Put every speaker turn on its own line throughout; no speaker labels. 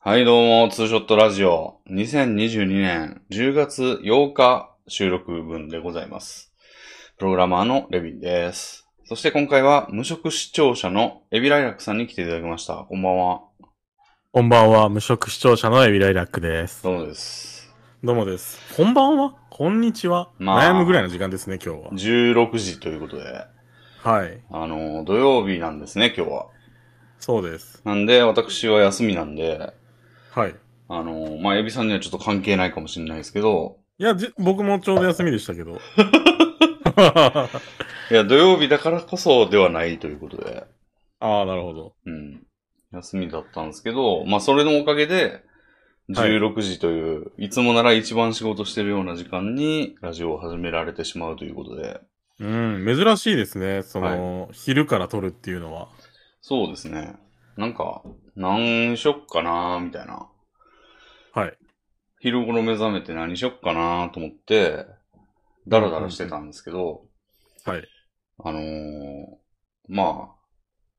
はい、どうも、ツーショットラジオ。2022年10月8日収録分でございます。プログラマーのレビンです。そして今回は無職視聴者のエビライラックさんに来ていただきました。こんばんは。
こんばんは、無職視聴者のエビライラックです。
どうもです。
どうもです。こんばんはこんにちは、
まあ
悩むぐらいの時間ですね、今日
16時ということで、
は。はい。
あの、土曜日なんですね、今日は。
そうです。
なんで、私は休みなんで、
はい。
あの、まあ、エビさんにはちょっと関係ないかもしれないですけど、
いや、じ僕もちょうど休みでした けど。
いや、土曜日だからこそではないということで、
ああ、なるほど。
うん。休みだったんですけど、まあ、それのおかげで、16時という、い、つもなら一番仕事してるような時間に、ラジオを始められてしまうということで、
うん、珍しいですね。その、昼から撮るっていうのは。
そうですね。なんか、何しよっかなーみたいな。
はい。
昼頃目覚めて何しよっかなーと思って、ダラダラしてたんですけど、
はい。
あのー、まあ、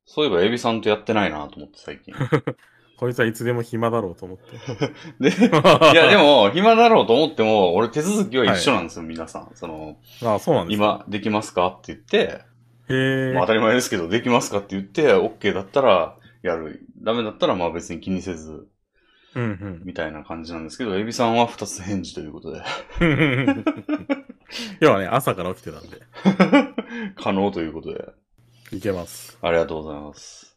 そういえばエビさんとやってないなと思って最近。
こいつはいつでも暇だろうと思って。
で、い や、でも、暇だろうと思っても、俺手続きは一緒なんですよ、皆さん。その、
も。あそうなんですか。
今、できますかって言って、
へえ。
まあ当たり前ですけど、できますかって言って、OK だったらやる。ダメだったら、まあ別に気にせず、
うん
みたいな感じなんですけど、エビさんは二つ返事ということで、
うん。今日はね、朝から起きてたんで、
可能ということで、
いけます。
ありがとうございます。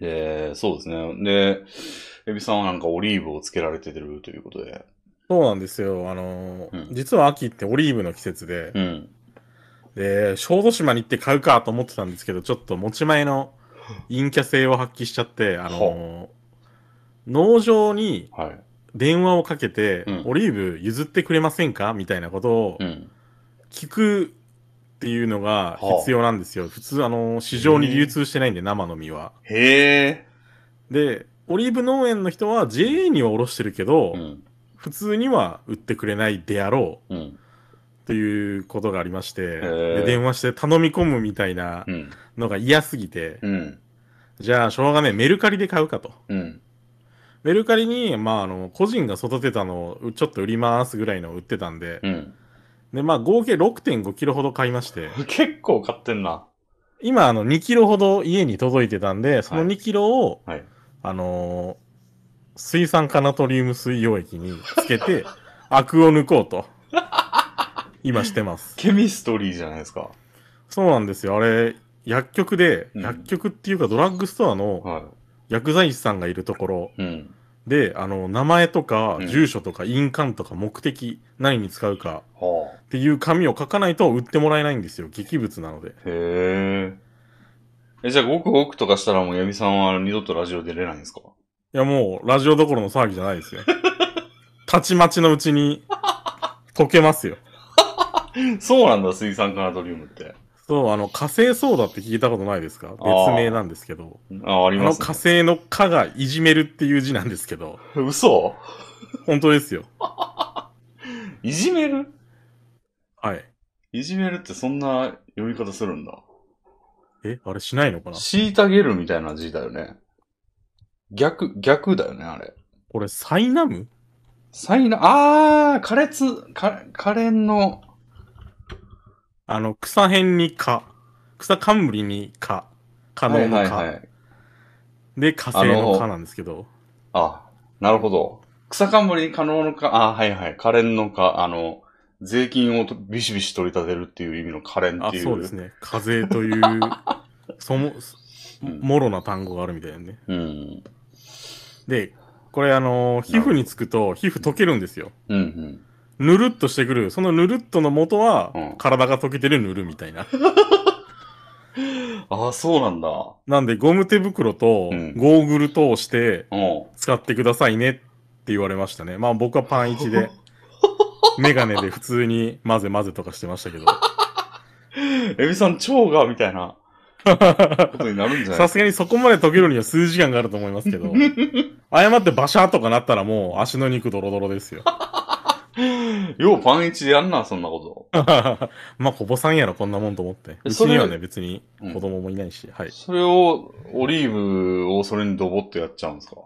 で、そうですね。で、エビさんはなんかオリーブをつけられてるということで、
そうなんですよ。あのー
うん
実は秋ってオリーブの季節で、
うん。
で、小豆島に行って買うかと思ってたんですけど、ちょっと持ち前の陰キャ性を発揮しちゃって、あのー農場に
はい。
電話をかけて、
うん
オリーブ譲ってくれませんかみたいなことを
うん。
聞くっていうのが必要なんですよ。普通、あのー市場に流通してないんで、生の実は。
へえ。
で、オリーブ農園の人は JA には卸してるけど、
うん。
普通には売ってくれないであろう。
うん。
ということがありまして、
ー
で電話して頼み込むみたいな
うん。
のが嫌すぎて、
うん。
じゃあ、しょうがねえ、メルカリで買うかと。
うん。
メルカリに、まあ、あの、個人が育てたのをちょっと売りますぐらいのを売ってたんで、
うん。
で、まあ、合計6.5キロほど買いまして、
結構買ってんな。
今、あの、2キロほど家に届いてたんで、その
はい
2キロを、
はい
あのー水酸化ナトリウム水溶液につけて、アクを抜こうと、今してます。
ケミストリーじゃないですか。
そうなんですよ。あれ、薬局で、
うん
薬局っていうかドラッグストアの
は
薬剤師さんがいるところ、
い。うん。
で、あの、名前とか
う、ん
住所とか、印鑑とか、目的、何に使うか
は
っていう紙を書かないと売ってもらえないんですよ。劇物なの
あ。
で。
へえ。え、じゃあ、ごくごくとかしたらもう、ヤビさんは二度とラジオ出れないんですか
いや、もう、ラジオどころの騒ぎじゃないですよ。たちまちのうちに、溶けますよ。
そうなんだ、水酸化ナトリウムって。
そう、あの、火星ソーダって聞いたことないですか別
あー
名なんですけど。
あ、あ
あ
りま
の
す、ね
火。星の火がいじめるっていう字なんですけど、
嘘
本当ですよ。
いじめる
はい。
いじめるってそんな呼び方するんだ。
え、あれしないのかな
虐げるみたいな字だよね。逆、逆だよね、あれ。
これ、サイナム
サイナ、あー、苛烈、か、可憐の、
あの、草辺に蚊。草冠に蚊。可能の蚊。
い。
で、火星の蚊なんですけど。
あ、なるほど。草冠に可能のか、あ、はいはい。可憐のか、あの、税金をとビシビシ取り立てるっていう意味の可憐っ
あ
ていう。
そうですね。風と いう、そも、
うん
もろな単語があるみたいなね。
うん。
で、これあ
な
のー皮
るほど
膚につくと、皮膚溶けるんですよ。
うんうん。
ぬるっとしてくる。そのぬるっとの元は、
うん
体が溶けてるぬるみたいな。
ああ、そうなんだ。
なんで、ゴム手袋と、
う
ゴ
ん
ーグルとして、
うん。
使ってくださいねって言われましたね。まあ僕はパン1で、 メガネで普通に混ぜ混ぜとかしてましたけど。
エビさん、蝶が、みたい な、ことになるんじゃない
さすがにそこまで溶けるには数時間があると思いますけ ど、誤ってバシャーとかなったらもう足の肉ドロドロですよ。
よう、パンイチでやんな、そんなこ
まあ、ほぼさんやろ、こんなもんと思って。
え
うち
それ
にはね、別に
うん
子供もいないし、はい
と。。それを、オリーブをそれにドボッとやっちゃうんですか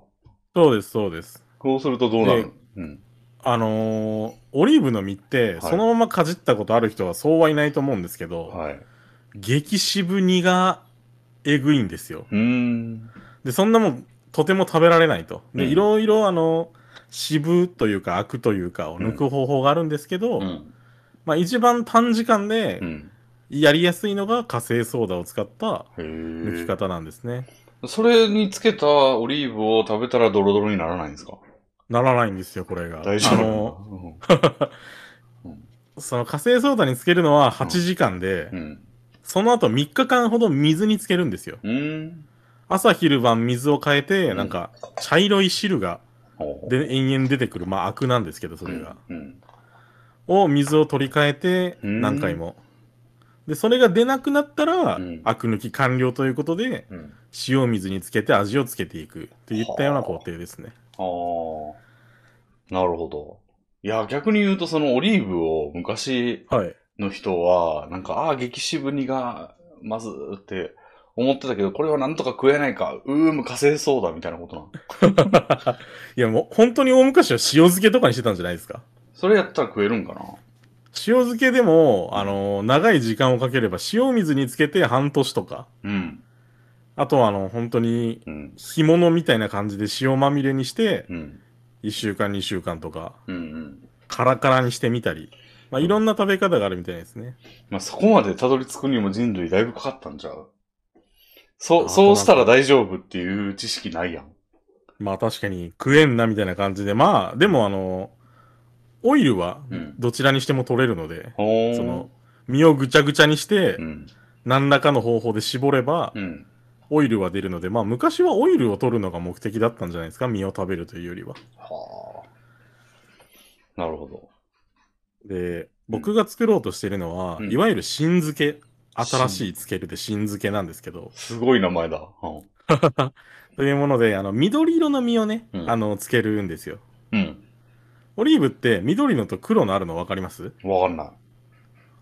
そうです、そうです。
そうするとどうなる
で
うん。
あのーオリーブの実って、
い
そのままかじったことある人はそうはいないと思うんですけど、
はい。
激渋煮がえぐいんですよ。
うーん。
で、そんなもん、とても食べられないと。で、
うん
いろいろ、あの、渋というか、悪というかを抜く方法があるんですけど、
うん。
まあ、一番短時間で
うん。
やりやすいのが、火星ソーダを使った
へ
抜き
ー
方なんですね。
それにつけたオリーブを食べたらドロドロにならないんですか
ならないんですよ、これが。
大丈
あの、
夫
その火星ソーダにつけるの
う
は
ん
8時間で、
うん。
その後3日間ほど水につけるんですよ。
うん。
朝昼晩水を変えて、
うん
なんか、茶色い汁が、
ほう
で、延々出てくる、まあ、アクなんですけど、それが。
うん。
を水を取り替えて
うん
何回も。で、それが出なくなったら、
うん
アク抜き完了ということで、
うん。
塩水につけて味をつけていくといったような工程ですね。
ああ。なるほど。いや、逆に言うと、そのオリーブを昔
はい。
の人は、なんか、ああ、激渋煮が、まずって思ってたけど、これはなんとか食えないか、うーむ、火星ソーダみたいなことなん。
いや、もう本当に大昔は塩漬けとかにしてたんじゃないですか。
それやったら食えるんかな
塩漬けでも、あのー長い時間をかければ塩水につけて半年とか、
うん。
あとはあの、本当に
うん。
干物みたいな感じで塩まみれにして、
うん。
1週間2週間とか、
うん。うん。
カラカラにしてみたり、まあ、いろんな食べ方があるみたいですね。
まあ、そこまでたどり着くにも人類だいぶかかったんちゃうそ
あ
う、そうしたら大丈夫っていう知識ないやん。
まあ確かに食えんなみたいな感じで、まあでもあの、オイルは
うん
どちらにしても取れるので、
ほー
その、身をぐちゃぐちゃにして
う、ん。
何らかの方法で絞れば、
うん。
オイルは出るので、まあ昔はオイルを取るのが目的だったんじゃないですか、身を食べるというよりは。
はあ。なるほど。
で、僕が作ろうとしているのは、
うん
いわゆる新漬け、新しい漬けるで新漬けなんですけど、
すごい名前だ。うん
というもので、あの、緑色の実をね、
うん
あの、漬けるんですよ。
うん。
オリーブって緑のと黒のあるの分かります
わかんない。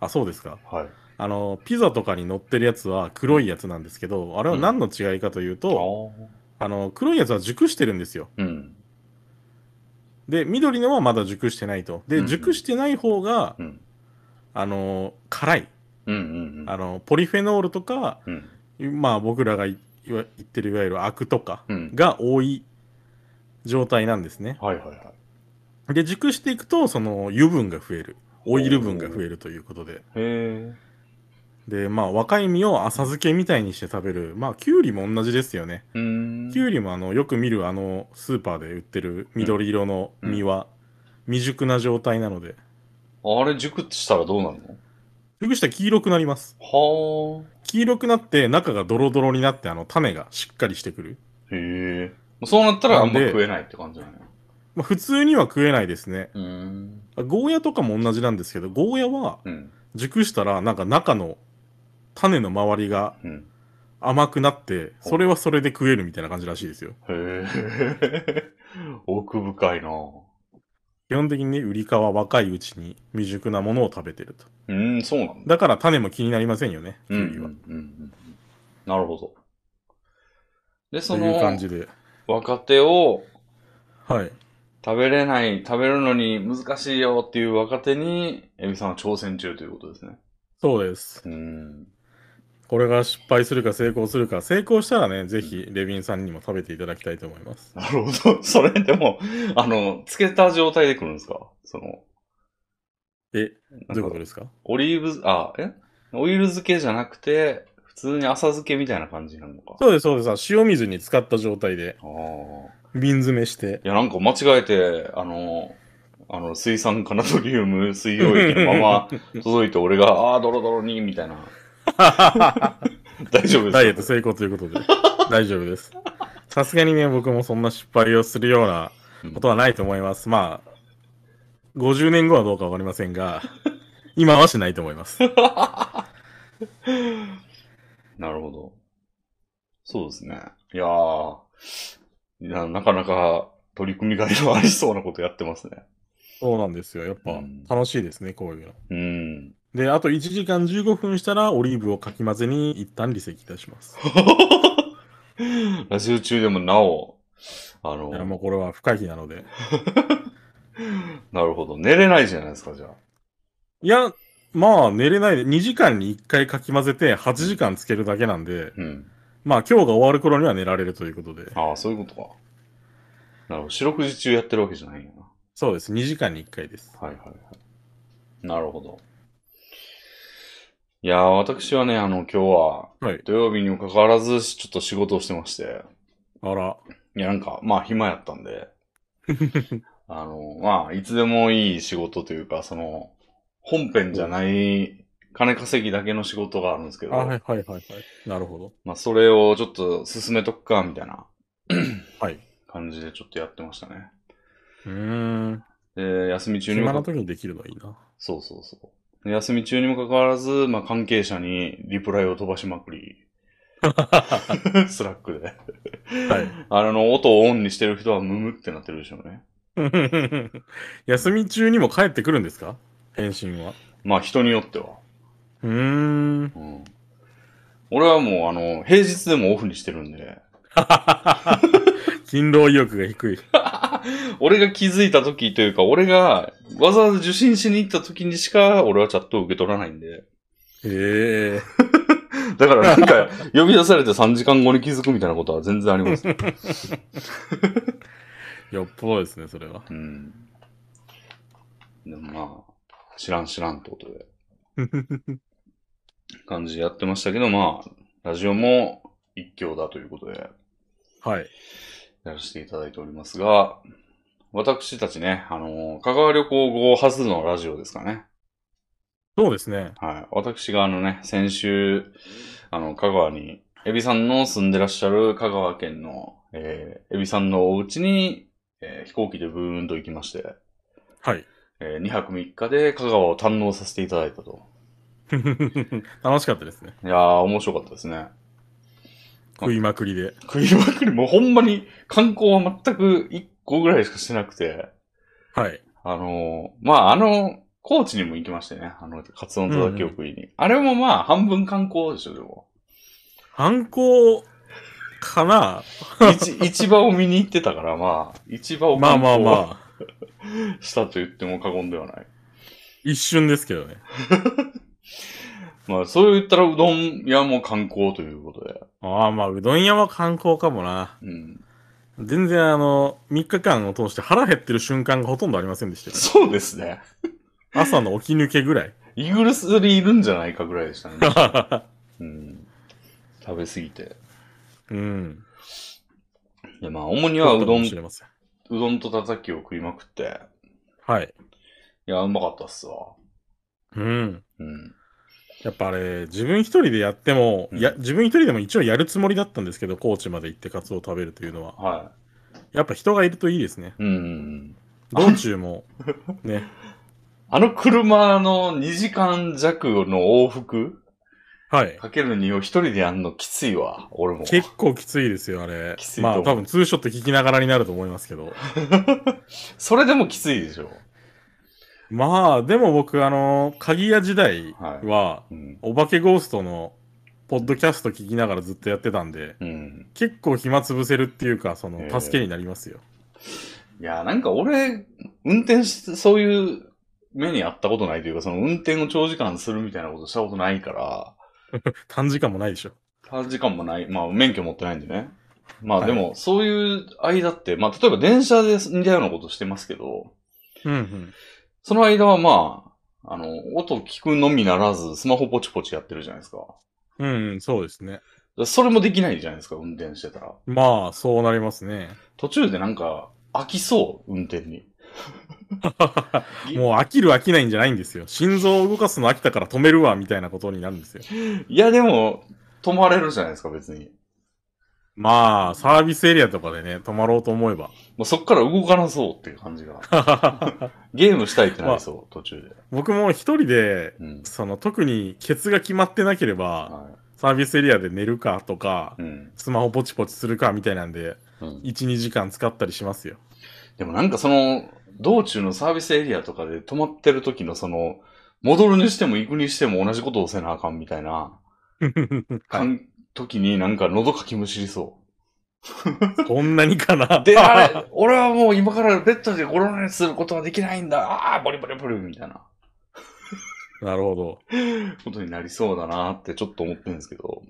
あ、そうですか。
はい。
あのピザとかに乗ってるやつは黒いやつなんですけどあれは何の違いかという
あ
と、あの黒いやつは熟してるんですよ
うん。
で緑のはまだ熟してないとで、
うんうん
熟してない方が
うん。
あの辛い
うんうんうん。
あのポリフェノールとか
うん。
まあ僕らがいいわ言ってるいわゆるアクとか
うん。
が多い状態なんですね
はいはいはい。
で熟していくとその油分が増えるオイル分が増えるということで
へえ。
でまあ若い実を浅漬けみたいにして食べるまあきゅうりも同じですよね
うーん。
キュウリもあのよく見るあのスーパーで売ってる緑色の実は未熟な状態なので
あれ熟したらどうなる
熟したら黄色くなります
のは
黄色くなって中がドロドロになってあの種がしっかりしてくる、
あ。へえ。そうなったらあんま
なんで
食えないって感じだね。
まあ、普通には食えないですね
うーん。
ゴーヤとかも同じなんですけどゴーヤは
うん。
熟したらなんか中の種の周りが
うん。
甘くなってそれはそれで食えるみたいな感じらしいですよ
へえ。 奥深いな
基本的にね売りかは若いうちに未熟なものを食べてると
うーん、そうなんだ。
だから種も気になりませんよねキ
うん。う
ュウ
ん
リは、
うんうん。なるほど。で、
と
そ
いう
の
感、じで
若手を
はい
食べれない、食べるのに難しいよっていう若手に、エビさんは挑戦中ということですね。
そうです。
うーん。
これが失敗するか成功するか、成功したらね、ぜひレビンさんにも食べていただきたいと思います。
なるほど。 それでも、あの、つけた状態で来るんですかその、
え、
な
どういうこ
ん
と
か、
ですか
オリーブ、あ、えオイル漬けじゃなくて、普通に浅漬けみたいな感じなのか。
そうです、そうです。塩水に浸かった状態で、
ああ。
瓶詰めして。
いや、なんか間違えて、あの、あの、水酸化ナトリウム水溶液の まま届いて、俺が、ああ、ドロドロに、みたいな。大丈夫 ですか
ダイエット成功ということ で、大丈夫です。さすがにね、僕もそんな失敗をするようなことはないと思います。まあ、50年後はどうかわかりません が、今はしないと思います。
なるほど。そうですね。いやーいや、なかなか取り組みがいろいろありそうなことやってますね。
そうなんですよ。やっぱ
うん、
楽しいですね、こういうの。
うん。
で、あと1時間15分したら、オリーブをかき混ぜに一旦離席いたします。
ラジオ中でもなお、あ
いや、
の、
もうこれは不可避なので。
なるほど。寝れないじゃないですか、じゃあ。
いや、まあ、寝れないで、2時間に1回かき混ぜて、8時間つけるだけなんで、
うん。
まあ、今日が終わる頃には寝られるということで。
ああ、そういうことか。なるほど。四六時中やってるわけじゃないんやな。
そうです。2時間に1回です。
はいはいはい。なるほど。いやー、私はね、あの、今日は、
はい。
土曜日にもかかわらず、ちょっと仕事をしてまして、
あら。
いや、なんか、まあ、暇やったん で、あの、まあ、いつでもいい仕事というか、その、本編じゃない、金稼ぎだけの仕事があるんですけど、
あ、はいはいはいはい。なるほど。
まあ、それをちょっと進めとくか、みたいな
はい
感じでちょっとやってましたね。
うーん。
で、休み中にも
暇な時にできるのはいいな。
そうそうそう。で休み中にもかかわらず、まあ、関係者にリプライを飛ばしまくり、スラックで。
はい。
あの、音をオンにしてる人はムムってなってるでしょうね。
休み中にも帰ってくるんですか返信は。
まあ、人によっては。
うーん。
うん。俺はもう、あの、平日でもオフにしてるんで、
勤労意欲が低い。
俺が気づいた時というか、俺がわざわざ受信しに行った時にしか、俺はチャットを受け取らないんで。
ええ
だからなんか、呼び出されて3時間後に気づくみたいなことは全然あります。
よっぽどですね、それは。
うん。でもまあ、知らん知らんってことで、感じでやってましたけど、まあ、ラジオも一興だということで、
はい。
やらせていただいておりますが、私たちね、あの、香川旅行後初のラジオですかね。
そうですね。
はい。私があのね、先週、あの、香川に、エビさんの住んでらっしゃる香川県の、えー、エビさんのお家に、えー飛行機でブーンと行きまして、
はい。
え2泊3日で香川を堪能させていただいたと。
楽しかったですね。
いやー、面白かったですね。
食いまくりで。
食いまくり、もうほんまに観光は全く1個ぐらいしかしてなくて、
はい。
あのーまあ、あの、高知にも行きましてね、あの、カツオのただきを食いに。あれもまあ、半分観光でしょ、で も。
犯行かな
市市場を見に行ってたから、まあ、市場を
まあ
観
まあ
光
まあ。
したと言っても過言ではない。
一瞬ですけどね。
まあ、そう言ったらうどん屋も観光ということで。
ああ、まあ、うどん屋は観光かもな。
うん。
全然あの、3日間を通して腹減ってる瞬間がほとんどありませんでしたよね。
そうですね。
朝の起き抜けぐらい。
イーグルスでいるんじゃないかぐらいでしたね。
う
うん。食べ過ぎて。
ん。
いや、まあ、主にはうどん
かもしれません
うどんとたたきを食いまくって。
はい。
いや、うまかったっすわ。
うん。
うん。
やっぱあれ、自分一人でやっても、
うん
いや、自分一人でも一応やるつもりだったんですけど、高知まで行ってカツオを食べるというのは。
は
やっぱ人がいるといいですね。
い。うんうんうん。
道中も、ね。
あの車の2時間弱の往復
はい。
かける2を一人でやんのきついわ。俺も。
結構きついですよ、あれ
きつい。と
ま
思
あ
う
多分ツーショット聞きながらになると思いますけど。
それでもきついでしょ。
まあ、でも僕、あの、鍵屋時代は、
うん。
お化けゴーストの、ポッドキャスト聞きながらずっとやってたんで、
うん。
結構暇潰せるっていうか、そ
へ
の、
え
助けになりますよ。
いや、なんか俺、運転して、そういう目にあったことないというか、その運転を長時間するみたいなことしたことないから、
短時間もないでしょ。
短時間もない。まあ、免許持ってないんでね。まあ
はい
でも、そういう間って、まあ例えば電車で似たようなことしてますけど、
うんうん。
その間はまあ、あの、音聞くのみならず、スマホポチポチやってるじゃないですか。だか
うん、うん、そうですね。
らそれもできないじゃないですか、運転してたら。
まあ、そうなりますね。
途中でなんか、飽きそう、運転に。
もう飽きる飽きないんじゃないんですよ。心臓を動かすの飽きたから止めるわ、みたいなことになるんですよ。
いや、でも、止まれるじゃないですか、別に。
まあ、サービスエリアとかでね、止まろうと思えば。
もうそっから動かなそうっていう感 じが。ゲームしたいってなりそう、途中で。
僕も一人で、
うん。
その、特にケツが決まってなければ、
は
サービスエリアで寝るかとか
い。、うん。
スマホポチポチするかみたいなんで、
うん、
1、2時間使ったりしますよ。
でもなんかその、道中のサービスエリアとかで止まってる時のその、戻るにしても行くにしても同じことをせなあかんみたいな、
はい
かん時になんか喉かきむしりそ
こんなにか な。
で、あれ、俺はもう今からベッドでゴロ寝することはできないんだ。ああ、ボリボリボリみたいな
なるほど。
ことになりそうだなってちょっと思ってるんですけど。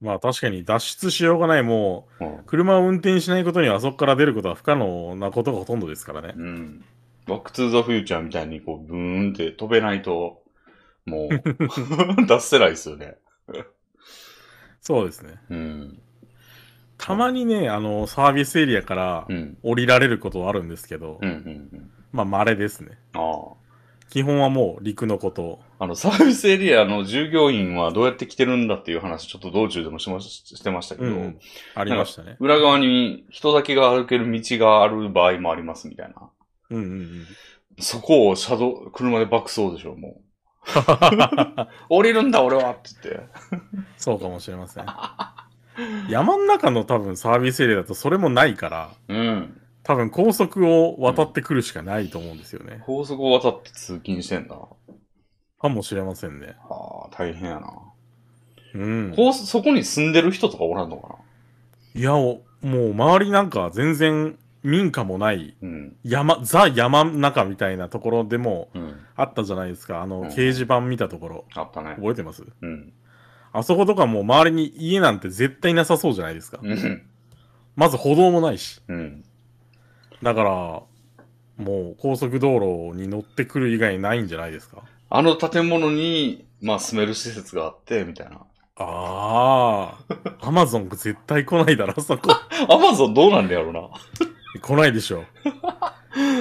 まあ確かに脱出しようがない、も
う。
うん車を運転しないことにはあそこから出ることは不可能なことがほとんどですからね。
うん。バックトゥーザフューチャーみたいにこう、ブーンって飛べないと、もう、出せないですよね。
そうですね。
うん。
たまにね、あの、サービスエリアから
うん。
降りられることはあるんですけど、
うん。うん。うん。
まあ稀ですね。
あ
基本はもう陸のこと。
あ。あの、サービスエリアの従業員はどうやって来てるんだっていう話、ちょっと道中でもしまししてましたけ
う
ど、
ん。ありましたね。
裏側に人だけが歩ける道がある場合もありますみたいな。
うんうんうん。
そこを車道、車で爆走でしょ、 もう。降りるんだ、俺はって言って。
そうかもしれません。山の中の多分サービスエリアだとそれもないから、
うん。
多分高速を渡ってくるしかないと思うんですよね。
高速を渡って通勤してんだ。
かもしれませんね。
ああ、大変やな。
うん。
こう、そこに住んでる人とかおらんのか
いや、おもう周りなんか全然民家もない
なうん。
山、ザ山の中みたいなところでも
うん。
あったじゃないですか。あの
うん
掲示板見たところ。
あったね。
覚えてます
うん。
あそことかもう周りに家なんて絶対なさそうじゃないですか。
うん。
まず歩道もないし。
うん。
だから、もう高速道路に乗ってくる以外ないんじゃないですか。
あの建物に、まあ、住める施設があって、みたいな。
ああ、アマゾン絶対来ないだろ、そこ。
アマゾンどうなんだやろうな。
来ないでし ょ。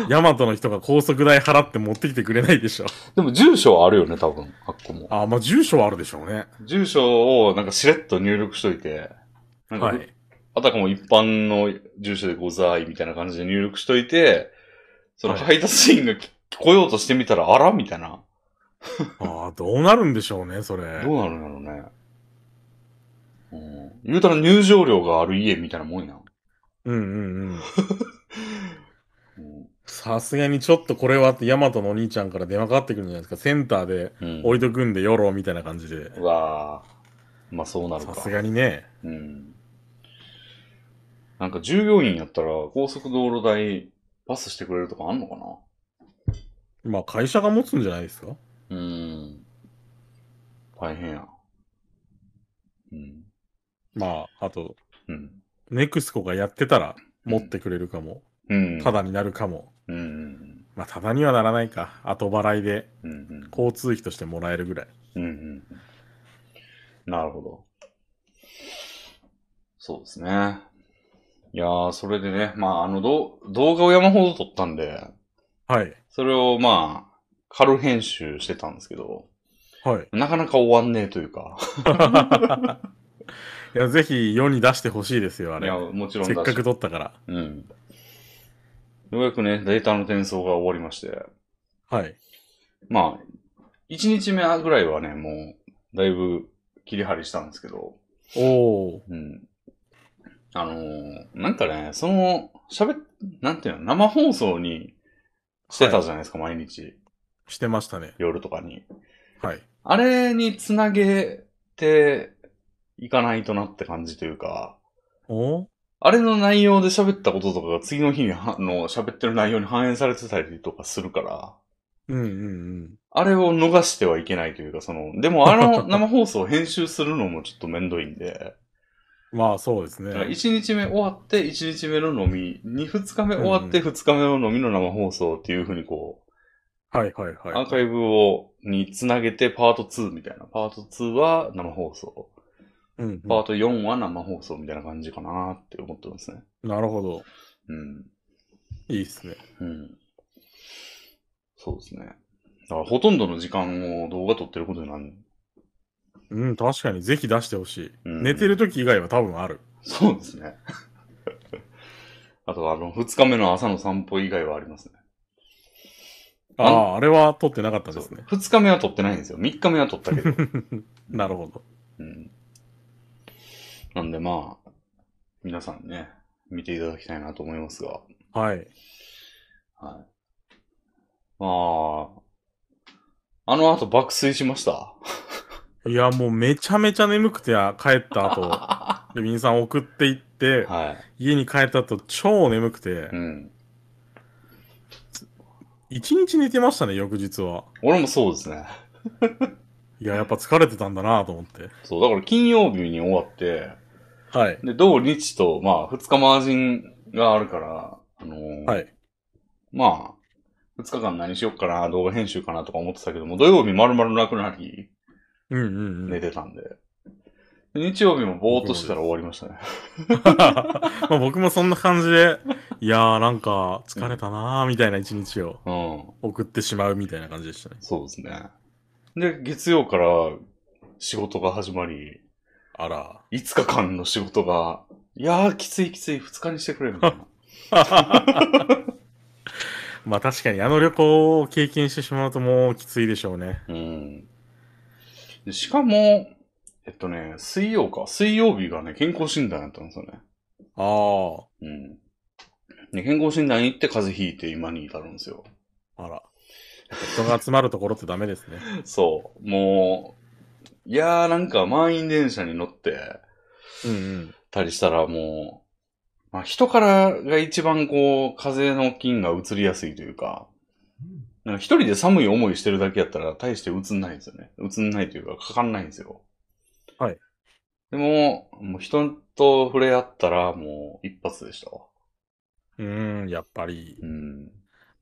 ヤマトの人が高速代払って持ってきてくれないでしょ。
でも、住所はあるよね、多分。あっこも。
ああ、まあ住所はあるでしょうね。
住所を、なんか、しれっと入力しといて、なんか、
はい。
あたかも一般の住所でございみたいな感じで入力しといて、その
はい
配達員がき来ようとしてみたら、あらみたいな。
ああ、どうなるんでしょうね、それ
ど。うなるんだろうね。うん、言うたら入場料がある家みたいなもんやん。
うんうん
う
うん。
ん
さすがにちょっとこれはってヤマトのお兄ちゃんから電話かかってくるんじゃないですか。センターで
うん。
置いとくんでよろみたいな感じで。
うわぁ。まあそうなる
さ
か。
すがにね。
うん。なんか従業員やったら高速道路代パスしてくれるとかあんのか
まあ会社が持つんじゃないですか。
なうん。大変や。うん。
まあ、あと、
うん。
ネクスコがやってたら持ってくれるかも。
うん。
ただになるかも。
うんうん
まあ、ただにはならないか。後払いで
うん。うん
交通費としてもらえるぐらい。
うん。うんうん。なるほど。そうですね。いやー、それでね、まあ、あの、どう動画を山ほど撮ったんで、
はい。
それをまあ、軽編集してたんですけど、
はい。
なかなか終わんねえというか。
いや、ぜひ世に出してほしいですよ、あ
い
れ
や、。もちろん
せっ
だし
かく撮ったから。
うん。ようやくね、データの転送が終わりまして、
はい。
まあ、1日目ぐらいはね、もう、だいぶ切り張りしたんですけど、
おお
うん。あのーなんかね、その、喋っ、なんていうの、生放送にしてたじゃないですか、毎日、
ー、してましたね。
夜とかに。
はい。
あれにつなげていかないとなって感じというか、
おー
あれの内容で喋ったこととかが次の日にはの喋ってる内容に反映されてたりとかするから、
うんうん
あれを逃してはいけないというか、その、でもあの 生放送を編集するのもちょっとめんどいんで、
うん。まあ、そうですね
だか。ら1日目終わって、1日目の飲み、2、2日目終わって、
う
2日目の飲みの生放送っていうふうにこ、
はいはいうは
ア
い
ー。カイブを、につなげてパート2みたいな。パート2は生放送。
うん
パート4は生放送みたいな感じかなって思ってますね。
うん、なるほど。
うん。
いいですね。
うん。そうですね。だからほとんどの時間を動画撮ってることになる。
うん、確かにぜひ出してほしい。
うん
寝てる時以外は多分ある。
そうですね。 あと、あの、2日目の朝の散歩以外はありますね。
ああ、あれは撮ってなかったですね。
2日目は撮ってないんですよ。3日目は撮った けど。
なるほど。
うん。なんでまあ、皆さんね、見ていただきたいなと思いますが。
はい。
はい。まあ、あの後爆睡しました。
いや、もうめちゃめちゃ眠くてあ帰った後、レビンさん送っていって、
は
家に帰った後超眠くて
い。う、ん。
一日寝てましたね、翌日は。
俺もそうですね。
いや、やっぱ疲れてたんだなと思って。
そう、だから金曜日に終わって、
はい。
で、土日と、まあ、2日マージンがあるから、あのー
はい。
まあ、2日間何しよっかな、動画編集かなとか思ってたけども、土曜日丸々なくなり、
うんうんう
寝
ん。
てたんで。で日曜日もぼーっとしてたら終わりましたね。
まあ僕もそんな感じで、いやーなんか疲れたなーみたいな一日を
うん。
送ってしまうみたいな感じでしたね。
そうですね。で、月曜から仕事が始まり、
あら。
5日間の仕事が、いやー、きついきつい、2日にしてくれ、みたいな。
まあ確かにあの旅行を経験してしまうともうきついでしょうね。
うん。でしかも、えっとね、水曜か。水曜日がね、健康診断やったんですよね。
ああ。
うん。で健康診断に行って風邪ひいて今に至るんですよ。
あら。人が集まるところってダメですね。
そう。もう、いやーなんか満員電車に乗って
うんうん。
たりしたらもう、まあ人からが一番こう、風邪の菌が移りやすいというか、なんか一人で寒い思いしてるだけやったら大して移んないんですよね。移んないというか、かかんないんですよ。
はい。
でも、もう人と触れ合ったらもう一発でしたわ。
うーん、やっぱり。
うん。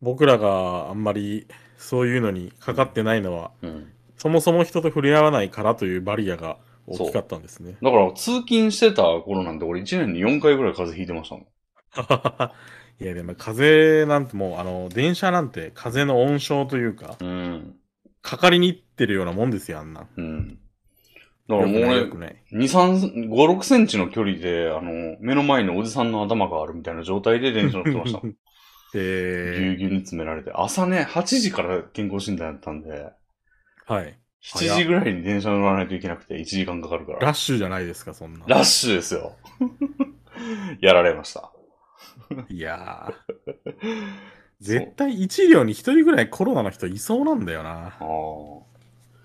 僕らがあんまりそういうのにかかってないのは、
うん。
そもそも人と触れ合わないからというバリアが大きかったんですね。
だから通勤してた頃なんて俺1年に4回ぐらい風邪ひいてましたもん。
いや、でも風なんてもう、あの、電車なんて風の温床というか、
うん。
かかりに行ってるようなもんですよ、あんな。
うん。だ
よ
か
く
らもう
ない、
俺
よ、くない。
2、3、5、6センチの距離で、あの、目の前におじさんの頭があるみたいな状態で電車乗ってま したもん。ぎゅ
え
うぎゅうに詰められて。朝ね、8時から健康診断やったんで、
ー、はい。
7時ぐらいに電車乗らないといけなくて、1時間かかるから。
ラッシュじゃないですか、そんな。
ラッシュですよ。 やられました。
いやー絶対一両に一人ぐらいコロナの人いそうなんだよな。
ああ。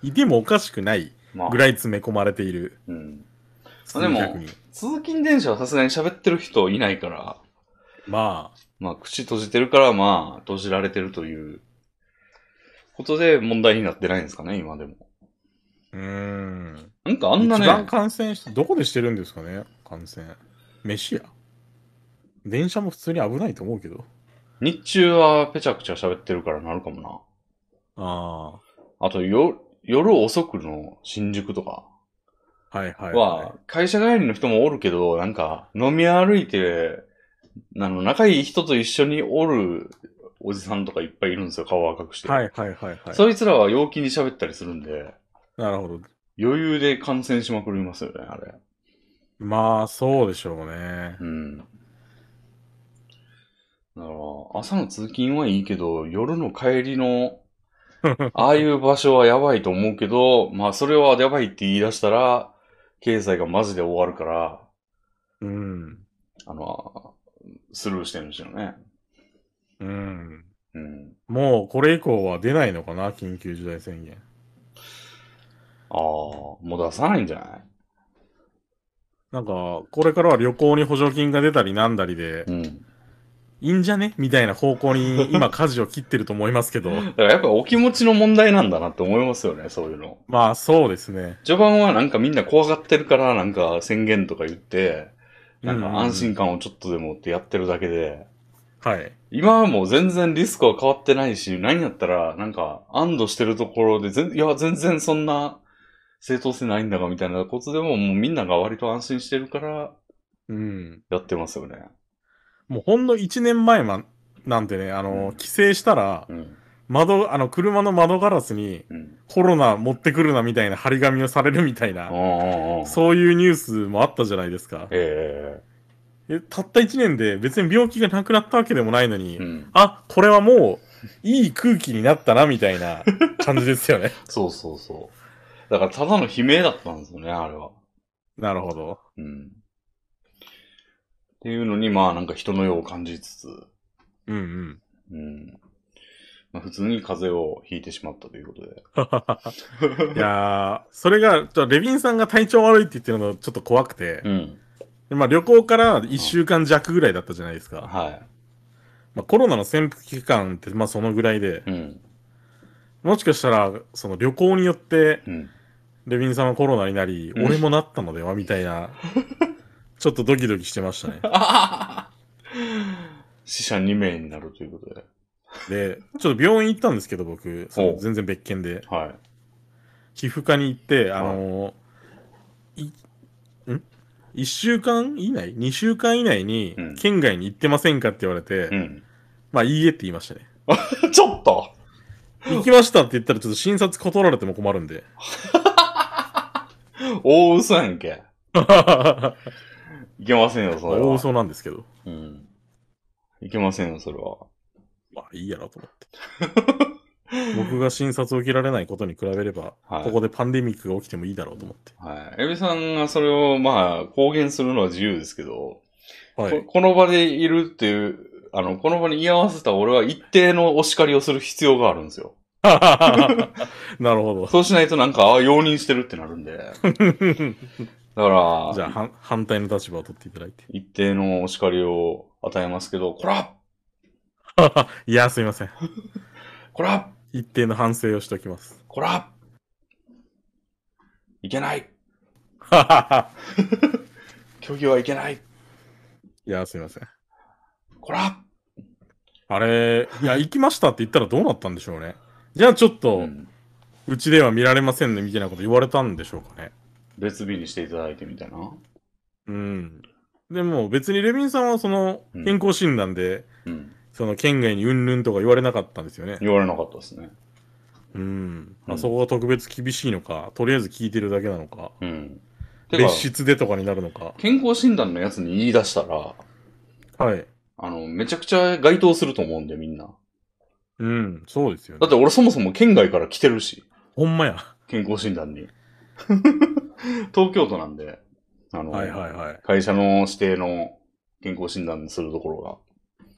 いてもおかしくない
まあ
ぐ。らい詰め込まれている。
うん。
数
でも
百人。
通勤電車はさすがに喋ってる人いないから、
まあ、
まあ、口閉じてるから、まあ、閉じられてるという、ことで問題になってないんですかね、今でも。
うーん。
なんかあんな
一番
ね、
感染して、どこでしてるんですかね、感染。飯や。電車も普通に危ないと思うけど。
日中はペチャクチャ喋ってるからなるかも
あ
な。あと、よ、夜遅くの新宿とか
あ、はいはい、
は、会社帰りの人もおるけど、なんか、飲み歩いて、あの、仲いい人と一緒におるおじさんとかいっぱいいるんですよ、顔赤くして。
はいはいはいはい。
そいつらは陽気に喋ったりするんで、
なるほど。
余裕で感染しまくりますよね、あれ。
まあ、そうでしょうね。
うん。だから、朝の通勤はいいけど、夜の帰り の、ああいう場所はやばいと思うけど、まあそれはやばいって言い出したら、経済がマジで終わるから、
うん。
あの、スルーしてるんですよね。
うん。
うん。
もう、これ以降は出ないのかな、緊急事態宣言。
ああ、もう出さないんじゃない
なんか、これからは旅行に補助金が出たりなんだりで、
うん。
いいんじゃねみたいな方 向に今、舵を切ってると思いますけど、
だからやっぱお気持ちの問題なんだなって思いますよね、そういうの。
まあそうですね。
序盤はなんかみんな怖がってるから、なんか宣言とか言って、なんか安心感をちょっとでもってやってるだけで、
うんうんうん。はい。
今はもう全然リスクは変わってないし、何やったら、なんか、安堵してるところで、全いや、全然そんな正当性ないんだが、みたいなことでも、もうみんなが割と安心してるから、
うん。
やってますよね。
もうほんの1年前ま、なんてね、あ
う
の
ん、
帰省したら、
うん。
窓、あの、車の窓ガラスに
うん。
コロナ持ってくるなみたいな張り紙をされるみたい
あ
な、
あ、ああ。
そういうニュースもあったじゃないですか。
え
え、たった1年で別に病気がなくなったわけでもないの
え
に、
うん。
あ、これはもう、いい空気になったな、みたいな 感じですよね。
そうそうそう。だから、ただの悲鳴だったんですよね、あれは。
なるほど。
うん。っていうのに、まあ、なんか人のようを感じつつ、
うんうん。
うん。まあ、普通に風邪をひいてしまったということで。
いやー、それが、ちょレビンさんが体調悪いって言ってるのちょっと怖くて、
うん。
でまあ、旅行から1週間弱ぐらいだったじゃないですか。
は
まあ、コロナの潜伏期間ってまあそのぐらいで、
い。うん。
もしかしたらその旅行によって
うん。
レビンさんはコロナになり、
うん
俺もなったのではみたいな、ちょっとドキドキしてまし たね。
死者2名になるということで。
で、ちょっと病院行ったんですけど僕、そ
ほ
の
う
全然別件で、
はい。
皮膚科に行って、あのーい、ん ?1 週間以内 ?2 週間以内に
うん
県外に行ってませんかって言われて、
うん。
まあいいえって言いましたね。
ちょっと
行きましたって言ったらちょっと診察断られても困る んで。
大嘘やんけ。
大
いけませんよ、それは。
嘘なんですけど。
うん。いけませんよ、それは。
まあいいやろと思 って。僕が診察を受けられないことに比べれば、
はい
ここでパンデミックが起きてもいいだろうと思って。
はい。エビさんがそれを、まあ、公言するのは自由ですけど、こ
はい。
この場でいるっていう、あの、この場に居合わせた俺は一定のお叱りをする必要があるんですよ。
なるほど。
そうしないとなんか、ああ、容認してるってなる んで。だから、
じゃあ、はん反対の立場を取っていただいて。
一定のお叱りを与えますけど、こら
いや、すいません。
こら
一定の反省をしておきます。
こらいけ ない虚偽はいけない
いや、すいません。
こら
あれ、い や、行きましたって言ったらどうなったんでしょうね。じゃあちょっと、
うん
うちでは見られませんね、みたいなこと言われたんでしょうかね。
別日にしていただいてみたいな。
うん。でも別にレビンさんはその
うん
健康診断で、
うん。
その県外にうんぬんとか言われなかったんですよね。
言われなかったですね。
うん。
うん
あそこが特別厳しいのか、とりあえず聞いてるだけなのか、
うん。てか
別、室でとかになるのか。
健康診断のやつに言い出したら、
はい。
あの、めちゃくちゃ該当すると思うんで、みんな。
うん、そうですよ
だ
ね
っ。て俺そもそも県外から来てるし、
ほんまや。
健康診 断に。東京都なんで、あの、
はいはいはい。
会社の指定の健康診断するところ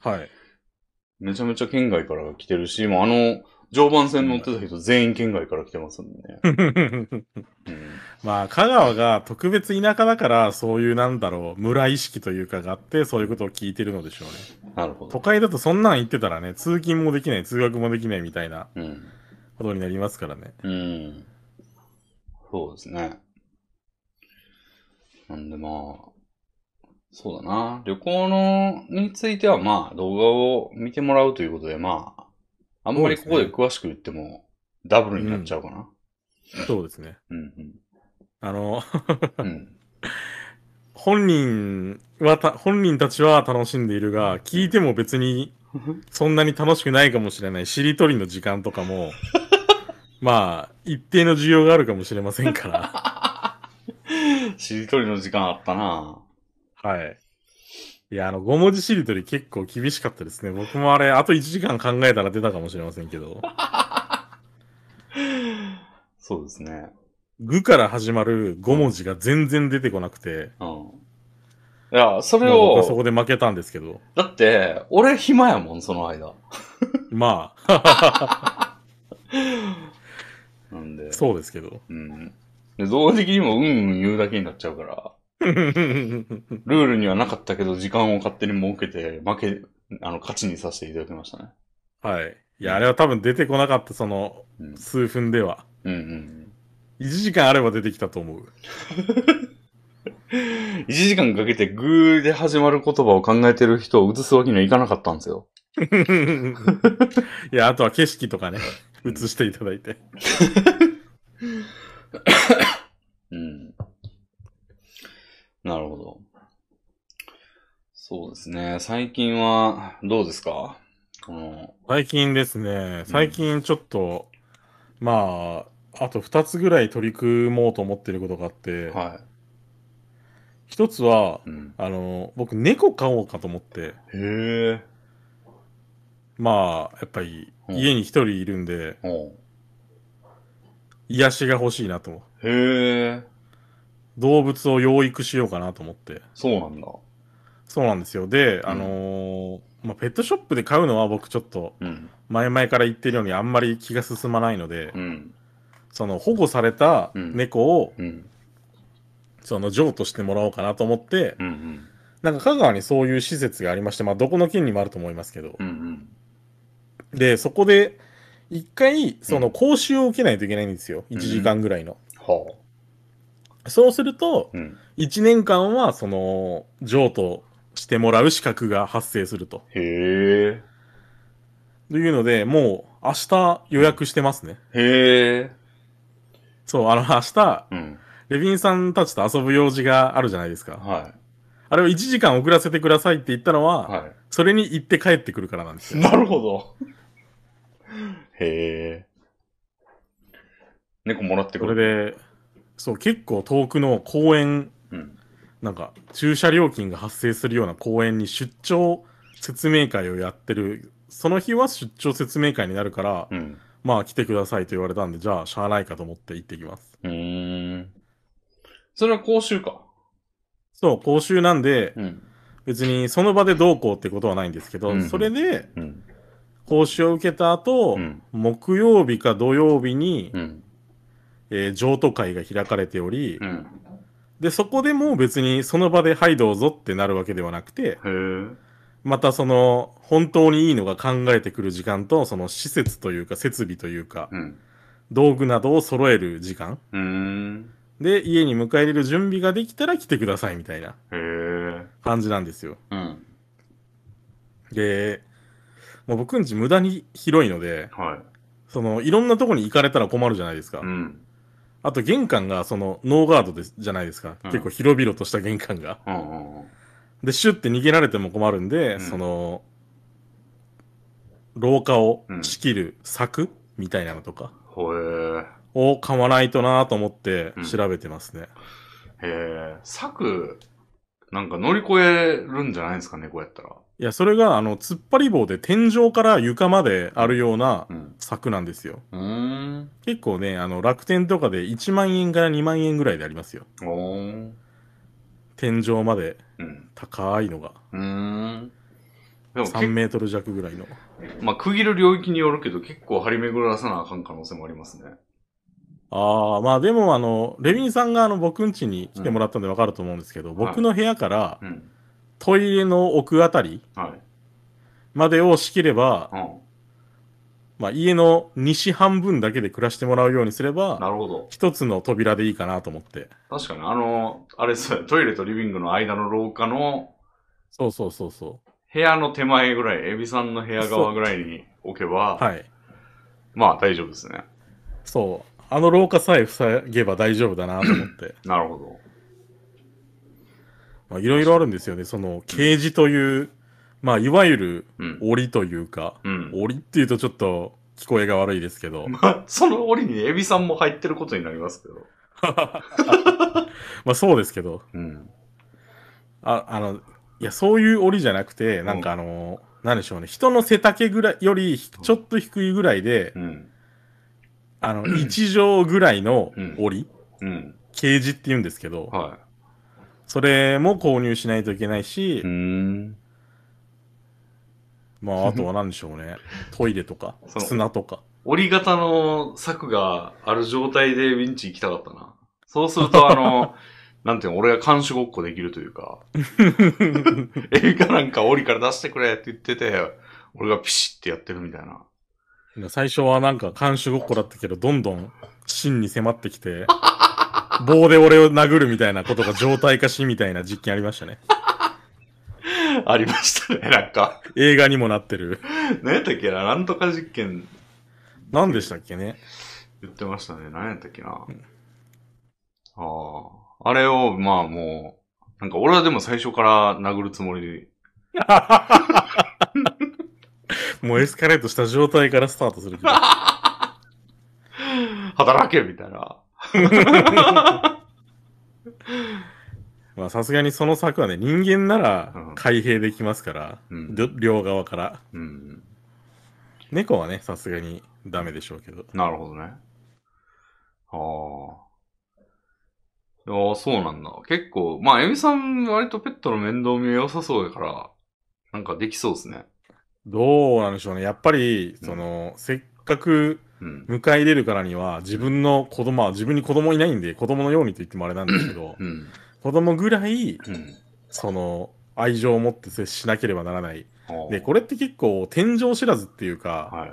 が、
はい。
めちゃめちゃ県外から来てるし、もうあの、常磐線乗ってた人全員県外から来てますんでね。うん
まあ、香川が特別田舎だから、そういうなんだろう、村意識というかがあって、そういうことを聞いてるのでしょうね。
なるほど
都。会だとそんなん言ってたらね、通勤もできない、通学もできないみたいな
うん。
ことになりますからね。
うん。そうですね。なんでまあ、そうだな。旅行の、についてはまあ、動画を見てもらうということで、まあ、あんまりここで詳しく言っても、ダブルになっちゃうかな。
そうですね。
うん、
あの、
うん、うん。
本人はた、本人たちは楽しんでいるが、聞いても別にそんなに楽しくないかもしれない、しりとりの時間とかも、 まあ、一定の需要があるかもしれませ んから、
しりとりの時間あったな。
はい。いや、あの、5文字しりとり結構厳しかったですね。僕もあれ、あと1時間考えたら出たかもしれませんけど、
そうですね。
具から始まる5文字が全然出てこなくて、
うん。いや、それ
もう僕はそ
を、
こで負けたんですけど、
だって、俺暇やもん、その間。
まあ、
なんで。
そうですけど。
うん。で、動画的にもうんうん言うだけになっちゃうから、
い
ルールにはなかったけど、時間を勝手に設けて、負け、あの、勝ちにさせていただきましたね。
はい。いや、あれは多分出てこなかった、その、
うん。
数分では。
うんうん
1時間あれば出てきたと思う。
うん。1時間かけてグーで始まる言葉を考えてる人を映すわけにはいかなかったんですよ。
いや、あとは景色とかね、映していただいて。
うん。なるほど。そうですね。最近は、どうですかこの、
最近ですね、最近ちょっと、まあ、あと2つぐらい取り組もうと思ってることがあって、
は
一つは、
い。うん。
あの、僕、猫飼おうかと思って、
へえ。
まあ、やっぱり、
うん
家に一人いるんで、
おう
癒しが欲しいなと思う。
へえ。
動物を養育しようかなと思って。
そうなんだ。
そうなんですよ。で、
ん
あのーまあ、ペットショップで買うのは僕ちょっと
うん。
前々から言ってるようにあんまり気が進まないので、
うん。
その保護された
うん
猫を
うん。
その譲渡してもらおうかなと思って、
うんうん。
なんか香川にそういう施設がありまして、まあどこの県にもあると思いますけど
う、んうん。
で、そこで、一回、その講習を受けないといけないんですよ。1時間ぐらいの。
は
そうすると
あ。、うん。
1年間は、その、譲渡してもらう資格が発生すると。
へえ。
というので、もう、明日予約してますね。
へえ。
そう、あの、明日、
うん。
レビンさんたちと遊ぶ用事があるじゃないですか。
は
あれを1時間遅らせてくださいって言ったの
い。
は、
は
それに行って帰ってくるからなんです
い。
よ。
なるほど。へえ。猫もらってく
そ
る。
れで、そう、結構遠くの公園、
うん。
なんか、駐車料金が発生するような公園に出張説明会をやってる。その日は出張説明会になるから、
うん。
まあ来てくださいと言われたんで、じゃあしゃあないかと思って行ってきます。
うーん。それは講習か。
そう、講習なんで、
うん。
別にその場でどうこうってことはないんですけど、
うんうん
それで
うん。
講習を受けた後、
うん。
木曜日か土曜日に、
うん。
えー譲渡会が開かれており、
うん。
で、そこでもう別にその場ではいどうぞってなるわけではなくて、
へ
またその本当にいいのが考えてくる時間とその施設というか設備というか
え。うん。
道具などを揃える時間
うーん。
で家に迎え入れる準備ができたら来てくださいみたいな
へえ。
感じなんですよ
うん。
でもう僕んち無駄に広いので
は
そのいろんなとこに行かれたら困るじゃないですか、
い。うん。
あと玄関がそのノーガードですじゃないですか、
うん
結構広々とした玄関が
うんうんうん。
でシュッて逃げられても困るんで、
うん
その廊下を
うん
仕切る柵みたいなのとか、
ほえ。
を買わないとなと思って
うん
調べてますね。
へえ。柵、なんか乗り越えるんじゃないですかね、こうやったら。
いや、それが、あの、突っ張り棒で天井から床まであるような
うん。
柵なんですよ。
うーん。
結構ね、あの、楽天とかで1万円から2万円ぐらいでありますよ。
おー。
天井まで
うん。
高いのが。
うーん。でも
3
け、
メートル弱ぐらいの。
まあ、区切る領域によるけど、結構張り巡らさなあかん可能性もありますね。
ああ、まあでも、あの、レビンさんが、あの、僕ん家に来てもらったんでわかると思うんですけど、僕の部屋から
うん。
トイレの奥あたり
はい。
までを仕切れば、
う
まあ家の西半分だけで暮らしてもらうようにすれ
ん。な
ば、
るほど。
一つの扉でいいかなと思って。
確かに、あの、あれそうや、トイレとリビングの間の廊下の
そうそうそうそ
部屋の手前ぐらい、エビさんの部屋側ぐらいに置けば、
う。はい。
まあ大丈夫ですね。
そう。あの廊下さえ塞げば大丈夫だなと思って。
なるほど。
まあ、いろいろあるんですよね。その、ケージという、まあ、いわゆる、
うん。
檻というか、
うん。
檻っていうとちょっと聞こえが悪いですけど、
まあ、その折にエビさんも入ってることになりますけど。
まあそうですけど、
うん。
あ、あの、いや、そういう檻じゃなくて、なんかあの、なんでしょうね、人の背丈ぐらいよりひちょっと低いぐらいで
う、ん。
あの、1畳ぐらいの檻、
うん。
ケージって言うんですけど、
は
それも購入しないといけないし、
い。ん。
まあ、あとは何でしょうね。 トイレとか、
そう
砂とか。
折り型の柵がある状態でウィンチ行きたかったな。そうすると、あの、なんていうの、俺が監視ごっこできるというか、エビかなんか檻から出してくれって言ってて、俺がピシッってやってるみたいな。
最初はなんか監視ごっこだったけど、どんどん芯に迫って きて、棒で俺を殴るみたいなことが常態化しみたいな実験ありましたね。
ありましたね、なんか。
映画にもなってる。
何やったっけな、なんとか実験
何でしたっけね。
言ってましたね。何やったっけな。ああ。あれを、まあもう、なんか俺はでも最初から殴るつもり
もうエスカレートした状態からスタートする けど。
で、働けみたいな。
まあさすがにその策はね、人間な
う
ら
ん
開閉できますから、
うん
ど両側から。
うん。
猫はね、さすがにダメでしょうけど。
なるほどね。ああ。ああ、そうなんだ。結構、まあ、エミさん割とペットの面倒見は良さそうやから、なんかできそうですね。
どうなんでしょうね。やっぱり、その、せっかく、
ううん。
迎え入れるからには、自分の子供は、自分に子供いないんで、子供のようにと言ってもあれなんですけど
う、ん。
子供ぐらい、
うん。
その、愛情を持って接しなければならない。
おう
で、これって結構、天井知らずっていうか、
はい。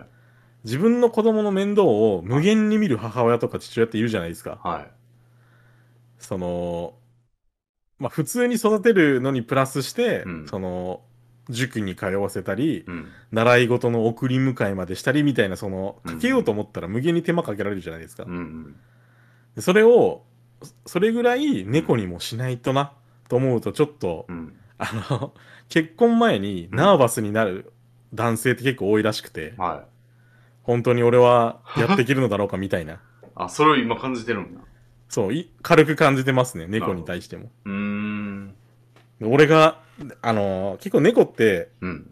自分の子供の面倒を無限に見る母親とか父親っているじゃないですか。
はい。
その、まあ、普通に育てるのにプラスして、
うん
その、塾に通わせたり、
うん。
習い事の送り迎えまでしたりみたいな、その、
うん
かけようと思ったら無限に手間かけられるじゃないですか。
うんうん。
でそれを、そそれぐらい猫にもしないとな、と思うと、ちょっと、
うん。
あの、結婚前にナーバスになる男性って結構多いらしくて、
は
本当に俺はやっていけるのだろうかみたいな。
い。あ、それを今感じてるんだ。
そう、い軽く感じてますね、猫に対しても。
うーん。
で俺が、あのー結構猫って、
うん。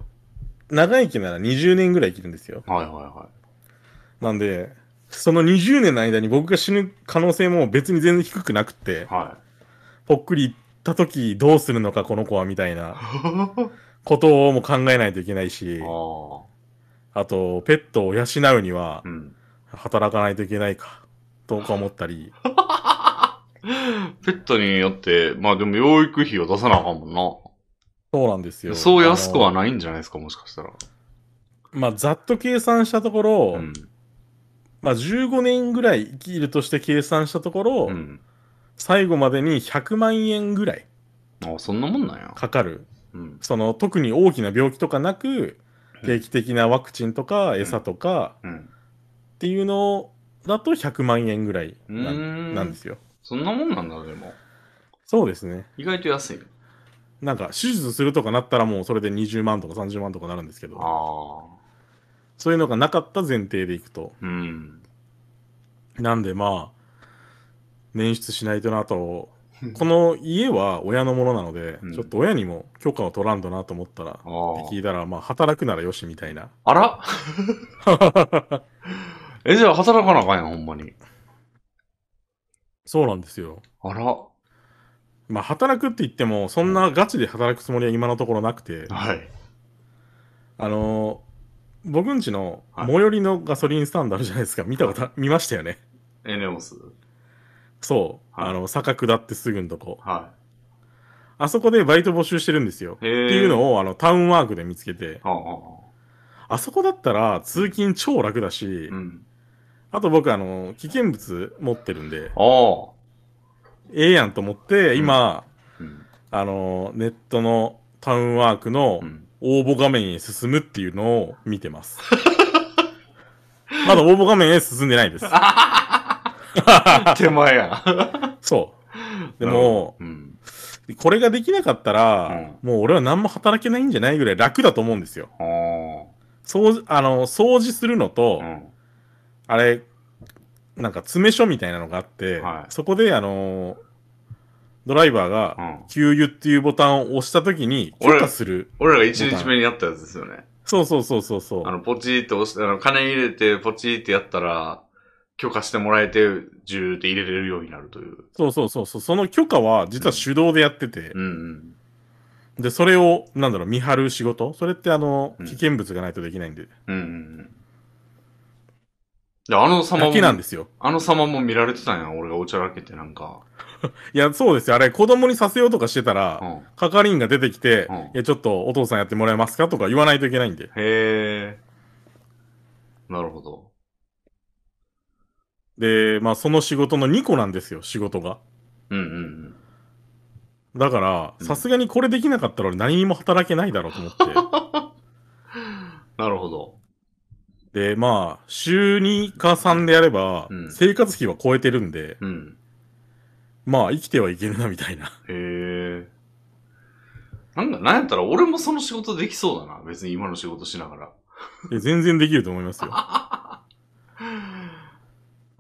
長生きなら20年ぐらい生きるんですよ。
はいはいは
なんで、その20年の間に僕が死ぬ可能性も別に全然低くなく
い。
て、
は
ぽっくり行った時どうするのかこの子はみたいな
あ
ことをも考えないといけないし、
あ。
あと、ペットを養うには
うん。
働かないといけないか、とか思ったり、
ペットによって、まあでも養育費を出さなあかんもんな。
そうなんですよ。
そう安くは
あの
ないんじゃないですか、もしかしたら。
まあ、ざっと計算したところ、
うん。
まあ、15年ぐらい生きるとして計算したところ、
うん。
最後までに100万円ぐらい
あ、そんなもんなんや。
かかる。
うん。
その、特に大きな病気とかなく、定期的なワクチンとか餌とか
うん。
っていうのだと100万円ぐらいうな
ー
ん
ん。
なんですよ。
そんなもんなんだ、でも。
そうですね。
意外と安い。
なんか、手術するとかなったらもうそれで20万とか30万とかなるんですけ
あ
ど、
あ。
そういうのがなかった前提でいくと。
うん。
なんでまあ、捻出しないとなと、この家は親のものなので、
うん
ちょっと親にも許可を取らんとなと思ったら、って
あ
聞いたら、まあ、働くならよしみたいな。
あ。あら え、じゃあ働かなあかんやん、ほんまに。
そうなんですよ。
あら。は
まあ、働くって言っても、そんなガチで働くつもりは今のところなくて、
い。
あのー僕んちの
はい
最寄りのガソリンスタンドあるじゃないですか。見たことあ、見ましたよね。
エネオス。
そう。
はい
あの、坂下ってすぐんとこ。
は
あそこでバイト募集してるんですよ。
い。へえ。
っていうのを、あの、タウンワークで見つけて、
はあ、は
あそこだったら通勤超楽だし
あ、、うん。
あと僕、あの、危険物持ってるんで、
ああ。
ええやんと思って、今、
うん。
あの、ネットのタウンワークの
うん。
応募画面へ進むっていうのを見てます。まだ応募画面へ進んでないです。
手前や。
そう。でも、
うん。
これができなかったら、もう俺は何も働けないんじゃないぐらい楽だと思うんですよ。
ああ。
掃除、あの、掃除するのと、
うん。
あれ、なんか詰め所みたいなのがあって、
はい
そこで、あのードライバーが、
うん。
給油っていうボタンを押したときに、
俺
許可する。
俺らが一日目にやったやつですよね。
そうそうそうそうそう。
あの、ポチーって押して、あの、金入れて、ポチーってやったら、許可してもらえて、ジューって入れれるようになるという。
そうそうそうそう。その許可は、実は手動でやってて、
うんうん。
で、それを、なんだろう、見張る仕事それって、あの
う、ん
危険物がないとできないんで、
うんうんうん。で、あの様
だ
も
け、なんですよ。
あの様も見られてたんや、俺がおちゃらけてなんか。
いや、そうですよ。あれ、子供にさせようとかしてたら、
うん。
係員が出てきて、
うん
いや、ちょっとお父さんやってもらえますかとか言わないといけないんで。
へー。なるほど。
で、まあ、その仕事の2個なんですよ、仕事が。
うんうんうん。
だから、
うん
さすがにこれできなかったら俺何にも働けないだろうと思 っ
なるほど。
て。で、まあ、週2か3でやれば
う、ん
生活費は超えてるんで、
うん。
まあ、生きてはいけるな、みたいな。
へー。なんか、なんやったら俺もその仕事できそうだな。別に今の仕事しながら。
いや全然できると思 いますよ。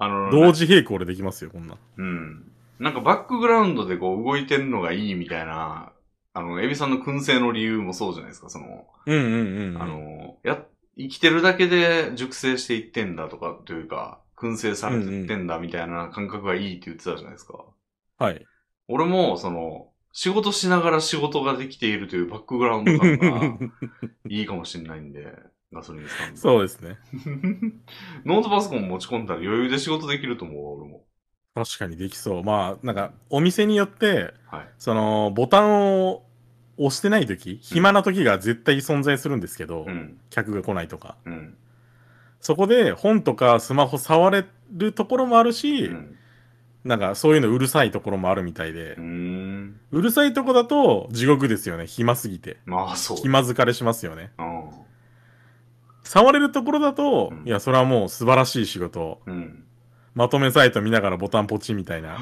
あの、
同時並行でできますよ、こんな。
うん。なんかバックグラウンドでこう動いてんのがいいみたいな、あの、エビさんの燻製の理由もそうじゃないですか、その、
うんうんうん。
あ、の、や、生きてるだけで熟成していってんだとか、というか、燻製されてってんだみたいな感覚がいいって言ってたじゃないですか。
はい。
俺も、その、仕事しながら仕事ができているというバックグラウンド感が いいかもしれないんで、ガソリンスタンド。
そうですね。
ノートパソコン持ち込んだら余裕で仕事できると思うわ、俺も。
確かにできそう。まあ、なんか、お店によって、
はい。
その、ボタンを押してない時、暇な時が絶対存在するんですけど、
うん。
客が来ないとか。
うん。
そこで本とかスマホ触れるところもあるし、
うん。
なんかそういうのうるさいところもあるみたいで
う、ーん。
うるさいとこだと地獄ですよね。暇すぎて。
まあ、そう。
暇疲れしますよね。
うん。
触れるところだと、
うん
いや、それはもう素晴らしい仕事。
うん。
まとめサイト見ながらボタンポチみた いな、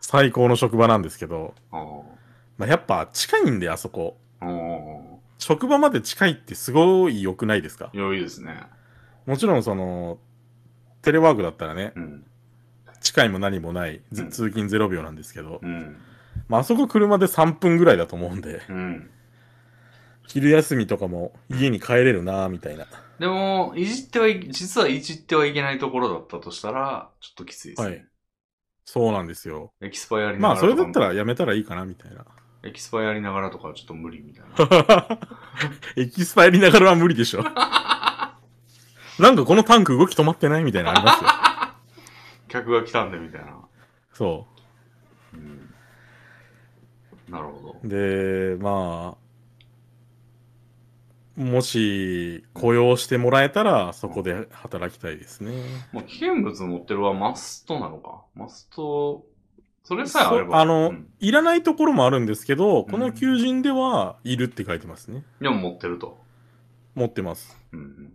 最高の職場なんですけど、
あ
まあ、やっぱ近いんで、あそこ。
あ。うん。
職場まで近いってすごい良くないですか
良いですね。
もちろんその、テレワークだったらね、
うん。
近いも何もない、ず
うん
通勤0秒なんですけど、
うん。
まあ、あそこ車で3分ぐらいだと思うんで、
うん。
昼休みとかも家に帰れるなぁみたいな。
でも、いじってはい、実はいじってはいけないところだったとしたら、ちょっときついですね。
はいそうなんですよ。
エキスパイやりな
ま
が
あ、
ら
そ
とか
れ
も。
だったらやめたらいいかなみたいな。
エキスパイやりながらとかはちょっと無理みたいな。
エキスパやりながらは無理でしょ。 なんかこのタンク動き止まってないみたいなのありますよ。
客が来たんでみたいな。
そ
うん。なるほど。
う。で、まあ、もし雇用してもらえたらそこで働きたいですね。
まあ、危険物持ってるはマストなのか。マスト、それさえあれ
そ
ば。
うあの、
うん
いらないところもあるんですけど、こ
う
の
ん
求人ではいるって書いてますね。
でも持ってると。
持ってます。
うんうんうん。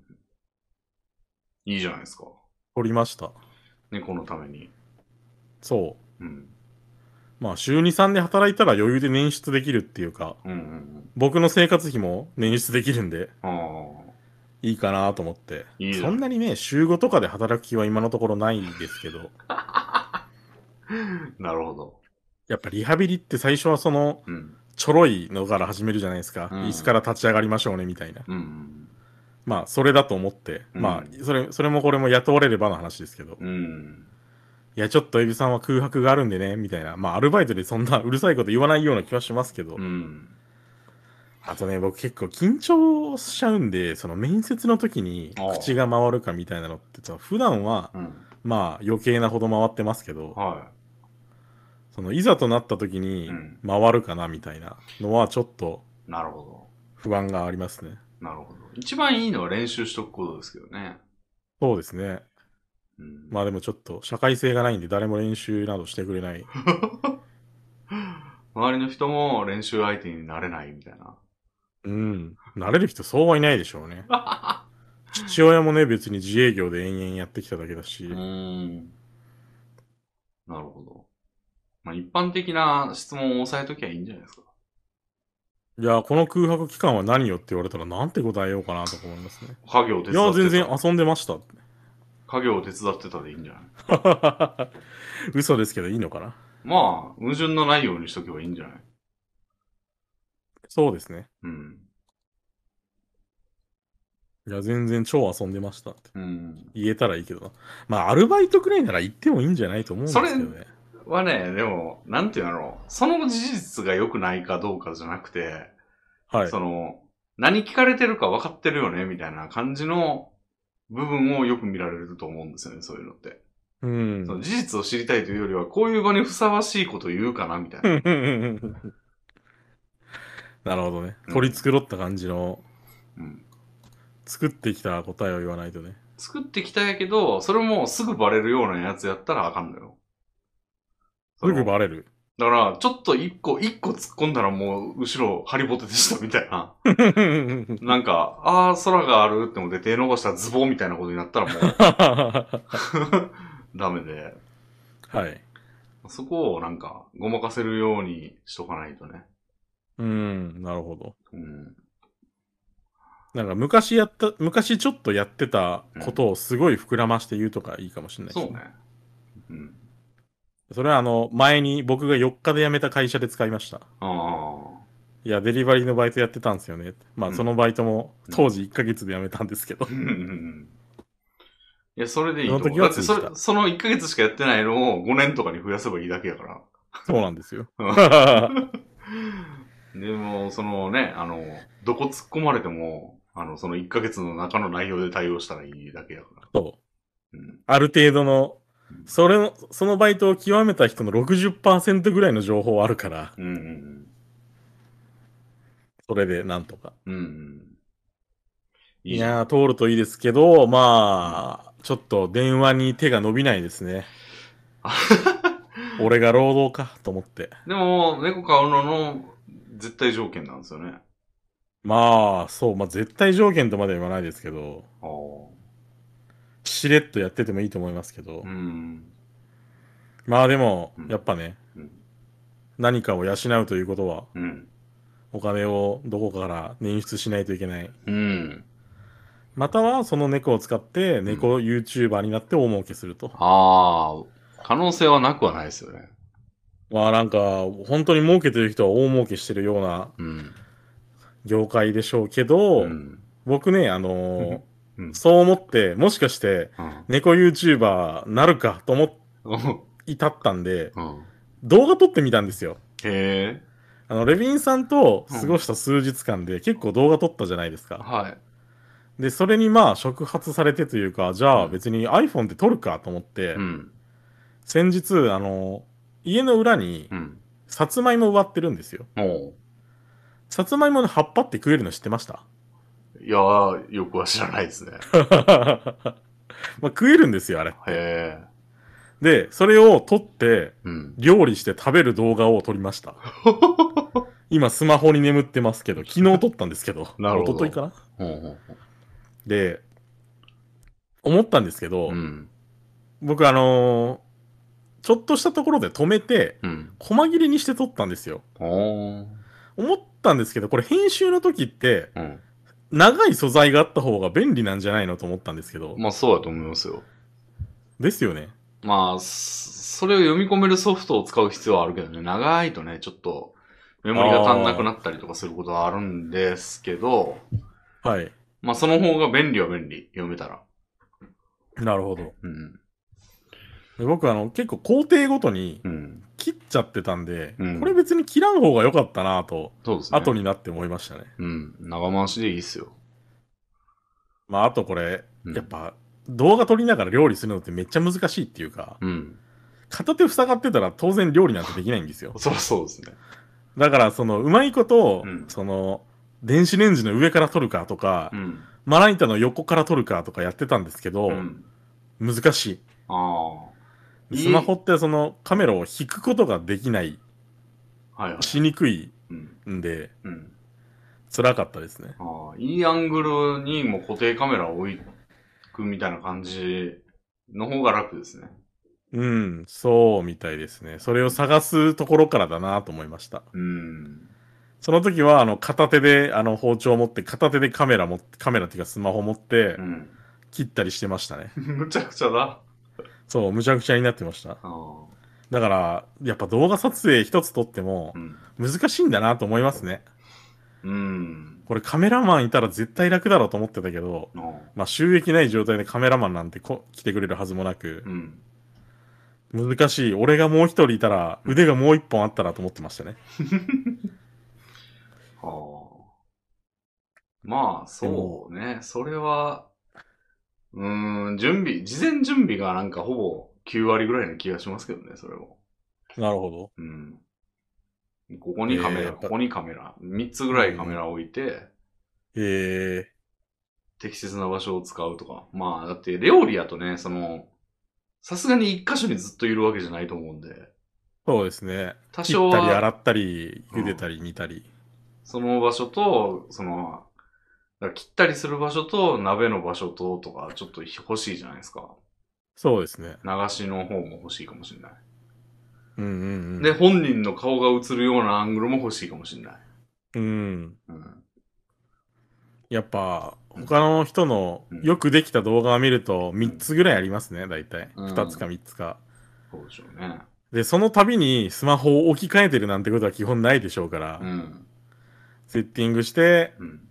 いいじゃないですか。
取りました。
猫のために。
そう。
うん。
まあ、週2、3で働いたら余裕で捻出できるっていうか、
うんうんうん。
僕の生活費も捻出できるんで、
ああ。
いいかなと思って。
いいじゃ
そ
ん
んなにね、週5とかで働く気は今のところないんですけど、
なるほど。
やっぱリハビリって最初はその、
うん。
ちょろいのから始めるじゃないですか。
うん
椅子から立ち上がりましょうね、みたいな。
うんうん
まあ、それだと思って、
うん
まあ、それ、それもこれも雇われればの話ですけど、
うん。うん。
いや、ちょっとエビさんは空白があるんでね、みたいな。まあ、アルバイトでそんなうるさいこと言わないような気はしますけど、
うん。
あとね、僕結構緊張しちゃうんで、その面接の時に
ああ
口が回るかみたいなのって、その普段は、
うん。
まあ余計なほど回ってますけど、
は
そのいざとなった時に
うん
回るかなみたいなのはちょっと
い。なるほど。
不安がありますね。
なるほど。一番いいのは練習しとくことですけどね。
そうですね。
うん。
まあでもちょっと社会性がないんで誰も練習などしてくれない。
周りの人も練習相手になれないみたいな。
うん。慣れる人そうはいないでしょ うね。父親もね、別に自営業で延々やってきただけだし、
うーん。なるほど。まあ、一般的な質問を抑えときゃいいんじゃないですか。
いや、この空白期間は何よって言われたらなんて答えようかなとか思いますね。
家業を手
い
伝
や、
ってた。
全然遊んでました。
家業を手伝ってたでいいんじゃない
嘘ですけど、いいのかな
まあ、矛盾のないようにしとけばいいんじゃない
そうですね。
うん。
いや、全然超遊んでましたって
うん。
言えたらいいけどな。まあ、アルバイトくらいなら行ってもいいんじゃないと思うんですけど
そ
ね。
はね、でも、なんていうのその事実が良くないかどうかじゃなくて、
はい。
その、何聞かれてるか分かってるよねみたいな感じの部分をよく見られると思うんですよね、そういうのって。
う
その
ん。
事実を知りたいというよりは、こういう場にふさわしいことを言うかなみ たいな。
なるほどね。
うん
取り繕った感じの、
うん
作ってきた答えを言わないとね。
作ってきたやけど、それもすぐバレるようなやつやったらあかんのよ。
す
その
ぐバ レる。
だから、ちょっと一個、一個突っ込んだらもう、後ろ、ハリボテでしたみたいな。なんか、ああ、空があるって思って手伸ばしたらズボンみたいなことになったらも う、
は
ダメで。
い。
そこをなんか、ごまかせるようにしとかないとね。
うん、なるほど。
うん。
なんか昔やった、昔ちょっとやってたことをすごい膨らまして言うとかいいかもしれないです
そ
ね
うね。うん。
それはあの、前に僕が4日で辞めた会社で使いました。
ああ。
いや、デリバリーのバイトやってたんですよね。ま
う
あ、
ん
そのバイトも当時1ヶ月で辞めたんですけど。
うんうんうん いや、それでいいと思
その
う。
時
だ
は
って
つい
そ
てた
れ、その1ヶ月しかやってないのを5年とかに増やせばいいだけやから。
そうなんです よ。
うんでも、そのね、あの、どこ突っ込まれても、あの、その1ヶ月の中の内容で対応したらいいだけやから。
そう。
うん。
ある程度の、それの、そのバイトを極めた人の60%ぐらいの情報あるから、
うんうん
それでなんとか。
うん。うんうん。い
い
いじゃん
やー、通るといいですけど、まあ、ちょっと電話に手が伸びないで すね。俺が労働かと思って。
でも、猫買うのの絶対条件なんですよね。
まあ、そう、まあ絶対条件とまでは言わないですけど、
ああ。
しれっとやっててもいいと思いますけど、
うん。
まあでも
うん、
やっぱね、
うん
何かを養うということは、
うん。
お金をどこかから捻出しないといけない。
うん。
または、その猫を使って、猫 YouTuber になって大儲けすると。
ああ、可能性はなくはないですよね。
まあなんか、本当に儲けてる人は大儲けしてるような
うん。
業界でしょうけど、
ん。
僕ね、あのー
うん
そう思って、もしかして、
うん。
猫 YouTuber なるかと思い立ったんで、
うん。
動画撮ってみたんですよ。
へえ。
あの、レビンさんと過ごした数日間で結構動画撮ったじゃないですか。
はい。
で、それにまあ触発されてというか、じゃ
う
あ
ん
別に iPhone で撮るかと思って、
うん。
先日、あの、家の裏に
うん。
さつまいも植わってるんですよ。
も
さつまいもの葉っぱって食えるの知ってました
う、いやー、よくは知らない ですね。
まあ食えるんですよ、あれ。
へえ。
で、それを撮って、
うん。
料理して食べる動画を撮りま した。今スマホに眠ってますけど、昨日撮ったんですけど、
なるほど
一昨日かな
ほうほう
で、思ったんですけ
ほ
ど、
ううん。
僕あのーちょっとしたところで止めて、
うん。
細切れにして撮ったんですよ。
おー。
思ったんですけど、これ編集の時って、
うん。
長い素材があった方が便利なんじゃないのと思ったんですけど、
まあ、そうだと思いますよ。
ですよね。
まあ、そそれを読み込めるソフトを使う必要はあるけどね、長いとね、ちょっと、メモリが足んなくなったりとかすることはあるんですけど、
はい。
まあ、その方が便利は便利、読めたら。
なるほど。
うん。
で僕あの、結構工程ごとに
うん。
切っちゃってたんで、
うん
これ別に切らん方が良かったなと、
そうですね。
後になって思いましたね。
うん。長回しでいいっすよ。
まあ、あとこれ、
うん
やっぱ、動画撮りながら料理するのってめっちゃ難しいっていうか、
うん。
片手塞がってたら当然料理なんてできないんですよ。
そりゃそうですね。
だから、その、うまいことを、
うん
その、電子レンジの上から撮るかとか、
うん。
まな板の横から撮るかとかやってたんですけど、
うん。
難し
あ
い。
いい
スマホってそのカメラを引くことができない、
あ。はいはい。
しにくい
うん。
んで、
うん。
辛かったですね。
ああ、いいアングルにも固定カメラを置くみたいな感じの方が楽ですね。
うん、そうみたいですね。それを探すところからだなと思いました。
うん。
その時は、あの、片手で、あの、包丁を持って、片手でカメラ持って、カメラっていうかスマホ持って
う、ん。
切ったりしてましたね。
むちゃくちゃだ。
そう、むちゃくちゃになってました。
ああ。
だから、やっぱ動画撮影一つ撮っても
う、ん。
難しいんだなと思いますね。
うん。
これカメラマンいたら絶対楽だろうと思ってたけど、
ああ
まあ収益ない状態でカメラマンなんてこ来てくれるはずもなく
う、ん。
難しい。俺がもう一人いたら、腕がもう一本あったらと思ってましたね。
ああ。まあ、そうね。それは、うーん、準備、事前準備がなんかほぼ9割ぐらいな気がしますけどね、それも。
なるほど。
うん。ここにカメ
えー
ラ、
やっぱ
ここにカメラ、3つぐらいカメラ置いて、
ええ
適切な場所を使うとか。まあ、だって料理やとね、その、さすがに一箇所にずっといるわけじゃないと思うんで、
そうですね。
多
切
少
ったり
は
洗ったり、茹でたり煮たり。
その場所と、その、だから切ったりする場所と、鍋の場所と、とか、ちょっと欲しいじゃないですか。
そうですね。
流しの方も欲しいかもしれない。
うんうんうん。
で、本人の顔が映るようなアングルも欲しいかもしれない。
うん。
うん。
やっぱ、他の人のよくできた動画を見ると3つぐらいありますね、大体。
うん
2つか3つか。
そうでしょうね。
で、その度にスマホを置き換えてるなんてことは基本ないでしょうから、
うん。
セッティングして
うん。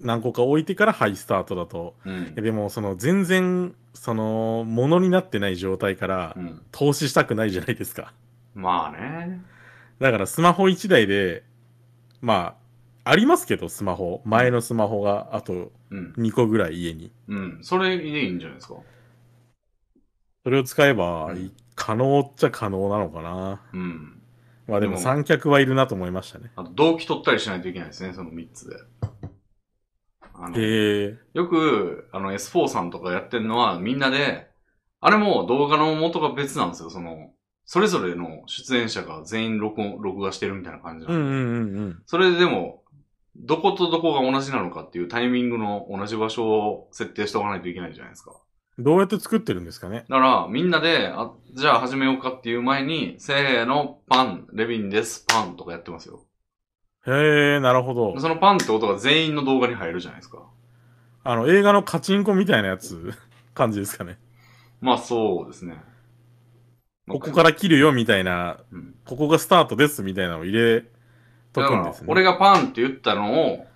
何個か置いてからハイスタートだと。
うん
え。でも、その全然、その、ものになってない状態から
うん。
投資したくないじゃないですか。
まあね。
だからスマホ1台で、まあ、ありますけど、スマホ。前のスマホがあと
うん。
2個ぐらい家に。
うん。それでいいんじゃないですか。
それを使えば
うん
可能っちゃ可能なのかな。
うん。
まあでも
でも
三脚はいるなと思いましたね。
あと、動機取ったりしないといけないですね、その3つで。あの
へえ。
よく、あの、S4 さんとかやってるのは、みんなで、あれも動画の元が別なんですよ、その、それぞれの出演者が全員録音、録画してるみたいな感じな
うん
で
んうんうん
それででも、どことどこが同じなのかっていうタイミングの同じ場所を設定しておかないといけないじゃないですか。
うん。どうやって作ってるんですかね
だから、みんなで、あ、じゃあ始めようかっていう前に、せーの、パン、レビンです、パンとかやってますよ。
へえ、なるほど。
そのパンって音が全員の動画に入るじゃないですか。
あの、映画のカチンコみたいなやつ、感じですかね。
まあそうですね。まあ
ここから切るよみたいな、
うん
ここがスタートですみたいなのを入れと
だ
く
か
ん
ら
ですね。
俺がパンって言ったのを、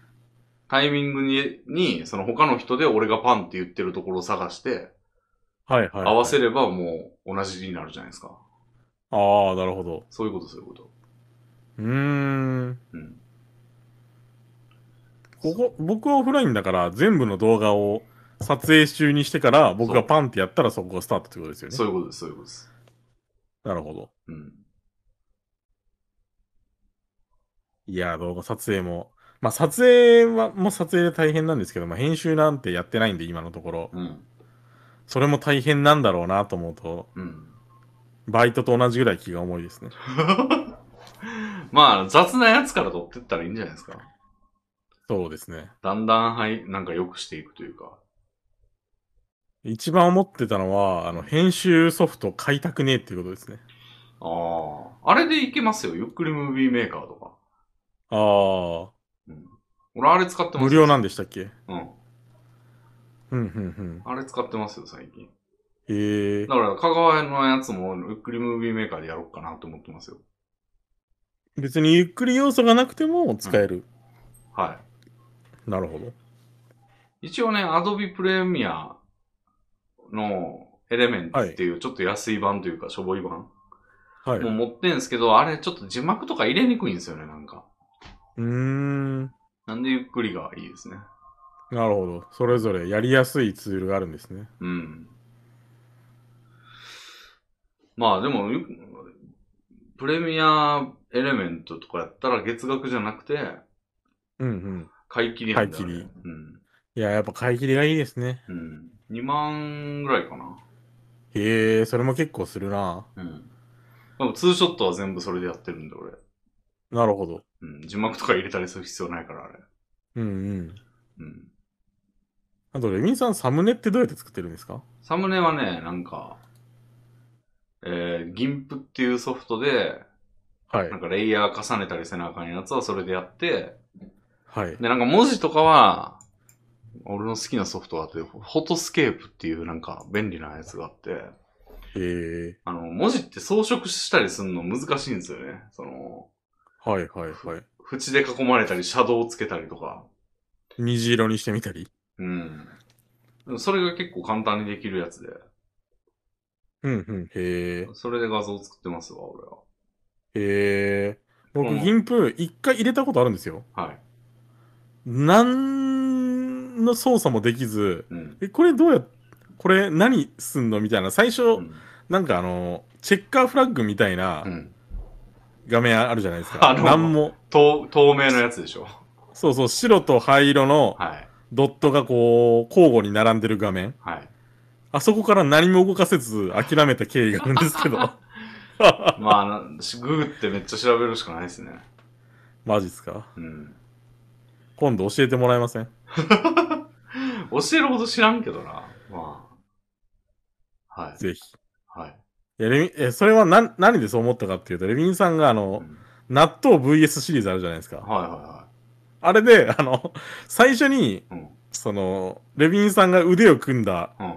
タイミングに、にその他の人で俺がパンって言ってるところを探して、
はいはい。
合わせればもう同じになるじゃないですか。
ああ、なるほど。
そういうこと、そういうこと。
うーん。
うん。
ここ、僕はオフラインだから、全部の動画を撮影中にしてから、僕がパンってやったらそこがスタートってことですよね
そ。ういうことです、そういうことです。
なるほど。
うん。
いやー、動画撮影も。まあ、撮影は、もう撮影で大変なんですけど、まあ、編集なんてやってないんで、今のところ。
うん。
それも大変なんだろうなと思うと、
うん。
バイトと同じぐらい気が重いですね。
まあ、雑なやつから取ってったらいいんじゃないですか。
そうですね。
だんだん、はい、なんか良くしていくというか。
一番思ってたのは、あの、編集ソフト買いたくねえっていうことですね。
ああ。あれでいけますよ。ゆっくりムービーメーカーとか。
あ
うん。俺、あれ使ってますよ
あ、無料なんでしたっけ
うん。
うん、うん、うん。
あれ使ってますよ、最近。
へえ
だ。から、香川のやつも、ゆっくりムービーメーカーでやろうかなと思ってますよ。
別にゆっくり要素がなくても使える。
は
なるほど。
い。一応ね、Adobe Premiere のエレメンツっていう、ちょっと安い版というか、しょぼい版
はい。
もう
う
持ってんすけど、あれちょっと字幕とか入れにくいんですよね、なんか。
ーん。
なんでゆっくりがいいですね。
なるほど。それぞれやりやすいツールがあるんですね。
うん。まあでも、ゆプレミアエレメントとかやったら月額じゃなくて、
うんうん。
買い切りなんだよね
買い切
うん。
いや、やっぱ買い切りがいいですね。
うん。2万ぐらいかな。
へえ、それも結構するな。
うん。でも、ツーショットは全部それでやってるんで、俺。
なるほど。
うん。字幕とか入れたりする必要ないから、あれ。
うんうん。
うん。
あと、レミンさん、サムネってどうやって作ってるんですか
サムネはね、なんか、えー、ギンプっていうソフトで、
はい
な。んかレイヤー重ねたりせなあかんやつはそれでやって、
はい。
で、なんか文字とかは、俺の好きなソフトがあって、フォトスケープっていうなんか便利なやつがあって、
へえ。
あの、文字って装飾したりするの難しいんですよね。その、
はいはいはい。
縁で囲まれたり、シャドウつけたりとか。
虹色にしてみたり。
うん。それが結構簡単にできるやつで。
うんうん。へえ。
それで画像作ってますわ、俺
へえ。僕、
うん
銀プ、一回入れたことあるんですよ。
は。はい。
なんの操作もできず、
うん。
え、これどうやこれ何すんのみたいな。最初、
うん
なんかあの、チェッカーフラッグみたいな
うん。
画面あるじゃないです
あ
か。
の
なんも。
透透明のやつでしょ。
そうそう、白と灰色の
はい。
ドットがこう、交互に並んでる画面。
はい。
あそこから何も動かせず諦めた経緯があるんです けど。
まあな、しググってめっちゃ調べるしかないですね。
マジっすか。
うん。
今度教えてもらえません
教えるほど知らんけどな。まあ。はい。
ぜひ。
はい。
いやレミえ、それは何、何でそう思ったかっていうと、レビンさんがあ
う
の、
ん
納豆 VS シリーズあるじゃないですか。
はいはいは
あれで、あの、最初に、
うん
その、レビンさんが腕を組んだ
い。うん。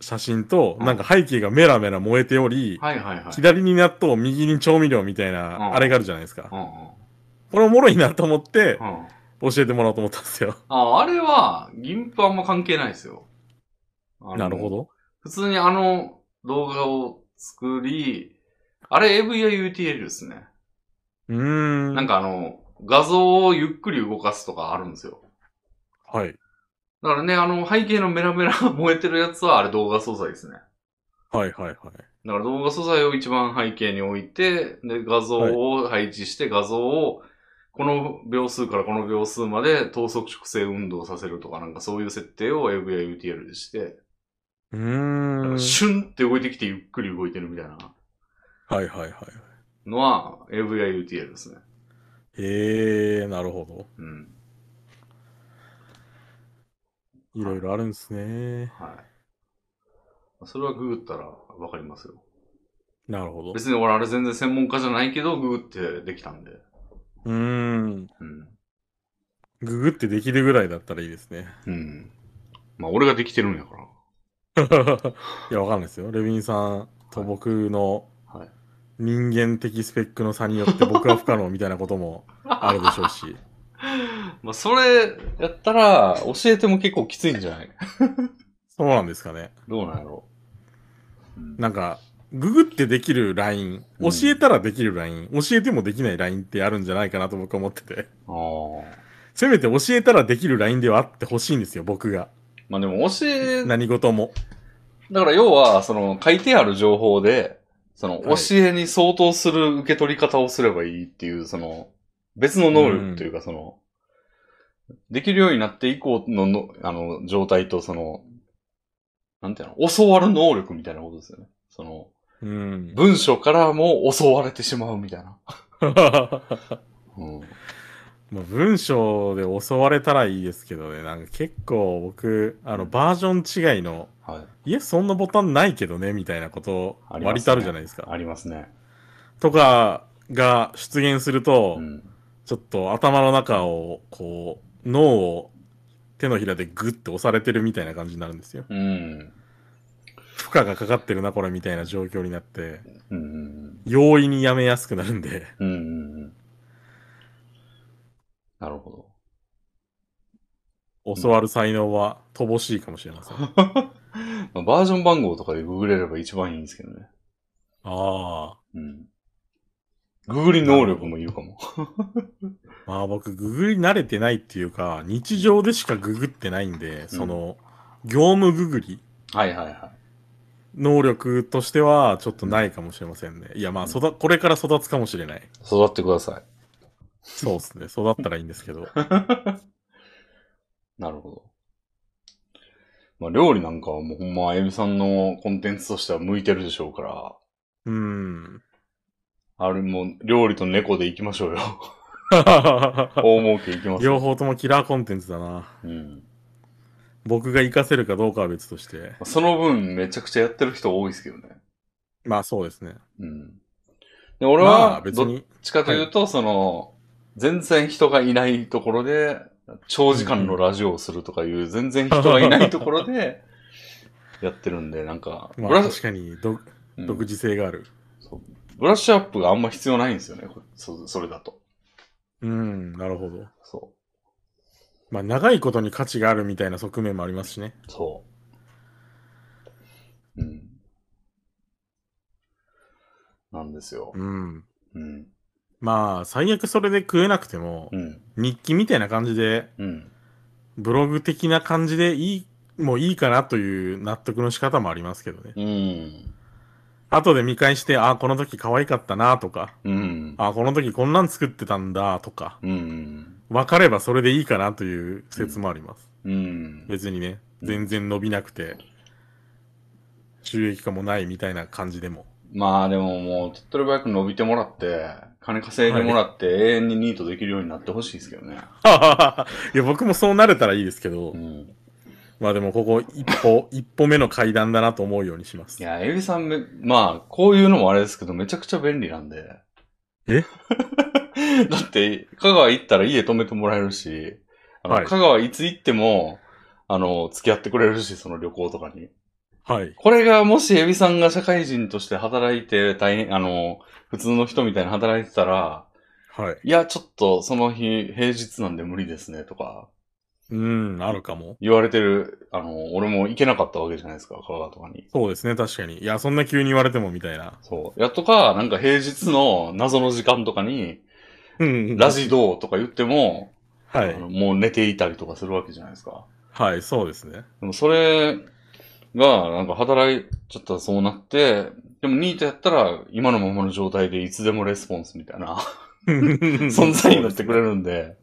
写真と、
うん
なんか背景がメラメラ燃えており、
はいはいはい。
左に納豆、右に調味料みたいな、
うん
あれがあるじゃないですか
う。ん
これおもろいなと思って、
うん。うん。
教えてもらおうと思ったんで すよ。
あ、あれは、銀プあんま関係ないですよ。あの
なるほ。ど。
普通にあの動画を作り、あれ AVIUTL ですね。
うーん。
なんかあの、画像をゆっくり動かすとかあるんですよ。
はい。
だからね、あの、背景のメラメラ 燃えてるやつは、あれ動画素材ですね。
はいはいはい。
だから動画素材を一番背景に置いて、で、画像を配置して、画像を、この秒数からこの秒数まで等速直線運動させるとか、なんかそういう設定を AVIUTL でして、
うーん。
シュンって動いてきてゆっくり動いてるみたいな
はいはいはい。
のは AVIUTL ですね。
へえー、なるほど。
うん。
いろいろあるんですね。
はい。それはググったらわかりますよ。
なるほど。
別に俺あれ全然専門家じゃないけど、ググってできたんで。
うーん。
うん。
ググってできるぐらいだったらいいですね。
うん。まあ俺ができてるんやから。
いや、わかんないですよ。レビンさんと僕の
はいはい
人間的スペックの差によって僕は不可能みたいなこともあるでしょ うし。
まあ、それやったら、教えても結構きついんじゃない
そうなんですかね。
どうなんやろう。うん
なんか、ググってできるライン、
う
教
ん
えたらできるライン、教えてもできないラインってあるんじゃないかなと僕は思って て。
あー
せめて教えたらできるラインではあってほしいんですよ、僕が。
まあでも教え、だ
何事も。
から要は、その書いてある情報で、その
はい
教えに相当する受け取り方をすればいいっていう、その、別の能力というか、その、できるようになって以降のの、あの、状態と、その、なんていうの、教わる能力みたいなことですよね。その、
うん。
文章からも襲われてしまうみたいな。うん。
まあ、文章で襲われたらいいですけどね、なんか結構僕、あの、バージョン違いの、
はい。
いや、そんなボタンないけどね、みたいなこと、
ありますね
割とあるじゃないですか。
ありますね。
とかが出現すると、
うん。
ちょっと頭の中を、こう、脳を手のひらでグッと押されてるみたいな感じになるんですよ。
うん。
負荷がかかってるな、これ、みたいな状況にな って、
うんうん
容易にやめやすくなるんで、
うん。うんうんうん。なるほど。
教わる才能は乏しいかもしれません。あ
まあバージョン番号とかでググれれば一番いいんですけどね。
あ。
うん。ググり能力もいるかも。
まあ僕、ググり慣れてないっていうか、日常でしかググってないんで、その、業務ググり、
はいはいは
能力としてはちょっとないかもしれませんね。いや、まあ、育、これから育つかもしれない。
い。育ってくださ
そうですね。育ったらいいんですけ ど。
い。なるほど。まあ料理なんかはもうほんま、あゆみさんのコンテンツとしては向いてるでしょうから、
うん。
あれも料理と猫で行きま しょうよ。大儲け行きます
両
よ。
方ともキラーコンテンツだな。
うん。
僕が活かせるかどうかは別として。
その分めちゃくちゃやってる人多いですけどね。
まあ、そうですね。
うん。で、俺
まあ、
は、
別
どっ
に。
ちかというと、その、全然人がいないところで、長時間のラジオをするとかいう、全然人がいないところで、 やってるんで、なんか、ブ
ま
ラ
あ、
ッ
確
シ
かにど、
ュ、
独
うん
自性がある。
ブラッシュアップがあんま必要ないんですよね、こそそれだと。
うん、なるほど。
そ
まあ、長いことに価値があるみたいな側面もありますしね。
う。そう。うん。なんですよ。
うん。
うん。
まあ、最悪それで食えなくても
う、ん。
日記みたいな感じで、
うん。
ブログ的な感じでいい、もういいかなという納得の仕方もありますけどね。
うん。
後で見返して、あ、この時可愛かったなとか、
うん。
あ、この時こんなん作ってたんだとか、
うん。
分かればそれでいいかなという説もあります。
うん。
別にね、
うん
全然伸びなくて、収益化もないみたいな感じ でも。
まあでももう、手っ取り早く伸びてもらって、金稼いでもらって、永遠にニートできるようになってほしいですけどね。
いや、僕もそうなれたらいいですけど
う、ん。
まあでもここ一歩、一歩目の階段だなと思うようにします
い。や、エビさんめ、まあ、こういうのもあれですけど、めちゃくちゃ便利なんで。
え
だって、香川行ったら家泊めてもらえるし、あの、
はい
香川いつ行っても、あの、付き合ってくれるし、その旅行とかに。
はい。
これがもしエビさんが社会人として働いて、大変、あの、普通の人みたいに働いてたら、
は
い
い。
や、ちょっとその日、平日なんで無理ですね、とか、
うん、あるかも。
言われてる、あの、俺も行けなかったわけじゃないですか、香川とかに。
そうですね、確かに。いや、そんな急に言われてもみたいな。
そう。やっとか、なんか平日の謎の時間とかに、
うん
ラジドーとか言っても、
は
あ
い。
のもう寝ていたりとかするわけじゃないですか。
はい、そうですね。
でもそれが、なんか働いちゃったらそうなって、でもニートやったら今のままの状態でいつでもレスポンスみたいな 存
存
在になってくれ。るんで、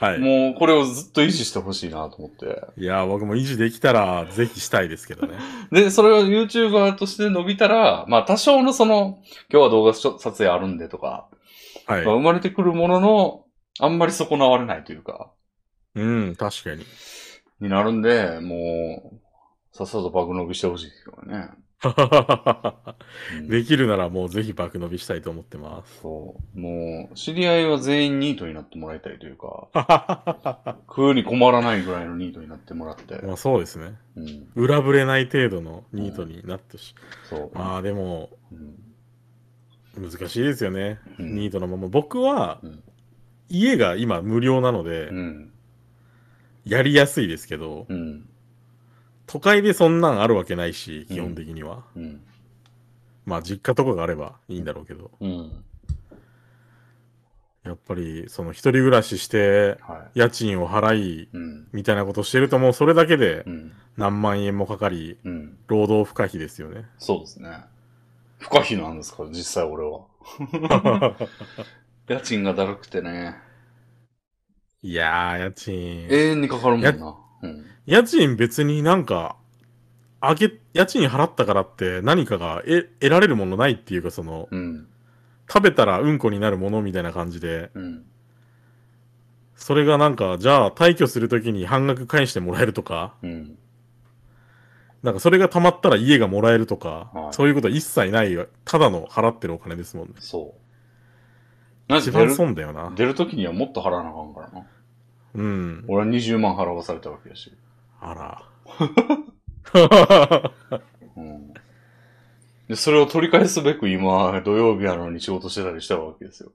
はい。
もうこれをずっと維持してほしいなと思って。
いや、僕も維持できたら、ぜひしたいですけどね。
で、それが YouTuber として伸びたら、まあ多少のその、今日は動画撮撮影あるんでとか、
はい
まあ。生まれてくるものの、あんまり損なわれないというか、
うん、確かに。
になるんで、もう、さっさと爆伸びしてほしいですよね。うん
できるならもうぜひ爆伸びしたいと思っ てます。
そう。もう、知り合いは全員ニートになってもらいたいというか、
ま
食うに困らないぐらいのニートになってもらって。
あそうですね。
うん。
裏ぶれない程度のニートになってほしい。
そう。
まあでも、
うん
難しいですよね。
うん
ニートのまま。僕は
うん、
家が今無料なので
う、ん。
やりやすいですけど、
うん。
都会でそんなんあるわけないし、
うん
基本的には。
うん。
まあ実家とかがあればいいんだろうけど、
うん。
やっぱりその一人暮らしして、
は
家賃を払い、
い。うん。
みたいなことしてるともうそれだけで
うん。
何万円もかかり、
うん。
労働不可避ですよね。
そうですね。不可避なんですから、実際俺 は。家賃がだるくてね。
いやー、家賃。
永遠にかかるもんな。うん。
家賃別になんか、あげ、家賃払ったからって何かがえ得られるものないっていうか、その、
うん。
食べたらうんこになるものみたいな感じで、
うん。
それがなんか、じゃあ退去するときに半額返してもらえるとか、
うん。
なんかそれが溜まったら家がもらえるとか、
はい
そういうことは一切ない、ただの払ってるお金ですもんね。
そう。なん
一
で出
番
る、
損だよな。
出るときにはもっと払わなあかんからな。
うん。
俺は20万払わされたわけやし。
あら。
うん。で、それを取り返すべく今、土曜日なのに仕事してたりしたわけですよ。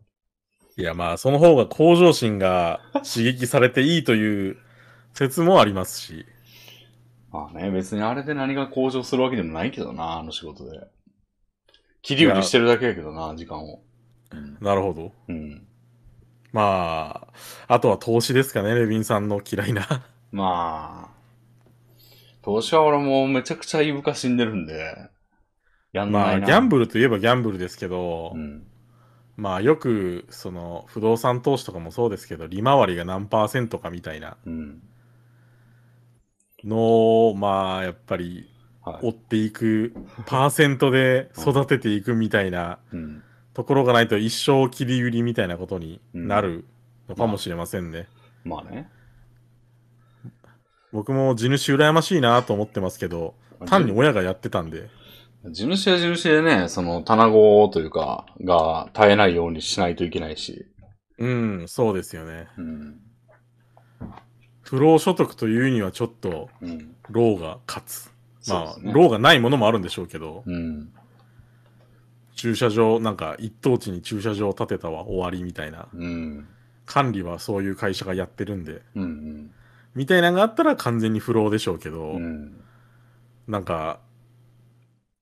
いや、まあ、その方が向上心が刺激されていいという説もありますし。
まあね、別にあれで何が向上するわけでもないけどな、あの仕事で。切り売りしてるだけやけどな、時間を。うん。
なるほど。
うん、
まあ、あとは投資ですかね、レビンさんの嫌いな。
まあ、投資は俺もうめちゃくちゃいぶか死んでるんで、やん
ま
な
あ、
いな。
ギャンブルといえばギャンブルですけど、
うん。
まあ、よく、その、不動産投資とかもそうですけど、利回りが何パーセントかみたいな
うん。
のを、まあ、やっぱり、
はい。
追っていく、パーセントで育てていくみたいな
うん。
ところがないと一生切り売りみたいなことになるのかもしれませんね。
まあね。
僕も地主羨ましいなと思ってますけど、単に親がやってたんで。
地主は地主でね、その、棚子というか、が絶えないようにしないといけないし。
うん、そうですよね。
うん。
不労所得というにはちょっと、
うん。
労が勝つ。ま
そ
あ、
うですね
労がないものもあるんでしょうけど、
うん。
駐車場、なんか一等地に駐車場を建てたは終わりみたいな。
うん。
管理はそういう会社がやってるんで、
うん。
みたいなのがあったら完全に不労でしょうけど、
うん。
なんか、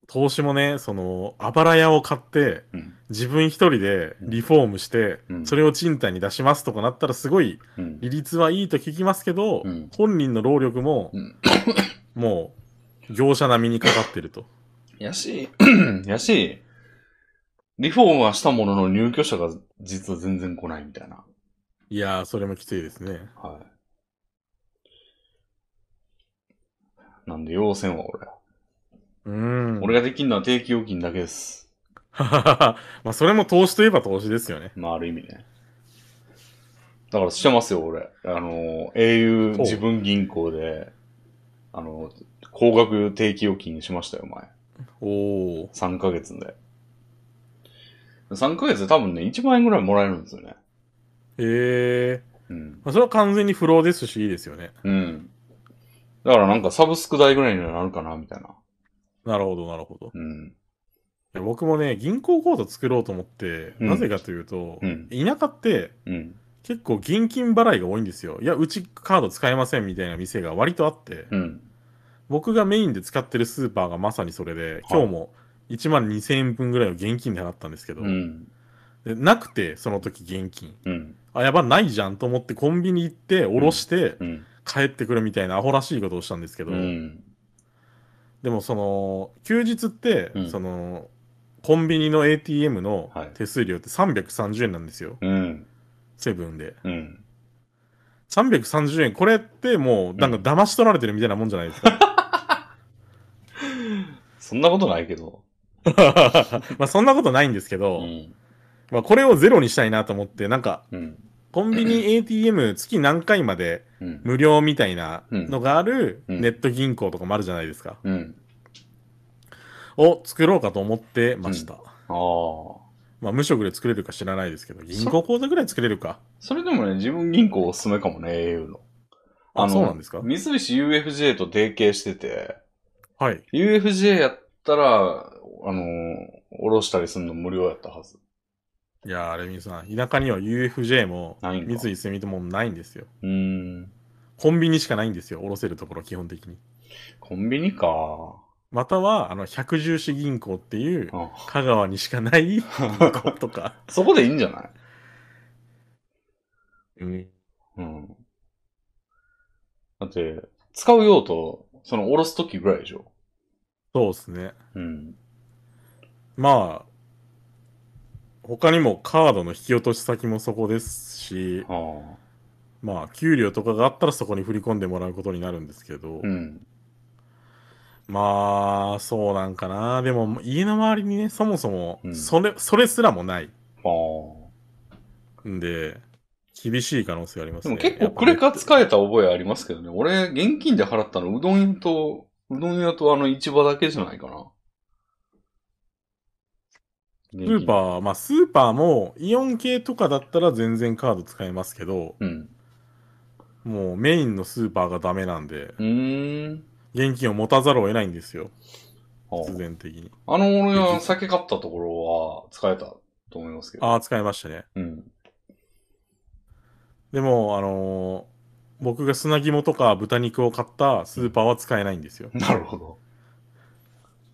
投資もね、その、あばら屋を買って、
うん。
自分一人でリフォームして、
うん
それを賃貸に出しますとかなったらすごい
うん。
利率はいいと聞きますけど、
うん
本人の労力も、
うん
もう業者並みにかかってると。
やし、 やし、リフォームはしたものの入居者が実は全然来ないみたいな。
いやー、それもきついですね。
はい。なんで、要線は俺。
うーん。
俺ができるのは定期預金だけです。
まあ、それも投資といえば投資ですよね。
まあ、ある意味ね。だからしてますよ、俺。あの、au
そう
自分銀行で、あの、高額定期預金しましたよ、前。
おー。
3ヶ月で。3ヶ月で多分ね、1万円ぐらいもらえるんですよね。
えー。
うん。
まあ、それは完全に不労ですし、いいですよね。
うん。だからなんかサブスク代ぐらいにはなるかな、みたいな。
なるほど、なるほど。い
うん。
や僕もね、銀行口座作ろうと思って、
うん
なぜかというと、
うん
田舎って
うん。
結構現金払いが多いんですよ。いや、うちカード使えませんみたいな店が割とあって、
うん。
僕がメインで使ってるスーパーがまさにそれで、今日も1万2000円分ぐらいを現金で払ったんですけど、
うん。
でなくて、その時現金。
うん。
あ、やば、ないじゃんと思ってコンビニ行って、おろして
うん。
帰ってくるみたいなアホらしいことをしたんですけど、
うん。
でもその、休日って、
うん
その、コンビニの ATM の
はい
手数料って330円なんですよ。
うん。
セブンで。
うん。
330円、これってもう、なんか騙し取られてるみたいなもんじゃないです か。
そんなことないけど。
まあそんなことないんですけ
う
ど、
ん。
まあこれをゼロにしたいなと思って、なんか、
うん。
コンビニ ATM 月何回まで
うん。
無料みたいなのがある
うん
ネット銀行とかもあるじゃないですか。
うん。
を作ろうかと思ってました。
ああ。
まあ無職で作れるか知らないですけど、銀行口座ぐらい作れるか。
それでもね、自分銀行おすすめかもね、au の。
あそうなんですか
三菱 UFJ と提携してて、
はい。
UFJ やったら、あのー、おろしたりするの無料やったはず。
いやー、レミさん、田舎には UFJ も
ないん
三
か
井住友もないんですよ。
うーん。
コンビニしかないんですよ、おろせるところ、基本的に。
コンビニか。
または、あの、百十四銀行っていう、
あ
香川にしかない 銀行 とか。
そこでいいんじゃない
うん。
うん。だって、使う用途、その、おろすときぐらいでしょ。
そうですね。
うん。
まあ、他にもカードの引き落とし先もそこですし、
はあ。
まあ、給料とかがあったらそこに振り込んでもらうことになるんですけど、
うん。
まあ、そうなんかな。でも、家の周りにね、そもそも
う、ん
それ、それすらもない
ああ。
んで、厳しい可能性がありま
で
すね。
も結構クレ
や
カ
っぱ
使えた覚えありますけどね。俺、現金で払ったの、うどん屋と、うどん屋とあの市場だけじゃないかな。
ネットスー
ー。
パー、まあ、スーパーも、イオン系とかだったら全然カード使えますけど、
うん。
もうメインのスーパーがダメなんで、
うーん。
現金を持たざるを得ないんですよ、
あ
必然的に。
あの、俺が酒買ったところは使えたと思いますけど。
ああ、使いましたね。
うん。
でも、あのー僕が砂肝とか豚肉を買ったスーパーは使え ないんですよ。
なるほど。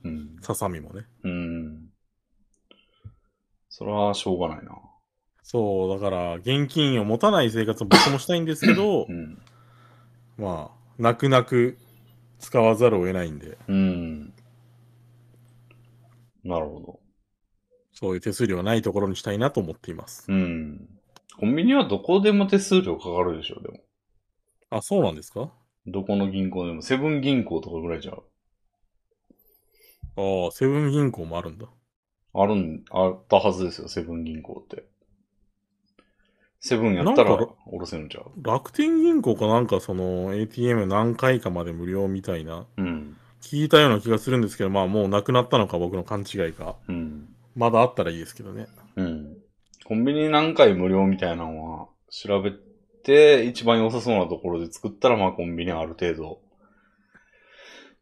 うん。
ささみもね。
うん。それはしょうがないな。
そう、だから、現金を持たない生活を僕もしたいんですけど
う、ん。
まあ、泣く泣く使わざるを得ないんで、
うん。なるほど。
そういう手数料がないところにしたいなと思っています。
うん。コンビニはどこでも手数料かかるでしょ、でも。
あ、そうなんですか
どこの銀行でも、セブン銀行とかぐらいじゃ、
ああ、セブン銀行もあるんだ。
あるん、あったはずですよ、セブン銀行って。セブンやった
な
ら、
んか
おろせるんちゃう
楽天銀行かなんかその ATM 何回かまで無料みたいな、
うん。
聞いたような気がするんですけど、まあもうなくなったのか僕の勘違いか。
うん。
まだあったらいいですけどね。
うん。コンビニ何回無料みたいなのは、調べて、一番良さそうなところで作ったら、まあコンビニはある程度、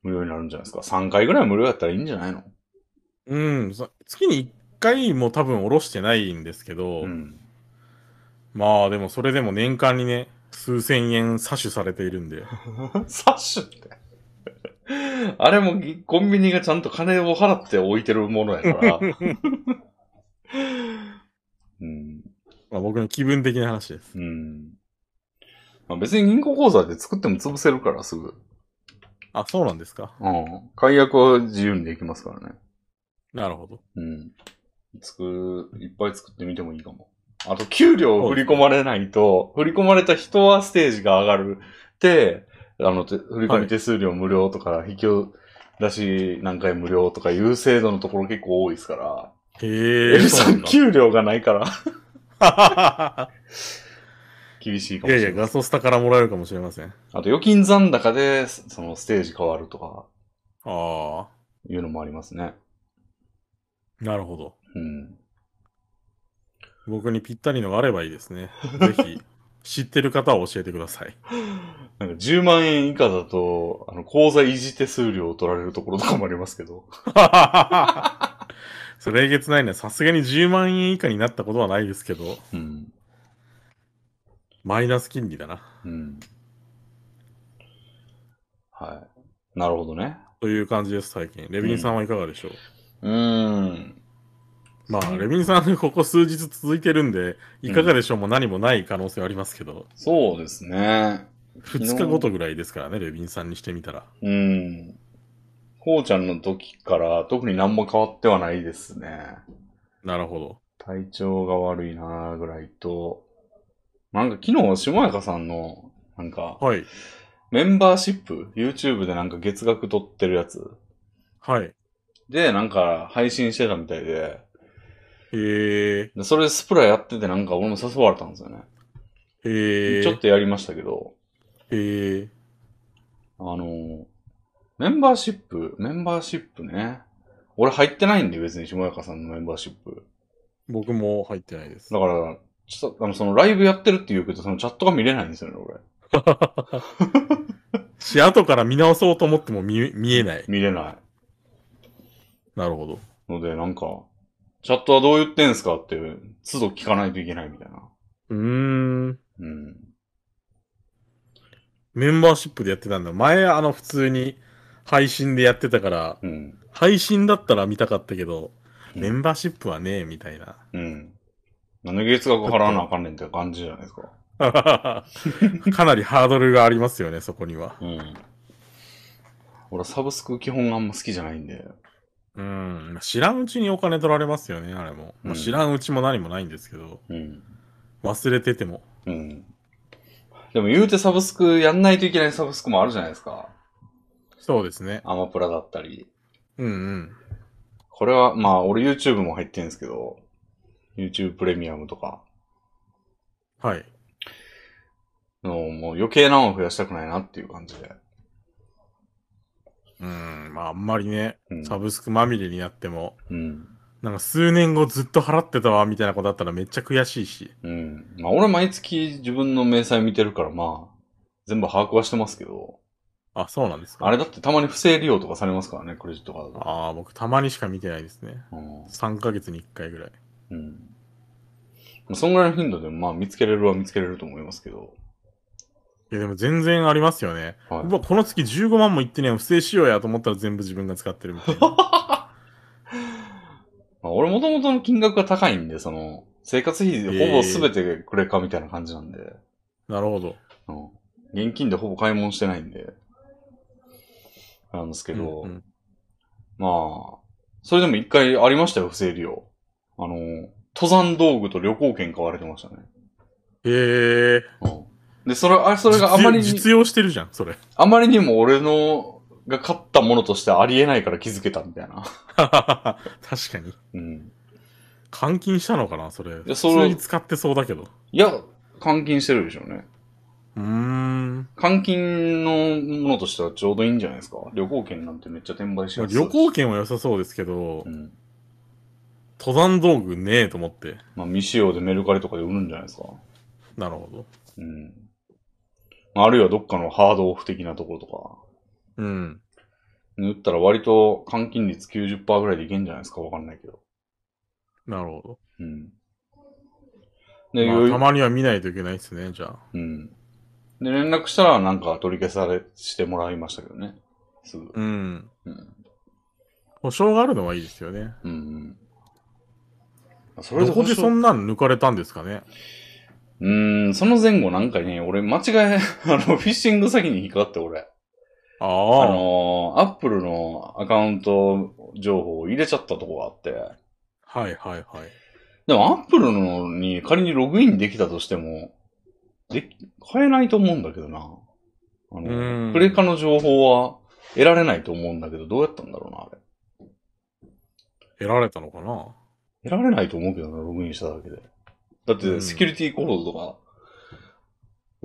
無料になるんじゃないですか。3回ぐらい無料やったらいいんじゃないの
うん、さ月に1回も多分下ろしてないんですけど、
うん。
まあでもそれでも年間にね、数千円詐取されているんで、
サッシュって。あれもぎコンビニがちゃんと金を払って置いてるものやから。うん。
まあ、僕の気分的な話です。
うん。まあ、別に銀行口座で作っても潰せるからすぐ。
あ、そうなんですか。
うん。解約は自由にできますからね。
なるほど。
うん。作る、いっぱい作ってみてもいいかも。あと、給料を振り込まれないと、振り込まれた人はステージが上がる。で、あの、て振り込み手数料無料とか、引き出し何回無料とかいう制度のところ結構多いですから。
へえ。
エル
そう
さ
なん
ん給料がないから、
だ
厳しいか
い
もし
や
れな
い
い。
や、ガソスタからもらえるかもしれません。あ
あと、預金残高で、そのステージ変わるとか、
あ、
いうのもありますね。
なるほど。
うん。
僕にぴったりのがあればいいです ね。ぜひ、知ってる方は教えてくださ い。
なんか10万円以下だと、あの、口座維持手数料を取られるところとかもありますけど。
それえげつないね。さすがに10万円以下になったことはないですけど、
うん。
マイナス金利だな。
うん。はい。なるほどね。
という感じです、最近。レビンさんはいかがでしょう、
うーん。
まあ、レビンさん、ここ数日続いてるんで、いかがでしょうも何もない可能性はありますけど、
そうですね。
2日ごとぐらいですからね、レビンさんにしてみたら。
うん。こうちゃんの時から特に何も変わってはないですね。
なるほど。
体調が悪いなーぐらいと、なんか昨日、下中さんの、なんか、
はい。
メンバーシップ ?YouTube でなんか月額取ってるやつ
はい。
で、なんか配信してたみたいで、
え
でそれでスプラやっててなんか俺も誘われたんですよね。
ー、えー、
ちょっとやりましたけど、
えー、
あのー、メンバーシップ、メンバーシップね。俺入ってないんで別に下中さんのメンバーシップ。
僕も入ってないです
だ。から、ちょっと、あの、そのライブやってるって言うけど、そのチャットが見れないんですよね、俺。
し、後から見直そうと思っても見見えない。
見れない。
なるほど。
ので、なんか、チャットはどう言ってんすかって、都度聞かないといけないみたいな。
うー
う
ん。
ん。
メンバーシップでやってたんだ。前、あの、普通に配信でやってたから、
うん。
配信だったら見たかったけど、メンバーシップはねえ、みたいな。
うん。なんで月額払わなあかんねんって感じじゃないですか。
かなりハードルがありますよね、そこには。
うん。俺、サブスク基本あんま好きじゃないんで。
うん。知らんうちにお金取られますよね、あれも。
う
まあ
ん
知らんうちも何もないんですけど、
うん。
忘れてても。
うん。でも言うてサブスクやんないといけないサブスクもあるじゃないですか。
そうですね。
アマプラだったり。
うんうん。
これは、まあ、俺 YouTube も入ってんすけど、YouTube プレミアムとか、
はい。
のもう余計なもん増やしたくないなっていう感じで。
うん。まあ、あんまりね、
うん。
サブスクまみれになっても、
うん。
なんか数年後ずっと払ってたわ、みたいな子だったらめっちゃ悔しいし。
うん。まあ、俺毎月自分の明細見てるから、まあ、全部把握はしてますけど、
あ、そうなんですか。
あれだってたまに不正利用とかされますからね、クレジットカード。
ああ、僕たまにしか見てないですね。
うん。
3ヶ月に1回ぐらい。
うん。まあ、そんぐらいの頻度でも、まあ、見つけれるは見つけれると思いますけど。
いや、でも全然ありますよね。
は
うわ、この月15万もいってねえよ不正しようやと思ったら全部自分が使ってるみた いな。
まあ、俺もともとの金額が高いんで、その、生活費でほぼ全てクレカみたいな感じなんで、
なるほど。
うん。現金でほぼ買い物してないんで、なんですけど、
うんうん
まあ、それでも一回ありましたよ、不正利用。あの、登山道具と旅行券買われてましたね。
へえ。
うん。で、それ、あそれがあまりに、
実用実用してるじゃん、それ。
あまりにも俺の、が買ったものとしてありえないから気づけたみたいな。
確かに。
うん。
換金したのかな、それ。
や
普
その
通に使ってそうだけど。
いや、換金してるでしょうね。
うーん。
換金のものとしてはちょうどいいんじゃないですか。旅行券なんてめっちゃ転売しやすい。
旅行券は良さそうですけど
う、ん。
登山道具ねえと思って。
まあ、未使用でメルカリとかで売るんじゃないですか。
なるほど。
うん。まああるいはどっかのハードオフ的なところとか。
うん。
塗ったら割と換金率90%ぐらいでいけんじゃないですかわかんないけど。
なるほ
うん。
ど。
で、
ま
よ
あ、
い
たまには見ないといけないですね、じゃあ。
うん。で、連絡したらなんか取り消され、してもらいましたけどね。すぐ。
うん。
うん。
保証があるのはいいですよね。
うん、うん。それで
どこ
保
でそ
証
んなん抜かれたんですかね。
うーん、その前後なんかね、俺間違え、 あの、フィッシング詐欺に引っかかって俺。
あ
あ
あ。
のー、アップルのアカウント情報を入れちゃったとこがあって。
はいはいはい。
でもアップルのに仮にログインできたとしても、でき、変えないと思うんだけどな。あ
うー
の、
ん
クレカの情報は得られないと思うんだけど、どうやったんだろうな、あれ。
得られたのかな
得られないと思うけどな、ログインしただけで。だっ
う
て、
ん
セキュリティコードとか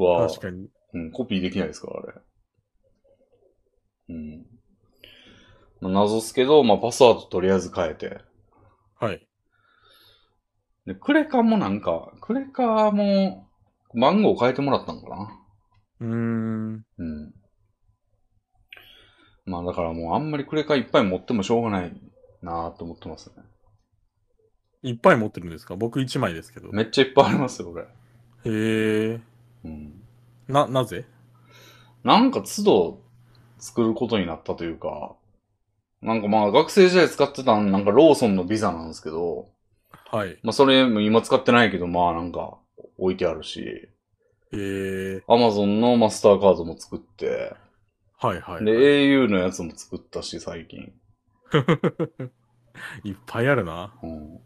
は、
確かに。
うん、コピーできないですから、あれ。うん。まあ、謎っすけど、まあ、パスワードとりあえず変えて。
はい。
で、クレカもなんか、クレカも、番号変えてもらったのかな
うーん。
うん。まあだからもうあんまりクレカいっぱい持ってもしょうがないなぁと思ってますね。
いっぱい持ってるんですか僕1枚ですけど。
めっちゃいっぱいありますよ、俺。
へえ。
うん。
な、なぜ
なんか都度作ることになったというか、なんかまあ学生時代使ってたなんかローソンのビザなんですけど、
はい。
まあ、それも今使ってないけど、まあなんか置いてあるし、
えー、
Amazon のマスターカードも作って、
はいはい、
で、
はい。
au のやつも作ったし、最近。
いっぱいあるな。
うん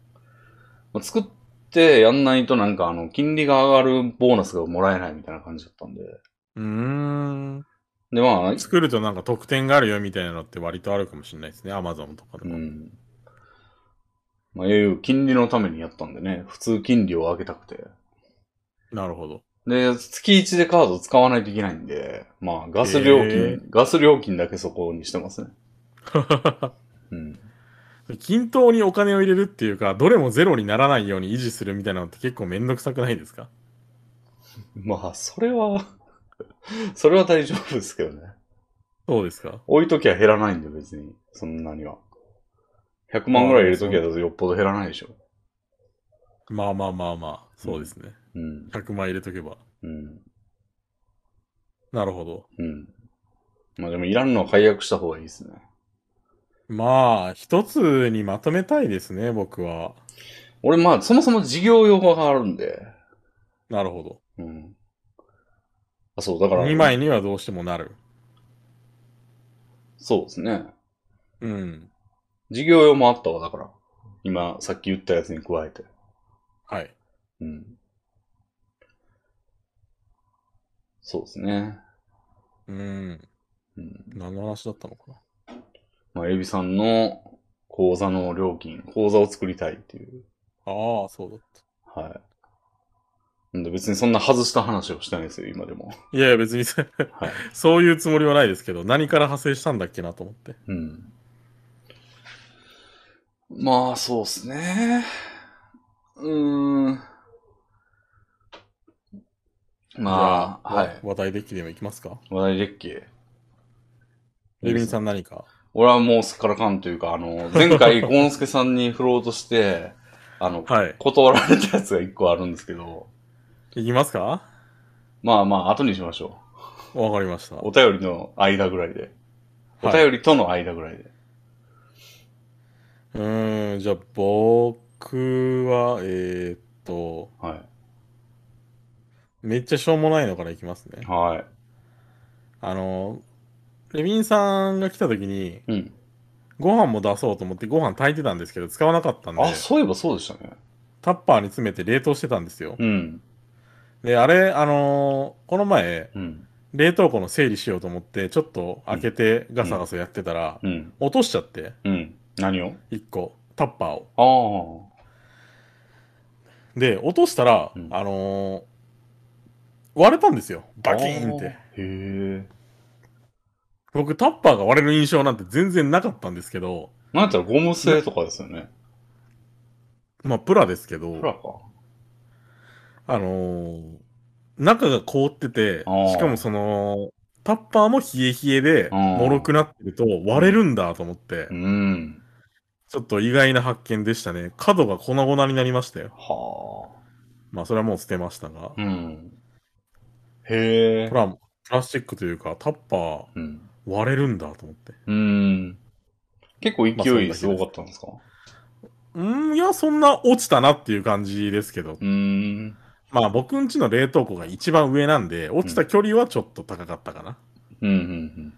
まあ、作ってやんないとなんかあの、金利が上がるボーナスがもらえないみたいな感じだったんで。
うーん。
で、まあ、
作るとなんか特典があるよみたいなのって割とあるかもしれないですね。アマゾンとかで
う
も。
ん。まあ、au 金利のためにやったんでね、普通金利を上げたくて。
なるほど。
で、月1でカード使わないといけないんで、まあ、ガス料金、
へ
ガス料金だけそこにして ますね。うん。
均等にお金を入れるっていうか、どれもゼロにならないように維持するみたいなのって結構めんどくさくないですか
まあ、それは、 それは大丈夫ですけどね。
そうですか
置いときゃ減らないんで、別に。そんなには。100万ぐらい入れときゃよっぽど減らないでしょ。
まあまあまあまあ、そうですね。
うん。
100万入れとけば。
うん。
なるほど。
うん。まあでも、いらんのは解約した方がいいですね。
まあ、一つにまとめたいですね、僕は。
俺、まあ、そもそも事業用語があるんで。
なるほ
うん。あ、そう、だか
ど。
ら。
2枚にはどうしてもなる。
そうですね。
うん。
事業用もあったわ、だから。今、さっき言ったやつに加えて。
はい。
うん。そうですね。
うん。
うん。
何の話だったのかな。
まあ、エビさんの口座の料金、口座を作りたいっていう。
ああ、そうだっ
はい。なんで別にそんな外した話をしてないですよ、今でも。
た。いやいや、別にそ
はい。
そういうつもりはないですけど、何から派生したんだっけなと思って。
うん。まあ、そうですね。うーん。まあ、
じゃ
はい。
話題デッキでもいきますか。
話題デッキ。
レビンさん何か。
俺はもうすっからかんというか、あの、前 回、ゴンスケさんに振ろうとして、あの、
はい。
断られたやつが一個あるんですけど、
いきますか
まあまあ、後にしましょ
わかりました
う。。お便りの間ぐらいで。お
はい
便りとの間ぐらいで。
うーん、じゃあ僕は、えー、っと、
は
めっちゃしょうもないのからいきます
い。
ね。
はい。
あの、レビンさんが来た時に、
うん。
ご飯も出そうと思ってご飯炊いてたんですけど、使わなかったんで、
あ、そういえばそうでしたね。
タッパーに詰めて冷凍してたんですよ。
うん。
で、あれ、あのーこの前、
うん。
冷凍庫の整理しようと思って、ちょっと開けてガサガサやってたら、
うん。
落としちゃって、
うん。何を
一個、タッパーを。
ああ。
で、落としたら、
うん
あのー割れたんですよ。バキーンって。
あー。へえ。
僕、タッパーが割れる印象なんて全然なかったんですけど、
なんやったらゴム製とかですよね。
まあ、プラですけ
プラ
ど、
か。
あのー中が凍ってて、
あー
しかもその、タッパーも冷え冷えで、
あー
もろくなってると割れるんだと思って
う、ん。
ちょっと意外な発見でしたね。角が粉々になりましたよ。
は
まあ、それはもう捨てましたが
あ。。うん。へえ
プ。ラ、プラスチックというか、タッパー
うん。
割れるんだと思って。
うーん。結構勢いすごかったんですか、
うーん、いや、そんな落ちたなっていう感じですけど
う、ーん。
まあ僕んちの冷凍庫が一番上なんで、落ちた距離はちょっと高かったかな。
うん、うん、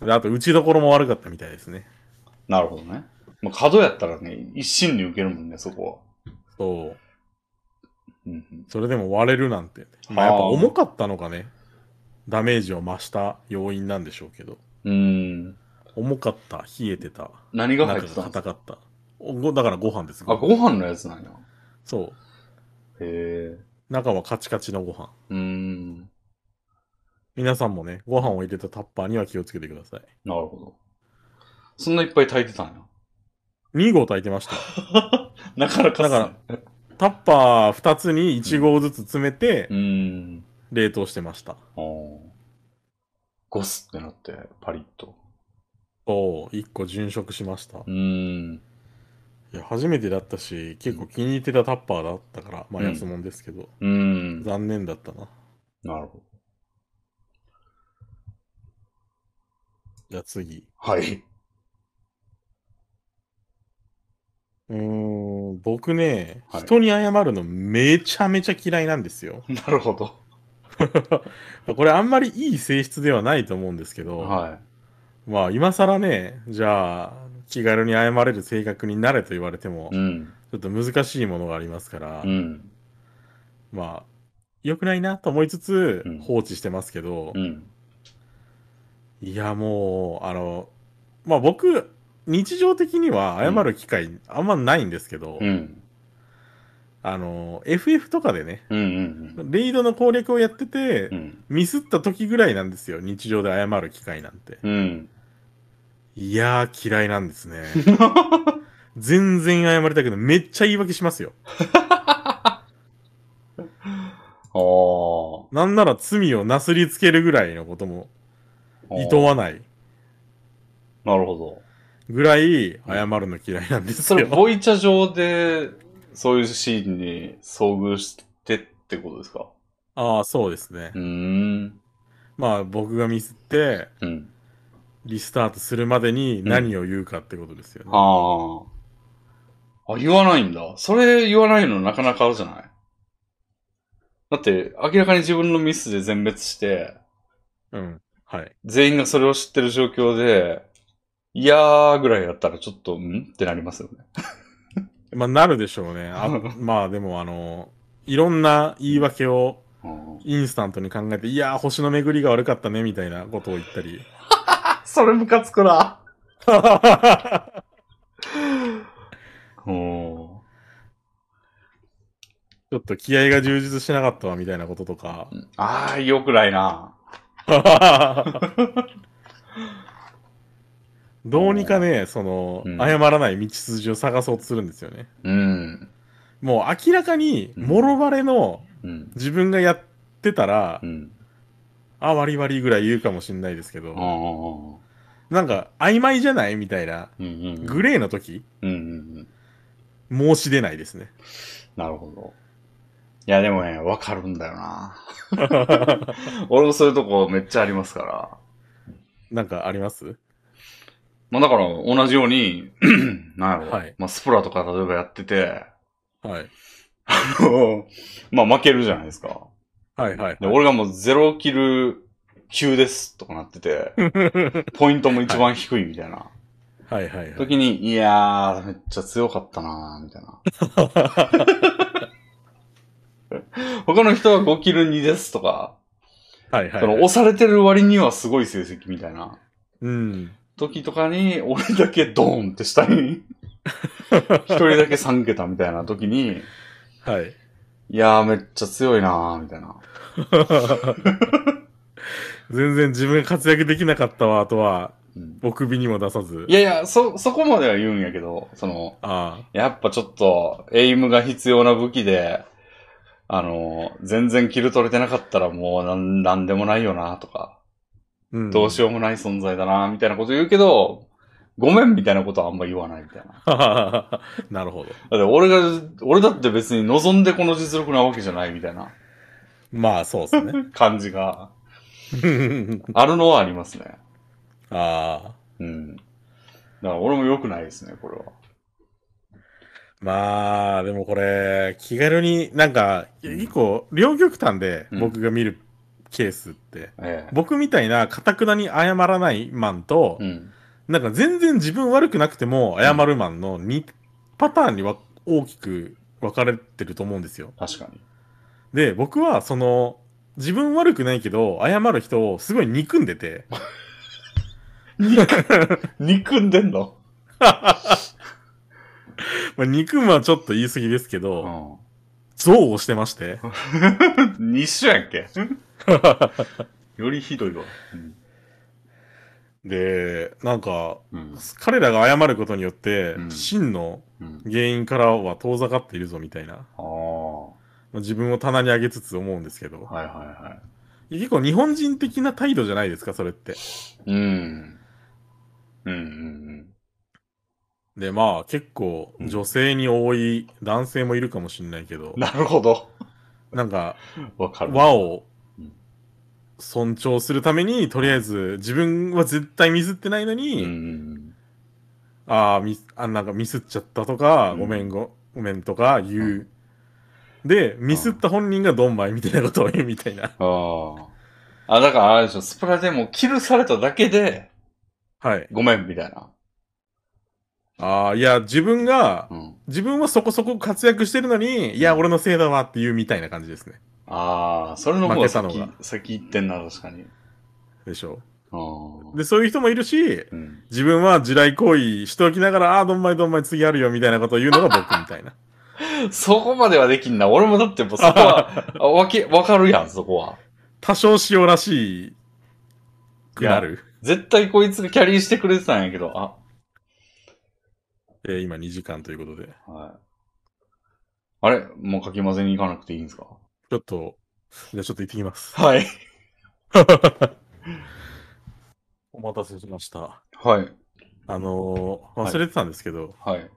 うん。
であと、打ちどころも悪かったみたいですね。
なるほどね。まあ、角やったらね、一心に受けるもんね、そこ
そう。
は。うん、うん。
それでも割れるなんて。まあ
はあ
やっぱ重かったのがね、ダメージを増した要因なんでしょうけど。
うーん。
重かった、冷えてた、
何が入
中
ってたんで
が
すか
硬かった。おごだからご飯です。
あ、
ご飯
ご飯のやつなんや。
そう。
へえ。
中はカチカチのご飯。
うーん。
皆さんもね、ご飯を入れたタッパーには気をつけてください。
なるほど。そんないっぱい炊いてたんや。
2合炊いてましたよ。
なかなかっすね
だかタッパー2つに1合ずつ詰めて
う、ーん。
冷凍してました。
あーゴスってなって、パリッと。
そう、1個殉職しました。
うーん。
いや、初めてだったし、結構気に入ってたタッパーだったから、まあ
うん
安物ですけど、
うーん。
残念だったな。
なるほど。
じゃあ次。
はい。
うーん、僕ね、
はい
人に謝るのめちゃめちゃ嫌いなんですよ。
なるほど。
これあんまりいい性質ではないと思うんですけど、
は
まあ今更ね、じゃあ気軽に謝れる性格になれと言われても、
い。うん。
ちょっと難しいものがありますから、
うん。
まあ良くないなと思いつつ
うん
放置してますけど、
うん。
いやもう、あの、まあ僕、日常的には謝る機会あんまないんですけど、
うん。
あの、FF とかでね、
うん。うん。
レイドの攻略をやってて、
うん。
ミスった時ぐらいなんですよ、日常で謝る機会なんて。
うん。
いやー、嫌いなんです ね。全然謝りたくない。めっちゃ言い訳しますよ。
あー
なんなら罪をなすりつけるぐらいのことも、
あー。
いとわない
なるほど。
ぐらい謝るの嫌いなんです
それ、
よ。
ボイチャ上で、そういうシーンに遭遇してってことですか
ああ、そうですね
う。ーん。
まあ、僕がミスって、
うん。
リスタートするまでに何を言うかってことですよね。
ああ。あ、言わないんだ。それ言わないのなかなかあるじゃないだって、明らかに自分のミスで全滅して、
うん。はい。
全員がそれを知ってる状況で、いやーぐらいだったらちょっと、んってなりますよね。
まあ、なるでしょう ね。あまあ、でも、あの、いろんな言い訳を
うん
インスタントに考えて、いやー、星の巡りが悪かったね、みたいなことを言っ たり。
あ、それムカつくな。うん。
ちょっと気合が充実しなかったわ、みたいなこととか。
ああ、良くないな。
どうにかね、その、
うん
謝らない道筋を探そうとするんですよね。
うん。
もう明らかに、
うん
もろバレの
うん。
自分がやってたら、
うん。
あ、悪い悪いぐらい言うかもしんないですけど、
ああ。
なんか、曖昧じゃないみたいな、
うんうんうん。
グレーの時、
うんうんうん。
申し出ないで すね。
なるほど。いや、でもね、わかるんだよな。俺もそういうとこめっちゃありますから。
なんかあります
まあだから、同じように、 なんやろ、
はい
まあスプラとか例えばやってて、
はい。
あのまあ負けるじゃないですか。
はいはい、
で、
はい。
俺がもうゼロキル9ですとかなって て、ポイントも一番低いみたいな。
はいはいはい。
時に、いやー、めっちゃ強かったなー、みたいな。他の人は5キル2ですとか、
はいはい、
その
はい
押。されてる割にはすごい成績みたいな
うん。
時とかに、俺だけドーンって下に、一人だけ3桁みたいな時に、
はい。
いやーめっちゃ強いなー、みたいな。
全然自分が活躍できなかったわ、あとは、
うん
お首にも出さず
い。やいや、そ、そこまでは言うんやけど、その、
あ
やっぱちょっと、エイムが必要な武器で、あの、全然キル取れてなかったらもうなん、なんでもないよな、とか。
あ。ん
どうしようもない存在だな、みたいなこと言うけど、ごめんみたいなことはあんま言わないみたいな。
なるほど。
だって俺が、俺だって別に望んでこの実力なわけじゃないみたいな
まあ、そうですね。
感じが
うん
あるのはありますね。
ああ。
うん。だから俺も良くないですね、これは。
まあ、でもこれ、気軽になんか、
うん
一個、両極端で
うん
僕が見るケースって、
ええ。
僕みたいな、かたくなに謝らないマンと、
うん。
なんか全然自分悪くなくても謝るマンの2パターンにわ大きく分かれてると思うんですよ。
確かに。
で、僕はその、自分悪くないけど、謝る人をすごい憎んでて、
憎んでんの
まあ、憎むはちょっと言い過ぎですけ
う
ど、
ん。
憎悪してまして、
一緒やんけ。 よりひどいわ。うん。
で、なんか、
うん。
彼らが謝ることによって、
うん
真の
うん、
原因からは遠ざかっているぞみたいな、
ああ。は
まあ自分を棚に上げつつ思うんですけど
い、はいは
結構日本人的な態度じゃないですか、それって。
い。うん。うんうん
で、まあ結構
うん
女性に多い男性もいるかもしれないけど
うん。、なるほど。
なんか
わかる。
和を
うん
尊重するために、とりあえず自分は絶対ミスってないの
うん
に、
うんうん。
ああ、ミス、あ、なんかミスっちゃったとか、
うん
ごめんご、メンとか言う。で、ミスった本人がドンマイみたいなことを言うみたいな。
ああ。あ、だからあれでしょ、スプラでもキルされただけで、
はい。
ごめん、みたいな。
ああ、いや、自分が、
うん。
自分はそこそこ活躍してるのに、いや、俺のせいだわっていうみたいな感じですね。
ああ、それの方が先
負けたの
先行ってんな、確かに。
でしょ
あ
で、そういう人もいるし、
あ。うん。
自分は地雷行為しておきながら、ああー、どんまいどんまい次あるよみたいなことを言うのが僕み たいな。
そこまではできんな。俺もだってもうそこ は、あわけ、わかるやん、そこは。
多少しおらしい、くなる。
絶対こいつがキャリーしてくれてたんやけど、あ、
えー今2時間ということで。
はい。あれもうかき混ぜに行かなくていいんですか
ちょっと、じゃあちょっと行ってきます。
はい。
お待たせしました。
はい。
あのー
はい
忘れてたんですけど、
はい。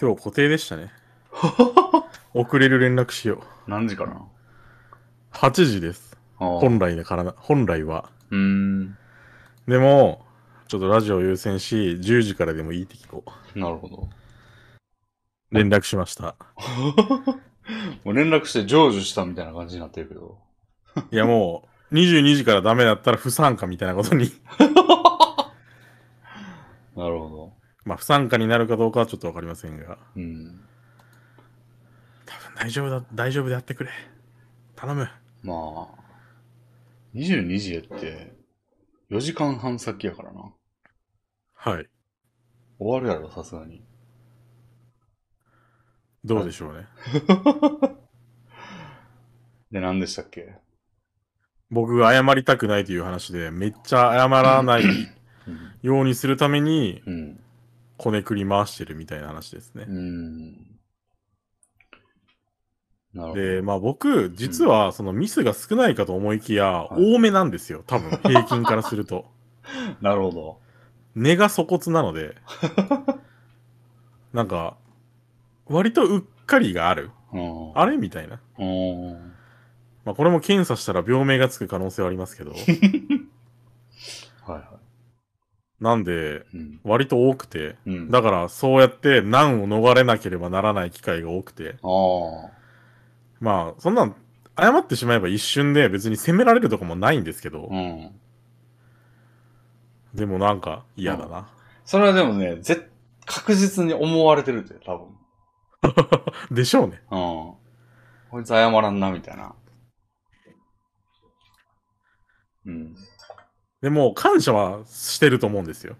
今日固定でした ね。遅れる連絡しよ
何時かな
う。8時です。
ああ。う
本来だからな、本来は。
ーん。
でも、ちょっとラジオ優先し、10時からでもいいって聞こ
なるほど。
う。連絡しました。
もう連絡して成就したみたいな感じになってるけど。
いやもう、22時からダメだったら不参加みたいなことに。
なるほど。
まあ、不参加になるかどうかはちょっとわかりませんが。
うん。
多分大丈夫だ、大丈夫でやってくれ。頼む。
まあ、22時やって、4時間半先やからな。
はい。
終わるやろ、さすがに。
どうでしょうね。
で、何でしたっけ
僕が謝りたくないという話で、めっちゃ謝らない
うん。
ようにするために、
うん。
こねくり回してるみたいな話ですね
う。ん。なるほど。
で、まあ僕、実はそのミスが少ないかと思いきや、
い
多めなんですよ。多分、平均からすると。
なるほど。
根が粗骨な ので、なんか、割とうっかりがある。
うん。
あれみたいな。
うん。
まあこれも検査したら病名がつく可能性はありま すけど、
はいは
なんで、
い。うん。
割と多くて、
うん。
だからそうやって難を逃れなければならない機会が多くて、
ああ。
まあそんなん、謝ってしまえば一瞬で別に責められるとかもないんですけど
う、ん。
でもなんか嫌だな。
それはでもね、ぜ、確実に思われてるって、多分。
でしょうね。
うん。こいつ謝らんな、みたいな。うん。
でも感謝はしてると思うんですよ。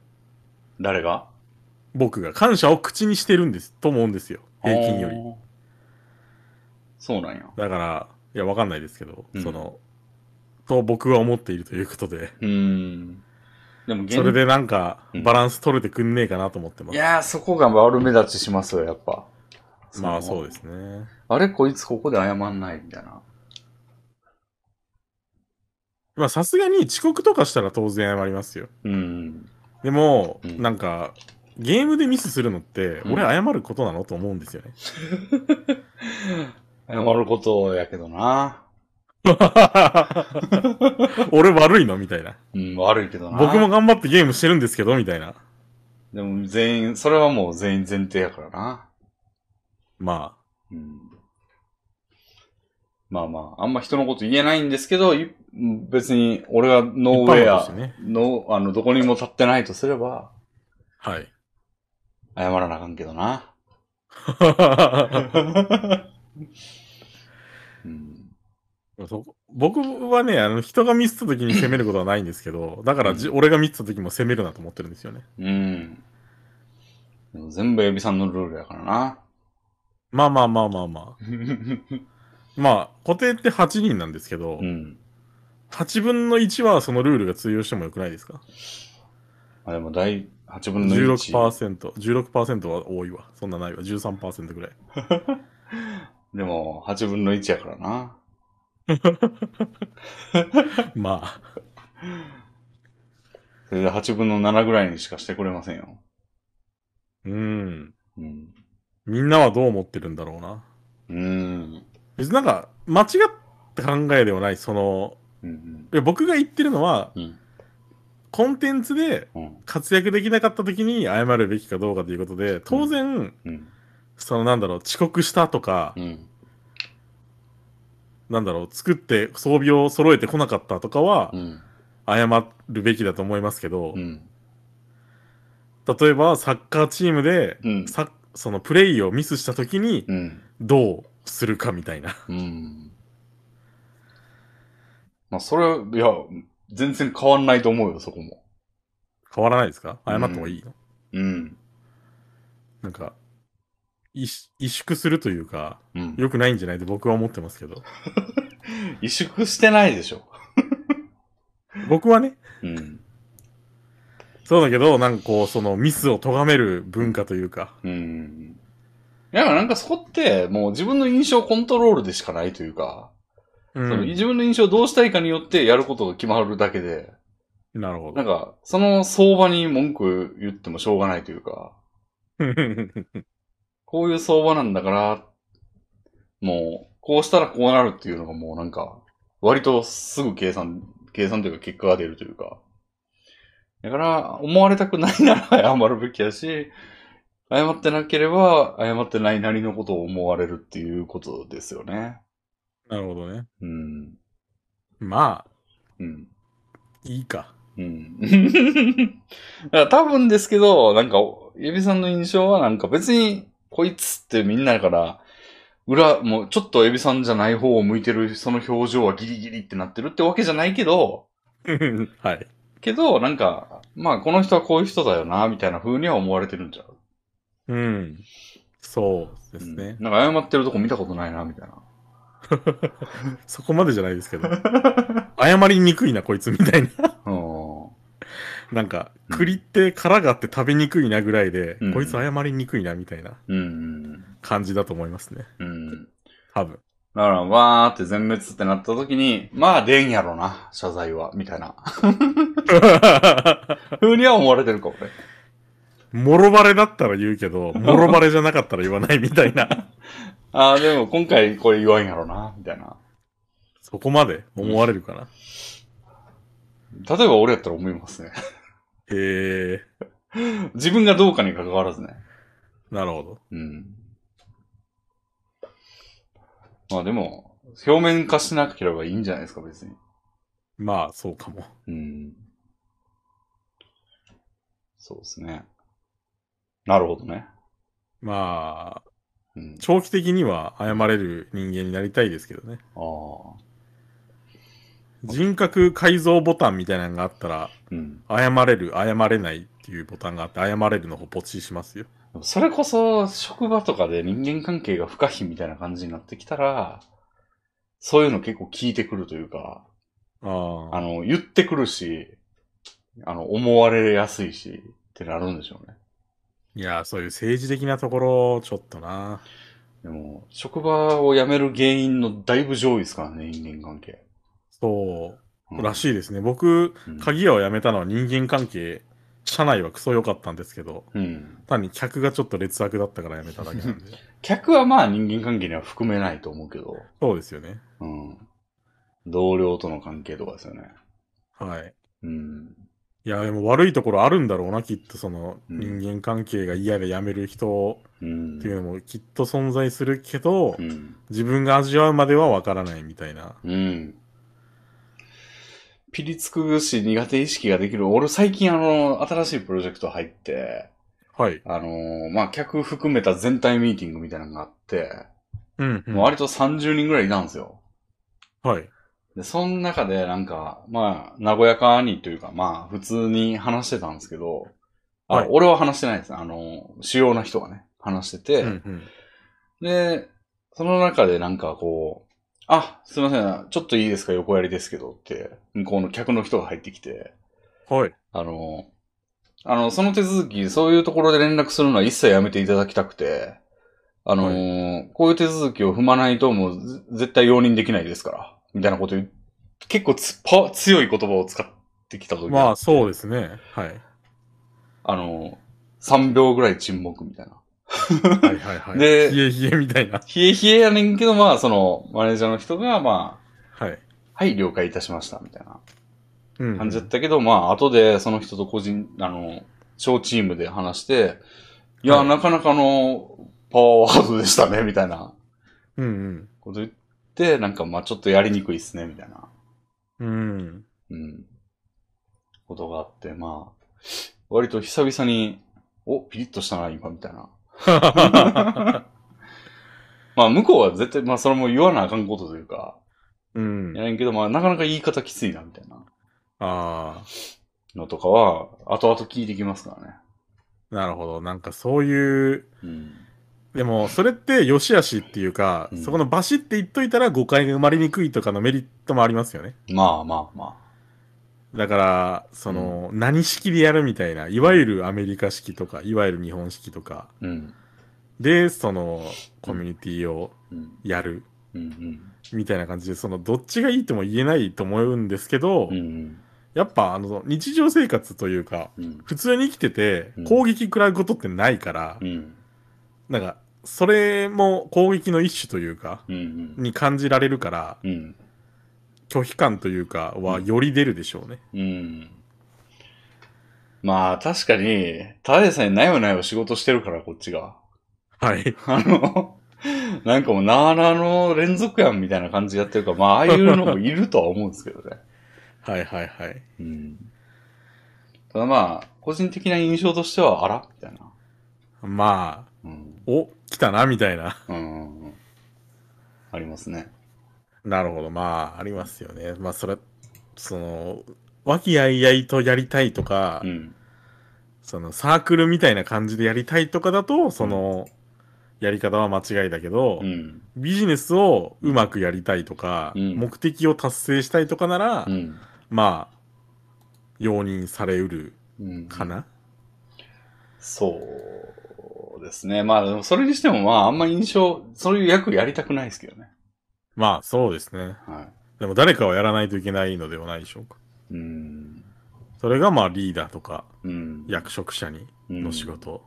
誰が
僕が感謝を口にしてるんです、と思うんですよ。平均より
あ。ー。そうなんや。
だから、いや、わかんないですけど、
うん
その、と僕は思っているということで、
うーん。でも現
それでなんか
うん、
バランス取れてくんねえかなと思ってま
い
す。
やー、そこが悪目立ちしますよ、やっぱ。
まあそう
う。
ですね。
あれ、こいつここで謝んない、みたいな。
まあさすがに遅刻とかしたら当然謝りますよ。
うん。
でも、
うん
なんか、ゲームでミスするのって、
うん
俺謝ることなのと思うんですよ ね。
謝ることやけどな。
俺悪いのみたいな。
うん、悪いけどな。
僕も。頑張ってゲームしてるんですけど、みたいな。
でも全員、それはもう全員前提やからな。
まあ、
うん。まあまあ、あんま人のこと言えないんですけど、い別に俺がノーウ
一般
ェ
論として
ア、
ね。
の、あの、どこにも立ってないとすれば、
はい。
謝らなあかんけど な。 うん。
そこ僕はね、あの人がミスった時に責めることはないんですけど、だからじ、俺がミスった時も責めるなと思ってるんですよね。
うん。でも全部エビさんのルールやからな。
まあまあまあまあま
う
あ。まあ、固定って8人なんですけど、
ん。
8分の1はそのルールが通用してもよくないですか
あ、でも第8分の1。
?16%、16%は多いわ。そんなないわ。13%ぐらい。
でも、8分の1やからな。
まあ、
それで8分の7ぐらいにしかしてくれませんよ。
うん。
うん。
みんなはどう思ってるんだろうな。
うん。
別になんか、間違った考えではない。その、
うん。
いや僕が言ってるのは、
うん。
コンテンツで
うん。
活躍できなかった時に謝るべきかどうかということで、当然、
うん。
そのなんだろう、遅刻したとか、
うん。
なんだろう、作って装備を揃えてこなかったとかは
う、ん。
謝るべきだと思いますけど、
うん。
例えばサッカーチームで、
うん。
さそのプレイをミスした時に
うん。
どうするかみたいな。
うん。まあ、それ、いや、全然変わんないと思うよ、そこも。
変わらないですか謝った方がいいの、
うん。
なんか、萎縮萎縮するというか、
うん。
良くないんじゃないって僕は思ってますけど。
萎縮してないでしょ。
僕はね、
うん。
そうだけど、なんかこう、そのミスを咎める文化というか、
うん。いや、なんかそこって、もう自分の印象コントロールでしかないというか、そ
う
の
ん、
自分の印象をどうしたいかによってやることが決まるだけで、
なるほ
なん
ど。
か、その相場に文句言ってもしょうがないというか、 こういう相場なんだから、もう、こうしたらこうなるっていうのがもうなんか、割とすぐ計算、計算というか結果が出るというか。だから、思われたくないなら謝るべきやし、謝ってなければ、謝ってないなりのことを思われるっていうことですよね。
なるほどね。
うん。
まあ、
うん。
いいか。
うん。 だから多分ですけど、なんか、エビさんの印象はなんか別に、こいつってみんなから、裏、もうちょっとエビさんじゃない方を向いてる、その表情はギリギリってなってるってわけじゃないけど、
はい。
けど、なんか、まあこの人はこういう人だよな、みたいな風には思われてるんじゃう。
うん。そうですね。
うんなんか謝ってるとこ見たことないな、みたいな。
そこまでじゃないです けど。謝りにくいな、こいつみたいな。
うん。
なんか、
うん
栗って殻があって食べにくいなぐらいで、
うん
こいつ謝りにくいなみたいな
うん。
感じだと思いますね。
うん。
多分。
だから、わーって全滅ってなった時に、まあ出んやろな、謝罪は、みたいな。 風には思われてるかもね。
もろバレだったら言うけど、もろバレじゃなかったら言わないみたいな。
ああ、でも今回これ言わんやろな、みたいな。
そこまで思われるかな。
例えば俺やったら思いますね。
へえ
自分がどうかに関わらずね。
ー、なるほど。
うん。まあでも、表面化しなければいいんじゃないですか、別に。
まあ、そうかも。
うん。そうですね。なるほどね。
まあ、
うん。
長期的には謝れる人間になりたいですけどね。
ああ。
人格改造ボタンみたいなのがあったら、
うん。
謝れる、謝れないっていうボタンがあって、謝れるの方ポチしますよ。
でもそれこそ、職場とかで人間関係が不可避みたいな感じになってきたら、そういうの結構効いてくるというか、
あ
あ
あ、
の、言ってくるし、あの、思われやすいし、ってなるんでしょうね。
いや、そういう政治的なところ、ちょっとな。
でも、職場を辞める原因のだいぶ上位ですからね、人間関係。
そうう、
ん
らしいですね。僕、
うん
鍵屋を辞めたのは人間関係、社内はクソ良かったんですけど、
うん。
単に客がちょっと劣悪だったから辞めただけ なんで。
客はまあ人間関係には含めないと思うけど、
そうですよね。
うん。同僚との関係とかですよね。
はい。
うん。
いや、でも悪いところあるんだろうな、きっとその、
うん
人間関係が嫌で辞める人
うん。
っていうのもきっと存在するけど、
うん。
自分が味わうまではわからないみたいな。
うん。ピリつくし苦手意識ができる。俺最近あの、新しいプロジェクト入って、
はい。
あのーまあ、客含めた全体ミーティングみたいなのがあって、
うん、うん
もう割と30人ぐらいいたんですよ。
はい。
で、その中でなんか、まあ、和やかにというか、まあ、普通に話してたんですけど、あ、
はい
俺は話してないです。あの、主要な人がね、話してて、
うんうん
で、その中でなんかこう、あ、すいません、ちょっといいですか、横やりですけどって、向こうの客の人が入ってきて、
はい。
あの、あの、その手続き、そういうところで連絡するのは一切やめていただきたくて、あのこういう手続きを踏まないともうぜ絶対容認できないですから、みたいなこと言う結構つパ強い言葉を使ってきたとき、
まあ、そうですね。はい。
あの、3秒ぐらい沈黙みたいな。
はいはいはい。
で
冷え冷えみたいな。
冷え冷えやねんけど、まあ、その、マネージャーの人が、まあ、
はい。
はい、了解いたしました、みたいな
うん
感じだったけど、まあ、後でその人と個人、あの、小チームで話して、いや、
はい
なかなかあの、パワーワードでしたね、みたいな
うん
こと言って、なんか、まあちょっとやりにくいっすね、みたいな、
うん。うん。
うん、ことがあって、まあ、割と久々に、お、ピリッとしたな、今、みたい な。まあ、向こうは絶対、まあ、それも言わなあかんことというか、
うん
や。ねんけど、まあ、なかなか言い方きついな、みたいな
あ
のとかは、後々聞いてきますからね。
あ、なるほど。なんかそういう、
うん。
でもそれって良し悪しっていうか、
うん
そこのバシって言っといたら誤解が生まれにくいとかのメリットもありますよね。
まあまあま
だから、その、何式でやるみたいな、いわゆるアメリカ式とか、いわゆる日本式とか、
あ。うん。
で、その、コミュニティを
うん。
やる、
うん。
みたいな感じで、その、どっちがいいとも言えないと思うんですけど、
うん。うん。
やっぱ、あの、日常生活というか、
うん。
普通に生きてて
うん、
攻撃食らうことってないから
う、ん。
なんか、それも攻撃の一種というか、
うん。
に感じられるから、
うん。
拒否感というかは
うん
より出るでしょうね。
うん。まあ、確かに、ただでさえなよなよ仕事してるから、こっちが。
はい。
あの、なんかもう、なあなあの連続やんみたいな感じでやってるから、まあ、ああいうのもいるとは思うんですけどね。
はいはいはい。
うん。ただまあ、個人的な印象としては、あらみたいな。
まあ、
うん。
お、来たな、みたいな。
うんうんうん。ありますね。
なるほど。まあ、ありますよね。まあ、それ、その、和気あいあいとやりたいとか、
うん。
その、サークルみたいな感じでやりたいとかだと、その、やり方は間違いだけど、
うん。
ビジネスをうまくやりたいとか、
うん
目的を達成したいとかなら、
うん。
まあ、容認されうる
うん。
かな。
そうですね。まあ、でもそれにしても、まあ、あんま印象、そういう役やりたくないですけどね。
まあ、そうですね。
は
でも誰かはやらないといけないのではないでしょうか。
い。うん。
それがまあリーダーとか
うん。
役職者に
うん
の仕。事。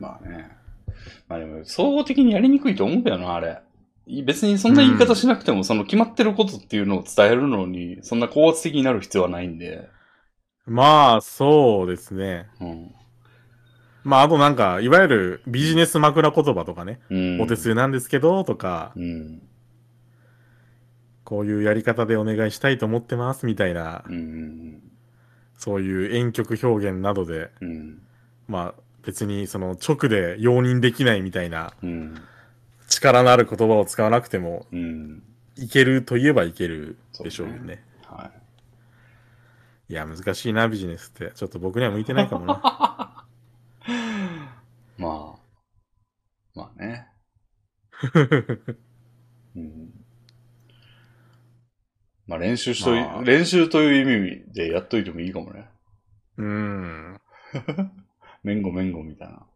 まあね。まあでも、総合的にやりにくいと思うけどな、あれ。い別にそんな言い方しなくても、その決まってることっていうのを伝えるのに、そんな高圧的になる必要はないんで。
まあそうですね。
うん。
まああとなんかいわゆるビジネス枕言葉とかね、
うん。
お手数なんですけどとか、
うん。
こういうやり方でお願いしたいと思ってますみたいな
う、ん。
そういう遠曲表現などで、
うん。
まあ別にその直で容認できないみたいな
うん。
力のある言葉を使わなくても
うん。
いけるといえばいけるでしょうよ
そう
ね
はい
や難しいなビジネスってちょっと僕には向いてないかもな。
い。まあ。まあ ね。うん。まあ練習しとい、
まあ
練習という意味でやっといてもいいかもね。
うーん。
めんごめんごみたいな。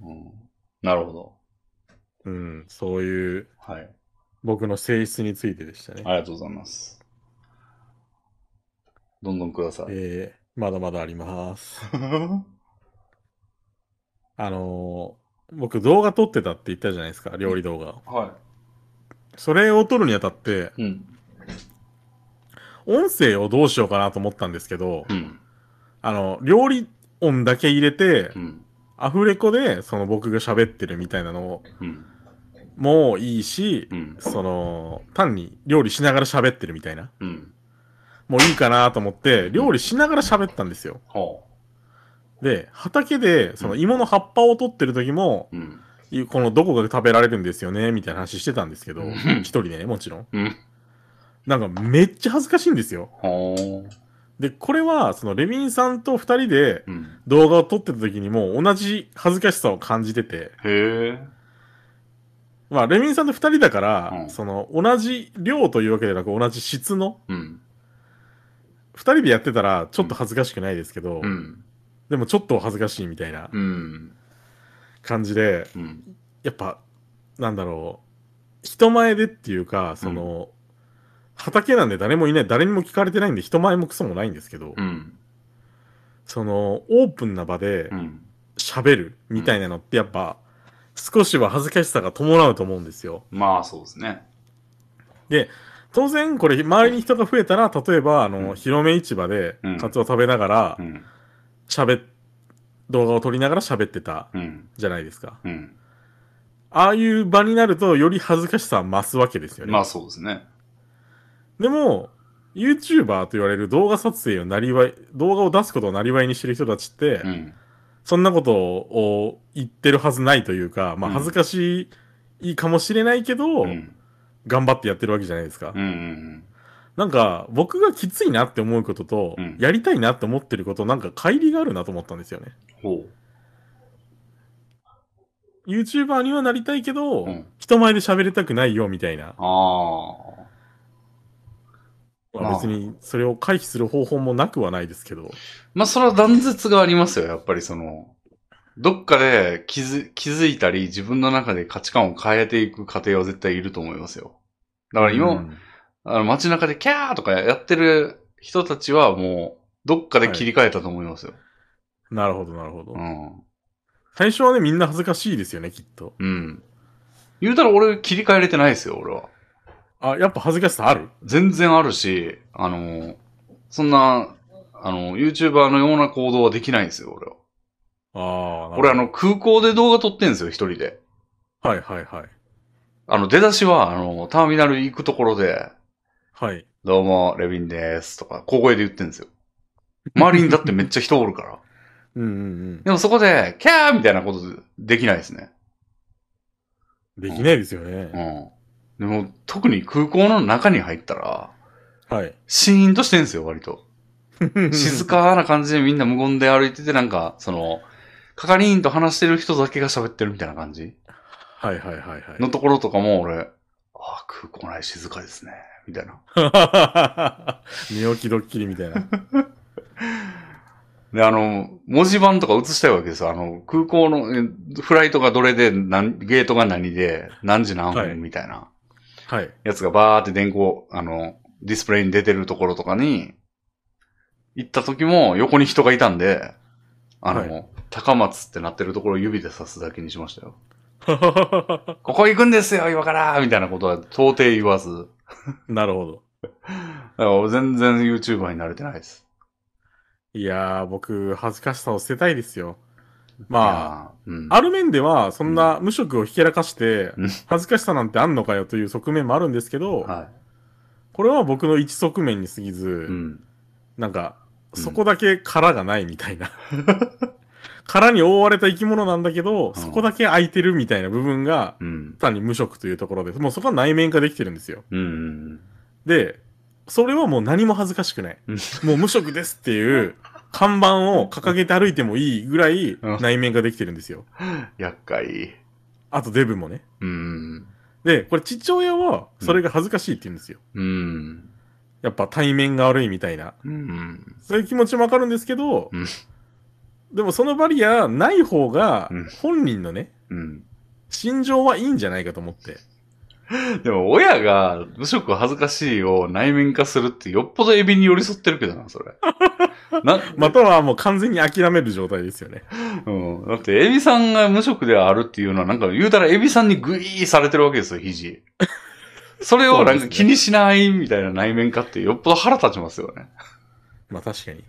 うん。なるほど。
うん、そういう
はい。
僕の性質についてでしたね。
ありがとうございます。どんどんください。
えー、まだまだあります。 あのー僕動画撮ってたって言ったじゃないですか、料理動画を。
は
それを撮るにあたって、
い。うん。
音声をどうしようかなと思ったんですけど、
うん。
あの、料理音だけ入れて
う、ん。
アフレコでその僕が喋ってるみたいなの
うん。
もいいし、
うん。
その、単に料理しながら喋ってるみたいな、
うん。
もういいかなと思って、料理しながら喋ったんですよ。
ほ
で、畑で、その芋の葉っぱを取ってる時も、
う。うん。
いこのどこが食べられるんですよね、みたいな話してたんですけど
うん、
一人でね、もちろん。
うん。
なんかめっちゃ恥ずかしいんですよ。
ほう。
で、これは、そのレビンさんと二人で
うん。
動画を撮ってた時にも同じ恥ずかしさを感じてて、
へえ。
まあ、レビンさんと二人だか
うん
ら、その同じ量というわけでなく同じ質の、
うん。
二人でやってたらちょっと恥ずかしくないですけど、
うん。
でもちょっと恥ずかしいみたいな
うん。
感じで、
うん。
やっぱ、なんだろう、人前でっていうか、その、畑なんで誰もいない、誰にも聞かれてないんで、人前もクソもないんですけど、
うん。
その、オープンな場で
うん。
喋るみたいなのって、やっぱ、少しは恥ずかしさが伴うと思うんですよ。
まあ、そうですね。
当然、これ、周りに人が増えたら、例えば、あの、
うん
広め市場で
うん、
カツオ食べながら
う、ん。
喋動画を撮りながら喋ってた
うん。
じゃないですか。
うん。
ああいう場になると、より恥ずかしさは増すわけですよね。
まあそうですね。
でも、YouTuber と言われる動画撮影をなりわい、動画を出すことをなりわいにしてる人たちって、
うん。
そんなことを言ってるはずないというか、まあ
うん
恥ずかしいかもしれないけど、
うん。うん
頑張ってやってるわけじゃないですか。
うんうん。
なんか、僕がきついなって思うことと、
うん
やりたいなって思ってること、なんか乖離があるなと思ったんですよね。
ほ
YouTuber にはなりたいけど、
うん
人前で喋りたくないよみたいな
う。。あ
まあ別にそれを回避する方法もなくはないですけど。
あ。まあそれは断絶がありますよ、やっぱりその。どっかで気づ気づいたり、自分の中で価値観を変えていく過程は絶対いると思いますよ。だから今、
うん
あの街中でキャーとかやってる人たちはもう、どっかで切り替えたと思いますよ。
なるほど、なるほど。
うん。
最初はね、みんな恥ずかしいですよね、きっと。
うん。言うたら俺切り替えれてないですよ、俺は。
あ、やっぱ恥ずかしさある
全然あるし、あの、そんな、あの、YouTuber のような行動はできないんですよ、俺は。
ああ、
俺あ
なる
の、空港で動画撮ってんですよ、一人で。
ほど。はいはいはい。
あの、出だしは、あの、ターミナル行くところで、
はい。
どうも、レビンです、とか、小声で言ってんですよ。周りにだってめっちゃ人おるから。
うんうん
でもそこで、キャーみたいなことできないですね。
うん。できないですよ
う
ね。
ん。でも、特に空港の中に入ったら、
はい。
シーンとしてんですよ、割と。静。かな感じでみんな無言で歩いてて、なんか、その、係員と話してる人だけが喋ってるみたいな感じ
はいはいはいはい。
のところとかも俺、ああ、空港内静かですね、みたいな。
寝起きドッキリみたいな。
で、あの、文字盤とか映したいわけですよ。あの、空港の、えフライトがどれで、なんゲートが何で、何時何
はい
分みたいな、
はい。
やつがバーって電光、あの、ディスプレイに出てるところとかに、行った時も横に人がいたんで、あの、
は
高松ってなってるところを指で指すだけにしましたよ。ここ行くんですよ、今からみたいなことは到底言わず。
なるほど。
だから全然 YouTuber になれてないです。
いやー、僕、恥ずかしさを捨てたいですよ。まあ、
いやー、うん。
ある面では、そんな無職をひけらかして
うん、
恥ずかしさなんてあんのかよという側面もあるんですけど、
は
これは僕の一側面に過ぎ
い。
ず
う、ん。
なんか、
うん
そこだけ殻がないみたい な。殻に覆われた生き物なんだけど、
うん
そこだけ空いてるみたいな部分が、
うん。
単に無職というところで、もうそこは内面化できてるんですよ。
うん。
で、それはもう何も恥ずかしくない
うん。
もう無職ですっていう看板を掲げて歩いてもいいぐらい
うん
内面化できてるんですよ。
厄介。
あとデブもね。
うん。
で、これ父親はそれが恥ずかしいって言うんですよ。
うん。
やっぱ対面が悪いみたいな。
うん。
そういう気持ちもわかるんですけど、
うん
でもそのバリアない方が
うん
本人のね、
うん。
心情はいいんじゃないかと思って。
でも、親が、無職恥ずかしいを内面化するって、よっぽどエビに寄り添ってるけどな、そ れ。な、
またはもう完全に諦める状態ですよね。
うん。だって、エビさんが無職であるっていうのは、なんか言うたらエビさんにグイーされてるわけですよ、 肘。それをなんか気にしないみたいな内面化ってよっぽど腹立ちますよね。
まあ確かに。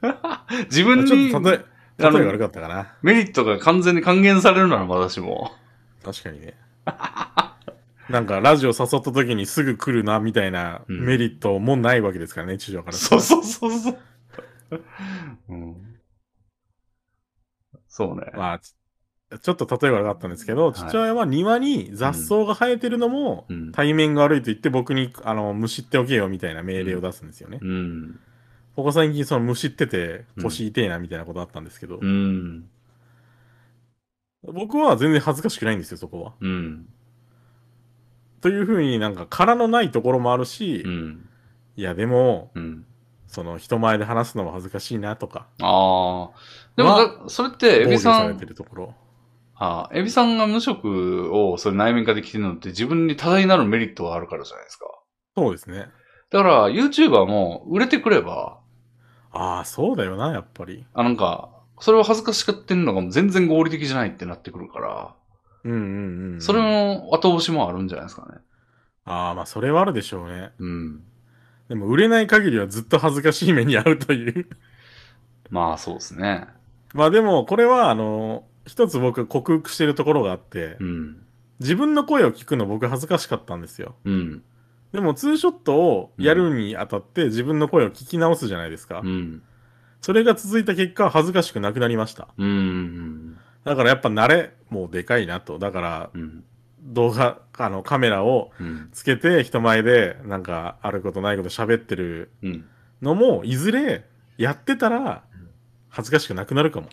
自分
まあちょっ
に
と例え、
あ
例え
の
が悪かったかな。
メリットが完全に還元されるなら私も。
確かにね。 なんかラジオ誘った時にすぐ来るなみたいな
うん
メリットもないわけですからね、地上か ら。
そうそうそう そう。うん、そうね。
まあ、ちちょっと例えが悪かったんですけど、
い
父親は庭に雑草が生えてるのも、
うん。
対面が悪いと言って僕に、あの、むしっておけよみたいな命令を出すんですよね。
うん。
ここ最近そのむしってて腰痛えなみたいなことあったんですけど、
うん。
僕は全然恥ずかしくないんですよ、そこは。
うん。
というふうになんか殻のないところもあるし、
うん。
いやでも、
うん。
その人前で話すのは恥ずかしいなとか、
ああ。でもだ、それって、エ
防御
ビさ
されて
ん、
るところ。
あーエビさんが無職をそれ内面化できてるのって自分に多大なるメリットがあるからじゃないですか。
そうですね。
だから、YouTuber も売れてくれば、
ああ、そうだよな、やっぱり。
あ、なんか、それを恥ずかしがってんのが全然合理的じゃないってなってくるから、
うんうんうん。
それ。の後押しもあるんじゃないですかね。
ああ、まあそれはあるでしょうね。
うん。
でも売れない限りはずっと恥ずかしい目にあるという
まあ、そうですね。
まあでも、これは、あの、一つ僕、克服してるところがあって、
うん。
自分の声を聞くの僕恥ずかしかったんですよ。
うん。
でも、ツーショットをやるにあたって自分の声を聞き直すじゃないですか。
うん。
それが続いた結果、恥ずかしくなくなりました。
うん。
だからやっぱ慣れもでかいなと。だから、
うん。
動画、あの、カメラを
うん。
つけて人前でなんかあることないこと喋ってる
うん。
のもいずれやってたら恥ずかしくなくなるかも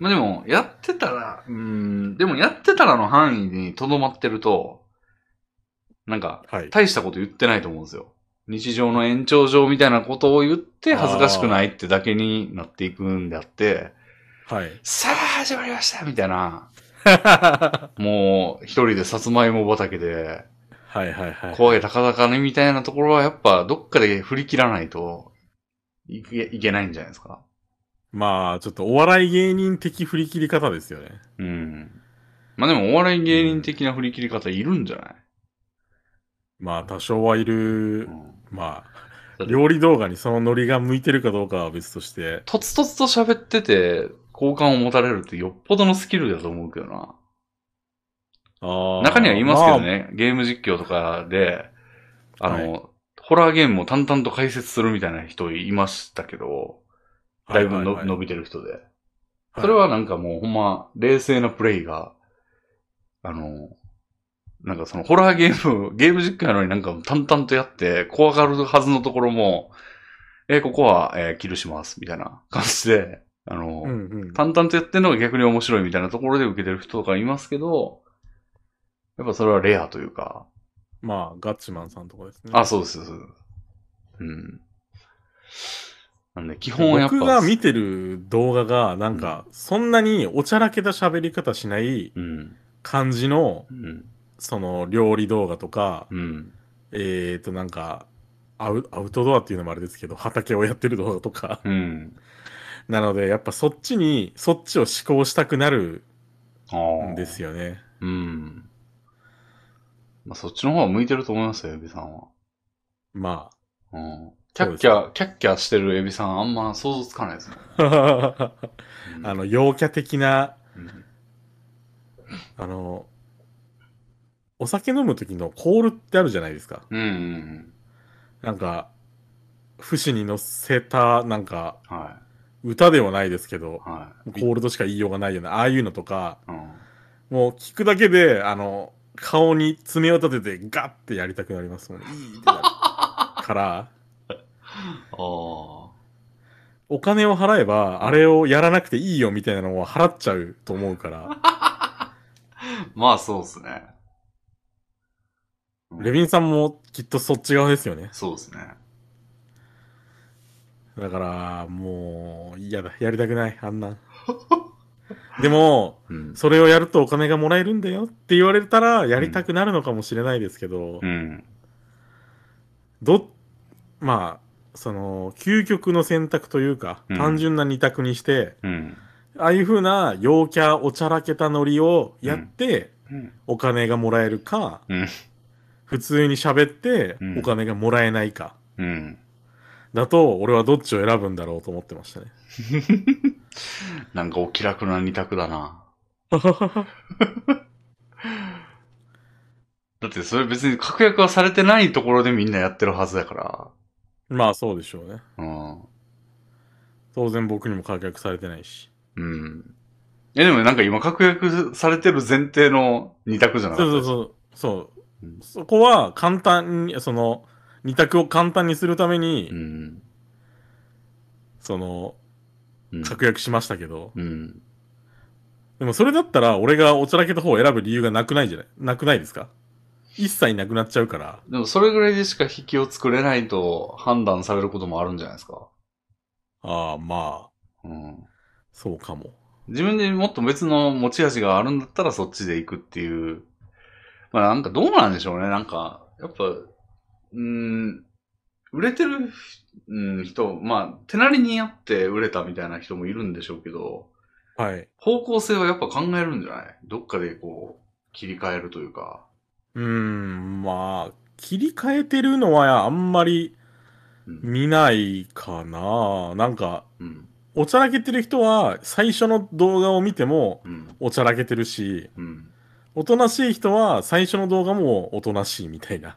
まあでも、やってたら、うん、でもやってたらの範囲にとどまってると、なんか、
はい
大したこと言ってないと思うんですよ。日常の延長上みたいなことを言って恥ずかしくないってだけになっていくんであって、
はい
さあ始まりましたみたい な、もう一人でさつまいも畑で、
はいはいはい
声高々ねみたいなところはやっぱどっかで振り切らないといけいけないんじゃないですか。
まあちょっとお笑い芸人的振り切り方ですよね
うん。まあでもお笑い芸人的な振り切り方いるんじゃない、
まあ多少はい
う
る
ん
まあ料理動画にそのノリが向いてるかどうかは別として
とつとつと喋ってて、好感を持たれるってよっぽどのスキルだと思うけどな。
あー
中にはいますけどね、ゲーム実況とかで、あの、ホラーゲームを淡々と解説するみたいな人いましたけど、
まあ
だいぶの、
はは
伸
は
びてる人で。それはなんかもうほんま、冷静なプレイが、あの、なんかそのホラーゲーム、 ゲーム実況なのになんか淡々とやって、怖がるはずのところも、えーここは、えーキルします、みたいな感じで、あの、
うんうん
淡々とやってるのが逆に面白いみたいなところで受けてる人とかいますけど、やっぱそれはレアというか、
まあガッチマンさんとかですね
あ、そうです、そうですうん。なんで、基本はやっぱ、
僕が見てる動画がなんかそんなにおちゃらけた喋り方しない
うん、
感じの
うん、
その料理動画とか、
うん、
えーとなんかアウアウトドアっていうのもあれですけど畑をやってる動画とか
うん。
なのでやっぱそっちにそっちを思考したくなる
あ
ん
あ。
ですよね
うん。まあ、そっちの方は向いてると思いますよ、エビさんは。
ま
うん。キ
そ
ャ
う
ッ
です
キャ、キャッキャしてるエビさん、あんま想像つかないですね。
あ
う ん
あの陽キャ的な
うん
あのお酒飲む時のコールってあるじゃないですか
うんうん
なんか節に乗せたなんか
うん。は
歌ではないですけど
い。は
コ
い。
ールドしか言いようがないようなああいうのとか
うん。
もう聞くだけで、あの、顔に爪を立ててガッてやりたくなりますもん。いいってなるから、
ああ。
お金を払えば、あれをやらなくていいよみたいなのを払っちゃうと思う から、
まあ、そうですね。
レビンさんもきっとそっち側ですよね。
そうですね。
だから、もう、嫌だ。やりたくない。あんな。でも、
うん。
それをやるとお金がもらえるんだよって言われたら、やりたくなるのかもしれないですけど、
うん。
ど、まあ、その、究極の選択というか、
うん
単純な二択にして、
うん。
ああいう風な陽キャおちゃらけたノリをやって
うん。
お金がもらえるか、
うん
普通に喋って
うん
お金がもらえないか、
うん。
だと俺はどっちを選ぶんだろうと思ってましたね。
なんかお気楽な二択だ な。だってそれ別に確約はされてないところでみんなやってるはずだか
まあそうでしょうね。
ら。うん。
当然僕にも解約されてないし。
うん。え、でもなんか今、確約されてる前提の二択じゃ
そ
な
う
かった
そ
で
う
す
そう。そう
うん
そこは簡単に、その、二択を簡単にするために、
うん。
その、
うん。
確約しましたけど、
うん。
でもそれだったら俺がおちゃらけた方を選ぶ理由がなくないじゃないなくないですか一切なくなっちゃうから。
でもそれぐらいでしか引きを作れないと判断されることもあるんじゃないですか。
ああ、まあ、
うん。
そうかも。
自分でもっと別の持ち味があるんだったらそっちで行くっていう。まあなんかどうなんでしょうね。なんか、やっぱ、うん、売れてる、うん、人、まあ、手なりにあって売れたみたいな人もいるんでしょうけど、
はい。
方向性はやっぱ考えるんじゃないどっかでこう、切り替えるというか。
うーん、まあ、切り替えてるのはあんまり
うん。
見ないかな。なんか、
うん。
おちゃらけてる人は、最初の動画を見ても、
うん。
おちゃらけてるし、
うん。
おとなしい人は、最初の動画もおとなしいみたいな。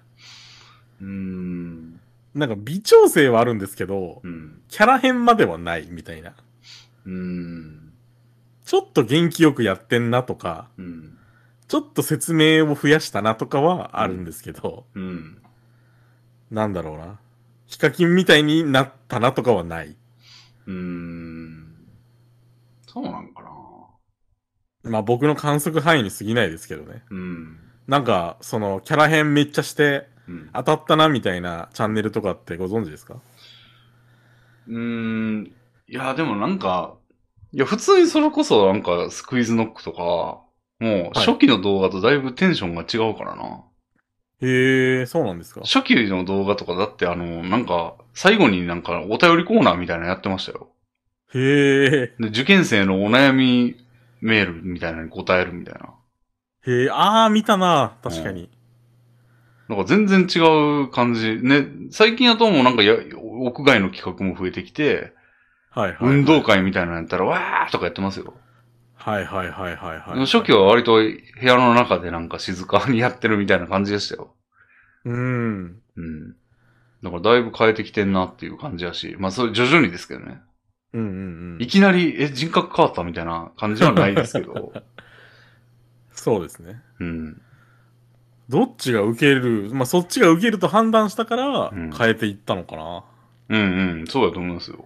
うーん。
なんか微調整はあるんですけど、
うん。
キャラ編まではないみたいな。
うーん。
ちょっと元気よくやってんなとか、
うん。
ちょっと説明を増やしたなとかはあるんですけど、
うん。
なんだろうな。ヒカキンみたいになったなとかはない。
うーん。そうなんかな
まあ僕の観測範囲に過ぎないですけどね。
うん。
なんか、その、キャラ編めっちゃして、
うん。
当たったなみたいなチャンネルとかってご存知ですか
うーん。いや、でもなんか、いや、普通にそれこそなんか、スクイーズノックとか、もう、
はい
初期の動画とだいぶテンションが違うからな。
へえ、そうなんですか
初期の動画とかだって、あの、なんか、最後になんか、お便りコーナーみたいなのやってましたよ。
へえ、
で、受験生のお悩みメールみたいなのに答えるみたいな。
へえ、あー、見たな確かに。
なんか全然違う感じ。ね、最近だともうなんかや、屋外の企画も増えてきて、
はいはい。
運動会みたいなのやったら、わーとかやってますよ。
はいはいはいはいはい。
初期は割と部屋の中でなんか静かにやってるみたいな感じでしたよ。
うん。
うん。だからだいぶ変えてきてんなっていう感じやし、まあそれ徐々にですけどね。
うんうんう
い
ん。
きなり、え、人格変わったみたいな感じはないですけど。
そうですね。
うん。
どっちが受ける、まあ、そっちが受けると判断したから
うん
変えていったのかな。
うんうん、そうだと思いますよ。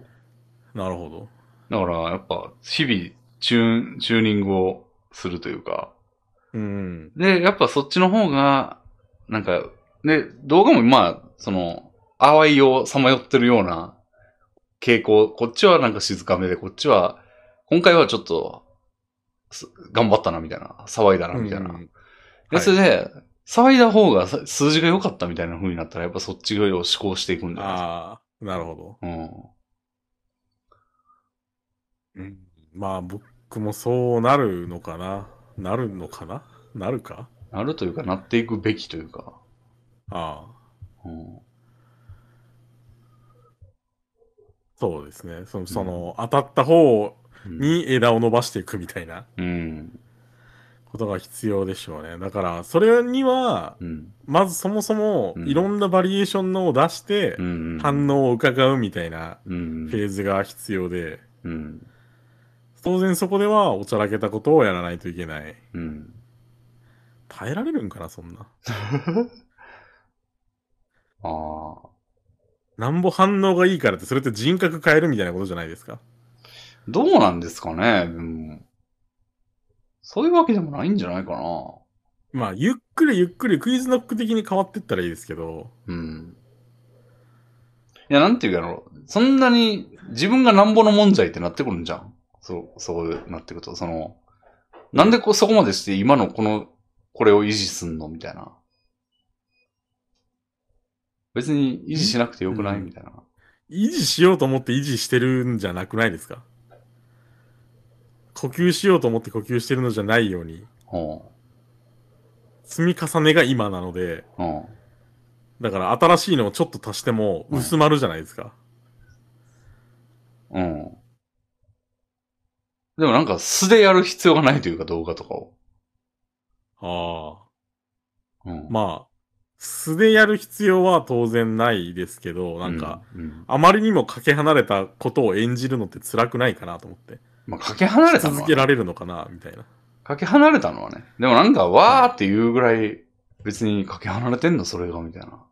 なるほど。
だからやっぱ、日々、チューン、チューニングをするというか、
うん。
で、やっぱそっちの方が、なんか、で、動画もまあ、その、淡いをさまよってるような傾向、こっちはなんか静かめで、こっちは、今回はちょっと、す頑張ったな、みたいな、騒いだな、みたいな。
うんうん
で、それで、騒いだ方がさ数字が良かったみたいな風になったら、やっぱそっちを思考していくんじゃないですか。
ああ、なるほど。うん、まあ、僕もそうなるのかな。なるのかななるか
うん。なるというか、なっていくべきというか。
ああ、
うん。
そうですね。その、その当たった方
うん。
に枝を伸ばしていくみたいな
うん。
ことが必要でしょうね。だから、それには、
うん。
まずそもそも
うん
いろんなバリエーションのを出して
う、ん。
反応を伺うみたいな
うん。
フェーズが必要で、
うん。
当然そこではおちゃらけたことをやらないといけない。
うん。
耐えられるんかな、そんな。
ああ。
なんぼ反応がいいからって、それって人格変えるみたいなことじゃないですか。
どうなんですかねでもそういうわけでもないんじゃないかな。
まあ、ゆっくりゆっくりクイズノック的に変わってったらいいですけど、
うん。いや、なんていうかろう。そんなに自分がなんぼのもんじゃいってなってくるんじゃん。そう、そうなってくると、その、なんでこうそこまでして今のこの、これを維持すんのみたいな。別に維持しなくてよくない、
うん
みたいな。
維持しようと思って維持してるんじゃなくないですか呼吸しようと思って呼吸してるのじゃないように、
うん。
積み重ねが今なので、
うん。
だから新しいのをちょっと足しても
うん
薄まるじゃないですか。
うん。でもなんか素でやる必要がないというか、動画とかを。
ああ。
うん。
まあ、素でやる必要は当然ないですけど、なんか、
うん、うん
あまりにもかけ離れたことを演じるのって辛くないかなと思って。
まあ、かけ離れたの
続
は、
け
ね、
られるのかなみたいな。
かけ離れたのはね。でもなんか、わーって言うぐらい、別にかけ離れてんの、それが、みたいな。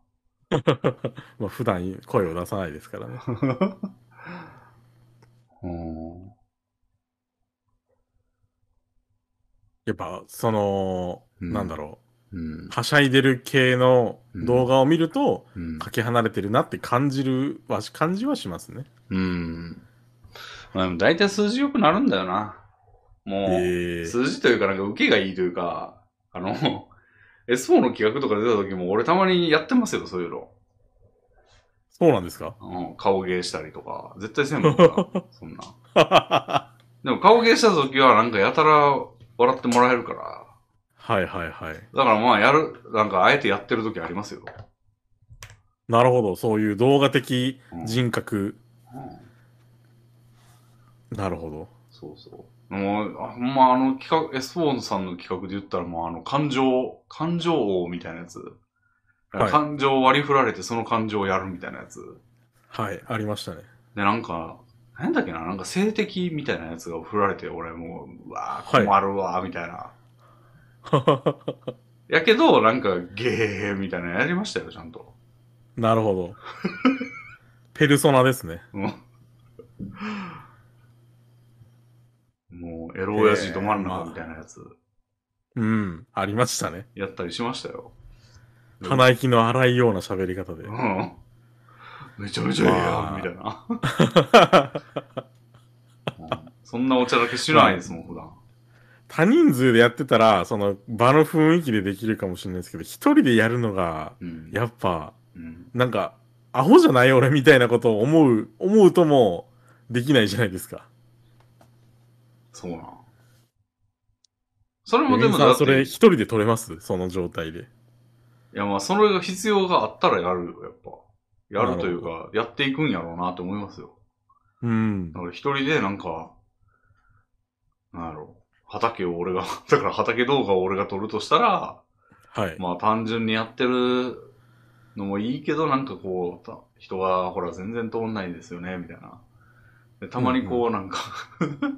まあ普段声を出さないですからね。
うん。
やっぱその、
うん
なんだろ
うん
う、。はしゃいでる系の動画を見ると、
うん。
かけ離れてるなって感じるはし、感じはしますね。
うん。まあ、でも大体数字良くなるんだよな。もう。
ええ
数字というか、なんか受けがいいというか、あの、S4 の企画とか出た時も、俺たまにやってますよ、そういうの。
そうなんですか
うん、顔芸したりとか。絶対せ んもんな、そんな。
は
でも顔芸した時は、なんかやたら笑ってもらえるから。
いはいはい。
だからまあ、やる、なんかあえてやってる時ありますよ。
なるほど。そういう動画的
うん
人格。
うん
なるほど。
そうそう。もう、あほんまあの企画、エスポーンさんの企画で言ったらもうあの感情、感情王みたいなやつ。
はい
感情を割り振られてその感情をやるみたいなやつ。
はい、ありましたね。
で、なんか、なんだっけな、なんか性的みたいなやつが振られて、俺もう、うわー困るわー、みたい な。やけど、なんか、ゲーみたいなのやりましたよ、ちゃんと。
なるほど。 ペルソナですね。
うんもう、エロ親父ど真ん中みたいなやつ、
うん、ありましたね。
やったりしましたよ。
鼻息の荒いような喋り方で
う。ん。めちゃめちゃええや
まあ
ん、みたいな。うんそんなおちゃらけしないですもん、普段。
多人数でやってたら、その場の雰囲気でできるかもしれないですけど、一人でやるのが、
うん。
やっぱ、
うん
なんか、アホじゃない俺みたいなことを思う、思うともうできないじゃないですか。
そうなん。それ
レ
もで
ミ
も
さ
だっ
ん、それ
て、い
一人で取れますその状態で。
やまあ、それが必要があったらやるよ、やっぱ。やるというか、やっていくんやろうなと思いますよ。
うん
だ。から一人でなんか、なんやろ、畑を俺が、 だから畑動画を俺が撮るとしたら、
はい。
まあ単純にやってるのもいいけど、なんかこう、た人がほら全然通んないんですよね、みたいな。でたまにこうなんか、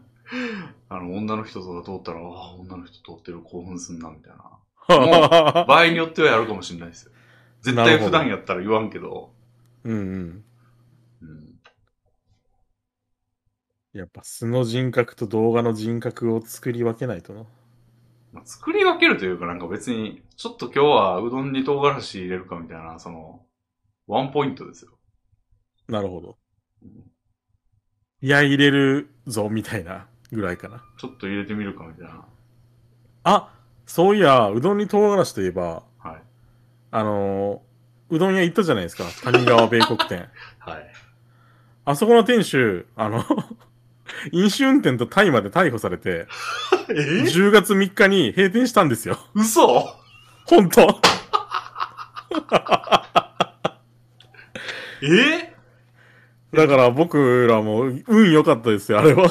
あの、女の人とか通ったら、ああ、女の人通ってる興奮すんな、みたいな。場合によってはやるかもしれないですよ。絶
な
対
るほ
普
ど
段やったら言わんけど、
うんうん。
うん、
やっぱ素の人格と動画の人格を作り分けないとな。
まあ、作り分けるというかなんか別に、ちょっと今日はうどんに唐辛子入れるかみたいな、その、ワンポイントですよ。
なるほど
うん。
いや、入れるぞ、みたいなぐらいかな。
ちょっと入れてみるかみたいな。
あ、そういや、うどんに唐辛子といえば、
はい。
あのーうどん屋行ったじゃないですか。谷川米国 店。
はい。
あそこの店主、あの、 飲酒運転と大麻で逮捕されて、
え
10月3日に閉店したんですよ。
嘘
本当
え
だから僕らも運良かったですよ、あれは。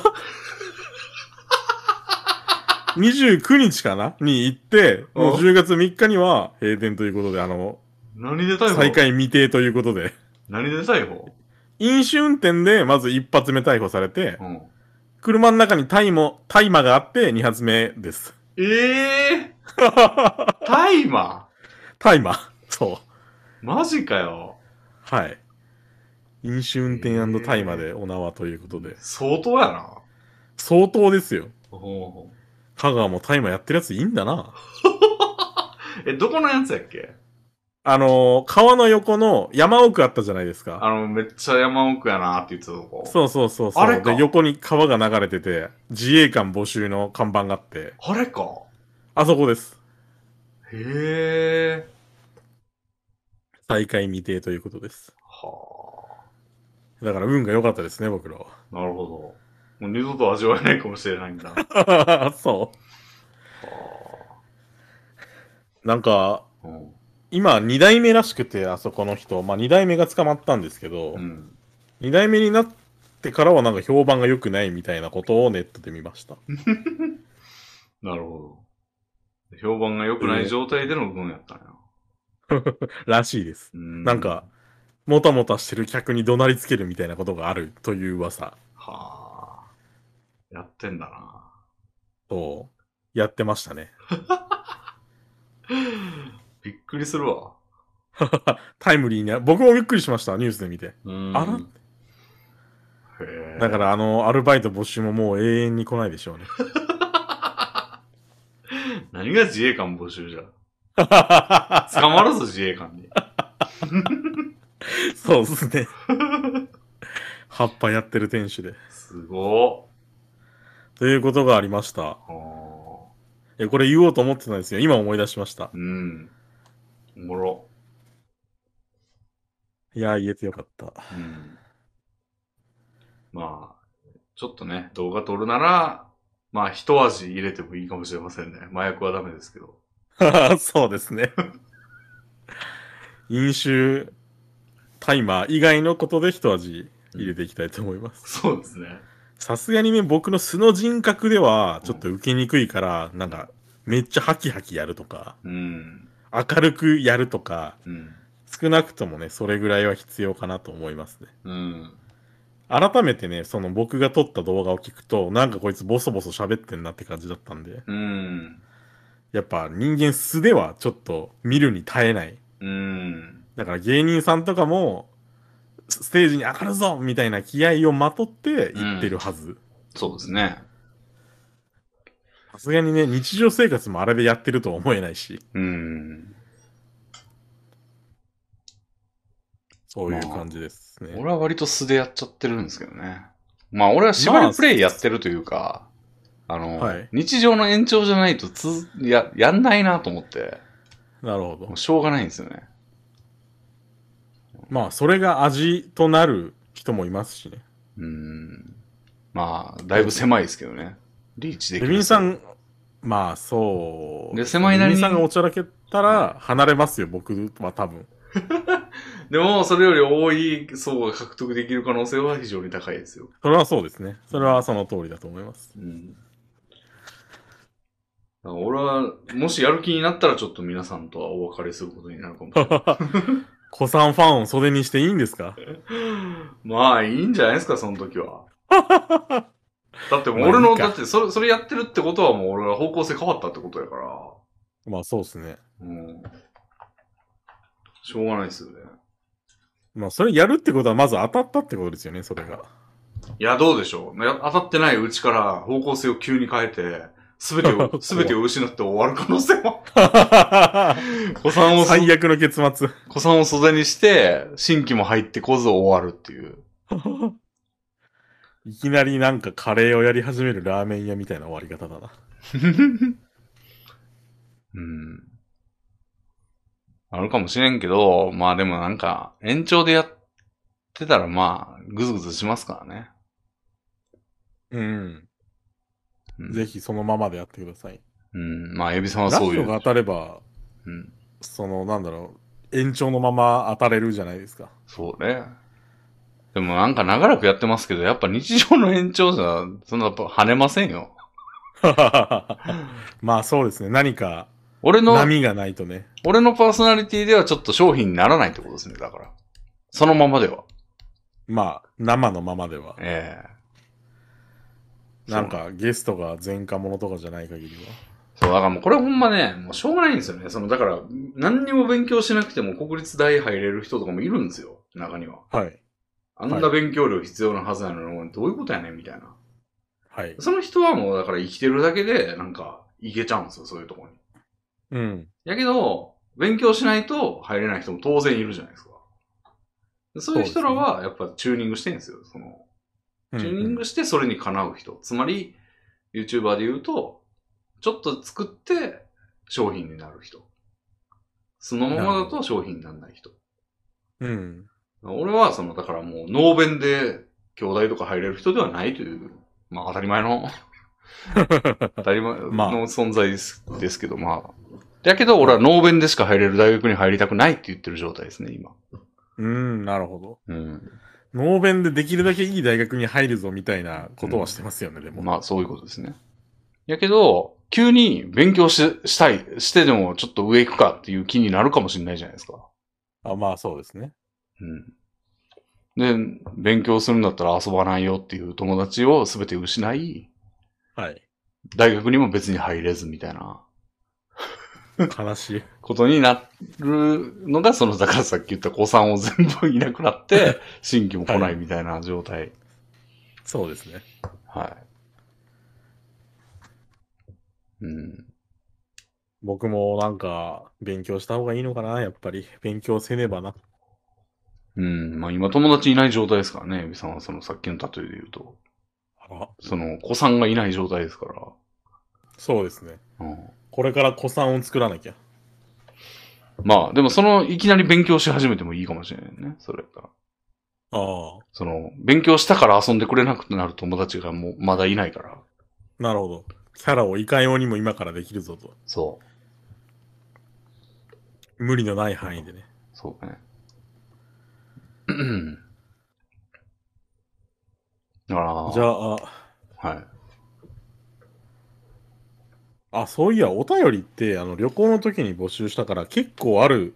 29日かなに行って、もう10月3日には閉店ということで、あの、
何で逮捕
再開未定ということで。
何で逮捕
飲酒運転でまず一発目逮捕されて、
うん。
車の中に大麻、大麻があって二発目です。
ええー、 大麻
大麻。そう。
マジかよ。
はい。飲酒運転大麻でお縄ということで。
相当やな。
相当ですよ。
おう
香川も大麻やってるやついいんだな。
え、どこのやつやっけ
あのー川の横の山奥あったじゃないですか。
あの、めっちゃ山奥やなって言ってたとこ。
そうそうそうそう。
あれか
で、横に川が流れてて、自衛官募集の看板があって、
あれか。
あそこです。
へえ。
再開未定ということです。
はあ。
だから運が良かったですね、僕らは。
なるほど。もう二度と味わえないかもしれないんだ。 は
そ
あ
う。なんか、
うん
今、二代目らしくて、あそこの人。まあ、二代目が捕まったんですけど、
うん。
二代目になってからはなんか評判が良くないみたいなことをネットで見ました。
なるほど。評判が良くない状態での軍やったんや。
らしいです。
うん
なんか。、もたもたしてる客に怒鳴りつけるみたいなことがあるという噂。
はあ。やってんだな。
そう。やってましたね。
びっくりするわ。
タイムリーな、僕もびっくりしました、ニュースで見て。
うん
あら
へえ。
だから、あの、アルバイト募集ももう永遠に来ないでしょうね。
何が自衛官募集じ ゃ。捕まるぞ、自衛官に。
そうですね。葉っぱやってる店主で。
すご
ということがありました。
っ。はあ
え、これ言おうと思ってたんですよ。今思い出しました。
うん。おもろ。
いやー、言えてよかった。
うんまあ、ちょっとね、動画撮るなら、まあ、一味入れてもいいかもしれませんね。麻薬はダメですけど。
そうですね。飲酒、タイマー以外のことで一味入れていきたいと思います。
そうですね。
さすがにね、僕の素の人格では、ちょっと受けにくいから、なんか、めっちゃハキハキやるとか、
うん。
明るくやるとか、
うん。
少なくともね、それぐらいは必要かなと思いますね。
うん。
改めてね、その僕が撮った動画を聞くと、なんかこいつボソボソ喋ってんなって感じだったんで、
うん。
やっぱ人間素ではちょっと見るに耐えない。
うん。
だから芸人さんとかも、スステージに上がるぞみたいな気合をまとって言ってるはず。
そうですね。
さすがにね、日常生活もあれでやってるとは思えないし、
うん。
そういう感じですね。
俺は割と素でやっちゃってるんですけどね。まあ俺は縛りプレイやってるというか、あの、
はい
日常の延長じゃないとつややんないなと思って、
なるほ
も
ど
う。しょうがないんですよね。
まあ、それが味となる人もいますしね。
うん。まあ、だいぶ狭いですけどね。リーチでき
レ
る。
ビンさ。ん、まあそう。
で狭いなり
レビ
に
ンさんがおちゃらけたら離れますよ、僕は多分。
でも、それより多い層が獲得できる可能性は非常に高いですよ。
それはそうですね。それはその通りだと思います。
うん。だから俺は、もしやる気になったらちょっと皆さんとはお別れすることになるかもしれない。
子さんファンを袖にしていいんですか
まあ、いいんじゃないですか、その時は。だってもう俺
まあい
の、
いか
だってそれ、それやってるってことはもう俺は方向性変わったってことやから。
まあそうですね。
うん。しょうがないですよね。
まあそれやるってことはまず当たったってことですよね、それ が。
いや、どうでしょう。や当たってないうちから方向性を急に変えて、すべて を、すべてを失って終わる可能性も。子さんを、
最悪の結末。
子さんを袖にして、新規も入ってこず終わるっていう。
いきなりなんかカレーをやり始めるラーメン屋みたいな終わり方だな。
うん。あるかもしれんけど、まあでもなんか、延長でやってたらまあ、ぐずぐずしますからね。
うん。
うん、
ぜひそのままでやってください。
うん。まあ、エビさんは
ラジ
そうい
オ
う。
が当たれば、
うん。
そのなんだろう、延長のまま当たれるじゃない ですか。
そうね。でもなんか長らくやってますけど、やっぱ日常の延長じゃ、そんなやっぱ跳ねませんよ。
まあそうですね、何か
俺の、
波がないとね。
俺のパーソナリティではちょっと商品にならないってことですね、だから。そのままでは。
まあ、生のままでは。
ええ
なんか、ゲストが前科者とかじゃない限り
そう、だからもうこれほんまね、もうしょうがないんですよね。その、だから、何にも勉強しなくても国立大入れる人とかもいるんですよ、中には。
は。はい。
あんな勉強量必要なはずなのに、どういうことやねんみたいな。
はい。
その人はもう、だから生きてるだけで、なんか、いけちゃうんですよ、そういうところに。
うん。
やけど、勉強しないと入れない人も当然いるじゃないですか。そういう人らは、やっぱチューニングしてるんですよ。その、チューニングしてそれにかなう人。つまり、YouTuber で言うと、ちょっと作って商品になる人。そのままだと商品にならない人。
うん。うん。
俺は、その、だからもう、能弁で、兄弟とか入れる人ではないという、まあ、当たり前の、当たり前
まあ
の存在です,、ですけど、まあ。だけど、俺は能弁でしか入れる大学に入りたくないって言ってる状態ですね、今。
うん、なるほど。
うん。
ノーベンでできるだけいい大学に入るぞみたいなことはしてますよね、でも。
まあ、そういうことですね。やけど、急に勉強ししたい、してでもちょっと上行くかっていう気になるかもしれないじゃないですか。
あ、まあそうですね。
うん。で、勉強するんだったら遊ばないよっていう友達を全て失い、
はい。
大学にも別に入れずみたいな
悲しい。
ことになるのが、その、だからさっき言った子さんを全部いなくなって、新規も来ないみたいな状態。
そうですね。
はい。うん。
僕もなんか、勉強した方がいいのかな、やっぱり。勉強せねばな。
うん。まあ今友達いない状態ですからね、エビさんはそのさっきの例えで言うと。
あら、
その、子さんがいない状態ですか
そうですね。
ら。うん。
これから子さんを作らなきゃ。
まあ、でもその、いきなり勉強し始めてもいいかもしれないね、それが。
ああ、
その、勉強したから遊んでくれなくなる友達がもう、まだいないから。
なるほど。キャラをいかようにも今からできるぞと。
そう。
無理のない範囲でね。
そうね。ああ。
じゃあ、
はい。
あ、そういや、お便りって、あの、旅行の時に募集したから結構ある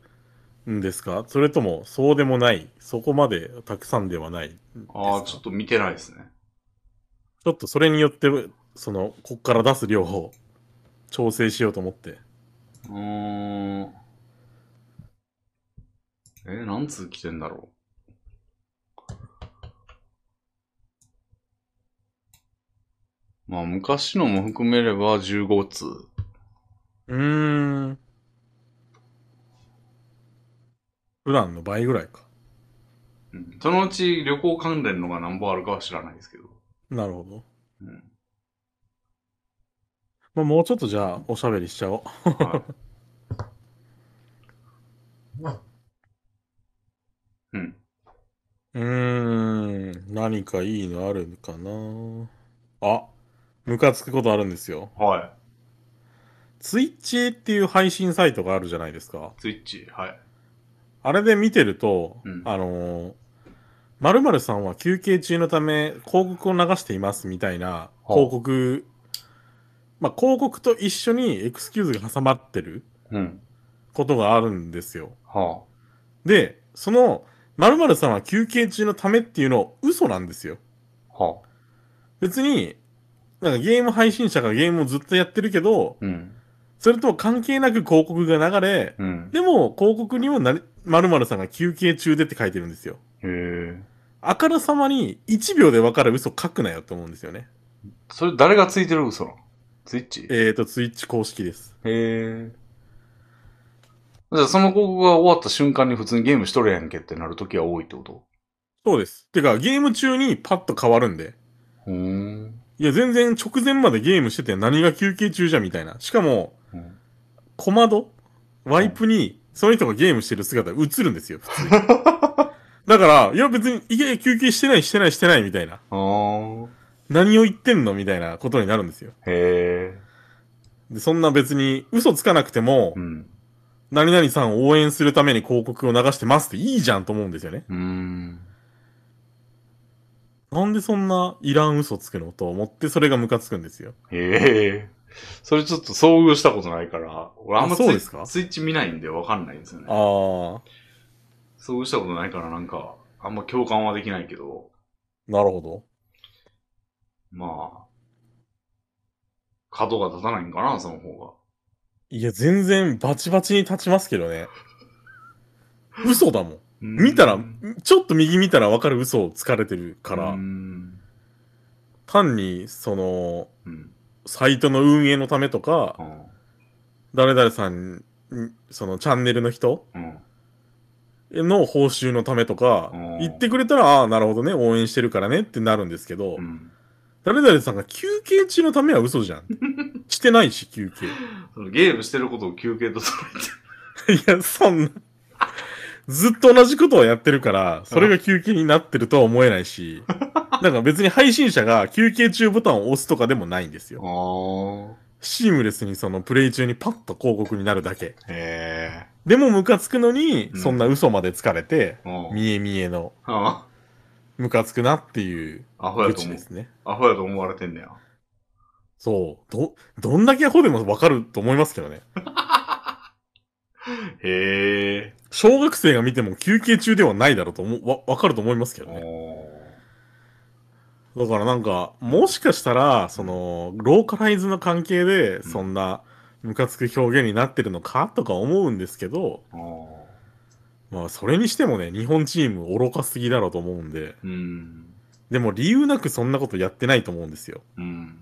んですかそれとも、そうでもない。そこまでたくさんではない。
ああ、
で
ち
すか
ょっと見てないですね。
ちょっとそれによって、その、こっから出す量を調整しようと思って。
うーん。えー、何通来てんだろう。まあ、昔のも含めれば15通。
うーん。普段の倍ぐらいか。
うんそのうち旅行関連のが何本あるかは知らないですけど。
なるほど。
うん。
まあ、もうちょっとじゃあ、おしゃべりしちゃおう。
はいうん。
うーん、何かいいのあるのかなあ、ムカつくことあるんですよ。
は
ツイッチっていう配信サイトがあるじゃないですか。
い。ツイッチ。はい。
あれで見てると、
うん
あのー、〇〇さんは休憩中のため広告を流していますみたいな
あ
広告、まあ広告と一緒にエクスキューズが挟まってる
うん。
ことがあるんですよ。
は
で、その〇〇さんは休憩中のためっていうの嘘なんですよ。
あ。はあ。
別に、なんかゲーム配信者がゲームをずっとやってるけど、
うん。
それとは関係なく広告が流れ、
うん。
でも広告にもなり、〇〇さんが休憩中でって書いてるんですよ。
へえ。
あからさまに1秒で分かる嘘書くなよと思うんですよね。
それ誰がついてる嘘なのツイッチへ
えーと、ツイッチ公式です。
え。じゃあその広告が終わった瞬間に普通にゲームしとるやんけってなるときは多いってこと
そうです。てか、ゲーム中にパッと変わるんで。
ふーん。
いや、全然直前までゲームしてて何が休憩中じゃみたいな。しかも、
うん
小窓ワイプに、その人がゲームしてる姿が映るんですよ、普通に。だから、いや別に、いや、休憩してない、してない、してない、みたいな。
あ
何を言ってんのみたいなことになるんですよ。
あ。へえ。
で、そんな別に、嘘つかなくても、
うん。
何々さんを応援するために広告を流してますっていいじゃんと思うんですよね。
うーん。
なんでそんないらん嘘つくのと思って、それがムカつくんですよ。
へえ。それちょっと遭遇したことないから、俺あんま
あ
ツ
そう
イ
ですか
ツイッチ見ないんでわかんないんですよね。
あ
遭遇したことないからなんか、あんま共感はできないけど、
ー、なるほど。
まあ、角が立たないんかな、その方が。
いや、全然バチバチに立ちますけどね。嘘だもん。
うん
見たら、ちょっと右見たらわかる嘘をつかれてるか
う
ら、
ん。
単に、その、
うん。
サイトの運営のためとか
う、ん
誰々さんに、そのチャンネルの人
うん。
の報酬のためとか
うん、
言ってくれたら、ああー、なるほどね、応援してるからねってなるんですけど、
うん。
誰々さんが休憩中のためは嘘じ ゃん。してないし、休憩。
そのゲームしてることを休憩と捉えて。
いや、そんな。ずっと同じことをやってるから、それが休憩になってるとは思えないし、なんか別に配信者が休憩中ボタンを押すとかでもないんですよ。
あ
シームレスにそのプレイ中にパッと広告になるだけ。
あ。へえ。
でもムカつくのに、
うん
そんな嘘までつかれて、
うん。
見え見えの
あ
ムカつくなっていう
アホや
愚
と
痴
思う
で。すね。
アホやと思われてんねや。
そう。ど、どんだけアホでもわかると思いますけどね。
へえ。
小学生が見ても休憩中ではないだろうと思う、わ、わかると思いますけどね。
おー
だからなんか、もしかしたら、その、ローカライズの関係で、そんな、ムカつく表現になってるのかとか思うんですけど、
おー
まあ、それにしてもね、日本チーム愚かすぎだろうと思うんで、
うん。
でも理由なくそんなことやってないと思うんですよ。
うん。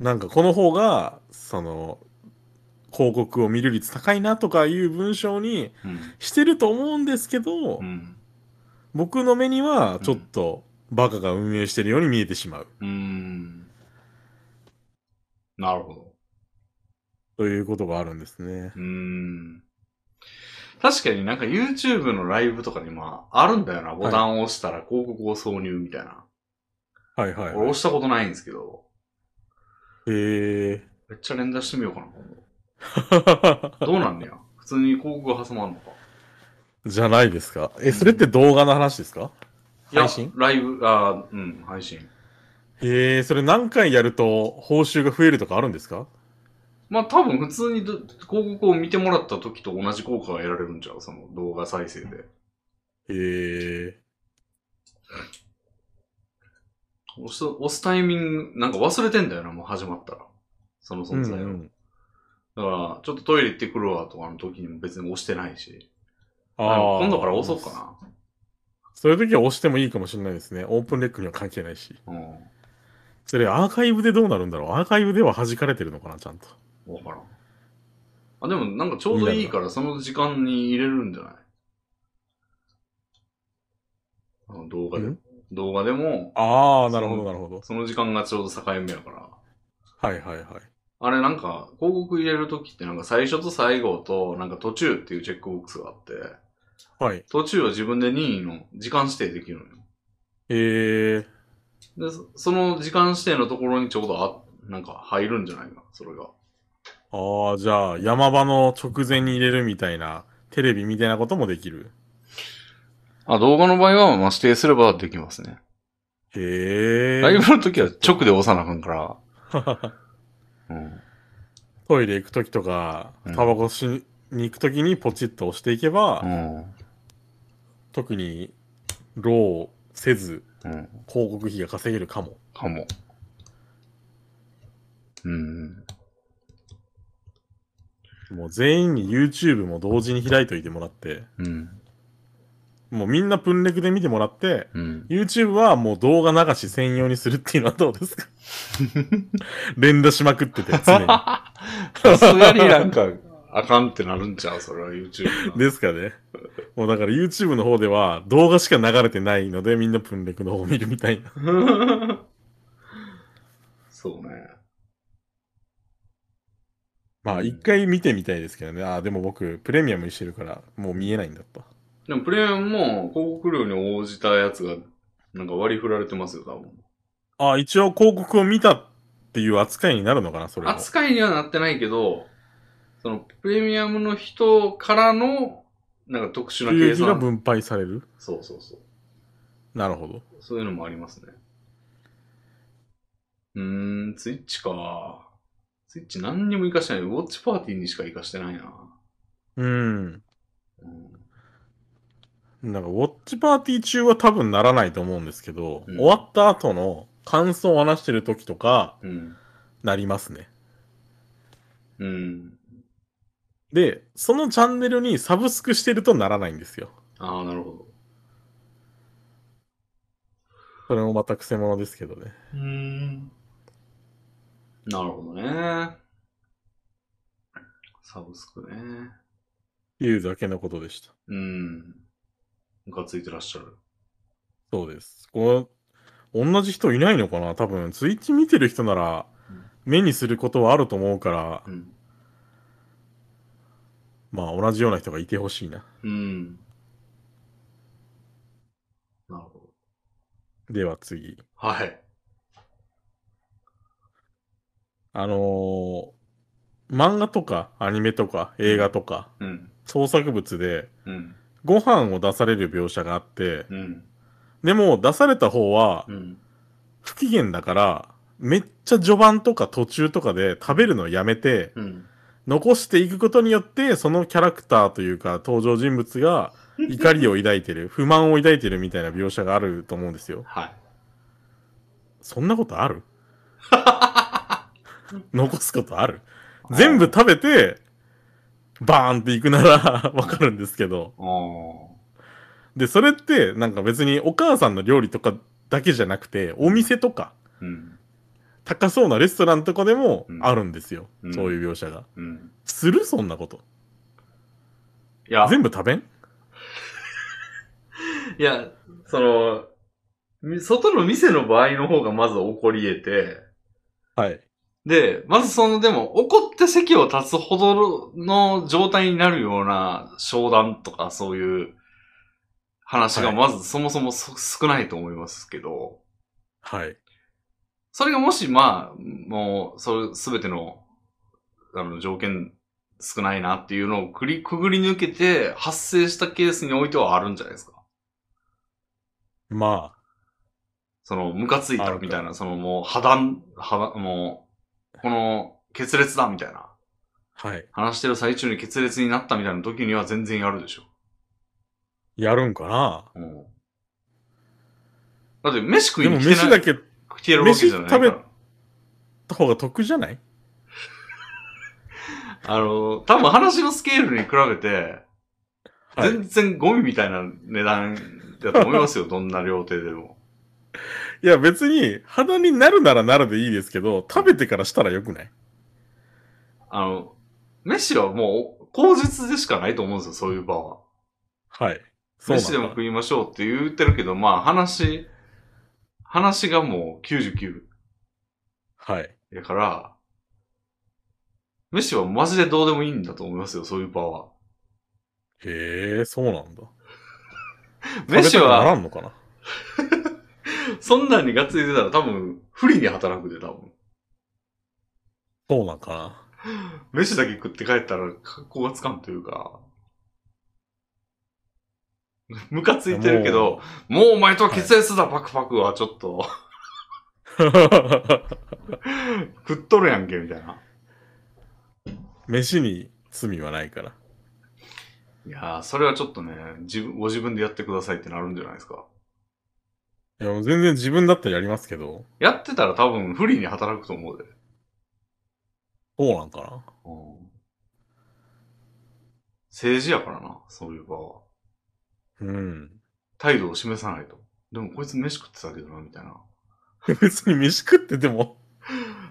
なんか、この方が、その、広告を見る率高いなとかいう文章に
うん。
してると思うんですけど
う、ん。
僕の目には、ちょっと、バカが運営してるように見えてしまう。
うーん。なるほど。
ということがあるんですね。
うーん。確かになんか YouTube のライブとかにまあ、あるんだよな。ボタンを押したら広告を挿入みたいな。
はいは
俺
い、はい
押。したことないんですけど、
へえ。
めっちゃ連打してみようかな、今 度どうなんねや。普通に広告が挟まんのか。
じゃないですか。え、それって動画の話ですか
いや
配信
ライブ、あーうん、配信。
えー、それ何回やると報酬が増えるとかあるんですか
まあ多分普通にど広告を見てもらった時と同じ効果が得られるんちゃうその動画再生で。
えー、
押す、押すタイミング、なんか忘れてんだよな、もう始まったら。その存在を。
うんうん
だから、ちょっとトイレ行ってくるわとかの時にも別に押してないし。
あ
あ
ー
今度から押そうか
そういう時は押してもいいかもしれないですね。オープンレックには関係ないし。
な。うん。
それアーカイブでどうなるんだろうアーカイブでは弾かれてるのかなちゃんと。
わからん。あ、でもなんかちょうどいいからその時間に入れるんじゃないあの動画で
ん。
動画でも、
ああ、なるほ
そ
ど、
う
なるほど。
その時間がちょうど境目やから。
はいはいはい。
あれなんか、広告入れるときってなんか最初と最後と、なんか途中っていうチェックボックスがあって、
はい。
途中は自分で任意の時間指定できる
えー、
のよ。で、そその時間指定のところにちょうどあ、なんか入るんじゃないかな、それが。
ああ、じゃあ、山場の直前に入れるみたいな、テレビみたいなこともできる。
あ、動画の場合は、まあ、指定すればできますね。
へえ。
ライブの時は直で押さなあかんから。 うん。
トイレ行くときとか
うん、
タバコしに行くときにポチッと押していけば、
うん。
特に、ローせず、
うん。
広告費が稼げるかも。
かも。うん。
もう全員に YouTube も同時に開いといてもらって、
うん。
もうみんなプンレクで見てもらって、
うん。
YouTube はもう動画流し専用にするっていうのはどうですか 連打しまくってて、常に。
さすがになんか、あかんってなるんちゃうそれは YouTube が。
ですかね。もうだから YouTube の方では動画しか流れてないのでみんなプンレクの方を見るみたいな。
そうね。
まあ一回見てみたいですけどね。ああ、でも僕プレミアムにしてるからもう見えないんだった。
でもプレミアムも広告料に応じたやつが、なんか割り振られてますよ、多分。
ああ、一応広告を見たっていう扱いになるのかな、それは。
扱いにはなってないけど、そのプレミアムの人からの、なんか特殊な
収
計
益が
算。
分配される。
そうそうそう。
なるほど。
そういうのもありますね。うーん、ツイッチか。ツイッチ何にも活かしてない。ウォッチパーティーにしか活かしてないな。
うん。
うん。
なんかウォッチパーティー中は多分ならないと思うんですけど、
うん
終わった後の感想を話してる時とか
うん。
なりますね。
うん。
で、そのチャンネルにサブスクしてるとならないんですよ。
ああ、なるほど。
それもまたくせ者ですけどね。
うーん。なるほどね。サブスクね。
いうだけのことでした。
うん。ムカついてらっしゃる。
そうです。これ、同じ人いないのかな多分、ツイッチ見てる人なら
うん、
目にすることはあると思うから、
うん。
まあ同じような人がいてほしいな。
うん。なるほど。
では次。
はい。
あのー漫画とかアニメとか映画とか
うん。
創作物で
うん。
ご飯を出される描写があって、
うん。
でも出された方は
うん。
不機嫌だから、めっちゃ序盤とか途中とかで食べるのをやめて、
うん。
残していくことによって、そのキャラクターというか登場人物が怒りを抱いてる、 不満を抱いてるみたいな描写があると思うんですよ。
はい。
そんなこと ある残すことある全部食べて、バーンっていくなら わかるんですけど。
ああ。
で、それってなんか別にお母さんの料理とかだけじゃなくて、お店とか、
うん。
高そうなレストランとかでも
うん
あるんですよ。
うん
そういう描写が。
うん。
するそんなこと。
いや、
全部食べん
いや、その、み外の店の場合の方がまず起こり得て、
はい。
で、まずその、でも、怒って席を立つほどの状態になるような商談とかそういう話が
はい
まずそもそもそ少ないと思いますけど、
はい。
それがもし、まあ、もう、それ、すべての、あの、条件少ないなっていうのをくり、くぐり抜けて発生したケースにおいてはあるんじゃないですか。
ま
その、ムカつい
あ
た
るか
みたいな、そのもう、破談、破談、もう、この、決裂だみたいな。
あ、はい。
話してる最中に決裂になったみたいな時には全然やるでしょ。
やるんかな
うん。だって、飯食い
で
に
も
来てない
飯だけ食
来てるわけじゃないか
飯食
ら
べ。った方が得じゃない
あの、多分話のスケールに比べて、
はい。
全然ゴミみたいな値段だと思い ますよ、どんな料亭でも。
いや別に、肌になるならなるでいいですけど、食べてからしたらよくない
あの、飯はもう、口実でしかないと思うんですよ、そういう場は。
はい。そう
飯でも
なんだ
食いましょうって言ってるけど、まあ話、話がもう99
はい。
やから、飯はマジでどうでもいいんだと思いますよ、そういう場は。
へえ、そうなんだ。
飯
食べたくな
は、
らんのかな
そんなんにがっついてたら多分、不利に働くで、多分。
そうなんかな
飯だけ食って帰ったら格好がつかんというか、 ムカついてるけど、もうお前とは血圧だ、パクパクはちょっと、食っとるやんけ、みたいな。
飯に罪はないから。
いやー、それはちょっとね、自分、ご自分でやってくださいってなるんじゃないですか。
いや、もう全然自分だったらやりますけど、
やってたら多分不利に働くと思うで。
そうなんかな
うん政治やからな、そういう場は。
うん。
態度を示さないと。でもこいつ飯食ってたけどな、みたいな。
別に飯食ってても、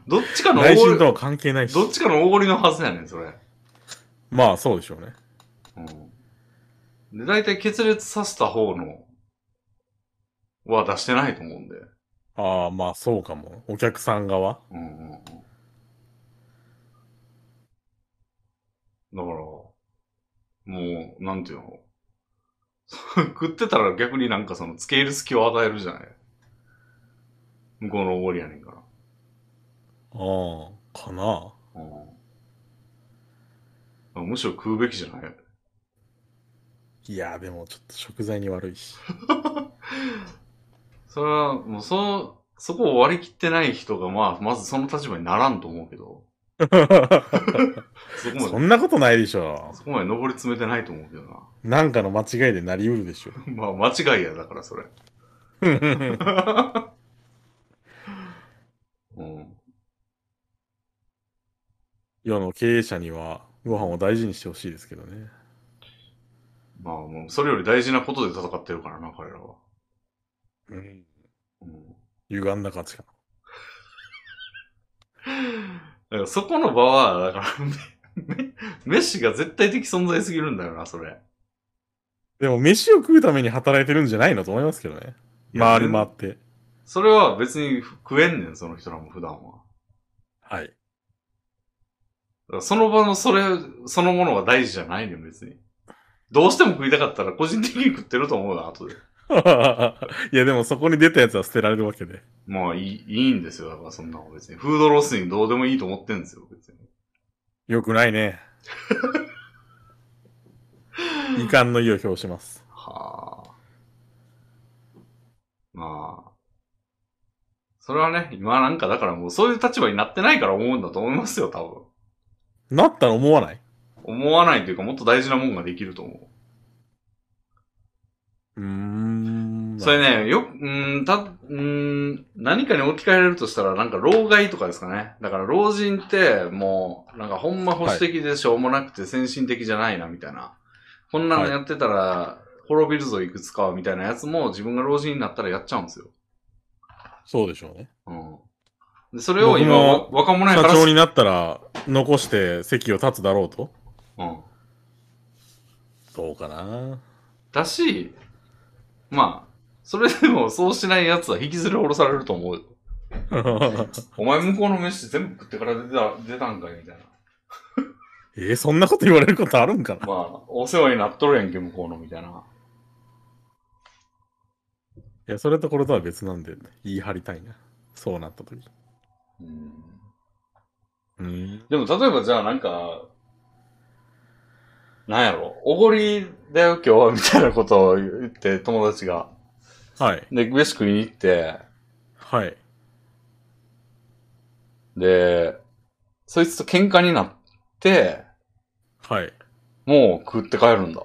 どっちかの
内
お
心と
ご
は関係ない
り、
し。
どっちかのおごりのはずやねん、それ。
まあ、そうでしょうね。
うん。で、大体決裂させた方の、は出してないと思うんで。
ああ、まあ、そうかも。お客さん側。
うんうんうん。だから、もう、なんていうの。 食ってたら逆になんかその、付け入る隙を与えるじゃない向こうのおごりやねんから。
ああ、かな
うん。むしろ食うべきじゃない
いや、でもちょっと食材に悪いし。
それは、もう、そ、そこを割り切ってない人が、まあ、まずその立場にならんと思うけ ど、そこま
そ
で、
んなことないでしょ。
そこまで上り詰めてないと思うけどな。
なんかの間違いでなりうるで しょ。
まあ、間違いや、だから、それ。うん。
世の経営者にはご飯を大事にしてほしいですけどね。
まあ、もう、それより大事なことで戦ってるからな、彼らは。
うん。
うん。
歪んだ価値観。
だから、そこの場は、だから、 め、め、飯が絶対的存在すぎるんだよな、それ。
でも飯を食うために働いてるんじゃないのと思いますけどね。
いや
回り回って。
それは別に食えんねん、その人らも普段は。
はい。
だからその場のそれ、そのものが大事じゃないねん、別に。どうしても食いたかったら個人的に食ってると思うな、後で。
いや でもそこに出たやつは捨てられるわけで。
まあ、いい、いいんですよ、だからそんなの別に。フードロスにどうでもいいと思ってんですよ、別に。
よくない ね。遺憾の意を表します。
はあ。まあ。それはね、今なんかだからもうそういう立場になってないから思うんだと思いますよ、多
なったら思わない
分。思わないというか、もっと大事なもんができると思う。
うーん。
それね、よく、うーんた、うーん、何かに置き換えられるとしたら、なんか、老害とかですかね。だから、老人って、もう、なんか、ほんま保守的でしょうもなくて先進的じゃないな、みたいな。こんなのやってたら、滅びるぞ、いくつかは、みたいなやつも、自分が老人になったらやっちゃうんですよ。
そうでしょうね。
うん。でそれを今、
僕
若者や
社
から
長になったら残して席を立つだろうと
うん。
どう かな
だし、まあ、それでも、そうしないやつは引きずり下ろされると思うよ。お前、向こうの飯全部食ってから出た、出たんかい、みたいな。
えーそんなこと言われることあるんかな
まあ、お世話になっとるやんけ、向こうの、みたいな。
いや、それとこれとは別なんで、言い張りたいな。そうなった時。
うん。
うん。
でも、例えばじゃあ、なんか、なんやろ、おごりだよ、今日は、みたいなことを言って、友達が。
はい。
で、飯食いに行って、
はい。
で、そいつと喧嘩になって、
はい。
もう食って帰るんだ。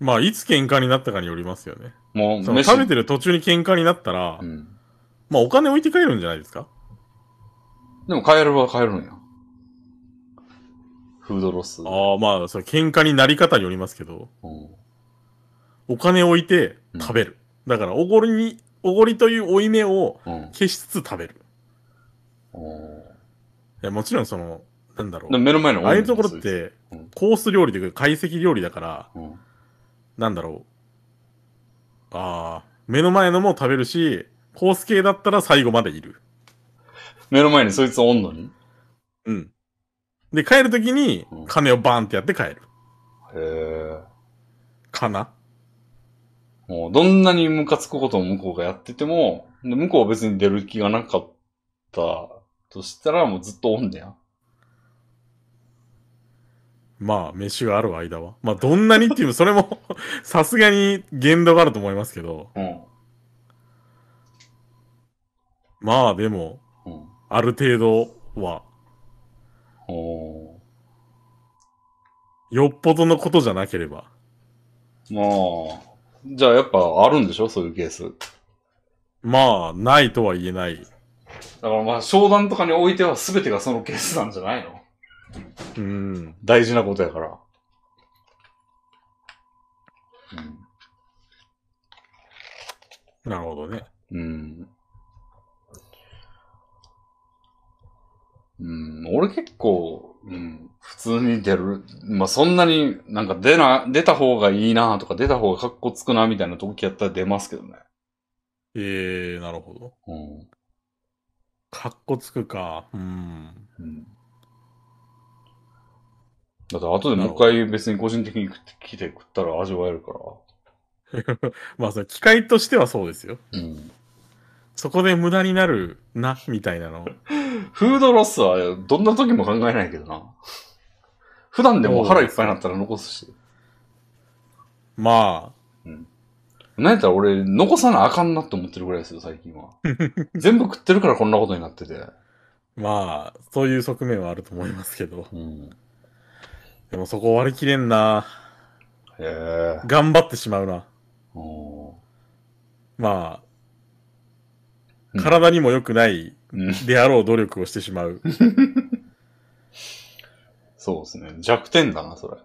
まあ、いつ喧嘩になったかによりますよね。
もう
その
飯。
食べてる途中に喧嘩になったら、
うん。
まあ、お金置いて帰るんじゃないですか
でも帰るは帰るんや。フードロス。
ああ、まあ、それ喧嘩になり方によりますけど、
うん
お金置いて食べる。だから、おごりに、おごりという負い目を
うん。
消しつつ食べる。
おー
いや、もちろんその、なんだろ
で
う。
目の前の
ああいうところっ、て
うん、
コース料理というか、懐石料理だから、
うん
なんだろう。ああ、目の前のも食べるし、コース系だったら最後までいる。
目の前にそいつおんのに
うん。で、帰るときに
うん、
金をバーンってやって帰る。
へえ。
かな
もうどんなにムカつくことを向こうがやってても、で向こうは別に出る気がなかったとしたらもうずっとおんねや。
まあ、飯がある間は。まあ、どんなにっていう、それも、 さすがに限度があると思いますけど、
うん。
まあ、でも、
うん。
ある程度は、
お
よっぽどのことじゃなければ。
ーまあ。じゃあやっぱあるんでしょそういうケース。
まあ、ないとは言えない。
だからまあ商談とかにおいては全てがそのケースなんじゃないの
うん。
大事なことやから。
なるほどね。
うん。うん。俺結構、うん、普通に出る。まあ、そんなになんか出な、出た方がいいなとか出た方が格好つくなみたいな時やったら出ますけどね。
ええー、なるほど。
うん。
かっこつくか。うん。
うん。だって後でもう一回別に個人的に食って来て食ったら味わえるから。
まあ、それ、機械としてはそうですよ。
うん。
そこで無駄になるな、みたいなの。
フードロスはどんな時も考えないけどな。普段でも腹いっぱいになったら残すし。
ま
なんやったら俺、残さなあかんなって思ってるぐらいですよ、最近 は。全部食ってるからこんなことになってて。
あ、まあ、そういう側面はあると思いますけど。
うん。
でもそこ割り切れんな。
へえ。
頑張ってしまうな。
お
ま
うん
あ、体にも良くない
ーうん。
であろう努力をしてしまう。
そうですね。弱点だな、それ。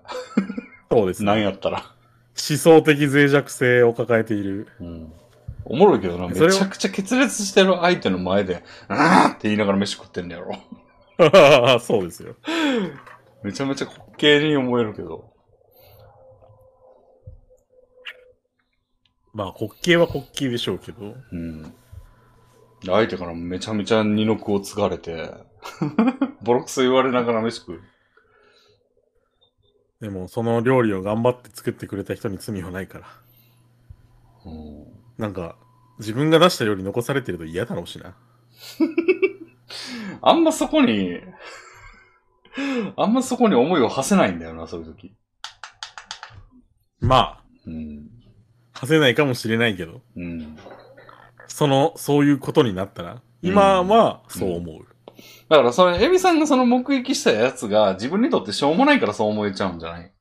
そうです
なん
ね。
やったら。
思想的脆弱性を抱えている。
うん。おもろいけどな、め
それを
ちゃくちゃ決裂してる相手の前で、あーって言いながら飯食ってんのやろ。
そうですよ。
めちゃめちゃ滑稽に思えるけど。
まあ、滑稽は滑稽でしょうけど。
うん。で相手からめちゃめちゃ二の句を継がれて、 ボロクソ言われながら飯食う。
でも、その料理を頑張って作ってくれた人に罪はないから。
うん
なんか、自分が出した料理残されてると嫌だろうしな。
あんまそこに、 あんまそこに思いを馳せないんだよな、そういう時。
まあ、
うん。
馳せないかもしれないけど、
うん。だ
その、そういうことになったら、今はそう思う。
から、それ、エビさんがその目撃したやつが自分にとってしょうもないからそう思えちゃうんじゃない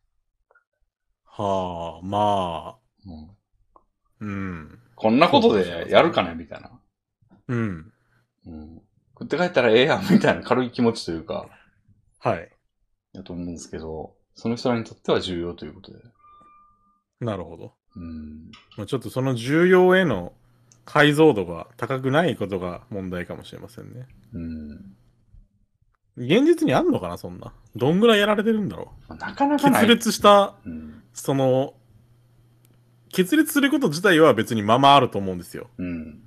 はあ、まあ、
うん。
うん。
こんなことでやるかねみたいな。
うん。
うん。食って帰ったらええやん、みたいな軽い気持ちというか、
はい。
だと思うんですけど、その人らにとっては重要ということで。
なるほど。
うん。
まあ、ちょっとその重要への解像度が高くないことが問題かもしれませんね。
うん。
現実にあんのかな、そんな。どんぐらいやられてるんだろ
まあなかな
う。
かな
決
い。
裂した、
うん。
その、決裂すること自体は別にまあまああると思うんですよ。
うん。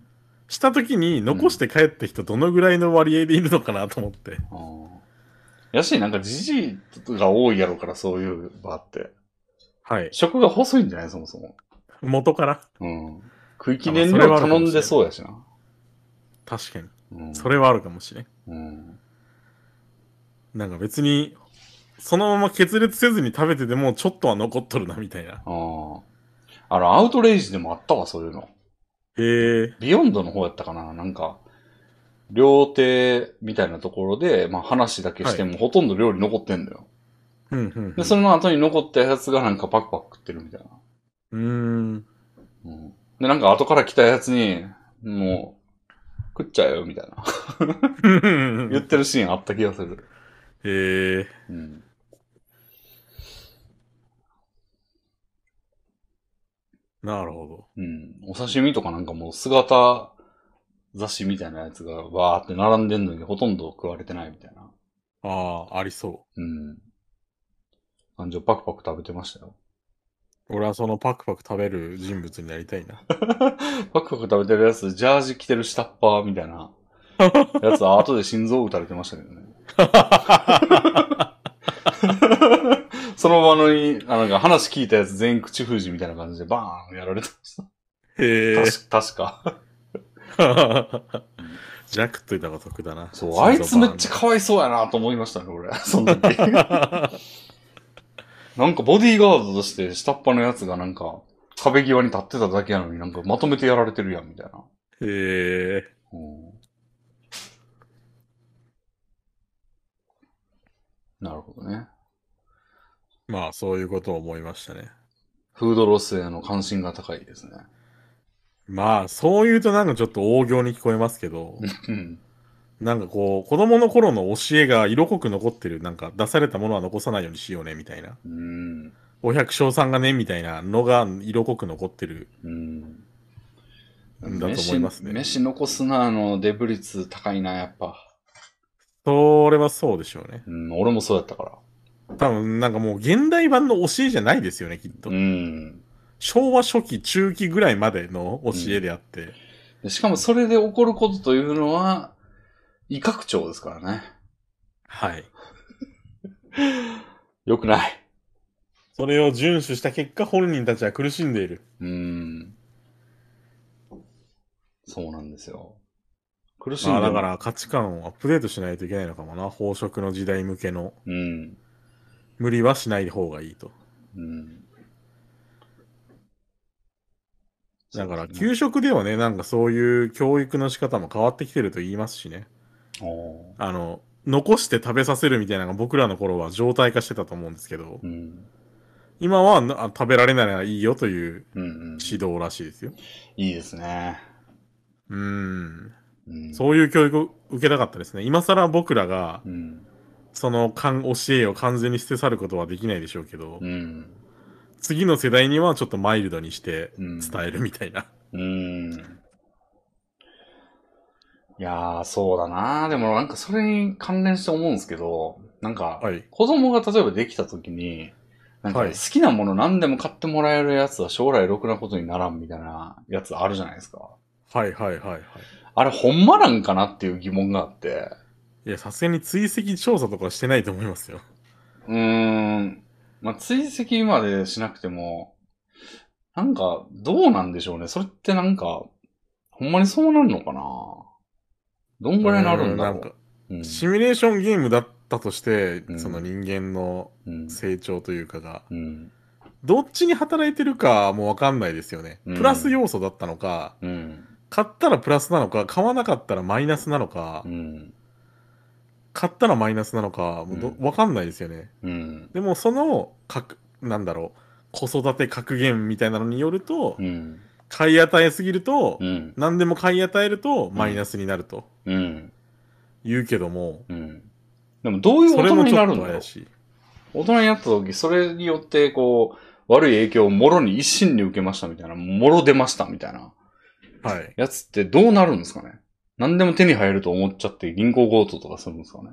した時に残して帰った人どのぐらいの割合でいるのかなと思って。
あーやし、なんかじじいが多いやろから、そういう場って。
はい。
食が細いんじゃないそもそも。
元から。
うん。食い気燃料頼んでそうやしな。
確かに。
うん。
それはあるかもしれん。
うん。
なんか別に、そのまま決裂せずに食べててもちょっとは残っとるなみたいな。
ああ。あの、アウトレイジでもあったわ、そういうの。
へえ。
ビヨンドの方やったかななんか、料亭みたいなところで、まあ話だけしても、ほとんど料理残ってんだよ。
うんうん
で、それの後に残ったやつがなんかパクパク食ってるみたいな。
うん。うーん。
うん。で、なんか後から来たやつに、もう、食っちゃえよ、みたいな。言ってるシーンあった気がする。
へえ。
うん。
なるほど。
うん。お刺身とかなんかもう姿、雑誌みたいなやつがわーって並んでんのにほとんど食われてないみたいな。
ああ、ありそう。
うん。感じをパクパク食べてましたよ。
俺はそのパクパク食べる人物になりたいな。
パクパク食べてるやつ、ジャージ着てる下っ端みたいな。やつは後で心臓打たれてましたけどね。その場のに、あのなんか話聞いたやつ全員口封じみたいな感じでバーンやられてました。
へえ。
確確か。
ジャックっといた方が得だな。
そう、あいつめっちゃかわいそうやなと思いましたね、俺。 その 時。
ゃ。
なんかボディーガードとして下っ端のやつがなんか壁際に立ってただけやのになんかまとめてやられてるやん、みたいな。
へえ。
うんなるほどね。
まあ、そういうことを思いましたね。
フードロスへの関心が高いですね。
まあ、そう言うとなんかちょっと大行に聞こえますけど、
うん。
なんかこう、子供の頃の教えが色濃く残ってる、なんか出されたものは残さないようにしようね、みたいな。
うん。
お百姓さんがね、みたいなのが色濃く残ってる。
うん。
だと思いますね
飯飯残すな、あの、デブ率高いな、やっぱ。
それはそうでしょうね。
うん、俺もそうだったから。
多分、なんかもう現代版の教えじゃないですよね、きっと。
うん。
昭和初期、中期ぐらいまでの教えであって。
でしかもそれで起こることというのは、威嚇調ですからね。
はい。
良くない。
それを遵守した結果、本人たちは苦しんでいる。
うん。そうなんですよ。苦しんで
ま
る
あだから価値観をアップデートしないといけないのかもな。飽食の時代向けの
うん。
無理はしない方がいいと。
うん。
だから
急
給食ではね、なんかそういう教育の仕方も変わってきてると言いますしね。あの、残して食べさせるみたいなのが僕らの頃は常態化してたと思うんですけど
う、ん。
今はなあ食べられないならいいよという
うん、うん。
指導らしいですよ。
いいですね。
うーん。
うん。
そういう教育を受けたかったですね。今更僕らが
う。うん。
その感教えを完全に捨て去ることはできないでしょうけど、
うん。
次の世代にはちょっとマイルドにして
うん。
伝えるみたいな。
うーん。いやー、そうだなー。でもなんかそれに関連して思うんですけど、なんか、
はい。
子供が例えばできた時に、なんか
はい
好きなもの何でも買ってもらえるやつは将来ろくなことにならんみたいなやつあるじゃないですか。
はいはいはいはい。
あれほんまなんかなっていう疑問があって、
いや、さすがに追跡調査とかしてないと思いますよ。
うーん、まあ、追跡までしなくても、なんかどうなんでしょうね。それってなんか、ほんまにそうなるのかなどんぐらいになるんだろう。
うなんか
うん
シミュレーションゲームだったとして、
うん
その人間の
うん
成長というかが、
うん。
どっちに働いてるかもわかんないですよね。
うん
プラス要素だったのか、
うん。
買ったらプラスなのか、買わなかったらマイナスなのか
う、ん。
買ったらマイナスなのか、もうど
うん
わかんないですよね。
うん。
でもその格、なんだろう、子育て格言みたいなのによると、
うん。
買い与えすぎると、
うん。
何でも買い与えるとマイナスになると
うん。
言うけども、
うん。でもどういう
そ
大
れ
人
も
に
ち
な
ょ
る
っ
ん
と
だろう
怪しい。
大人になった時、それによって、こう、悪い影響をもろに一心に受けましたみたいな、もろ出ましたみたいな
はい。
やつってどうなるんですかね何でも手に入ると思っちゃって銀行強盗とかするんですかね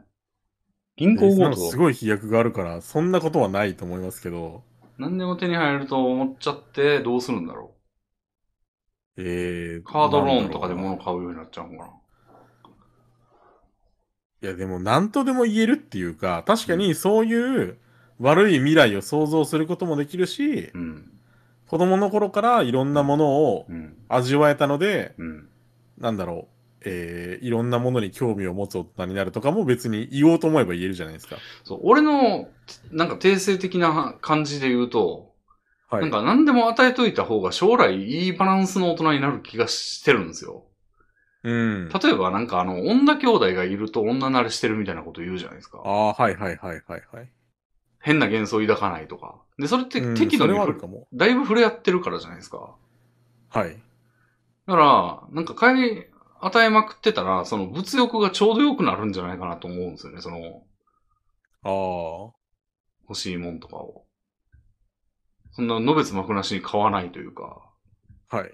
銀行
な
強
んかす
盗
ごい飛躍があるから、そんなことはないと思いますけど、
何でも手に入ると思っちゃってどうするんだろ
えー、
うカードローンとかで
なん
物
だろ
買うようになっちゃうのかな
うないや、でも何とでも言えるっていうか、確かにそういう悪い未来を想像することもできるし、
うん。
子供の頃からいろんなものを
うん。
味わえたので、
うん。
なんだろう、えー、いろんなものに興味を持つ大人になるとかも別に言おうと思えば言えるじゃないですか。
そう、俺の、なんか定性的な感じで言うと、
はい。
なんか何でも与えといた方が将来いいバランスの大人になる気がしてるんですよ。
うん。
例えばなんかあの、女兄弟がいると女慣れしてるみたいなこと言うじゃないですか。
ああー、はいはいはいはいはい。
変な幻想を抱かないとか。で、それって
うん
適度
そ
に
れはあ
ふ
るかも。
だいぶ触れ合ってるからじゃないですか。
はい。
だから、なんか買い与えまくってたら、その物欲がちょうど良くなるんじゃないかなと思うんですよね。その、
ああ。
欲しいもんとかを。そんな、のべつ幕なしに買わないというか。
はい。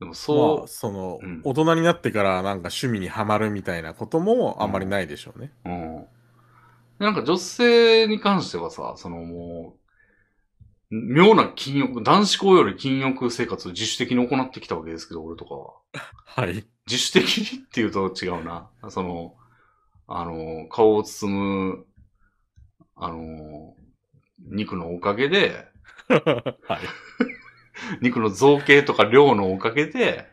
でも
そ、
そう
まあ、その、
うん
大人になってからなんか趣味にはまるみたいなこともあんまりないでしょうね。
うん。でなんか女性に関してはさ、そのもう、妙な禁欲、男子校より禁欲生活を自主的に行ってきたわけですけど、俺とかは。
はい。
自主的にっていうと違うな。その、あの、顔を包む、あの、肉のおかげで、
はい。
肉の造形とか量のおかげで、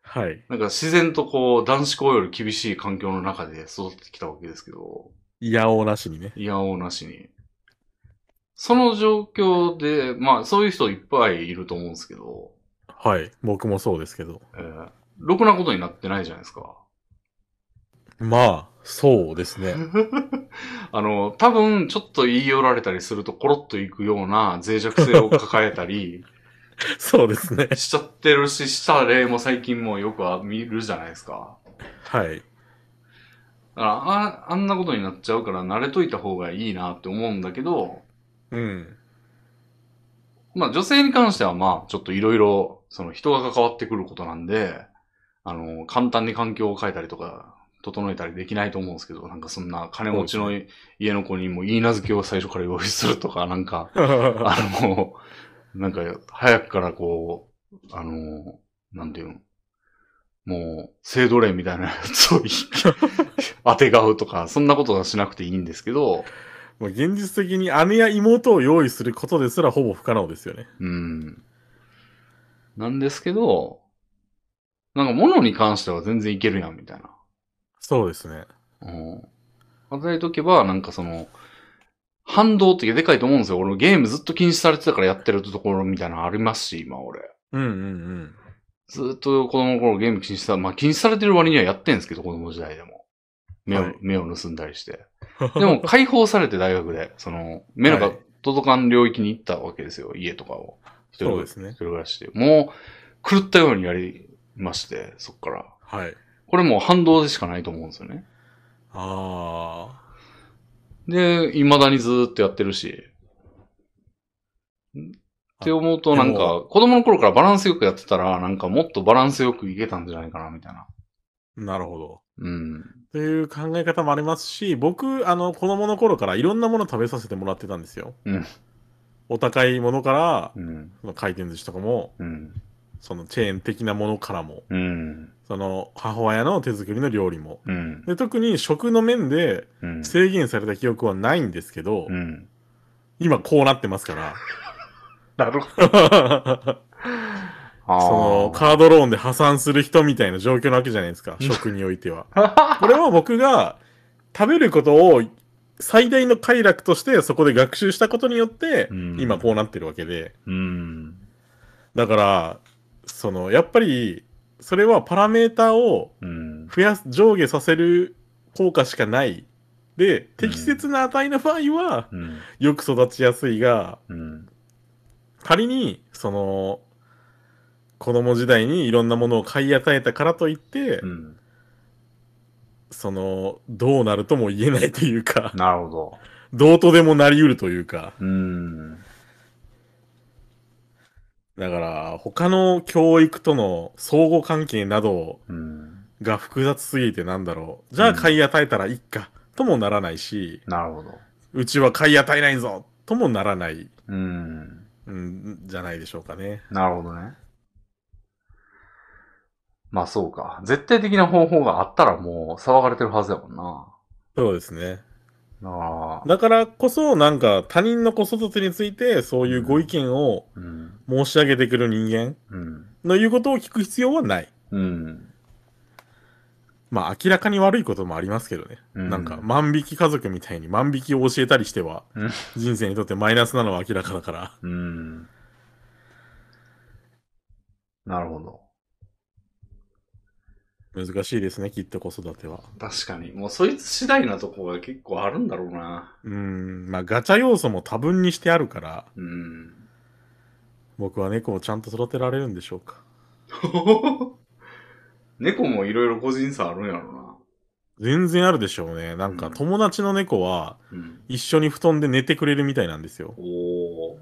はい。
なんか自然とこう、男子校より厳しい環境の中で育ってきたわけですけど、
いやおうなしにね。
いやおうなしに。その状況で、まあそういう人いっぱいいると思うんですけど、
はい。僕もそうですけど。
えーろくなことになってないじゃないですか。
まあ、そうですね。
あの、多分、ちょっと言い寄られたりすると、コロッといくような脆弱性を抱えたり
そうですね。
しちゃってるし、した例も最近もよくは見るじゃないですか。
は
だ
い。
からあ、あんなことになっちゃうから慣れといた方がいいなって思うんだけど、
うん。
まあ女性に関してはまあ、ちょっといろいろ、その人が関わってくることなんで、あの、簡単に環境を変えたりとか、整えたりできないと思うんですけど、なんかそんな金持ちの家の子にもいい名付けを最初から用意するとか、なんか、
は
あの、なんか、早くからこう、あの、なんていうの、もう、性奴隷みたいなやつをい当てがうとか、そんなことはしなくていいんですけど、
もう現実的に姉や妹を用意することですらほぼ不可能ですよね。
うん。なんですけど、なんか物に関しては全然いけるやん、みたいな。
そうですね。
うん。与えとけば、なんかその、反動ってでかいと思うんですよ。俺ゲームずっと禁止されてたからやってるところみたいなのありますし、今俺。
うんうん
ずーっと子供の頃ゲーム禁止さ、まあ禁止されてる割にはやってんですけど、子供時代でも。目を、
はい
目を盗んだりして。
うん。
でも、解放されて大学で、その、目の
は
が
い
届かん領域に行ったわけですよ、家とかを。一人
そう
暮
で
らし、
すね
一。人暮らしで。もう、狂ったようにやりまして、そっから。
はい。
これもう反動でしかないと思うんですよね。
あ
で、未だにずーっとやってるし。んって思うと、なん
で
か、子供の頃からバランスよくやってたら、なんかもっとバランスよくいけたんじゃないかな、みたいな。
あ、なるほど。
うん。
という考え方もありますし、僕、あの、子供の頃からいろんなもの食べさせてもらってたんですよ。
うん
お高いものから、
うん。
その回転寿司とかも、
うん。
そのチェーン的なものからも、
うん。
その母親の手作りの料理も。
うん。
で、特に食の面で
うん。
制限された記憶はないんですけど、
うん。
今こうなってますから。
なるほど。
そのカードローンで破産する人みたいな状況なわけじゃないですか、
うん
食においては。これは僕が食べることを最大の快楽としてそこで学習したことによって、
うん
今こうなってるわけで。
うん。
だから、その、やっぱり、それはパラメーターを
うん。
増やす、上下させる効果しかない。で、適切な値の場合は、
うん。
よく育ちやすいが、
うん。
仮に、その、子供時代にいろんなものを買い与えたからといって、
うん。
その、どうなるとも言えないというか、
なるほど。
どうとでもなり得るというか、
うん。
だから、他の教育との相互関係など
うん。
が複雑すぎてなんだろう。じゃあ買い与えたらいっか、ともならないし、
なるほど。
うちは買い与えないぞ、ともならない、
うん。
うん、じゃないでしょうかね。
なるほどね。まあそうか。絶対的な方法があったらもう騒がれてるはずやもんな。
そうですね。
だから、
だからこそ、なんか他人の子育てについて、そういうご意見を
うん。
申し上げてくる人間
うん。
の言うことを聞く必要はない。
うん。
まあ明らかに悪いこともありますけどね。
うん
なんか万引き家族みたいに万引きを教えたりしては
うん、
人生にとってマイナスなのは明らかだから。
うん。なるほど。
難しいですね、きっと子育ては。
確かに。もうそいつ次第なとこが結構あるんだろうな。
うん、まあガチャ要素も多分にしてあるから、
うん。
僕は猫をちゃんと育てられるんでしょうか。
猫もいろいろ個人差あるんやろ
全然あるでしょうね。なん
う
か
ん
友達の猫は
うな。うん。
一緒に布団で寝てくれるみたいなんですよ。
おー。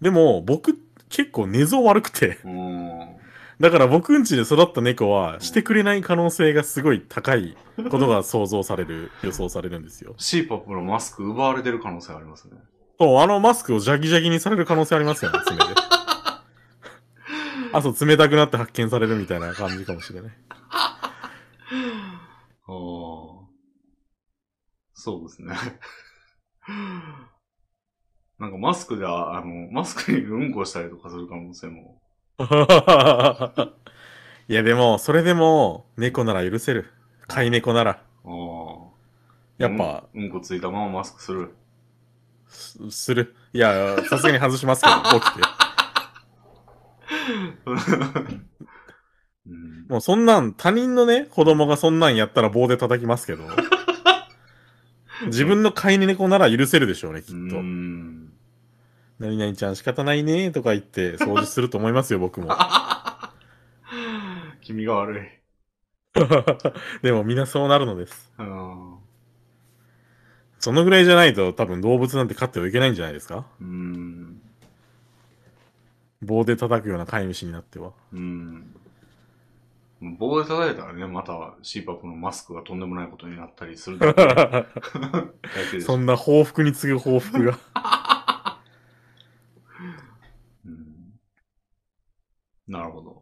でも僕結構寝相悪くて、
うん。
だから僕ん家で育った猫はしてくれない可能性がすごい高いことが想像される、予想されるんですよ。
シーパップのマスク奪われてる可能性ありますね。
そう、あのマスクをジャギジャギにされる可能性ありますよね、爪で。あと冷たくなって発見されるみたいな感じかもしれない。
あーそうですね。なんかマスクで、あの、マスクにうんこしたりとかする可能性も。
いやでも、それでも、猫なら許せる。飼い猫なら。
ああ。
やっぱ、
うん、うんこついたままマスクする。
すする。いや、さすがに外しますけど、起きて。
うん、
もうそんなん、他人のね、子供がそんなんやったら棒で叩きますけ ど。自分の飼い猫なら許せるでしょうね、きっ
う
と。
ん。
何々ちゃん仕方ないねとか言って掃除すると思いますよ、僕も。
気味が悪い。
でもみんなそうなるのです。
うん
そのぐらいじゃないと多分動物なんて飼ってはいけないんじゃないですか
うん。
棒で叩くような飼い主にな っては。
うん。棒で叩いたらね、また CPAP のマスクがとんでもないことになったりするだけだけです
そ。んな報復に次ぐ報復が。
うんなるほど。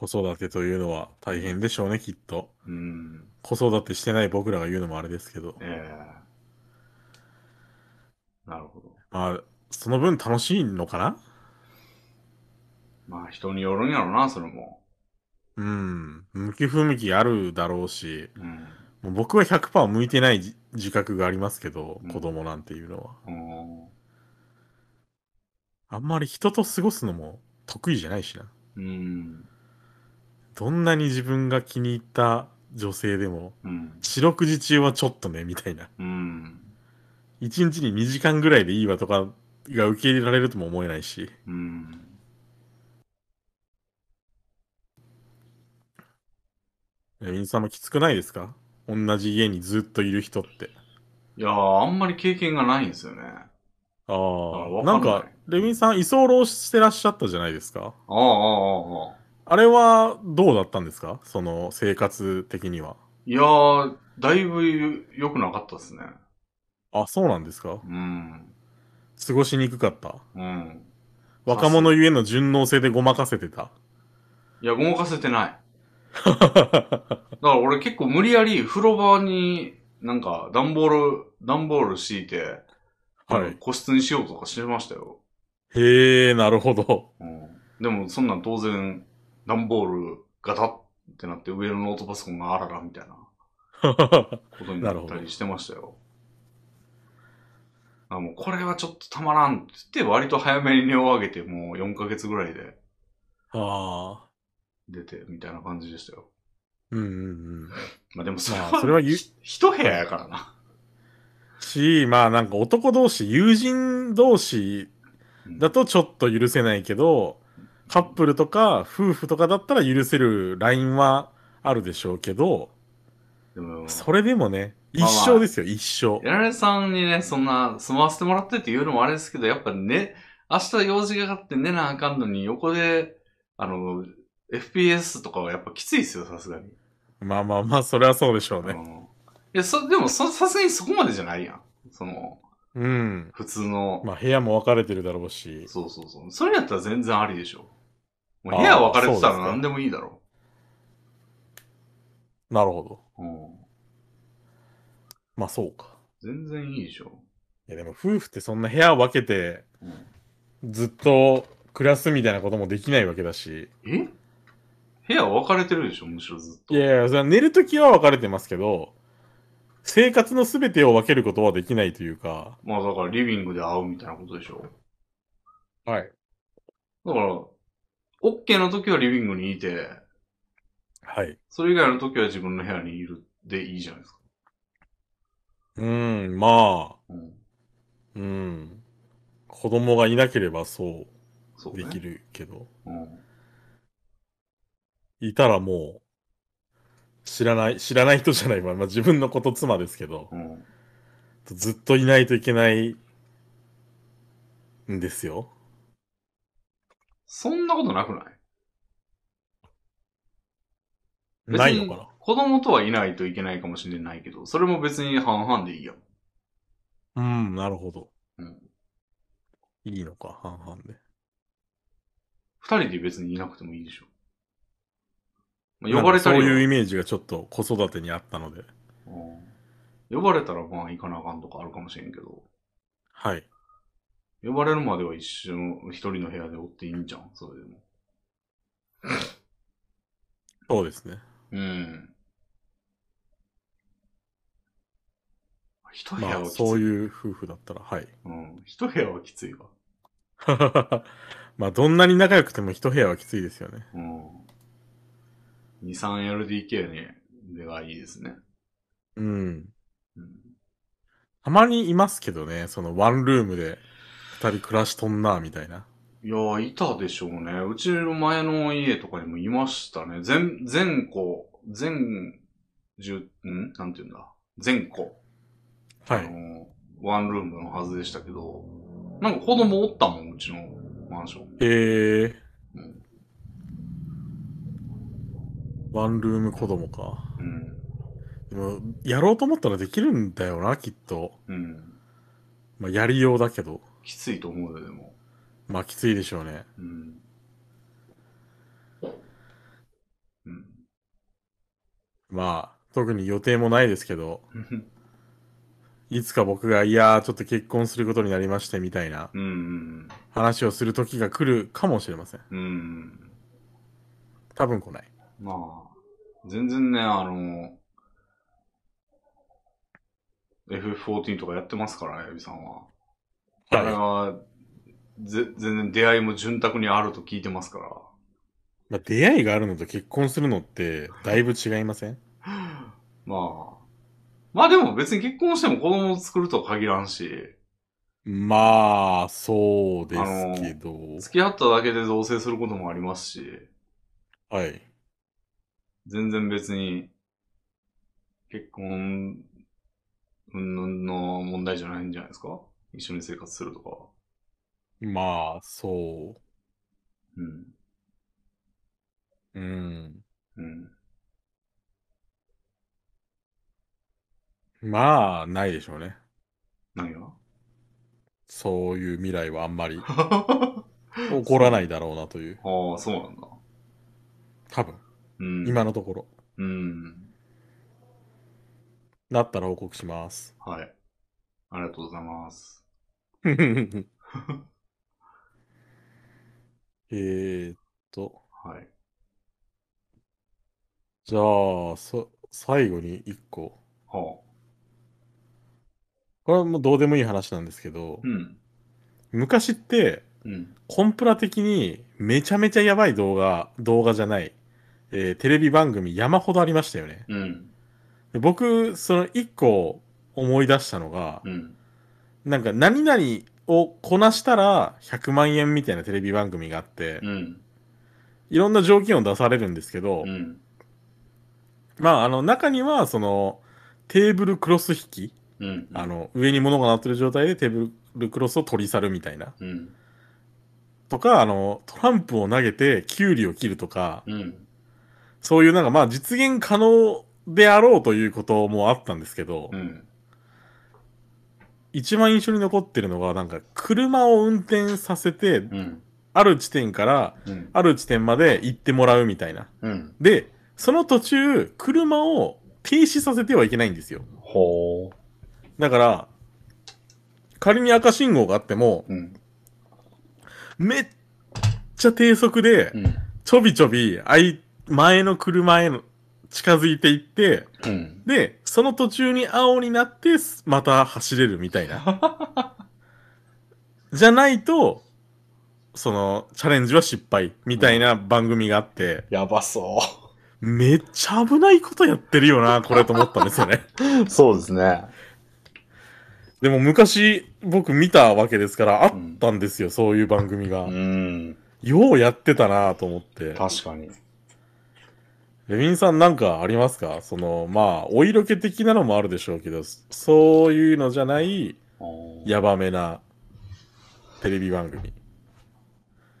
子育てというのは大変でしょうね、きっと。
うん。
子育てしてない僕らが言うのもあれですけど。
ええなるほど。
まあ、その分楽しいのかな
まあ人によるんやろな、それも。
うん。向き不向きあるだろうし、
うん。
もう僕は100%向いてない自自覚がありますけど
うん、
子供なんていうのは。
うん
あんまり人と過ごすのも得意じゃないしな。
うん。
どんなに自分が気に入った女性でも、
うん。
四六時中はちょっとね、みたいな。
うん。
一日に2時間ぐらいでいいわとかが受け入れられるとも思えないし、
うん。
みんさんもきつくないですか同じ家にずっといる人って。
いやー、あんまり経験がないんですよね。
ああ、
わか
なんん
ない
か、レミンさん居候してらっしゃったじゃないですか。
ああ、ああ、ああ。
あれはどうだったんですかその生活的には。
いやー、だいぶ良くなかったですね。
あ、そうなんですか
うん。
過ごしにくかった。
うん。
若者ゆえの順応性でごまかせてた。
いや、ごまかせてない。だから俺結構無理やり風呂場になんか段ボール、段ボール敷いて、
はい。
個室にしようとかしてましたよ。
へえ、なるほど。
うん。でもそんなん当然、段ボールガタッってなって上のノートパソコンがあららみたいなことになったりしてましたよ。あもうこれはちょっとたまらんって言って割と早めに値を上げてもう4ヶ月ぐらいで
ああ。
出てみたいな感じでしたよ。
うんうんうん。
まあでもそれは、
まあ、それはゆ、
ひ一部屋やからな。
し、まあなんか男同士、友人同士だとちょっと許せないけど、カップルとか夫婦とかだったら許せるラインはあるでしょうけど、
でも、
それでもね、
ま
一
あまあ
生ですよ、一生。
やられさんにね、そんな、住まわせてもらってっていうのもあれですけど、やっぱね、明日用事があって寝なあかんのに、横で、あの、FPS とかはやっぱきついですよ、さすがに。
まあまあまあ、それはそうでしょう
あ
ね。
のいや、そ、でも、そ、さすがにそこまでじゃないやん。その、
うん。
普通の、
まあ部屋も分かれてるだろうし、
そうそうそう。それやったら全然ありでしょ。もう
あー
部屋分かれてたら
そうですか
何でもいいだろ
なるほど。
う。うん。
まあそうか。
全然いいでしょ。
いやでも夫婦ってそんな部屋を分けて、
うん
ずっと暮らすみたいなこともできないわけだし、
え部屋分かれてるでしょ、むしろずっと。
いやいや、それは寝るときは分かれてますけど、生活のすべてを分けることはできないというか、
まあだからリビングで会うみたいなことでしょ。
はい。
だから、OK の時はリビングにいて、
はい。
それ以外の時は自分の部屋にいるでいいじゃないですか。
うーん、まあ、
うん。
うん。子供がいなければそ
そう
う
ね。
できるけど、
うん。
いたらもう、知らない、知らない人じゃない、まあ、まあ自分のこと妻ですけど、
うん。
ずっといないといけないんですよ。
そんなことなくない別に
ないのか
子供とはいないといけないかもしれないけど、それも別に半々でいいやん。
なうん、なるほど。
うん
いいのか、半々で。
二人で別にいなくてもいいでしょ。まあ、
な
呼
んか
ばれたりは
そういうイメージがちょっと子育てにあったので。
うん呼ばれたらまあ行かなあかんとかあるかもしれんけど、
はい。
呼ばれるまでは一緒の、一人の部屋でおっていいんじゃん、それでも。
そうですね。
うん。一部屋
ま
は
あ、
きつい。
そういう夫婦だったら、はい。
うん。一部屋はきついわ。
まあ、どんなに仲良くても一部屋はきついですよね。
うん。2、3LDK ね、でがいいですね。
うん。
うん。
たまにいますけどね、そのワンルームで二人暮らしとんな、みたいな。
いやー、いたでしょうね。うちの前の家とかにもいましたね。全、全校、全、住んなんて言うんだ。全校。
は
あの
い。
ーワンルームのはずでしたけど、なんか子供おったもん、うちのマンション。
えー、
うん
ワンルーム子供か。
うん。
でも、やろうと思ったらできるんだよな、きっと。
うん。
まあ、やりようだけど。
きついと思うよ、でも。
まあ、きついでしょうね。
うん。うん。
まあ、特に予定もないですけど、いつか僕が、いやー、ちょっと結婚することになりまして、みたいな
うん。
話をする時が来るかもしれません。
うん。
多分来ない。
まあ、全然ね、あの、FF14 とかやってますからね、エビさんは。あれ
ま
は、ぜ、全然出会いも潤沢にあると聞いてますから。
あ、出会いがあるのと結婚するのって、だいぶ違いません
まあ。まあでも別に結婚しても子供を作るとは限らんし、
まあ、そうですけど。
付き合っただけで同棲することもありますし、
はい。
全然別に、結婚、うんぬんの問題じゃないんじゃないですか一緒に生活するとかは。
まあ、そ
うん。
う。うん。
うん。
まあ、ないでしょうね。
何が
そういう未来はあんまり
あ
起こらないだろうなという。
あ、そうなんだ。
多分、
うん。
今のところ。
うん。
なったら報告 します。
はい。ありがとうございます。
えーっと、
はい。
じゃあ、そ、最後に一個。
はあ。
これはもうどうでもいい話なんですけど
う、ん。
昔って、
うん。
コンプラ的にめちゃめちゃやばい動画、動画じゃない、えーテレビ番組山ほどありましたよね。
うん。
で僕、その一個思い出したのが、
うん。
なんか何々をこなしたら100万円みたいなテレビ番組があって、
うん。
いろんな条件を出されるんですけど、
うん。
まあ、あの、中には、その、テーブルクロス引き、
うん。
あの、上に物がなってる状態でテーブルクロスを取り去るみたいな。
うん。
とか、あの、トランプを投げて、キュウリを切るとか、
うん。
そういうなんか、まあ、実現可能であろうということもあったんですけど、
うん。
一番印象に残ってるのが、なんか、車を運転させて、
うん。
ある地点から、
うん。
ある地点まで行ってもらうみたいな。
うん。
で、その途中、車を停止させてはいけないんですよ。
ほ
だから、仮に赤信号があっても、
う。うん。
めっちゃ低速で
う、ん。
ちょびちょび相前の車への近づいていって、
うん。
で、その途中に青になって、また走れるみたいな。じゃないと、その、チャレンジは失敗みたいな番組があって、
やばそ
めっちゃ危ないことやってるよ な、これと思ったんですよね。
う。そうですね。
でも昔、僕見たわけですから、あったんですよ、そういう番組が
う。ん。
ようやってたなと思って。
確かに。
レビンさんなんかありますかその、まあ、お色気的なのもあるでしょうけど、そういうのじゃない、
いや、
ヤバめなテレビ番組。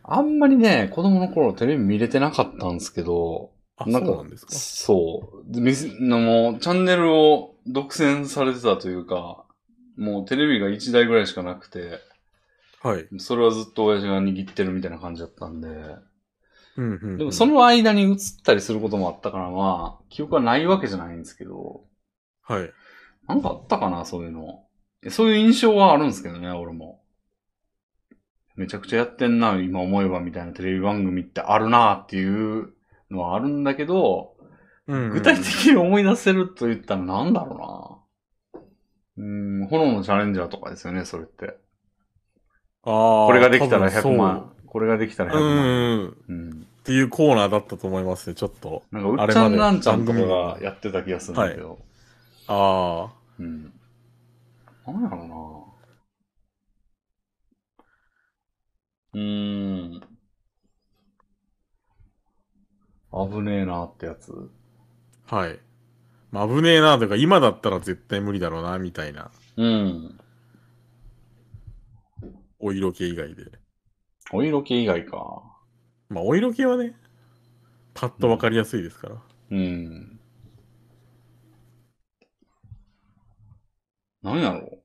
あんまりね、子供の頃テレビ見れてなかったんですけど、
あ、
なんか
そうなんですか
そう。でみすのもう、チャンネルを独占されてたというか、もうテレビが1台ぐらいしかなくて、
はい。
それはずっと親父が握ってるみたいな感じだったんで、
うんうん、うん。
でもそ、の間に映ったりすることもあったから、まあ、記憶はないわけじゃないんですけど、
はい。
なんかあったかな、そういうの。そういう印象はあるんですけどね、俺も。めちゃくちゃやってんな、今思えばみたいなテレビ番組ってあるなっていうのはあるんだけど、
うんうん
具体的に思い出せると言ったらなんだろうな。うん、炎のチャレンジャーとかですよね、それって。
あー
これができたら
多分
100万。これができたら
そう。うん
100万。
うんうん。っ
うん。
ていうコーナーだったと思いますね、ちょっと。
なんか、うっちゃんなんちゃんとかがやってた気がするんだけど。
ああ。
うん。なんやろなうーん。危ねえなってやつ。う
はい。まあ、危ねえなというか、今だったら絶対無理だろうな、みたいな。
ん。
お色気以外で。
お色気以外か。
まあ、お色気はね、パッとわかりやすいですから。
うん。なんやろ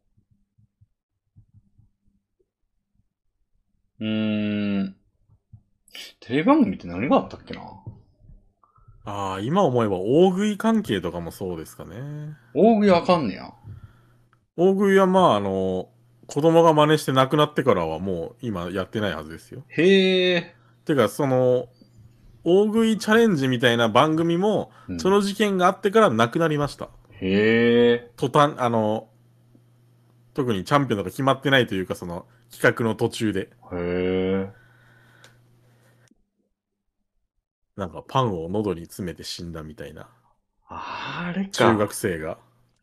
ううーん。テレビ番組って何があったっけな
ああ、今思えば大食い関係とかもそうですかね。
大食いあかんねや。
大食いはまあ、あの、子供が真似して亡くなってからはもう今やってないはずですよ。
へえ。
てか、その、大食いチャレンジみたいな番組も、
うん
その事件があってからなくなりました。
へえ。
途端、あの、特にチャンピオンとか決まってないというか、その企画の途中で、
へえ。
なんかパンを喉に詰めて死んだみたいな、
あれ
中
か。
学生が。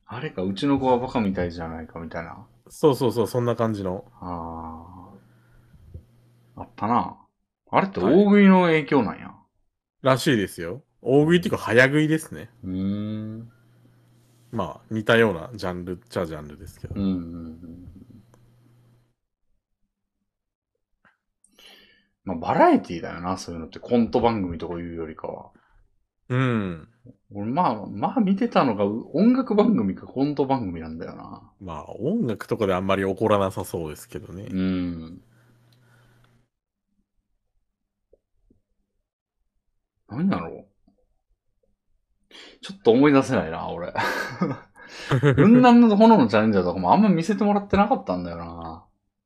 あれか、うちの子はバカみたいじゃないか、みたいな。
そうそうそう、そんな感じの。
ああ。あったな。あれって
はい
大食いの影響なんや。
らしいですよ。大食いっていうか早食いですね。
うーん。
まあ、似たようなジャンルっちゃジャンルですけど。
うんうんうん。まあ、バラエティだよな、そういうのって。コント番組とかいうよりかは。
うん。
俺、まあ、まあ見てたのがう音楽番組かコント番組なんだよな。
まあ、音楽とかであんまり起こらなさそうですけどね。
うん。何だろう。ちょっと思い出せないな、俺。雲南の炎のチャレンジャーとかもあんま見せてもらってなかったんだよな。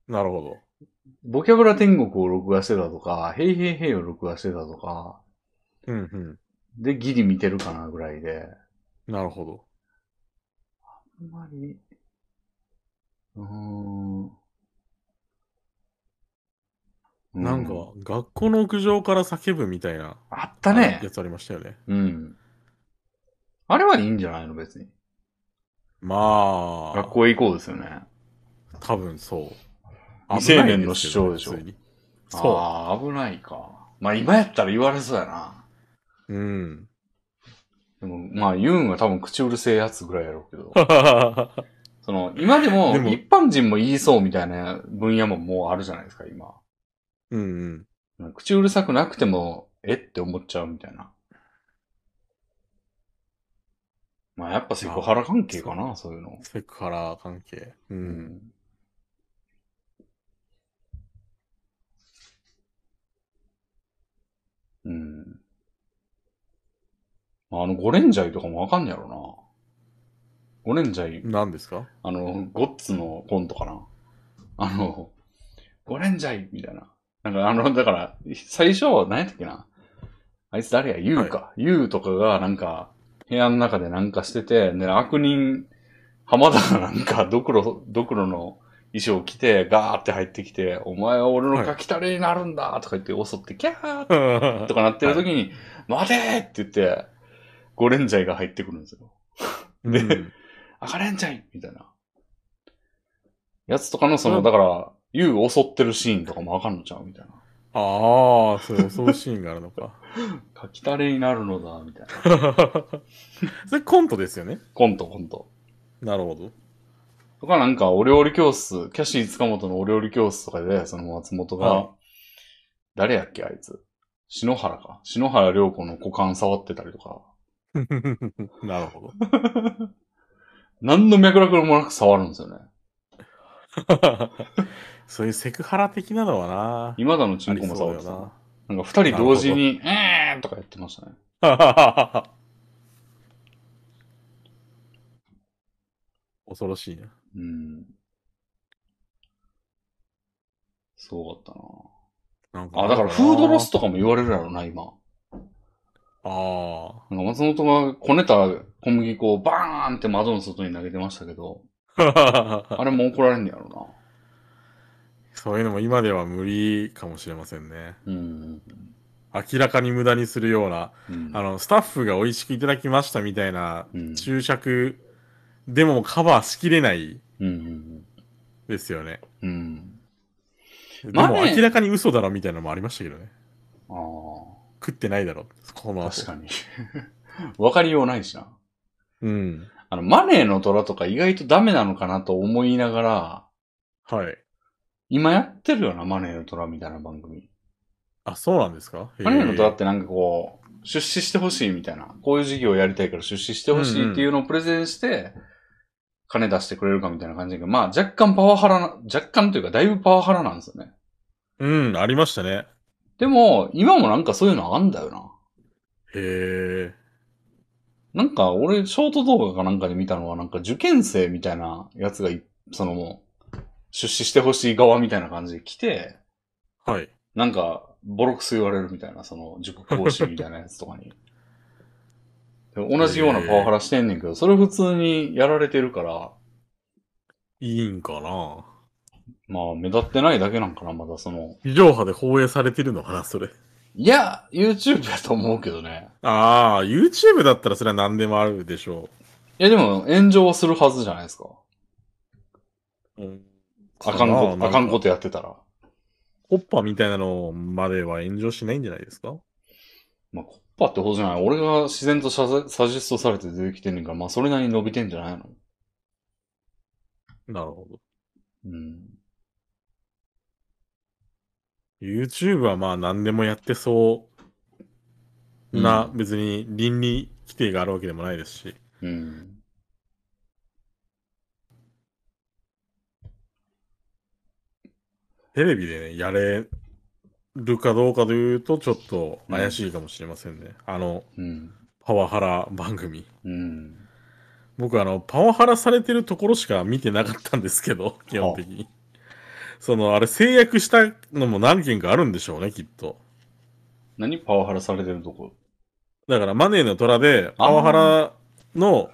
なるほ
ボキャブラ天国を録画してたとか、ヘイヘイヘイを録画してたとか、
ど。うんうん。
で、ギリ見てるかなぐらいで。
なるほど。
あんまり、うーん。う
なんか、学校の屋上から叫ぶみたいな、
あったね。
やつありましたよね。
うん。あれはいいんじゃないの別に。
まあ
学、校へ行こうですよね。
多分そう。
未成年の主張でしょ
危ないですけどね普通にそ
ああ、危ないか。まあ今やったら言われそうやな。
う。うん。。
でもまあユンは多分口うるせえやつぐらいやろうけど
あ
その、今でも
でも
一般人も言いそうみたいな分野ももうあるじゃないですか、今。
うんうん。
口うるさくなくても、えって思っちゃうみたいな。まあやっぱセクハラ関係かな、そういうの。
セクハラ関係。
う
う。。
んうん。あの、ゴレンジャイとかもわかんねやろな。ゴレンジャイ、
何です か
あの、ゴッツのコントかな。あの、ゴレンジャイみたいな。なんかあの、だから、最初、何やったっけな。あいつ誰や、ユウか。ユ、ウ、とかがなんか、部屋の中でなんかしてて、で、悪人、浜田がなんか、ドクロ、ドクロの衣装着て、ガーって入ってきて、お前は俺の書きたれになるんだとか言って襲って、キャーとかなってる時に、待てーって言って、ゴレンジャイが入ってくるんですよ。で
うん
赤レンジャイみたいな。やつとかの、その、だから、ユウ襲ってるシーンとかもあかんのちゃうみたいな。
ああ、そういう恐ろしいシーンがあるの か。
書きたれになるのだ、みたいな。
それコントですよね。
コント、コント。
なるほど。
とかなんか、お料理教室、キャシー塚本のお料理教室とかで、その松本が、
はい
誰やっけ、あいつ。篠原か。篠原涼子の股間触ってたりとか、
なるほ
何の脈絡もなく触るんですよね。
ど。そういうセクハラ的なのはな。
今だのチ
あ
ンコ
り
も
そ
触
う
っ
よ
てた。な
な。
んか二人同時に、えーんとかやってましたね。
恐ろしいな。
うん。すごかったな。
なん
あ、だからフードロス。とかも言われるやろな、今。
あ
なんか松本がこねた小麦粉をバーンって窓の外に投げてましたけど、
あ。
あれも怒られんねやろ
そういうのも今では無理かもしれませんね。
な。うん。
明らかに無駄にするような、
うん
あの、スタッフが美味しくいただきましたみたいな
うん。
注釈でもカバーしきれない
うん。
ですよね。
うん。うん。
で
まあね
も明らかに嘘だろみたいなのもありましたけどね。
あ
食ってないだろ。この
あ、
後
確かに。 わかりようないしな。
うん。
あの、マネーの虎とか意外とダメなのかなと思いながら、
はい。
今やってるよな、マネーの虎みたいな番組。
あ、そうなんですか
マネーの虎
だ
ってなんかこう、出資してほしいみたいな、こういう事業をやりたいから出資してほしいっていうのをプレゼンして、金出してくれるかみたいな感じだけど、まあ若干パワハラな、若干というかだいぶパワハラなんですよね。
うん、ありましたね。
でも、今もなんかそういうのあんだよな。
へえ。
なんか俺、ショート動画かなんかで見たのは、なんか受験生みたいなやつがい、そのもう、出資してほしい側みたいな感じで来て、
はい。
なんか、ボロクソ言われるみたいな、その、塾講師みたいなやつとかに。で同じようなパワハラしてんねんけど、それ普通にやられてるから、
いいんかな
まあ、目立ってないだけなんかな、まだその。
地上波で放映されてるのかな、それ。
いや、YouTube やと思うけどね。
ああ、YouTube だったらそれは何でもあるでしょ
いや、でも、炎上はするはずじゃないですか。
う。うん、
あかんこ
な
と、あかんことやってたら。
コッパみたいなのまでは炎上しないんじゃないですか
まあ、コッパってほどじゃない。俺が自然とサジサジェストされて出てきてんねんから、まあ、それなりに伸びてんじゃないの
なるほど。
うん。
YouTube はまあ何でもやってそうな、
うん
別に倫理規定があるわけでもないですし。
うん。
テレビでね、やれるかどうかというと、ちょっと怪しいかもしれませんね。あの、
うん。
パワハラ番組。
うん。
僕、あの、パワハラされてるところしか見てなかったんですけど、基本的に。その、あれ、制約したのも何件かあるんでしょうね、きっと。
何パワハラされてるとこ
だから、マネーの虎で、パワハラの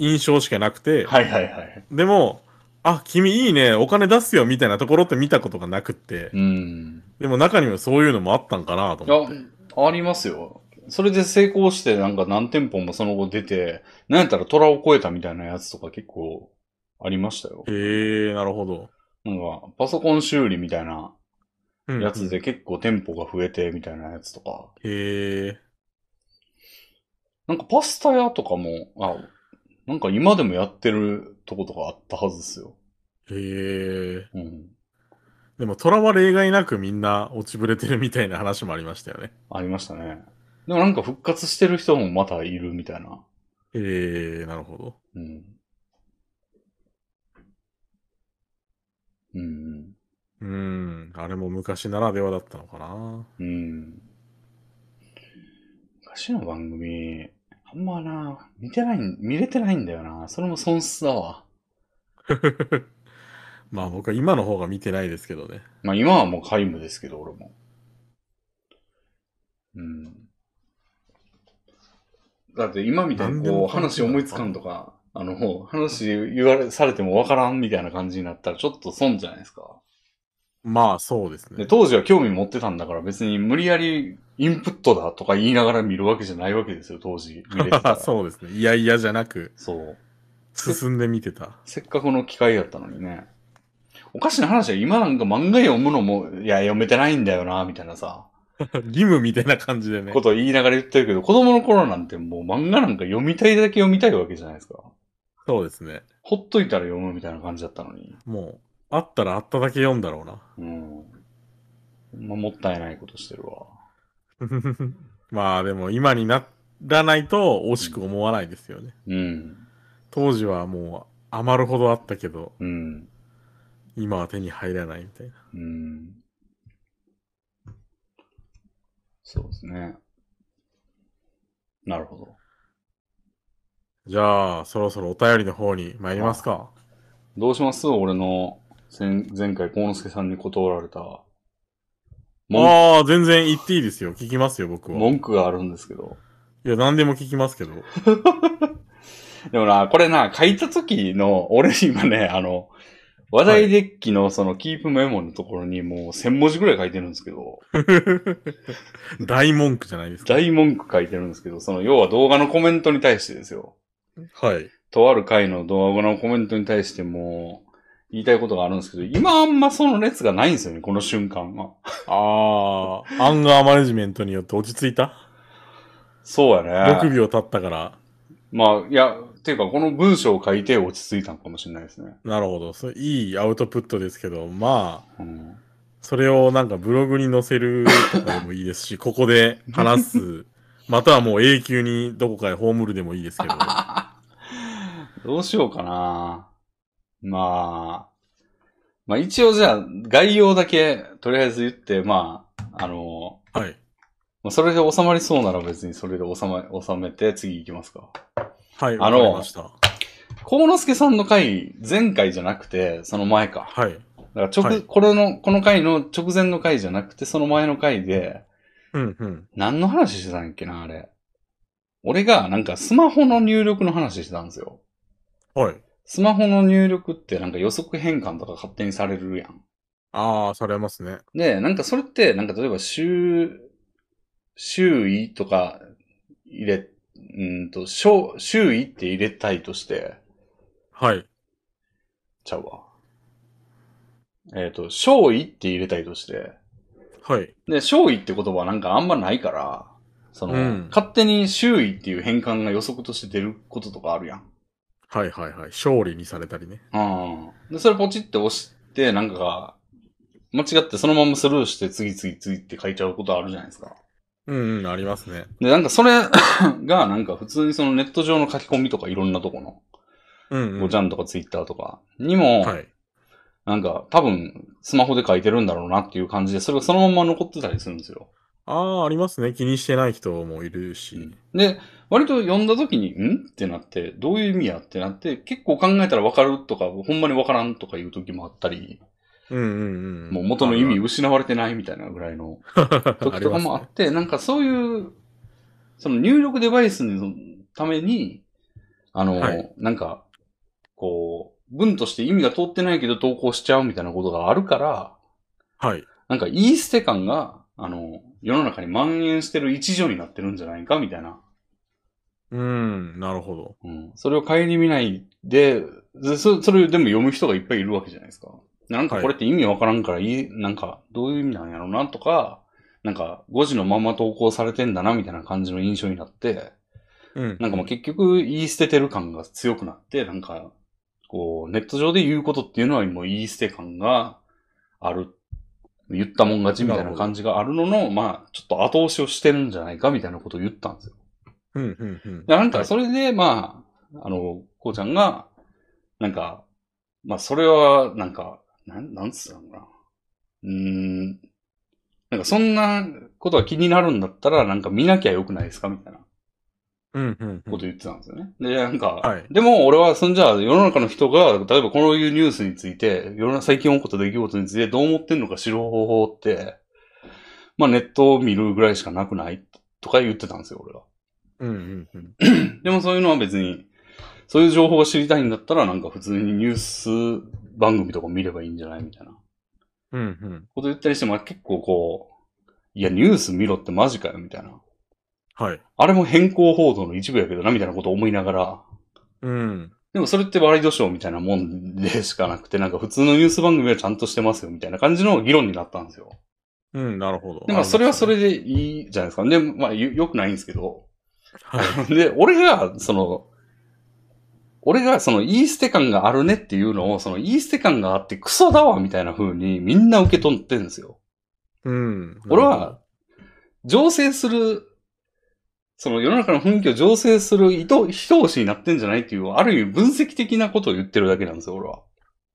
印象しかなくて、
はいはいはい。
でも、あ、君いいね、お金出すよ、みたいなところって見たことがなくって、
うん。
でも中にはそういうのもあったんかなと
い
思
や
って。、
ありますよ。それで成功して、なんか何店舗もその後出て、なんやったら虎を超えたみたいなやつとか結構ありましたよ。
へえ、なるほど。
なんか、パソコン修理みたいな
うん
やつで結構店舗が増えてみたいなやつとか。
へえ。
なんかパスタ屋とかも、あ、なんか今でもやってるとことかあったはずですよ。
へえ。
うん。
でも、虎は例外なくみんな落ちぶれてるみたいな話もありましたよね。
ありましたね。でもなんか復活してる人もまたいるみたいな。
へえ、なるほど。
うん。うん。
うん、あれも昔ならではだったのかな。
うん。昔の番組、あんまな、見てない、見れてないんだよな。それも損失だわ。
まあ僕は今の方が見てないですけどね。
まあ今はもう皆無ですけど、俺も。うん。だって今みたいに
何で
こう
も
話思いつかんとか、あの、話言われ、されてもわからんみたいな感じになったらちょっと損じゃないですか。
まあ、そうです
で、
ね。
当時は興味持ってたんだから別に無理やりインプットだとか言いながら見るわけじゃないわけですよ、当時見れてたら。
そうですね。いやいやじゃなく、
そう。
進んで見てた。
せっかくの機会だったのにね。おかしな話は今なんか漫画読むのも、いや、読めてないんだよな、みたいなさ、
義務みたいな感じでね
こ。とを言いながら言ってるけど、子供の頃なんてもう漫画なんか読みたいだけ読みたいわけじゃないですか。
そうですね。
ほっといたら読むみたいな感じだったのに。
もう、あったらあっただけ読んだろうな。
うん。まあ、もったいないことしてるわ。
まあでも今にならないと惜しく思わないですよね。
うん。
当時はもう余るほどあったけど、
うん。
今は手に入らないみたいな。
うん。そうですね。なるほど。
じゃあ、そろそろお便りの方に参りますか。
どうします俺の前前回、幸之助さんに断られた文
ああ、全然言っていいですよ。聞きますよ、僕は。い
文句があるんですけど。
や、何でも聞きますけど。
でもな、これな、書いた時の、俺今ね、あの、話題デッキのそのキープメモのところにもう1000文字ぐらい書いてるんですけど、
大文句じゃないですか。
大文句書いてるんですけど、その要は動画のコメントに対してですよ。
はい。
とある回の動画のコメントに対してもう言いたいことがあるんですけど、今あんまその列がないんですよね、この瞬間は。
ああ、アンガーマネジメントによって落ち着いた
そうや
?6
ね。
秒経ったから。
まあ、いや、っていうかこの文章を書いて落ち着いたのかもしれないですね。
なるほど。それいいアウトプットですけど、まあ、
うん、
それをなんかブログに載せるとかでもいいですし、ここで 話す、またはもう永久にどこかへ葬るでもいいです けど、
どうしようかな。まあ、まあ一応じゃあ概要だけとりあえず言って、まあ、あの、
はい。
まあそれで収まりそうなら別にそれで収ま、収めて次行きますか。
はい、
あ
わ
の
かりました。
幸之助さんの回、前回じゃなくて、その前か。
はい。
だから直、
はい
これの、この回の直前の回じゃなくて、その前の回で、
うんうん。
何の話してたんやっけな、あれ。俺が、なんかスマホの入力の話してたんですよ。
はい。
スマホの入力ってなんか予測変換とか勝手にされるやん。
ああ、されますね。
で、なんかそれって、なんか例えば週、周囲とか入れ、うんと、小周囲って入れたいとして、
はい。
ちゃうわ。えっ、と、小位って入れたいとして、
はい。
で、勝位って言葉はなんかあんまないから、その、
うん
勝手に周囲っていう変換が予測として出ることとかあるやん。
はいはいはい。勝利にされたりね。
うん。で、それポチって押して、なんかが、間違ってそのままスルーして次々次って書いちゃうことあるじゃないですか。
うんうん、ありますね。
で、なんかそれ が、なんか普通にそのネット上の書き込みとかいろんなとこの、
うん、うん。
ごちゃんとかツイッターとかにも、
はい。
なんか多分スマホで書いてるんだろうなっていう感じで、それがそのまま残ってたりするんですよ。
ああ、ありますね。気にしてない人もいるし。
で、割と読んだ時に、んってなって、どういう意味やってなって、結構考えたらわかるとか、ほんまにわからんとかいう時もあったり、
うんうんうん。
もう元の意味
を。
失われてないみたいなぐらいの
あ
時
り
とか
ます
もあ
ね
っ。て、なんかそういう、その入力デバイスのために、あの、
はい
なんか、こう、文として意味が通ってないけど投稿しちゃうみたいなことがあるから、
はい。
なんか言い捨て感が、あの、世の中に蔓延してる一助になってるんじゃないかみたいな
うん、なるほど。
うん。それを顧みないで、でそそれをでも読む人がいっぱいいるわけじゃないですか。なんかこれって意味わからんからいい、なんかどういう意味なんやろうなとか、なんか5時のまま投稿されてんだなみたいな感じの印象になって、
うん。
なんかもう結局言い捨ててる感が強くなって、なんか、こう、ネット上で言うことっていうのはもう言い捨て感がある。言ったもん勝ちみたいな感じがあるのの、まあ、ちょっと後押しをしてるんじゃないかみたいなことを言ったんですよ
うんうんうん。
でなんか、
はい
それで、まあ、あの、こうちゃんが、なんか、まあ、それは、なんか、なん、なんつったのかな。うーん。なんか、そんなことが気になるんだったら、なんか見なきゃよくないですかみたいな
うんうんう
こと。
ん
言ってたんですよね。で、なんか、
はい
でも俺は、そんじゃあ、世の中の人が、例えばこういうニュースについて、世の中最近起こった出来事についてどう思ってんのか知る方法って、まあ、ネットを見るぐらいしかなくないとか言ってたんですよ、俺が。
うんうんうん。
でもそういうのは別に、そういう情報が知りたいんだったら、なんか普通にニュース番組とか見ればいいんじゃないみたいな
うんうん。
こと言ったりしても、まあ結構こう、いや、ニュース見ろってマジかよ、みたいな。
はい。
あれも変更報道の一部やけどな、みたいなことを思いながら。
うん。
でもそれってワイドショーみたいなもんでしかなくて、なんか普通のニュース番組はちゃんとしてますよ、みたいな感じの議論になったんですよ。
うん、なるほど。
で、まあそれはそれ
で。
でいいじゃないですか。で、まあよ良くないんですけど。
はい。
で、俺が、その、俺がその言い捨て感があるねっていうのを、その言い捨て感があってクソだわみたいな風にみんな受け取ってるんですよ。
うん。
俺は、醸成する、その世の中の雰囲気を醸成する意図、人押しになってんじゃないっていう、ある意味分析的なことを言ってるだけなんですよ、俺は。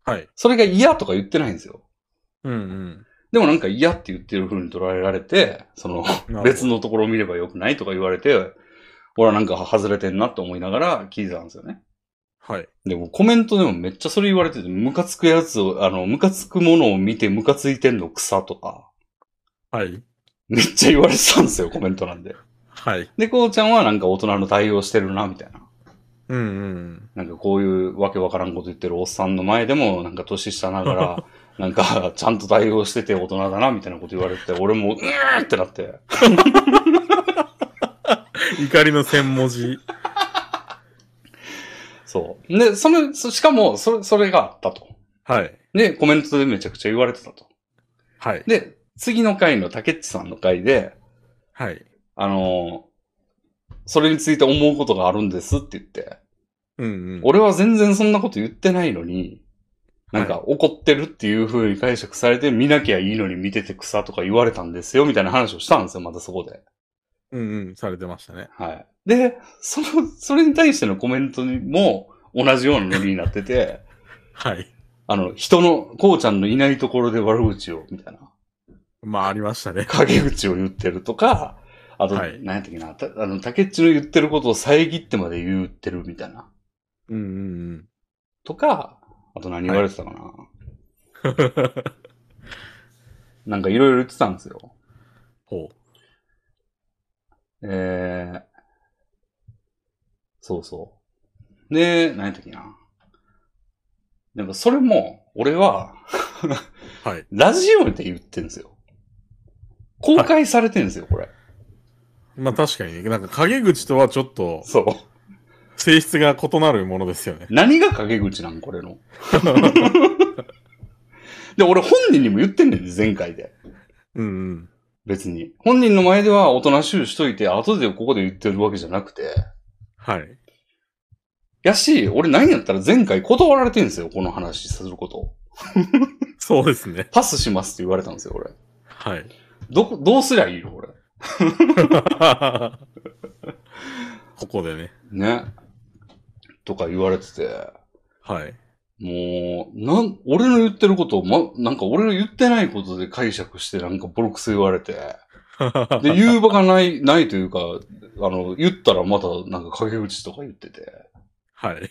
はい。
それが嫌とか言ってないんですよ。
うん
でもなんか嫌って言ってる風に捉えられて、その、
うん。
別
の。
のところを見ればよくないとか言われて、俺はなんか外れてんなと思いながら聞いてたんですよね。
はい。
でもコメントでもめっちゃそれ言われてて、ムカつくやつを、あの、ムカつくものを見てムカついてんの草とか、
はい。
めっちゃ言われてたんですよ、コメントなんで。
はい。
で、こうちゃんはなんか大人の対応してるな、みたいな。
うんうん。
なんかこういうわけわからんこと言ってるおっさんの前でも、なんか年下ながら、なんかちゃんと対応してて大人だな、みたいなこと言われて、俺もう、うーってなって。
怒りの千文字。
そう。で、その、そしかも、それ、それがあったと。
はい。
で、コメントでめちゃくちゃ言われてたと。
はい。
で、次の回の竹内さんの回で、
はい。
あのーそれについて思うことがあるんですって言って、
うんうん。
俺は全然そんなこと言ってないのに、なんか怒ってるっていう風に解釈されて見なきゃいいのに見てて草とか言われたんですよみたいな話をしたんですよ、またそこで。
うんうん。されてましたね。
はい。で、その、それに対してのコメントにも同じようなノリになってて、
はい。
あの、人の、こうちゃんのいないところで悪口を、みたいな。
まあ、ありましたね。
陰口を言ってるとか、あと、
はい
何やったっけな、たあの、竹内の言ってることを遮ってまで言ってるみたいな。
うんうん
とか、あと何言われてたかな。
うん。
なんかいろいろ言ってたんですよ。
ほう。
えー、そうそう。で、何やったっけな。なんかそれも、俺は、
はい。
ラジオで言ってんですよ。公開されてんですよ、これ。
まあ確かにね、なんか陰口とはちょっと
そう。
性質が異なるものですよね。
何が陰口なんこれの。で、俺本人にも言ってんねんで、前回で。
うんうん。
別に。本人の前では大人集しといて、後でここで言ってるわけじゃなくて。
はい。
やし、俺何やったら前回断られてんですよ、この話することを。
そうですね。
パスしますって言われたんですよ、俺。
はい。
どこ、どうすりゃいいの、俺。
ここでね。
ね。とか言われてて。
はい。
もう、なん、俺の言ってることを、ま、なんか俺の言ってないことで解釈して、なんかボロクソ言われて。で、言う場がない、ないというか、あの、言ったらまたなんか陰口とか言ってて。
はい。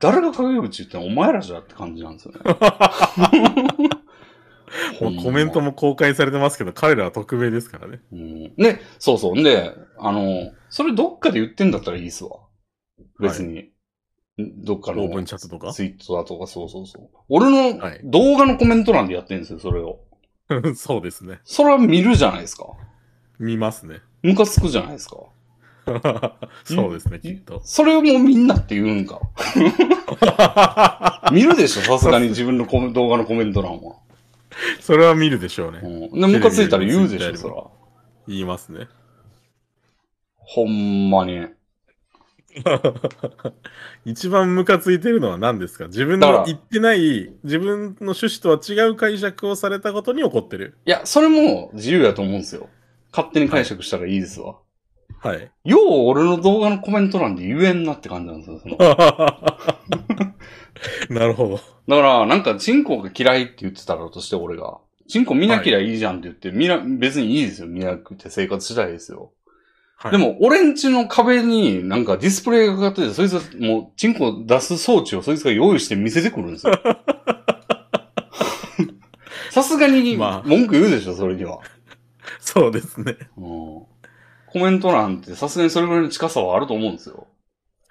誰が陰口言ってんのお前らじゃって感じなんです よね。
もうコメント
も。
も公開されてますけど、彼らは匿名ですからね。
うん、で、そうそう。んで、あの、それどっかで言ってんだったらいいっすわ。別に。んどっか
オープン
の
チャットとか。
ツイートだとか、そうそうそう。俺の
はい
動画のコメント欄でやってるんですよ、それを。
そうですね。
それは見るじゃないですか。
見ま すね。
ムカつくじゃないですか。
そうですね、きっと。
それをもうみんなって言うん か。見るでしょ、さすがに自分のコメ動画のコメント欄は。
それは見るでしょう
う
ね。
ん。で、ムカついたら言うでし
テレビ
ょ、そ
で
ら。
言いますね。
ほんまに。
一番ムカついてるのは何ですか自分
だから
の言ってない、自分の趣旨とは違う解釈をされたことに怒ってる。
いや、それも自由やと思うんですよ。勝手に解釈したらいいですわ。
はい。
よう俺の動画のコメント欄で言えんなって感じなんですよ。そのだ
なるほ
から、なんか、チンコが嫌いって言ってたらとして、俺が。チンコ見なきゃいいじゃんって言って、見な、別にいいですよ。見なくて生活次第ですよ。
ど。
で、も、俺んちの壁になんかディスプレイがかかってて、そいつはもう、チンコ出す装置をそいつが用意して見せてくるんですよ。さすがに、
まあ
文句言うでしょ、それには。
そうですね。
うん、こコメント欄ってさすがにそれぐらいの近さはあると思うんですよ。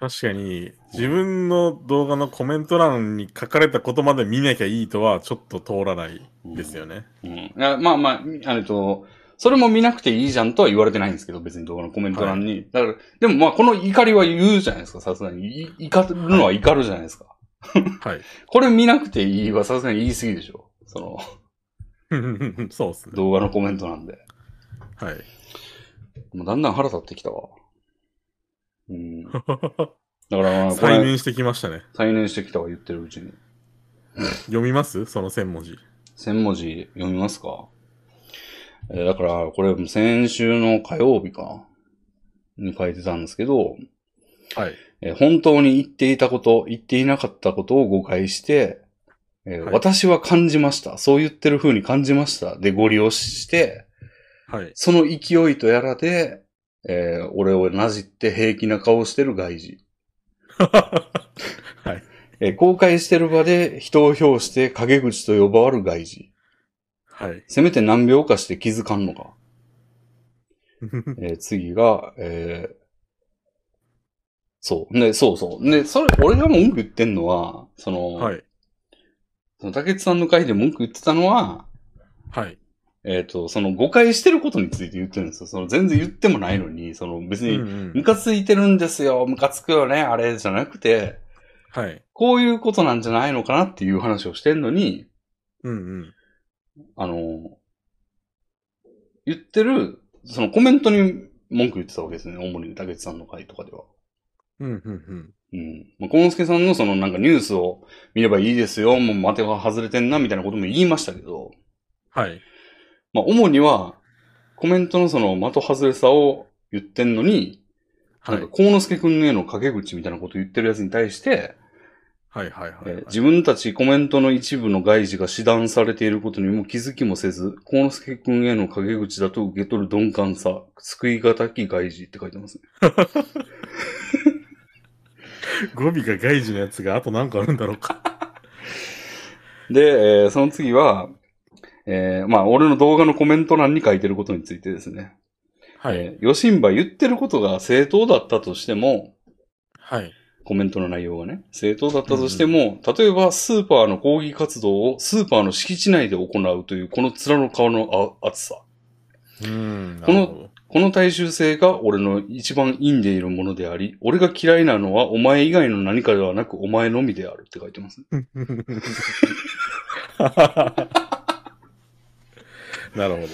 確かに、自分の動画のコメント欄に書かれたことまで見なきゃいいとは、ちょっと通らないですよね。
うん。いやまあまあ、あのと、それも見なくていいじゃんとは言われてないんですけど、別に動画のコメント欄に。だから、でもまあ、この怒りは言うじゃないですか、さすがに。い怒るのは怒るじゃないですか。
はい。
これ見なくていいはさすがに言い過ぎでしょ。その、
そうですね。
動画のコメントなんで。
はい。
もうだんだん腹立ってきたわ。うん。だからまあ、こ
再
れ、
燃してきましたね。
再燃してきたわ、言ってるうちに。
読みますその1000文字。
1000文字読みますか。えーだから、これ、先週の火曜日か。に書いてたんですけど、
はい。
えー本当に言っていたこと、言っていなかったことを誤解して、えー
はい
私は感じました。そう言ってる風に感じました。で、ご利用して、
はい。
その勢いとやらで、えー俺をなじって平気な顔をしてる外事。
はい。
えー公開してる場で人を評して陰口と呼ばわる外事。
はい。
せめて何秒かして気づかんのか。えー次が、えーそう。ね、そうそう。ね、それ、俺が文句言ってんのは、その、
はい。
その竹内さんの回で文句言ってたのは、
はい。
えっ、と、その誤解してることについて言ってるんですよ。その全然言ってもないのに、その別
うんう
に、
ん
ムカついてるんですよ、ムカつくよね、あれじゃなくて、
はい。
こういうことなんじゃないのかなっていう話をしてんのに、
うんうん。
あの、言ってる、そのコメントに文句言ってたわけですね。主に竹内さんの回とかでは。
うんうんうん。
うん。まあ、コンスケさんのそのなんかニュースを見ればいいですよ、もう的が外れてんな、みたいなことも言いましたけど、
はい。
まあ、主には、コメントのその的外れさを言ってんのに、
は
なんか、
い。
コウノスケくんへの陰口みたいなこと言ってるやつに対して、
はい。はい。は
え
い
ー。自分たちコメントの一部の外事が示談されていることにも気づきもせず、コウノスケくんへの陰口だと受け取る鈍感さ、救いがたき外事って書いてますね。
語尾が外事のやつがあと何個あるんだろうか。
で、えーその次は、えーまあ、俺の動画のコメント欄に書いてることについてですね。
はい。
えー、ヨシンバ言ってることが正当だったとしても、
はい。
コメントの内容がね、正当だったとしても、例えばスーパーの抗議活動をスーパーの敷地内で行うという、この面の顔のあ厚さ。
うん。
この
なるほど
この大衆性が俺の一番陰んでいるものであり、俺が嫌いなのはお前以外の何かではなくお前のみであるって書いてます。
なるほど。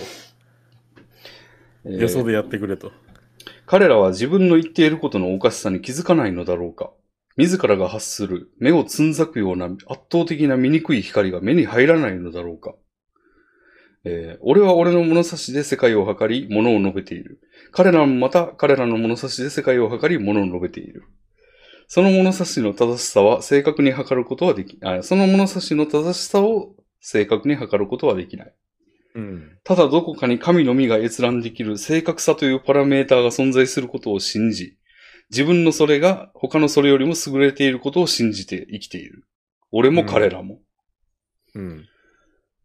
えー
予想でやってくれと。
彼らは自分の言っていることのおかしさに気づかないのだろうか。自らが発する目をつんざくような圧倒的な醜い光が目に入らないのだろうか。えー俺は俺の物差しで世界を測り、物を述べている。彼らもまた彼らの物差しで世界を測り、物を述べている。その物差しの正しさは正確に測ることはでき、あその物差しの正しさを正確に測ることはできない。
うん。
ただどこかに神のみが閲覧できる正確さというパラメーターが存在することを信じ、自分のそれが他のそれよりも優れていることを信じて生きている。俺も彼らも。っ
うん。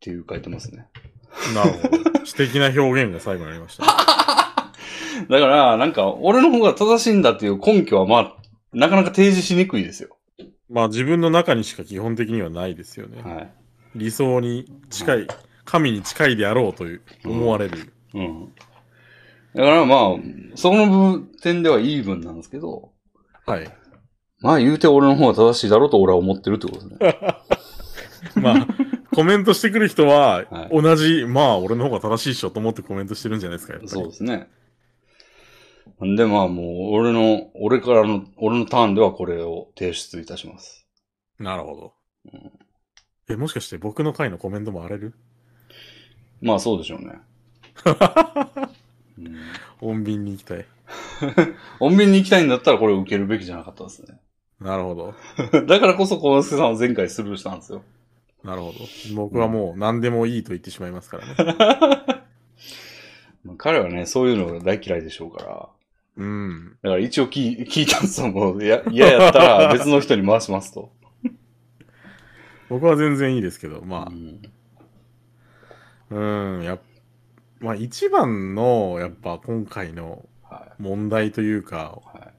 ていう書いてますね。
なるほど。詩的な表現が最後にありま した。
だから、なんか、俺の方が正しいんだっていう根拠は、まあ、なかなか提示しにくいですよ。
まあ自分の中にしか基本的にはないですよね。
はい。
理想に近い、神に近いであろうという思われる。
うん。だからまあ、そこの部点ではイーブンなんですけど、
はい。
まあ言うて俺の方が正しいだろうと俺は思ってるってことですね。
まあ、 コメントしてくる人は
は、い
同じ、まあ俺の方が正しいっしょと思ってコメントしてるんじゃないですか、やっぱり。
そうですね。んで、まあもう、俺の、俺からの、俺のターンではこれを提出いたします。
なるほど
う。
え、もしかして僕の回のコメントも荒れる
まあそうでしょう ね。うん
穏便に行きたい。
穏便に行きたいんだったらこれを受けるべきじゃなかったですね。
なるほど。
だからこそ、小之助さんは前回スルーしたんですよ。
なるほど。僕はもう何でもいいと言ってしまいますからね。
まあ彼はね、そういうのが大嫌いでしょうから。
うん。
だから一応聞い聞いたんですよ。もう、いや 嫌やったら別の人に回しますと。
僕は全然いいですけど、
う
ま
ん
あ、うん、やっまあ一番の、やっぱ今回の
は
問題というか、
は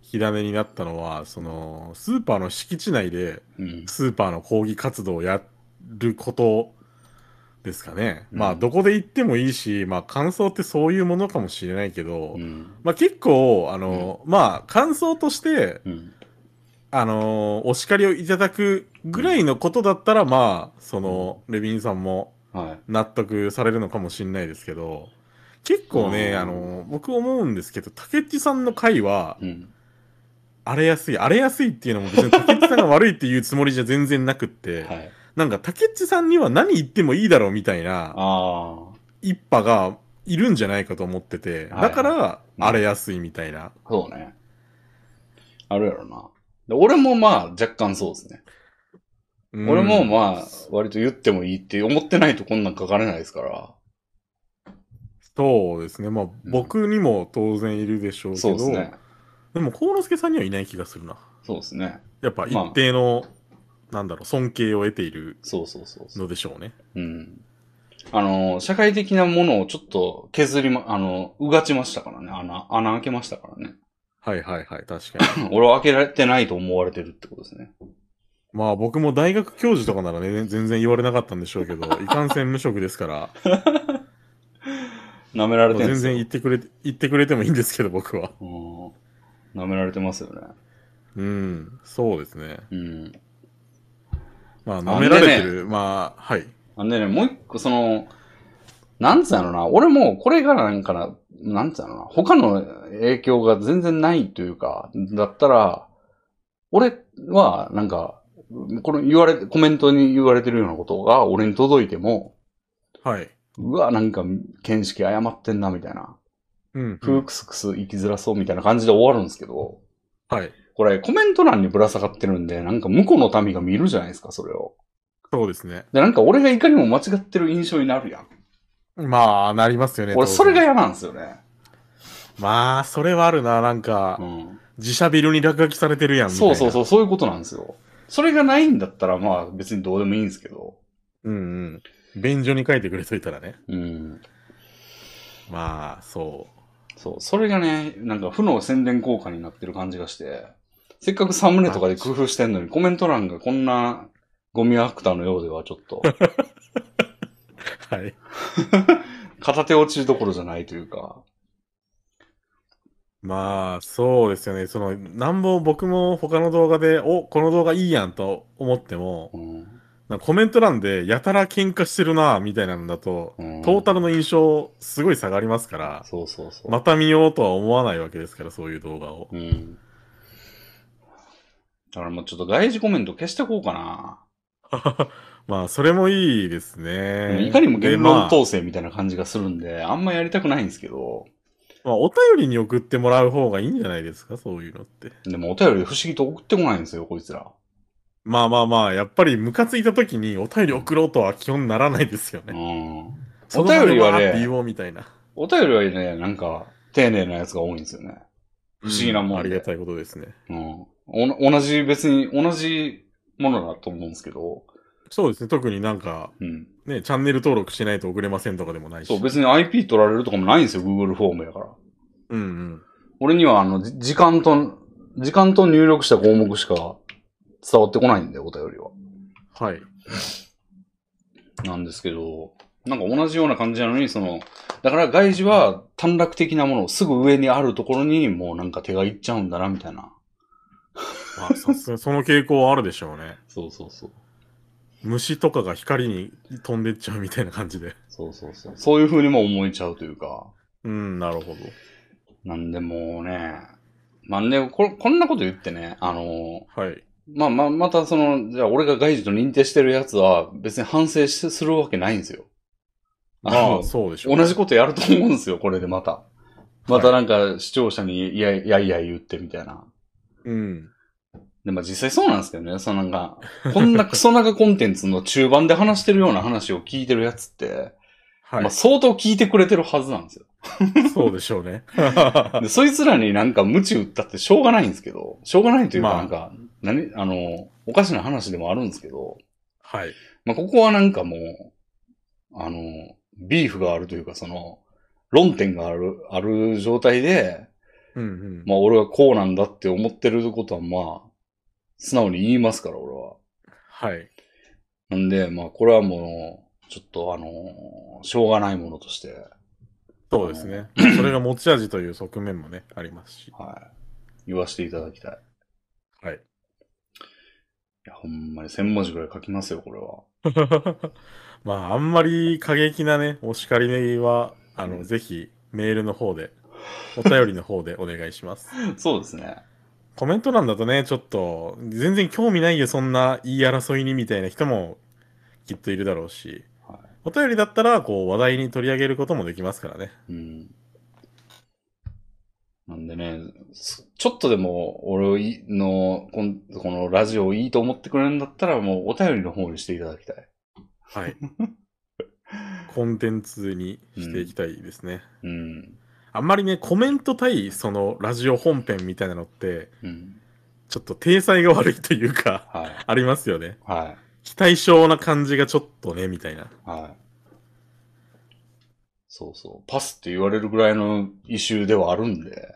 火種になったのは、その、スーパーの敷地内で、
い。うん。
スーパーの抗議活動をやることですかね。
うん
まあ、どこで行ってもいいし、まあ、感想ってそういうものかもしれないけど、
うん。
まあ、結構、あの、まあ、感想として、
うん。
あのお叱りをいただくぐらいのことだったら、まあ、その、レビンさんも
はい。
納得されるのかもしれないですけど、結構ね、
うん
あの僕思うんですけど、竹内さんの回は、
うん。
荒れやすい、荒れやすいっていうのも別に竹内さんが悪いっていうつもりじゃ全然なくって、
はい。
なんか竹内さんには何言ってもいいだろうみたいな
ああ、
一派がいるんじゃないかと思ってて、
はい
だから
うん
荒れやすいみたいな。
そうね。あるやろな。で俺もまあ若干そうですね。
うん
俺もまあ割と言ってもいいって思ってないとこんなん書かれないですから。
そうですね。まあ、僕にも当然いるでしょうけ
そう
ど、
ですね。
でも、幸之助さんにはいない気がするな。
そうですね。
やっぱ一定の、なんだろう、尊敬を得ている
そうそうそうそう。
のでしょうね。
うん。あの、社会的なものをちょっと削りま、あの、うがちましたからね。穴、穴開けましたからね。
はいはいはい、確か に。
俺は開けられてないと思われてるってことですね。
まあ僕も大学教授とかならね、全然言われなかったんでしょう けど、いかんせん無職ですから、
舐められてるんで
全
すよ
然言ってくれて、言ってくれてもいいんですけど、僕は。
うん舐められてますよね。
うん、そうですね。
うん。
まあ、
ね
舐められてる、まあ、はい。
あんでね、もう一個、その、なんつうのな、俺もこれがなんかな、なんつうのな、他の影響が全然ないというか、だったら、俺は、なんか、この言われ、コメントに言われてるようなことが俺に届いても、
はい。
うわ、なんか、見識謝ってんな、みたいな。
うん、う
ふうんくすくす生きづらそう、みたいな感じで終わるんですけど、
はい。
これコメント欄にぶら下がってるんで、なんか向こうの民が見るじゃないですか、それを。
そうですね。
で、なんか俺がいかにも間違ってる印象になるやん。
まあ、なりますよね。
俺、
当然
それが。嫌なんですよね。
まあ、それはあるな、なんか
う、ん。
自社ビルに落書きされてるやん、みたい
そ
な。
うそうそう、そういうことなんですよ。それがないんだったら、まあ別にどうでもいいんですけど。
う。うんうん。便所に書いてくれといたらね。
うん。
まあ、そ
そう。それがね、なんか負の宣伝効果になってる感じがして、せっかくサムネとかで工夫してんのに、コメント欄がこんなゴミアクターのようではちょっ と、
う。 はい。
片手落ちどころじゃないというか。
まあ、そうですよね。その、なんぼ僕も他の動画で、お、この動画いいやんと思っても、
うん。
なんかコメント欄で、やたら喧嘩してるな、みたいなのだと、
うん
トータルの印象、すごい下がりますから、
そうそうそう。
また見ようとは思わないわけですから、そういう動画を。
うん。だからもうちょっと外事コメント消してこうかな。
まあ、それもいいですね。
いかにも言論
でまあ
統制みたいな感じがするんで、あんまやりたくないんですけど、
まあ、お便りに送ってもらう方がいいんじゃないですか、そういうのって。
でもお便り不思議と送ってこないんですよ、こいつら。
まあまあまあ、やっぱりムカついた時にお便り送ろうとは基本ならないですよ
う
ね。
ん。
その場で
お便りはね
わーって言おうみたいな。
お便りはね、なんか、丁寧なやつが多いんですよね。不思議なもんで
うありがたいことですね。
うん。おな同じ、別に同じものだと思うんですけど、
そうですね。特になんか、
うん。
ね、チャンネル登録しないと送れませんとかでもないし。
そう、別に IP 取られるとかもないんですよ、Google フォームやから。
うんうん。
俺には、あの、じ時間と、時間と入力した項目しか伝わってこないんで、お便りは。
はい。
なんですけど、なんか同じような感じなのに、その、だから外事は短絡的なものをすぐ上にあるところにもうなんか手がいっちゃうんだな、みたいな。
まあ、さすがにそ の傾向はあるでしょうね。
そうそうそう。
虫とかが光に飛んでっちゃうみたいな感じで。
そうそうそう。そういう風にも思えちゃうというか。
うん、なるほど。
なんでもうね、まあね、ここんなこと言ってね、あの、
はい。
まあまあ、またその、じゃあ俺が外事と認定してるやつは別に反省しするわけないんですよ。あの
まあ、そうでしょう。
同じことやると思うんですよ、これでまた。またなんか視聴者にいやいやいや言ってみたいな。
うん。
で、まあ実際そうなんですけどね、そのなんか、こんなクソ長コンテンツの中盤で話してるような話を聞いてるやつって、
はい。
まあ相当聞いてくれてるはずなんですよ。
そうでしょうね。
で、そいつらになんか無知打ったってしょうがないんですけど、しょうがないというか
まあ
なんか、何、あの、おかしな話でもあるんですけど、
はい。
まあここはなんかもう、あの、ビーフがあるというか、その、論点がある、ある状態で、
うんうん。
まあ俺はこうなんだって思ってることはまあ、素直に言いますから、俺は。
はい。
なんで、まあこれはもう、ちょっとあのーしょうがないものとして、
そうですね。それが持ち味という側面もね、ありますし。
はい。言わせていただきたい。
はい
いや、ほんまに1000文字くらい書きますよ、これは。
まあ、あんまり過激なね、お叱りは、あの、
うん
ぜひ、メールの方で、お便りの方でお願い します。
そうですね。
コメント欄だとね、ちょっと、全然興味ないよ、そんな言い争いに、みたいな人も、きっといるだろうし、
はい
お便りだったら、こう、話題に取り上げることもできますからね。
うん。なんでね、すちょっとでも俺のこんこのラジオをいいと思ってくれるんだったらもうお便りの方にしていただきたい。
はい。 コンテンツにしていきたいですね。
うん。
あんまりね、コメント対、その、ラジオ本編みたいなのって、
うん。
ちょっと、体裁が悪いというか、
はい。
ありますよね。
はい。
期待症な感じがちょっとね、みたいな。
はい。そうそう。パスって言われるぐらいの異臭ではあるんで。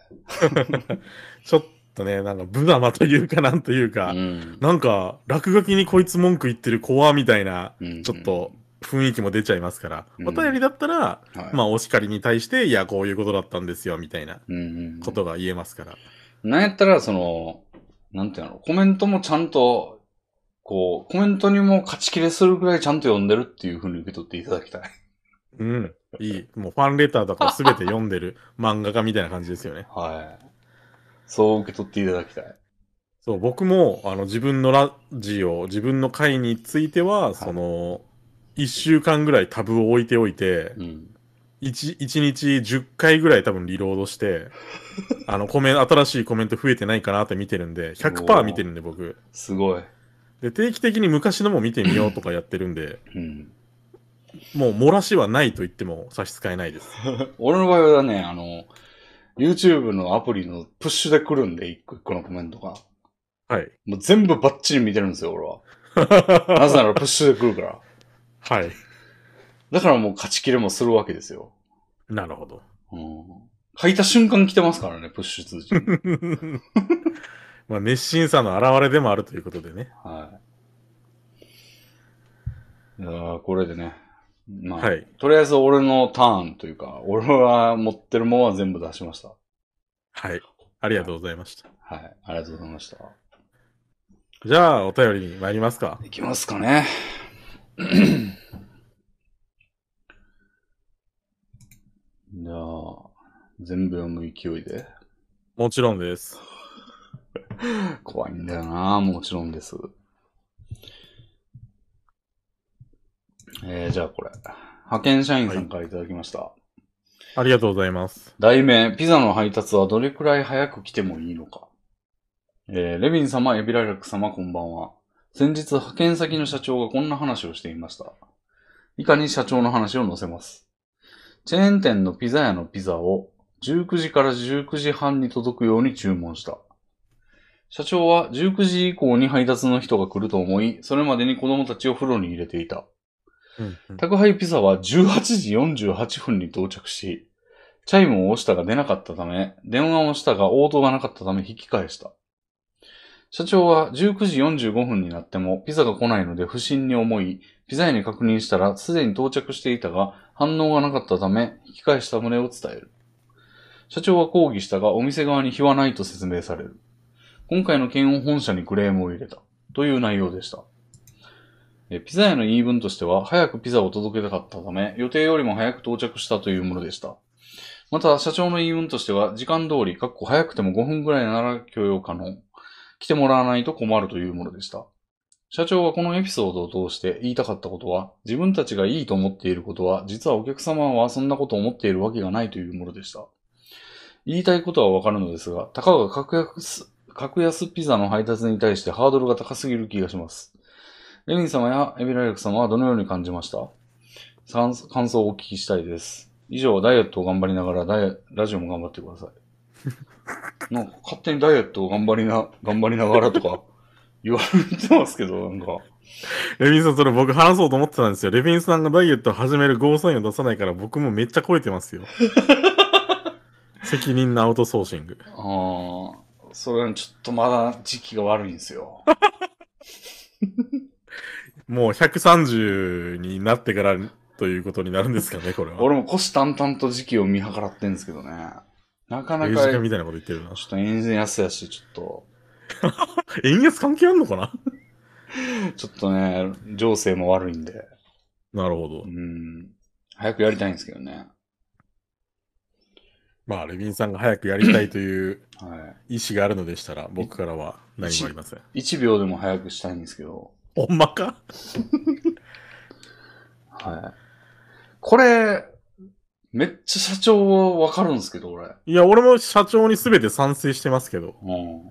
ちょっとね、なんか、無様というか、なんという
う
か、
ん。
なんか、落書きにこいつ文句言ってる怖みたいな、
うん
ちょっ。と、雰囲気も出ちゃいますから、
うん
お便りだったら、
はい、
まあ、お叱りに対して、いや、こういうことだったんですよ、みたいな
うんうん。
ことが言えますから。
なんやったら、その、なんていうの、コメントもちゃんと、こう、コメントにも勝ち切れするぐらいちゃんと読んでるっていう風に受け取っていただきたい。
うん。いい。もう、ファンレターとかすべて読んでる 漫画家みたいな感じですよね。
はい。そう受け取っていただきたい。
そう、僕も、あの、自分のラジオ、自分の回については、その、一週間ぐらいタブを置いておいて、
うん。
一一日10回ぐらい多分リロード して、あの、コメント、新しいコメント増えてないかなって見てるんで、
うわ
100%見てるんで僕。
すごい。
で、定期的に昔のも見てみようとかやってるんで、
うん。
もう漏らしはないと言っても差し支えないです。
俺の場合はね、あの、YouTube のアプリのプッシュで来るんで、一個一個のコメントが。
はい。
もう全部バッチリ見てるんですよ、俺は。 なぜならプッシュで来るから。
はい。
だからもう勝ち切れもするわけですよ。
なるほど。
うん。書いた瞬間来てますからね、プッシュ通知。
まあ、熱心さの表れでもあるということでね。
はい。いやーこれでね。まあ、
はい。
とりあえず俺のターンというか、俺は持ってるもんは全部出しました。
はい。ありがとうございました。
はい。ありがとうございました。
じゃあ、お便りに参りますか。
いきますかね。 じゃあ、全部読む勢いで。
もちろんです。
怖いんだよなもちろんです。えー、じゃあこれ。派遣社員さんからいただきました。
ありがとうございます。
題名、ピザの配達はどれくらい早く来てもいいのか。えー、レビン様、エビラルク様、こんばんは。先日、派遣先の社長がこんな話をしていました。以下に社長の話を載せます。チェーン店のピザ屋のピザを19時から19時半に届くように注文した。社長は19時以降に配達の人が来ると思い、それまでに子供たちを風呂に入れていた。
うんうん
宅配ピザは18時48分に到着し、チャイムを押したが出なかったため、電話をしたが応答がなかったため引き返した。社長は19時45分になってもピザが来ないので不審に思い、ピザ屋に確認したらすでに到着していたが反応がなかったため引き返した旨を伝える。社長は抗議したがお店側に非はないと説明される。今回の件を本社にクレームを入れた。という内容でした。えーピザ屋の言い分としては、早くピザを届けたかったため、予定よりも早く到着したというものでした。また、社長の言い分としては、時間通り、かっこ早くても5分ぐらいなら許容可能。来てもらわないと困るというものでした。社長はこのエピソードを通して言いたかったことは、自分たちがいいと思っていることは、実はお客様はそんなことを思っているわけがないというものでした。言いたいことはわかるのですが、たかが格安、格安ピザの配達に対してハードルが高すぎる気がします。レミン様やエビライク様はどのように感じました感感想をお聞きしたいです。以上、ダイエットを頑張りながらダイエ、ラジオも頑張ってください。 なんか勝手にダイエットを頑張りな、頑張りながらとか言われてますけど、なんか。
レビンさん、それ僕話そうと思ってたんですよ。レビンさんがダイエットを始めるゴーサインを出さないから僕もめっちゃ超えてま すよ。責任のアウトソーシング。
あーそれはちょっとまだ時期が悪いんですよ。
もう130になってからということになるんですかね、これは。
俺も虎視眈々と時期を見計らってんですけどね。なかなか、
政治
ち
家
ょ
みたいなこと言ってるな。
っと円安やし、ちょ
円安関係あんのかな
っと、ちょっとね、情勢も悪いんで。
なるほど
う。ん。早くやりたいんですけどね。
まあ、レビンさんが早くやりたいという
は
意思があるのでしたら、僕からは何もありません。
い。1秒でも早くしたいんですけど。
ほんまか
はい。これ、めっちゃ社長はわかるんですけど、俺。
いや、俺も社長に全て賛成してますけど。
うん。
っ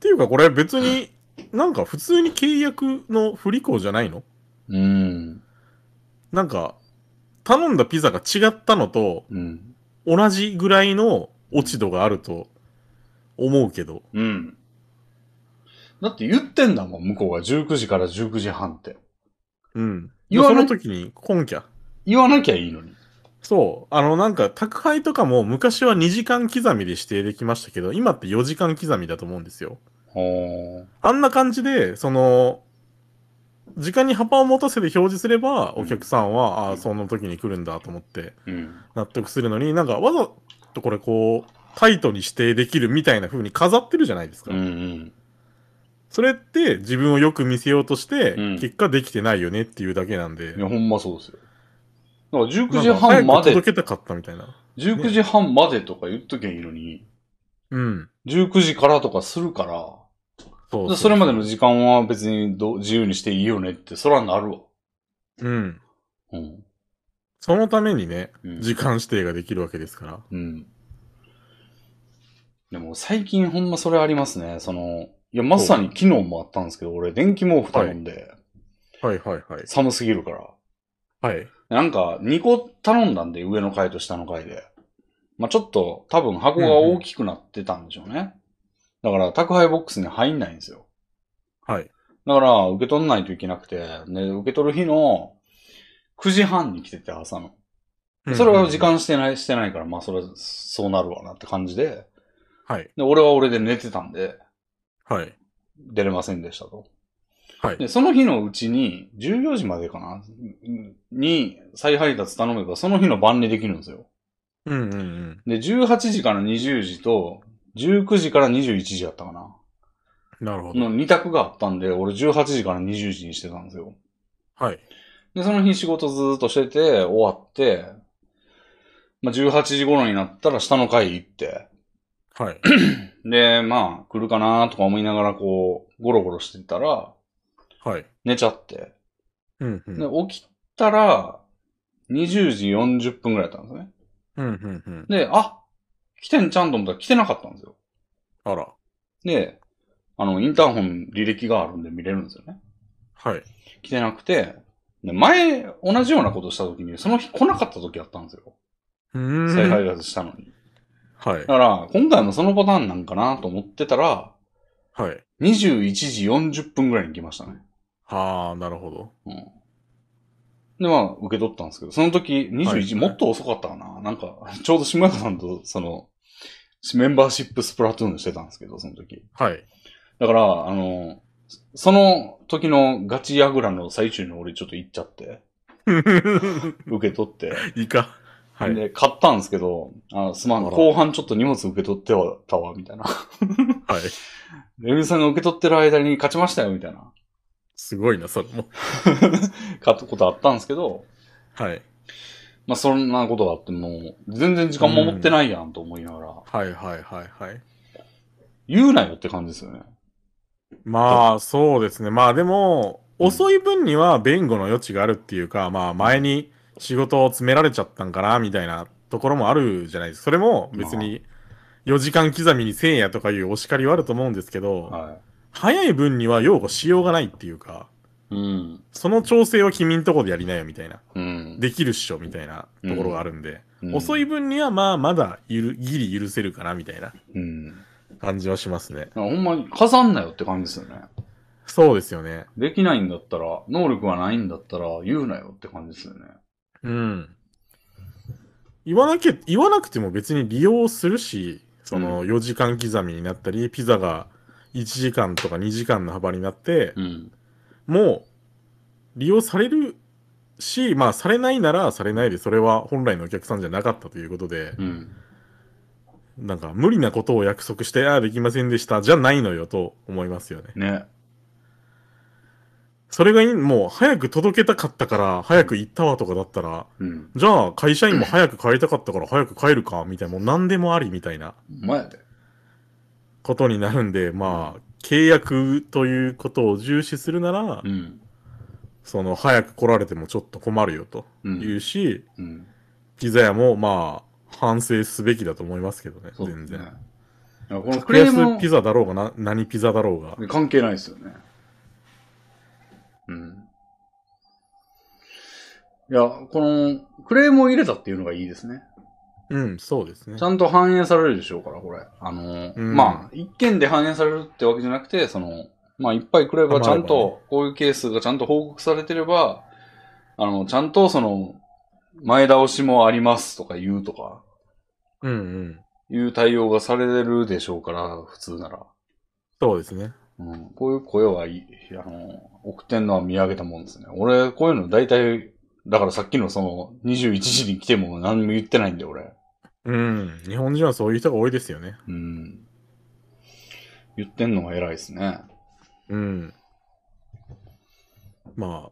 ていうか、これ別 に、なんか普通に契約の不履行じゃないの
うん。
なんか、頼んだピザが違ったのと、
うん。
同じぐらいの落ち度があると思うけど。
うん。だって言ってんだもん、向こうが。19時から19時半って。
うん。
言わ
そ
な
の
い
時に根拠。
言わなきゃいいのに。
そう。あの、なんか、宅配とかも昔は2時間刻みで指定できましたけど、今って4時間刻みだと思うんですよ。
ほー。
あんな感じで、その、時間に幅を持たせて表示すれば、お客さんは、ああ、その時に来るんだと思って
うん。
納得するのに、なんかわざとこれこう、タイトに指定できるみたいな風に飾ってるじゃないですか。
うんうん。
それって自分をよく見せようとして、
うん
結果できてないよねっていうだけなんで。
いや、ほんまそうですよ。だから19
なん
時
か
半まで
早く、届けたかったみたいな。
19時半までとか言っときゃいいのに、
うん。
19時からとかするから、
そう
それまでの時間は別にどう自由にしていいよねって、そらなるわ。
うん。
うん。
そのためにね、
うん
時間指定ができるわけですから。
うん。でも最近ほんまそれありますね。その、いや、まさに昨日もあったんですけど、俺電気毛布頼んで、
はいはいはい。
寒すぎるから。
はい。
なんか、2個頼んだんで、上の階と下の階で。まあちょっと、多分箱が大きくなってたんでしょうね。だから、宅配ボックスに入んないんですよ。
はい。
だから、受け取んないといけなくて、ね、受け取る日の、9時半に来てて、朝の。それは時間してない、してないから、まあそれ、そうなるわなって感じで。
はい。
で、俺は俺で寝てたんで、
はい。
出れませんでしたと。
はい。
で、その日のうちに、14時までかなに、再配達頼めば、その日の晩にできるんですよ。
うんうんうん。
で、18時から20時と、19時から21時やったかな。
なるほど。
の2択があったんで、俺18時から20時にしてたんですよ。
はい。
で、その日仕事ずーっとしてて、終わって、まあ、18時頃になったら下の階行って、
はい。
で、まあ、来るかなとか思いながらこう、ゴロゴロしてたら、
はい。
寝ちゃって。
うんうん。
で
うん、
起きたら、20時40分ぐらいだったんですね。
うん、うん。
で、あ来てんちゃんと思ったら来てなかったんですよ。
あら。
で、あの、インターホン履歴があるんで見れるんですよね。
はい。
来てなくて、で前、同じようなことした時に、その日来なかった時あったんですよ。
うーん。
再配達したのに。
はい
だ。から、今回もそのパターンなんかなと思ってたら、
はい。
21時40分ぐらいに来ましたね。
はあ、なるほど。
で、まあ、受け取ったんですけど、その時、21、
はい
もっと遅かったかななんか、ちょうど島岡さんと、その、メンバーシップスプラトゥーンしてたんですけど、その時。
はい。
だから、あの、その時のガチヤグラの最中に俺ちょっと行っちゃって、受け取って、
いいか。はい。
で、買ったんですけど、あすまん、
あら
後半ちょっと荷物受け取ってはたわ、みたいな。
はい。
レミさんが受け取ってる間に勝ちましたよ、みたいな。
すごいな、それも。
買ったことあったんですけど、
はい。
まあそんなことがあって、もう、全然時間守ってないやんと思いながら、
はいはいはいはい。
言うなよって感じですよね。
まあ、そうですね。まあでも、
うん
遅い分には弁護の余地があるっていうか、まあ前に仕事を詰められちゃったんかな、みたいなところもあるじゃないですか。それも別に4時間刻みにせえやとかいうお叱りはあると思うんですけど、
は
早い分には擁護しようがないっていうか、
い。うん。
その調整は君んとこでやりなよみたいな。
うん。
できるっしょみたいなところがあるんで、
うん
遅い。分にはまあまだゆるギリ許せるかなみたいな
うん。
感じはしますね。
ほんまに、飾んなよって感じですよね。
そうですよね。
できないんだったら、能力がないんだったら言うなよって感じですよね。
うん。言わなきゃ、言わなくても別に利用するし、その4時間刻みになったり、ピザが1時間とか2時間の幅になって、
うん。
もう利用されるし、まあされないならされないで、それは本来のお客さんじゃなかったということで、
うん。
なんか無理なことを約束して、ああ、できませんでした、じゃないのよと思いますよね。
ね。
それがいい、もう早く届けたかったから、早く行ったわとかだったら、
うん。
じゃあ会社員も早く帰りたかったから早く帰るか、みたいな、もう何でもありみたいな
前で。
ことになるんで、まあ、契約ということを重視するなら
う、ん。
その早く来られてもちょっと困るよと
う
い
ん。
うし、
うん。
ピザ屋もまあ、反省すべきだと思いますけどね、
そうで
全
すね。い
然。
やこのク
格
レーム
安ピザだろうがな、何ピザだろうが。
関係ないですよね。うん。いや、この、クレームを入れたっていうのがいいですね。
うん、そうですね
ち。ゃんと反映されるでしょうから、これ。あの、
うん
まあ、一件で反映されるってわけじゃなくて、その、まあ、いっぱい来ればちゃん
まあまあ
と、こういうケースがちゃんと報告されてれば、あの、ちゃんとその、前倒しもありますとか言うとか、
うんうん。
いう対応がされるでしょうから、普通なら。
そうですね。
うん、こういう声はいい、あの、送ってんのは見上げたもんですね。俺、こういうの大体、だからさっきのその、21時に来ても何も言ってないんで、俺。
うん。日本人はそういう人が多いですよね。
うん。言ってんのが偉いですね。
うん。まあ、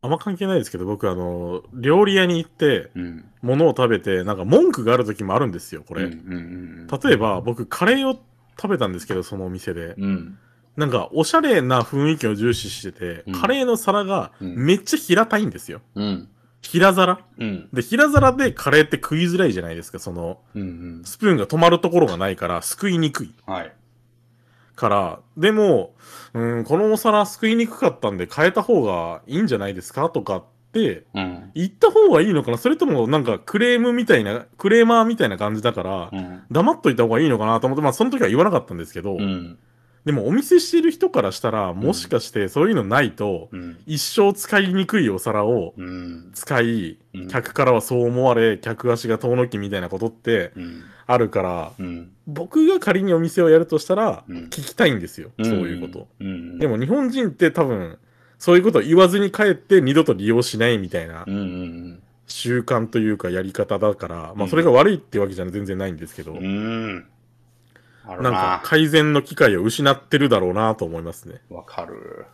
あんま関係ないですけど、僕、あの、料理屋に行って、
うん。
物を食べて、なんか文句がある時もあるんですよ、こ
こ
れ。
うんうん
例えば、僕、カレーを食べたんですけど、そのお店で。
うん。うん。
なんか、おしゃれな雰囲気を重視してて、
うん
カレーの皿が
うん
めっちゃ平たいんですよ。
うん。
平皿。
うん。
で、平皿でカレーって食いづらいじゃないですか、その、
うん。うん。
スプーンが止まるところがないから、すくいにくい。
はい。
から、でも、うん、このお皿すくいにくかったんで変えた方がいいんじゃないですかとかって、
うん。
言った方がいいのかなそれともなんかクレームみたいな、クレーマーみたいな感じだから、
うん。
黙っといた方がいいのかなと思って、まあその時は言わなかったんですけど、
うん。
でもお見せしてる人からしたら、もしかしてそういうのないと、
うん。
一生使いにくいお皿を
うん。
使い、
うん
客からはそう思われ、客足が遠のきみたいなことって
うん。
あるから、
うん。
僕が仮にお店をやるとしたら、
うん
聞きたいんですよ、
うん
そういうこと。。
うん。
でも日本人って多分、そういうことを言わずに帰って二度と利用しないみたいな
うん。うん。
習慣というかやり方だから、
う
ま
ん
あそれが悪いってわけじゃ全然ないんですけど、
うん。うん。ある
なん
な
か。改善の機会を失ってるだろうなと思いますね。
わかる。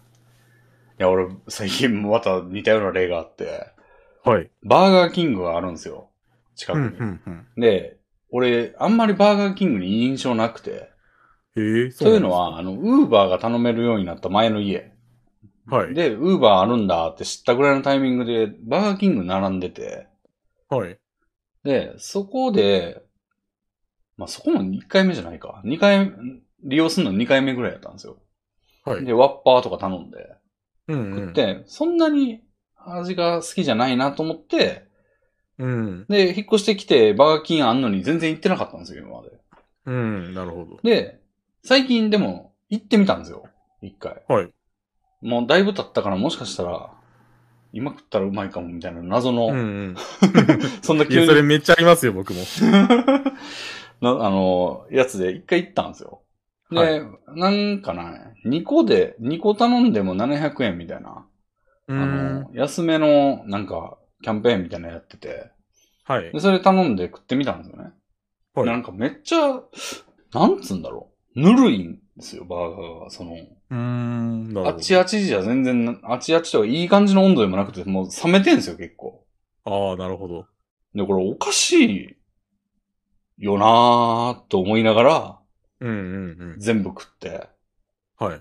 いや、俺、最近また似たような例があって、
はい。
バーガーキングがあるんですよ。近
う
く
ん
に。
うんうん。
で、俺、あんまりバーガーキングにいい印象なくて。
へえ、
という
なんですか
のは、あの、ウーバーが頼めるようになった前の家。
はい。
で、ウーバーあるんだって知ったぐらいのタイミングで、バーガーキング並んでて。
はい。
で、そこで、まあ、そこも1回目じゃないか。2回、利用するの2回目ぐらいだったんですよ。
はい。
で、ワッパーとか頼んで。
うんう
食っ
ん。
て、そんなに味が好きじゃないなと思って、
うん。
で、引っ越してきてバーガーキングあんのに全然行ってなかったんですよ、今まで。
うん。なるほど。
で、最近でも行ってみたんですよ、一回。
はい。
もうだいぶ経ったからもしかしたら、今食ったらうまいかもみたいな謎の、
う んうん。
そんない急
や、
に
それめっちゃありますよ、僕も。
な、あの、やつで一回行ったんですよ。で、
は
なんかね、2個で、2個頼んでも700円みたいな、
う
あ
ん
の。、安めの、なんか、キャンペーンみたいなのやってて、
はい
で、。それ頼んで食ってみたんですよね。
はい
なんかめっちゃ、なんつうんだろう。ぬるいんですよ、バーガーが。その、
うーん。なる
あ
ほ
ちあちじゃ全然、あちあちとかいい感じの温度でもなくて、もう冷めてんですよ、結構。
ど。ああ、なるほど。
で、これおかしいよなーと思いながら、
うんうん
全部食って。
うん。はい。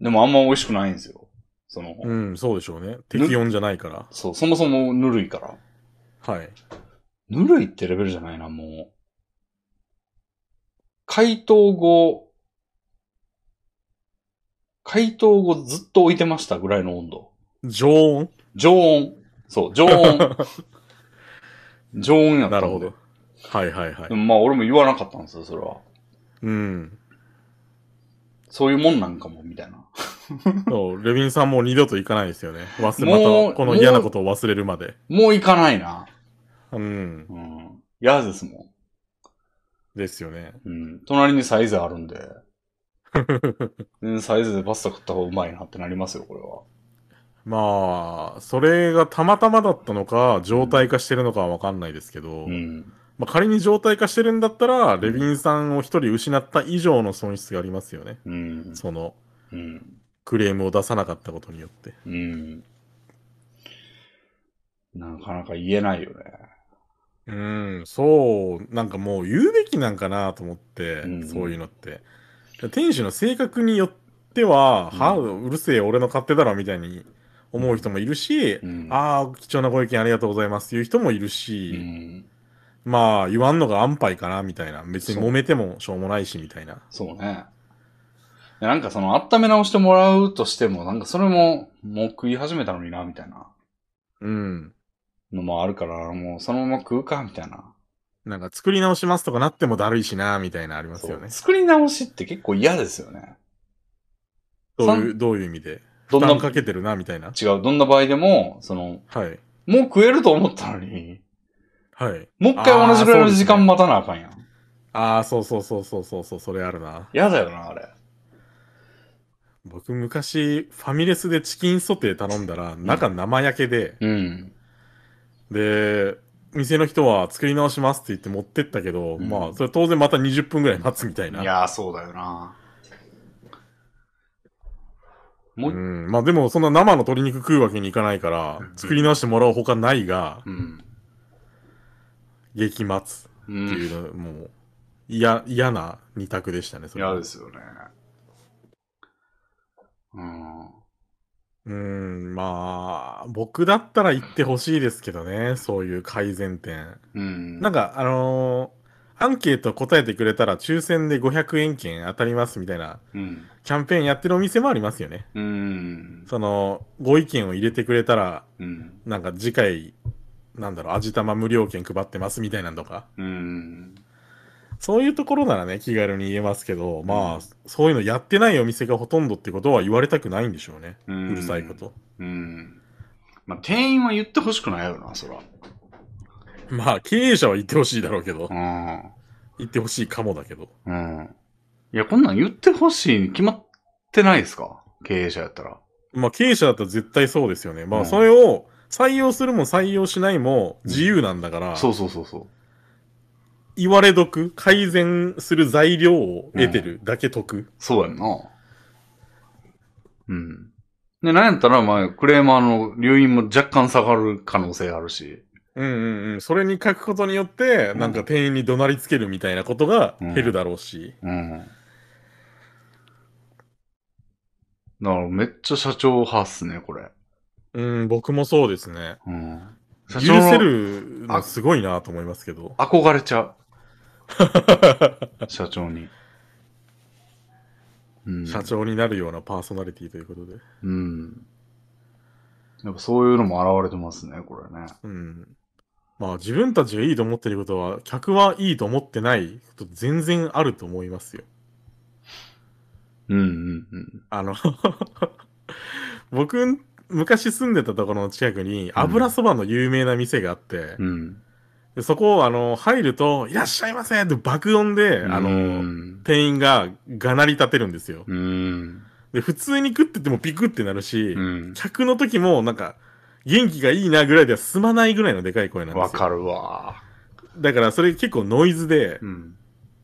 でもあんま美味しくないんですよ。その、
うん、そうでしょうね。適温じゃないから。
そう、そもそもぬるいから。
はい。
ぬるいってレベルじゃないな、もう。解凍後、解凍後ずっと置いてましたぐらいの温度。
常温
常温。そう、常 温。常温やった
なん
で
るほど。。はいはいはい
で。もまあ俺も言わなかったんですよ、それは。
うん。
そういうもんなんかも、みたいな。
そう、レビンさんもう二度と行かないですよね。忘
も
れ、
う
また、この嫌なことを忘れるまで。
もう行かないな。
うん。
うん。嫌ですも
ですよね。
ん。うん。隣にサイズある んで。うんサイズでパスタ食った方がうまいなってなりますよ、これは。
まあ、それがたまたまだったのか、状態化してるのかはわかんないですけど、
うん。
まあ、仮に状態化してるんだったら、レビンさんを一人失った以上の損失がありますよね。
うん。
その、
うん。
クレームを出さなかったことによって。
うん。なかなか言えないよね。
うん、そう、なんかもう言うべきなんかなと思って、
うん
そういうのって。店主の性格によっては、
うん
はうるせえ、俺の勝手だろみたいに思う人もいるし、
うん。
ああ、貴重なご意見ありがとうございますいう人もいる
う
し、
ん。
まあ、言わんのが安牌かなみたいな。別に
そう
揉めてもしょうもないしみたいな。
そうね。でなんかその、温め直してもらうとしても、なんかそれも、もう食い始めたのにな、みたいな
うん。
のもあるから、もうそのまま食うか、みたいな。
なんか作り直しますとかなってもだるいしな、みたいなありますよね。
作り直しって結構嫌ですよね。う
どういう、どういう意味で。
ど
負
んな
担、かけてるな、みたいな。
違う、どんな場合でも、その、
はい。
もう食えると思ったのに、
はい。
もう一回同じぐらいの時間待たなあかんやん。
ああ、そうそうそうそうそうそう、それあるな。
嫌、だよな、あれ。
僕昔、ファミレスでチキンソテー頼んだら、中生焼けで、
うん。
で、店の人は作り直しますって言って持ってったけど、
うん
まあ、それ当然また20分ぐらい待つみたい
い
な。
やー、そうだよな。も
う
う、
ん、まあでも、そんな生の鶏肉食うわけにいかないから
う、ん
作り直してもらうほかないが、
うん。
激末
う
って
ん。
いうの、もう、嫌、嫌な二択でしたね、それ。
嫌ですよね。うん。
うん、まあ、僕だったら言ってほしいですけどね、そういう改善点。
うん。
なんか、あのーアンケート答えてくれたら抽選で500円券当たりますみたいな
うん。
キャンペーンやってるお店もありますよね。
うん。
その、ご意見を入れてくれたら、
うん。
なんか次回、なんだろう、味玉無料券配ってますみたいなのとか。
うん。
そういうところならね、気軽に言えますけど、まあ、
うん
そういうのやってないお店がほとんどってことは言われたくないんでしょうね。
う。
うんるさいこ。と。
うん。まあ、店員は言ってほしくないよな、そら。
まあ、経営者は言ってほしいだろうけど
う、ん。
言ってほしいかもだけど。
うん。いや、こんなん言ってほしいに決まってないですか経営者やったら。
まあ、経営者だったら絶対そうですよね。ま
う
あ、
ん
それを採用するも採用しないも自由なんだから、
そうそうそうそう。
言われ得、改善する材料を得てるだけ得。
そうやんな。うん。で、なんやったら、まあ、クレーマーの留飲も若干下がる可能性あるし。
うんうんうん。それに書くことによって、
うん
なんか店員に怒鳴りつけるみたいなことが減るだろうし。
うん。だから、めっちゃ社長派っすね、これ。
うん、僕もそうですね。
うん。社
許
長
せ
の
るのすごいなと思いますけど。
憧れち ゃう。社長に。うん。
社長になるようなパーソナリティということで。
うん。やっぱそういうのも現れてますね、これね。
うん。まあ自分たちがいいと思ってることは、客はいいと思ってないこと全然あると思いますよ。
うんうんうん。
あの、 僕、昔住んでたところの近くに油そばの有名な店があって、
うん。
でそこをあの、入ると、いらっしゃいませって爆音で、あの、
うん。
店員ががなり立てるんですよ。
うん。
で、普通に食っててもビクってなるし、
うん。
客の時もなんか、元気がいいなぐらいでは済まないぐらいのでかい声なんですよ。
わかるわ。
だからそれ結構ノイズで、
うん。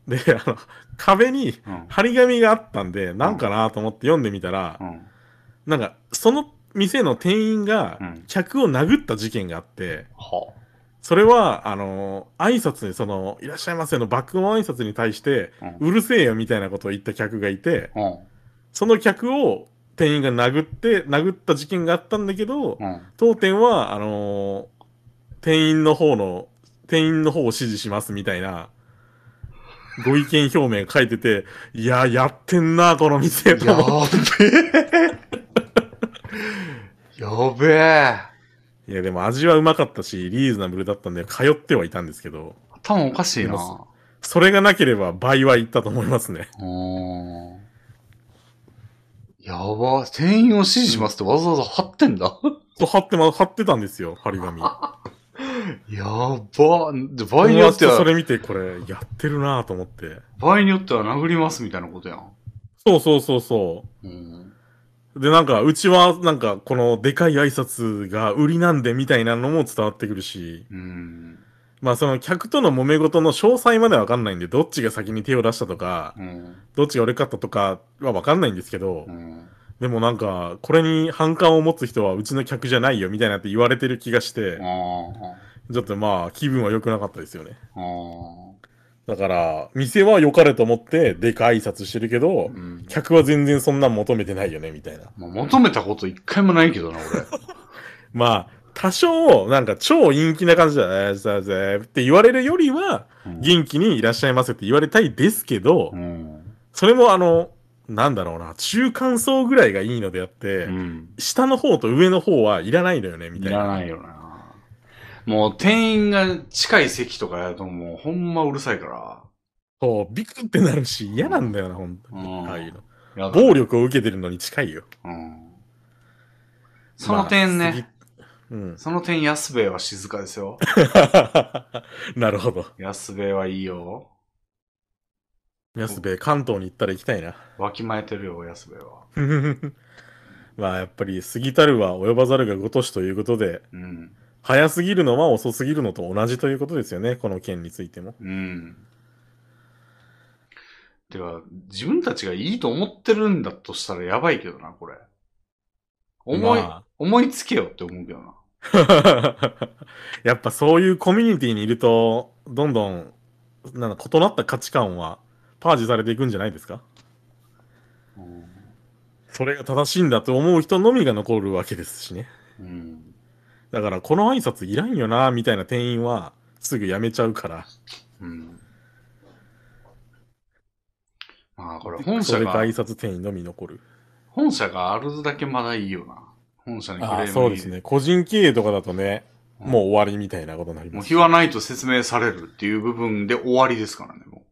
で、あの、壁に
うん。
張り紙があったんで、なんかなと思って読んでみたら
う、ん。
なんか、その店の店員が
うん、
客を殴った事件があって、
は
それは、あの、挨拶に、その、いらっしゃいませのバック音挨拶に対して、
う
うるせえよみたいなことを言った客がいて、
ん。うん。
その客を店員が殴って、殴った事件があったんだけど、
うん。
当店は、あのー店員の方の、店員の方を支持しますみたいな、ご意見表明書いてて、いやー、やってんな、この店と
や
思っ
べえ。やべえ。
て。いや、でも味はうまかったし、リーズナブルだったんで、通ってはいたんですけど、
頭おかしいな
で。もそれがなければ倍はいったと思いますね。
うーん。いやば。店員を指示しますってわざわざ貼ってんだ。
と貼ってま、貼ってたんですよ、張り紙。
やば。で場合に
友
よっ
達
て
とそ
は、
れ見て、これ、やってるなぁと思って。
場合によっては殴りますみたいなことやん。
そうそうそうそ
うん。
う。で、なんか、うちは、なんか、この、でかい挨拶が売りなんで、みたいなのも伝わってくるし、
うん。
まあ、その、客との揉め事の詳細まではわかんないんで、どっちが先に手を出したとか、
うん。
どっちが俺かったとかはわかんないんですけど
う、ん。
でもなんか、これに反感を持つ人はうちの客じゃないよ、みたいなって言われてる気がして、
あ
ちょっとまあ、気分は良くなかったですよね。
あ。あ
だから、店は良かれと思って、でかい挨拶してるけ
あ。
ど
う、ん。
客は全然そんなん求めてないよね、みたいな。
まあ、求めたこと一回もないけどな、俺。
まあ、多少、なんか超陰気な感じだ、えー、さあぜーって言われるよりは、
うん
元気にいらっしゃいませって言われたいですけど
う、ん。
それもあの、なんだろうな、中間層ぐらいがいいのであって、
うん。
下の方と上の方はいらないのよね、み
い
たい
ら
な。
ないよな。もう店員が近い席とかやともうほんまうるさいか
そう、ビクってなるし、嫌なんだよな、本当に。
うん
ああいうの。
ら。やだ
暴力を受けてるのに近いよ。
うん。その点
ま
ね、
あ。 うん。
その点安兵衛は静かですよ。
なるほど。
安兵衛はいいよ。
安部、関東に行ったら行きたいな。
わきまえてるよ、安兵衛は。
まあ、やっぱり、過ぎたるは及ばざるがごとしということで、
うん。
早すぎるのは遅すぎるのと同じということですよね、この件についても。
うん。てか、自分たちがいいと思ってるんだとしたらやばいけどな、これ。思い、
ま
思いつけよって思うけどな。
あやっぱそういうコミュニティにいると、どんどん、なんだ、異なった価値観は、パージされていくんじゃないですか
うん
それが正しいんだと思う人のみが残るわけですしね。
うん。
だから、この挨拶いらんよな、みたいな店員は、すぐ辞めちゃうから。
うん。まあ、これ本
そ
社
れか
が
挨、拶店員のみ残る。
本社があるだけまだいいよな。本社にクレー
あ
ム
あ、
に
そうですね。個人経営とかだとね、
うん
もう終わりみたいなことになり
も
ま
う
す。
日はないと説明されるっていう部分で終わりですからね、も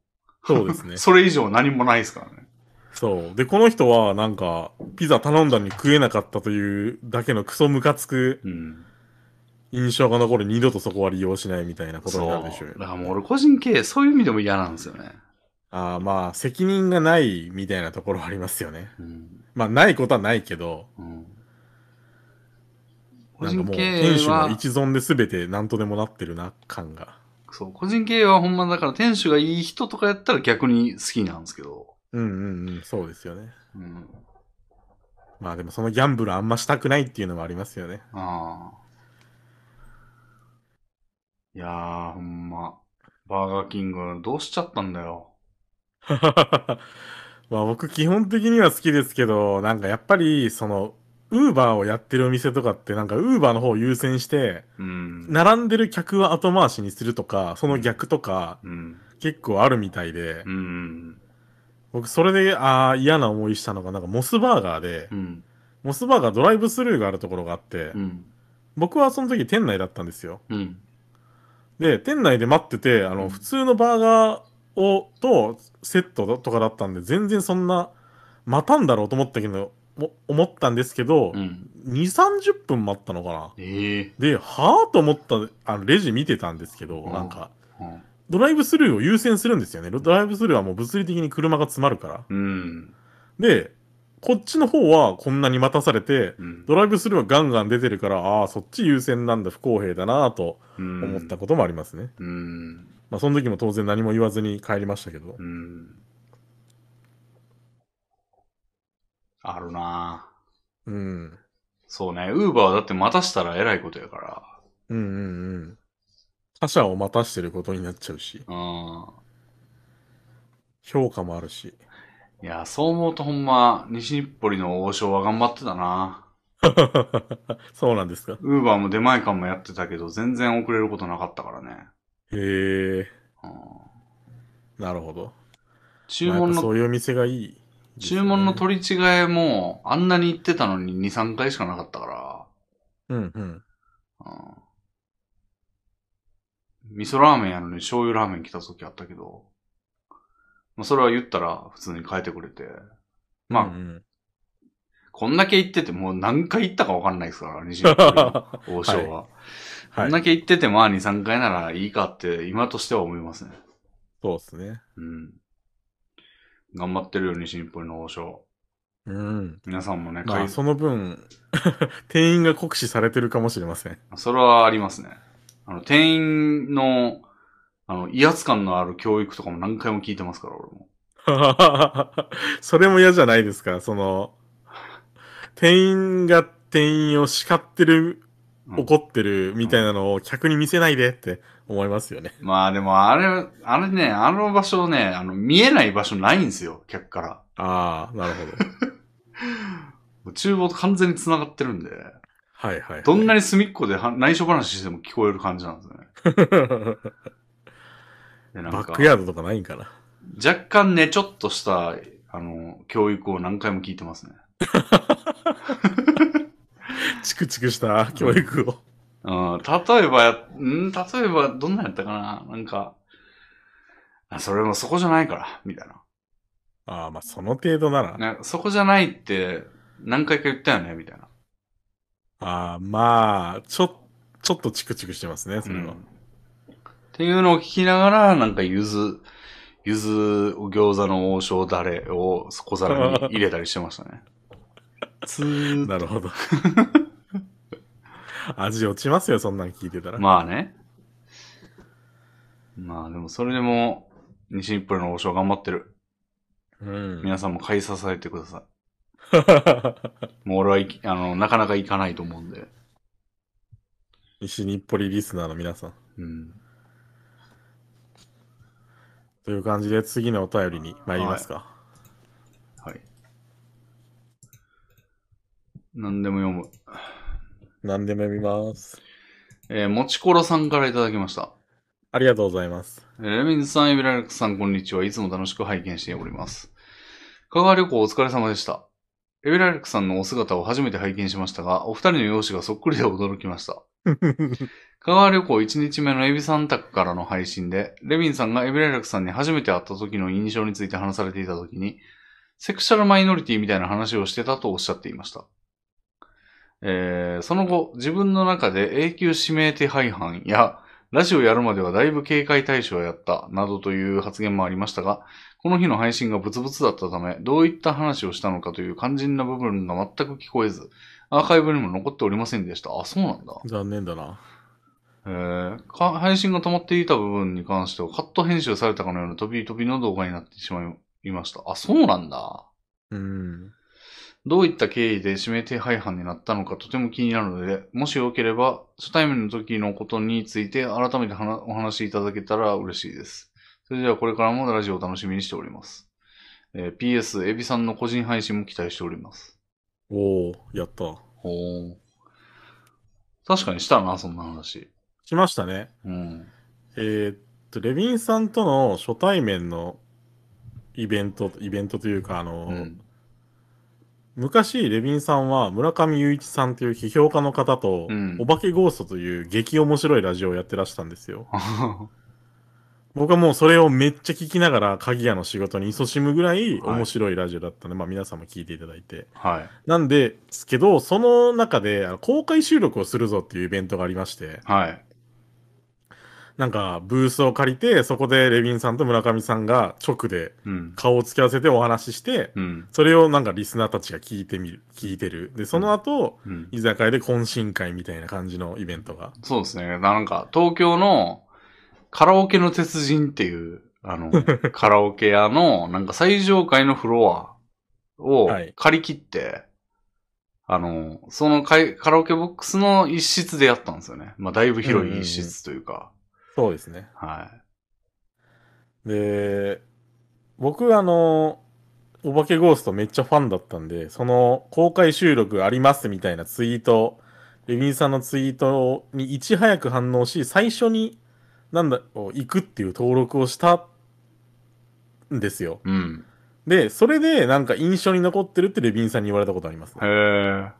そう
う。。
ですね
それ以上何もないですからね。
そう。で、この人は、なんか、ピザ頼んだのに食えなかったというだけのクソムカつく
うん。
印象が残る二度とそこは利用しないみたいなことに
そ
な
う。
るでしょうよ
だからもう俺個人経営、そういう意味でも嫌なんですよね。
ああ、まあ、責任がないみたいなところはありますよね。
うん。
まあ、ないことはないけど、
うん。個
なんか
人
もう、
経
店
営
主の
は、
一存で全て何とでもなってるな、感が。
そう、個人経営はほんまだから店主がいい人とかやったら逆に好きなんですけど。
うんうんうん、そうですよね。
うん。
まあでもそのギャンブルあんましたくないっていうのもありますよね。
ああ。いやー、ほんま。バーガーキング、どうしちゃったんだよ。
まあ僕基本的には好きですけど、なんかやっぱりその、ウーバーをやってるお店とかってなんかウーバーの方を優先して、
うん。
並んでる客は後回しにするとか、その逆とか
うん。
結構あるみたいで
う、ん。
僕それで、ああ、嫌な思いしたのがなんかモスバーガーで
う、ん。
モスバーガードライブスルーがあるところがあって
う、ん。
僕はその時店内だったんですよ。
うん。
で、店内で待ってて、あ
うん
の、普通のバーガーを、と、セットとかだったんで、全然そんな、待たんだろうと思ったけど、も思ったんですけど、
うん。
2、30分待ったのかな。
ええ
で、はぁと思った、あの、レジ見てたんですけど、
うん
なんか、
うん
ドライブスルーを優先するんですよね。ドライブスルーはもう物理的に車が詰まるから。
うん。
で、こっちの方はこんなに待たされて、
うん。
ドライブスルーはガンガン出てるから、ああ、そっち優先なんだ、不公平だなぁと
うん
思ったこともありますね。
うん。
まあ、その時も当然何も言わずに帰りましたけど。
うん。あるなぁ
うん。
そうね。ウーバーだって待たしたらえらいことやから。
うんうんうん。他者を待たしてることになっちゃうし、
うん。
評価もあるし。
いや、そう思うとほんま、西日暮里の王将は頑張ってたな
そうなんですか
ウーバーも出前館もやってたけど、全然遅れることなかったからね。
へえ、
うん
なるほど。
注文
まあやっぱ
の、
そういう店がいいですね、
注文の取り違えも、あんなに言ってたのに2、3回しかなかったか
うんうん。
ら。うん、味噌ラーメンやのに醤油ラーメン来た時あったけど、まあ、それは言ったら普通に変えてくれて。まあ、
うんうん
こんだけ行ってて、もう何回行ったかわかんないですから、西日本王将は。こ
は
ん
い。
だけ行ってて、まあ2、3回ならいいかって、今としては思いますね。
そうですね。
うん。頑張ってるよ、西日本の王将。
うん。
皆さんもね、
ま
買
あ、
い
その分、 店員が酷使されてるかもしれません。
それはありますね。あの、店員の、あの、威圧感のある教育とかも何回も聞いてますから、俺も。
それも嫌じゃないですか。その、店員が店員を叱ってる、
うん
怒ってるみたいなのを客に見せないでって思いますよね。
まあでも、あれ、あれね、あの場所ね、あの、見えない場所ないんですよ、客から。
ああ、なるほど。
もう厨房と完全に繋がってるんで、
はいはいはい。
どん なに隅っこでは内緒話しても聞こえる感じなんですね。
バ
で、なん
ッ
か
ク、ヤードとかないんかな。
若干ね、ちょっとした、あの、教育を何回も聞いてますね。
チクチクした教育を。
うん、例えば、ん例えば、どんなんやったかななんか、あそれもそこじゃないから、みたい
ああ、まあその程度なら。
な。ね、そこじゃないって、何回か言ったよね、みたいな。
ああ、まあ、ちょ、ちょっとチクチクしてますね、それ
う
は
ん。っていうのを聞きながら、なんか、ゆず、ゆず餃子の王将だれを小皿に入れたりしてましたね。つーっ
なる ほど。味落ちますよ、そんなん聞いてたら。
まあね。まあでもそれでも、西日暮里の王将頑張ってる。
うん。
皆さんも買い支えてくださ い。もう俺はいき、あの、なかなか行かないと思うんで。
西日暮里リスナーの皆さん。
うん。
という感じで次のお便りに参りますか。
はい。何でも読む。
何でも読みます。
えー、もちころさんからいただきました。
ありがとうござ います。
えーレミンズさん、エビラレックスさん、こんにちは。いつも楽しく拝見しております。香川旅行お疲れ様でした。エビラレックスさんのお姿を初めて拝見しましたが、お二人の容姿がそっくりで驚きました。香川旅行1日目のエビさん宅からの配信で、レビンさんがエビライラクさんに初めて会った時の印象について話されていた時に、セクシャルマイノリティみたいな話をしてたとおっしゃっていました。えー、その後、自分の中で永久指名手配犯や、ラジオやるまではだいぶ警戒対象やった、などという発言もありましたが、この日の配信がブツブツだったため、どういった話をしたのかという肝心な部分が全く聞こえず、アーカイブにも残っておりませんでした。あ、そうなんだ。
残念だな。
えーか配信が止まっていた部分に関してはカット編集されたかのような飛び飛びの動画になってしまいました。あ、そうなんだ。
うん。
どういった経緯で指名手配犯になったのかとても気になるので、もしよければ初対面の時のことについて改めてはなお話しいただけたら嬉しいです。それではこれからもラジオを楽しみにしております。えー PS、エビさんの個人配信も期待しております。
おおやった。
ほう。確かにしたな、そんな話。
しましたね。
うん。
えーっと、レビンさんとの初対面のイベント、イベントというか、あの、
うん。
昔、レビンさんは村上雄一さんという批評家の方と、
うん
お化けゴーストという激面白いラジオをやってらしたんですよ。僕はもうそれをめっちゃ聞きながら、鍵屋の仕事に勤しむぐらい
はい
面白いラジオだったので、まあ皆さんも聞いていただいて。
はい。
なんですけど、その中であの公開収録をするぞっていうイベントがありまして、
はい。
なんかブースを借りて、そこでレビンさんと村上さんが直で
うん。
顔を付き合わせてお話しして、
うん。
それをなんかリスナーたちが聞いてみる、聞いてる。で、その後、
うん。
居酒屋で懇親会みたいな感じのイベントが。
そうですね。なんか、東京のカラオケの鉄人っていう、あ の、カラオケ屋の、なんか最上階のフロアを
はい
借り切って、あの、そのかいカラオケボックスの一室でやったんですよね。まあ、だいぶ広い一室というか。
そうですね。
はい。
で、僕あの、お化けゴーストめっちゃファンだったんで、その公開収録ありますみたいなツイート、レビンさんのツイートにいち早く反応し、最初に、なんだ、お行くっていう登録をしたんですよ。
うん。
で、それでなんか印象に残ってるってレビンさんに言われたことあります、
へえ。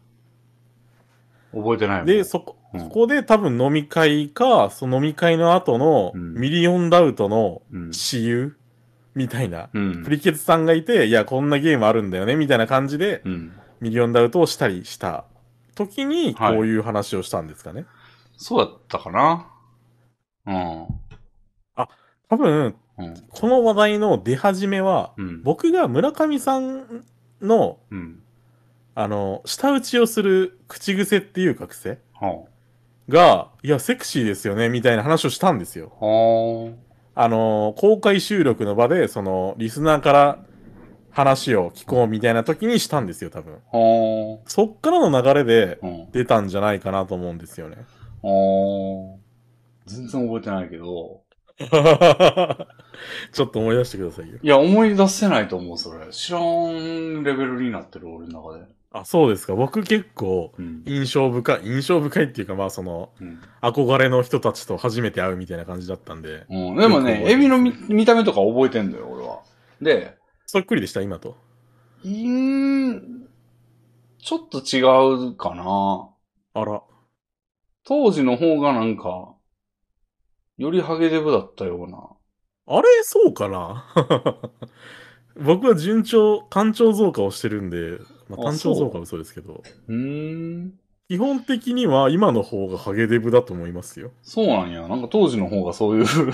覚えてないもん
で、そこ、
うん
そこで多分飲み会か、その飲み会の後の
うん
ミリオンダウトの
うん。
私有みたいな
うん
プ。リケツさんがいて、いや、こんなゲームあるんだよね、みたいな感じで、
うん。
ミリオンダウトをしたりした時に、こ
はいう
いう話をしたんですかね。
そうだったかなうん。
多分、
うん。
この話題の出始めは、
うん。
僕が村上さんの、
うん。
あの、舌打ちをする口癖っていうか癖
は
が、いや、セクシーですよね、みたいな話をしたんですよ。
あ。は
あの、公開収録の場で、その、リスナーから話を聞こうみたいな時にしたんですよ、多分。
あ。は
そっからの流れで
あ。うん。
出たんじゃないかなと思うんですよね。
はあ。全然覚えてないけど。
ちょっと思い出してくださいよ。
いや、思い出せないと思う、それ。知らんレベルになってる、俺の中で。
あ、そうですか。僕結構
うん。
印象深い、印象深いっていうか、まあその、
うん。
憧れの人たちと初めて会うみたいな感じだったんで、
うん、でも
よく覚えて
ね、
ます
エビの見見た目とか覚えてんだよ、俺は。で、
そっくりでした、今と。
うーん、ちょっと違うかな。
あら。
当時の方がなんか、よりハゲデブだったような。
あれ、そうか な僕は順調、単調増加をしてるんで、まあ、
あ
単
そう
調増加は嘘ですけど、
うーん、
基本的には今の方がハゲデブだと思いますよ。
そうなんや。なんか当時の方がそういう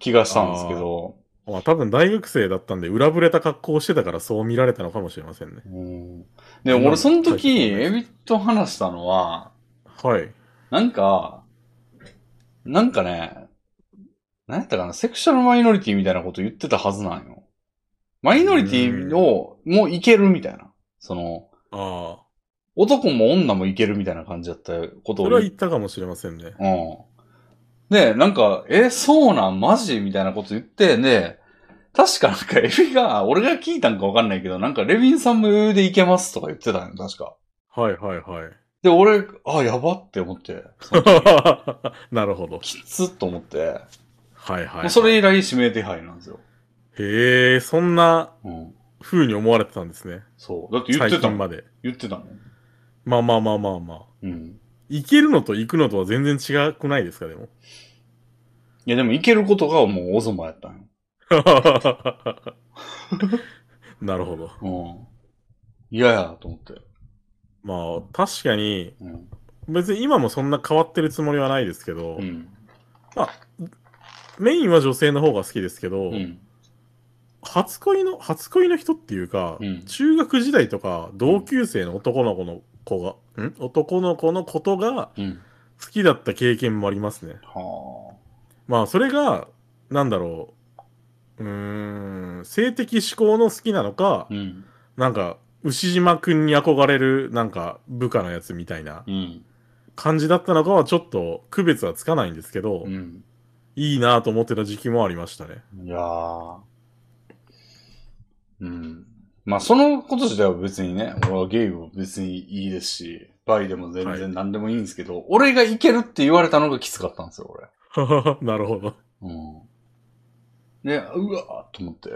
気がしたんですけど。
まあ多分大学生だったんで、裏ぶれた格好をしてたからそう見られたのかもしれませんね。
うん、でも俺その時、エビと話したのは、
はい。
なんか、なんかね、なんやったかな、セクシャルマイノリティみたいなこと言ってたはずなんよ。マイノリティを、もういけるみたいな。その、
ああ。
男も女もいけるみたいな感じだったこと
そ
を
れは
言っ
言ったかもしれませんね。
うん。で、なんか、え、そうなんマジみたいなこと言って、で、確かなんかエビが、俺が聞いたんかわかんないけど、なんかレビンさんも余裕でいけますとか言ってたんよ、確か。
はいはいはい。
で、俺、あ、やばって思って、その
なるほど。
きつっと思って、
はいは
もう
い。
それ以来指名手配なんですよ。
へえ、そんな
うん。
風に思われてたんですね。
そう。だって言って
最
た
近
もん。
まで。
言ってたもん。
まあまあまあまあまあ。
うん。
行けるのと行くのとは全然違くないです か、でも。
いや、でも行けることがもうオゾマやったん
なるほど。
よ。うん。嫌やと思って。
まあ、確かに、
うん。
別に今もそんな変わってるつもりはないですけど、
うん。
メインは女性の方が好きですけど、
うん。
初恋の、初恋の人っていうか、
うん
中学時代とか、同級生の男の子の子が、ん男の子のことが
うん。
好きだった経験もありますね。
は
まあ、それが、なんだろう、うーん、性的思考の好きなのか
あ。、うん。
なんか、牛島くんに憧れる、なんか、部下のやつみたいな
うん。
感じだったのかは、ちょっと区別はつかないんですけど、
うん。
いいなと思ってた時期もありましたね。
いやー。うん。まあ、そのこと自体は別にね、俺はゲイも別にいいですし、バイでも全
はい
然何でもいいんですけど、俺がいけるって言われたのがきつかったんですよ、俺。
なるほど。
うん。で、うわーと思って。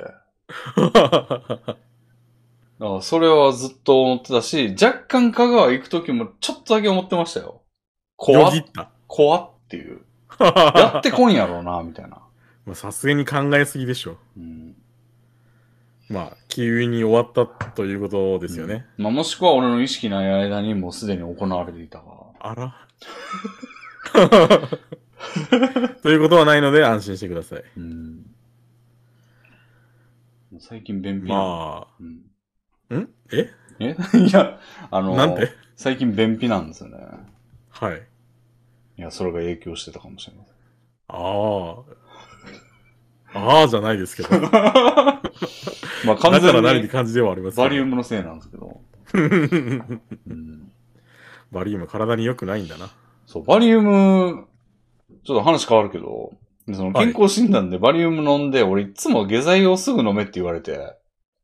だからそれはずっと思ってたし、若干香川行くときもちょっとだけ思ってましたよ。怖
よ
っ
ぎ、った。
怖っって いう。やってこんやろうな、みたいな。
まあさすがに考えすぎでしょ。
うん。
まあ、急に終わったということですよね。
まあ、もしくは俺の意識ない間にもうすでに行われていたか。
あら。 ということはないので安心してください。
うん。もう最近便秘なの。
ま
うん。
あ、んえ
え いや、あの、
なんて
最近便秘なんですよね。
はい。
いや、それが影響してたかもしれません。
ああ。ああじゃないですけ ど。だか
まあ、完全
ら何って
に
感じではありますけ
バ
ど
リウムのせいなんですけど。うん
バリウム体に良くないんだな。
そう、バリウム、ちょっと話変わるけど、その
はい
健康診断でバリウム飲んで、俺いつも下剤をすぐ飲めって言われて、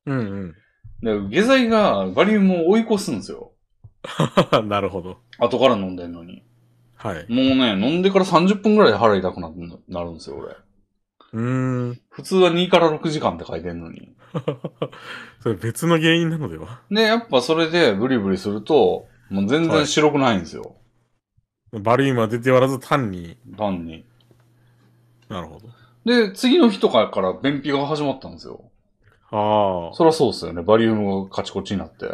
うん
で、下剤がバリウムを追い越すんですよ。
うん。 なるほど。
後から飲んでんのに。
はい。う
もうね、飲んでから30分ぐらいで腹痛くななるんですよ、俺。
ーん。
普通は2から6時間って書いてんのに。
それ別の原因なのでは
で、やっぱそれでブリブリすると、もう全然白くないんですよ。
バリウムは出ておらず単に。
単に。
なるほど。
で、次の日とかから便秘が始まったんですよ。
あ
そりゃそうっすよね。バリウムがカチコチになって。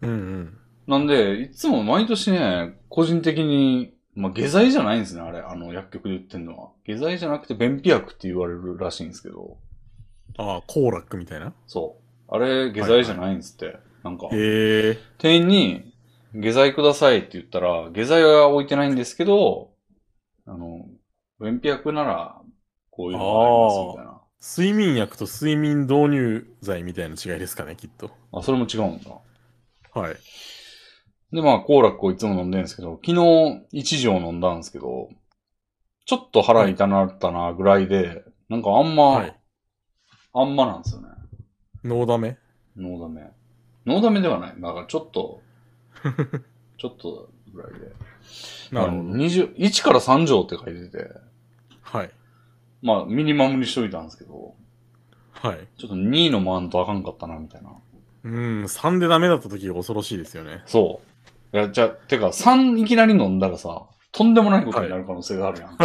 うんうん。
なんで、いつも毎年ね、個人的に、まあ、下剤じゃないんですね、あれ。あの、薬局で売ってるのは。下剤じゃなくて便秘薬って言われるらしいんですけど、
ああ、コーラックみたいな。
そう。あれ、下剤じゃないんですって。なんか、
へえ。
店員に、下剤くださいって言ったら、下剤は置いてないんですけど、あの、便秘薬なら、こういうのがありますみたいな。
睡眠薬と睡眠導入剤みたいな違いですかね、きっと。
あ、それも違うんだ。
はい。
で、まあ、コーラックをいつも飲んでるんですけど、昨日一錠飲んだんですけど、ちょっと腹痛なったなぐらいで、なんかあんま、
はい。
あんまなんですよね。
ノーダメ
ノーダメ。ノーダメではない。なんかちょっ と、ちょっとぐらいで。
なるほど。
20 1から3錠って書いてて、
はい。
まあ、ミニマムにしといたんですけど、
はい。
ちょっと2のマンとあかんかったな、みたいな。
うん、3でダメだった時が恐ろしいですよ ね。
そう。いや、じゃあ、てか、3いきなり飲んだらさ、とんでもないことになる可能性があるやん。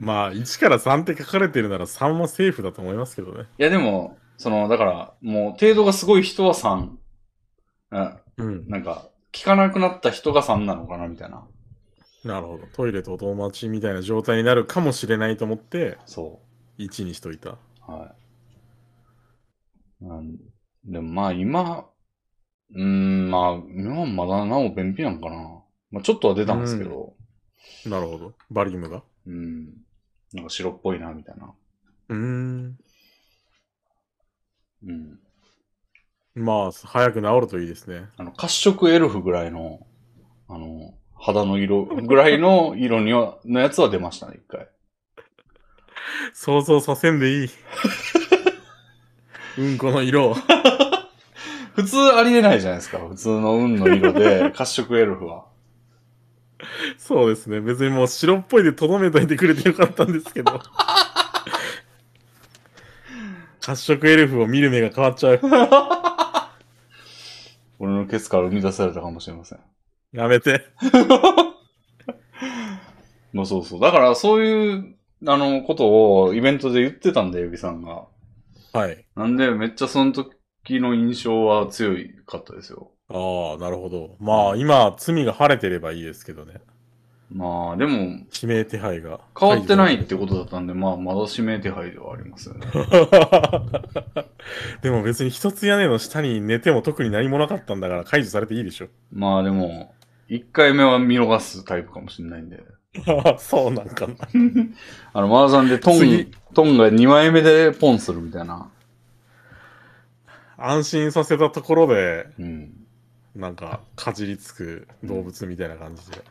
まあ、1から3って書かれてるなら3はセーフだと思いますけどね。
いやでも、その、だから、もう程度がすごい人は3。うん。
うん。
なんか、聞かなくなった人が3なのかな、みたいな。
なるほど。トイレとお友達みたいな状態になるかもしれないと思って、
そ
1にしといた。
う。はい。なんでもまあ今、うーん、まあ、今はまだなお便秘なんかな。まあちょっとは出たんですけど、
なるほど。バリウムが。
うん、なんか白っぽいな、みたいな。
うーん。
うん。
まあ、早く治るといいですね。
あの、褐色エルフぐらいの、あの、肌の色ぐらいの色には、のやつは出ましたね、一回。
想像させんで いい。うんこの色を。
普通ありえないじゃないですか。普通の運の色で、褐色エルフは。
そうですね。別にもう白っぽいでとどめといてくれてよかったんですけ ど。褐色エルフを見る目が変わっちゃう。
俺のケツから生み出されたかもしれません。
やめて。
まあそうそう。だからそういう、あの、ことをイベントで言ってたんで、ゆびさんが。
はい。
なんで、めっちゃその時の印象は強いかったですよ。
ああ、なるほど。まあ、今、罪が晴れてればいいですけどね。
まあ、でも、
指名手配が。
変わってないってことだったんで、まあ、まだ指名手配ではありますよね。
でも別に一つ屋根の下に寝ても特に何もなかったんだから解除されていいでしょ。
まあでも、1回目は見逃すタイプかもしれないんで。
そうなんかな。
あの、マーさんでトン
次、
トンが2枚目でポンするみたいな。
安心させたところで、
うん。
なんか、かじりつく動物みたいな感じで。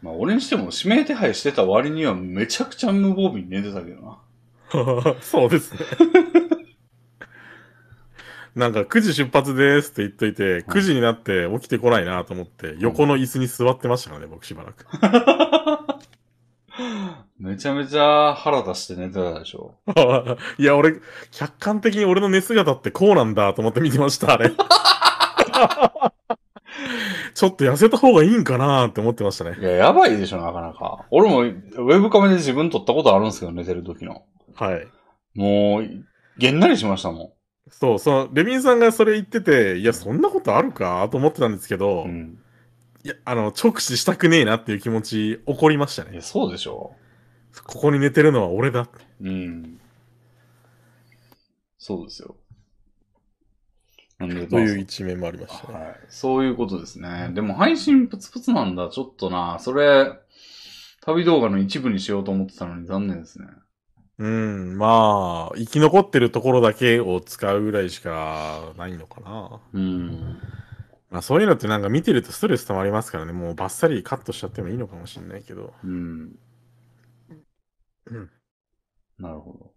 まあ、俺にしても指名手配してた割にはめちゃくちゃ無防備に寝てたけどな。
そうですね。 なんか9時出発ですって言っといて、9時になって起きてこないなと思って、横の椅子に座ってましたからね、僕しばらく。
めちゃめちゃ腹出して寝てたでしょ。
いや、俺、客観的に俺の寝姿ってこうなんだと思って見てました、あれ。 ちょっと痩せた方がいいんかなって思ってましたね。
いや、やばいでしょ、なかなか。俺もウェブカメで自分撮ったことあるんですけど、寝てる時の。
はい。
もう、げんなりしましたも
そう、その、レビンさんがそれ言ってて、いや、そんなことあるかと思ってたんですけ
ん。
ど、
うん。
いや、あの、直視したくねえなっていう気持ち、起こりました
い
ね。
や、そうでしょ。
ここに寝てるのは俺だって。
うん。そうですよ。なんで、
と
ま
い
あ
う一面もありましたね。
はい。そういうことですね。でも配信プツプツなんだ。ちょっとな、それ、旅動画の一部にしようと思ってたのに残念ですね。
うん、まあ、生き残ってるところだけを使うぐらいしかないのかな。
うん。
まあそういうのってなんか見てるとストレス溜まりますからね、もうバッサリカットしちゃってもいいのかもしれないけど。
うん。
うん
なるほ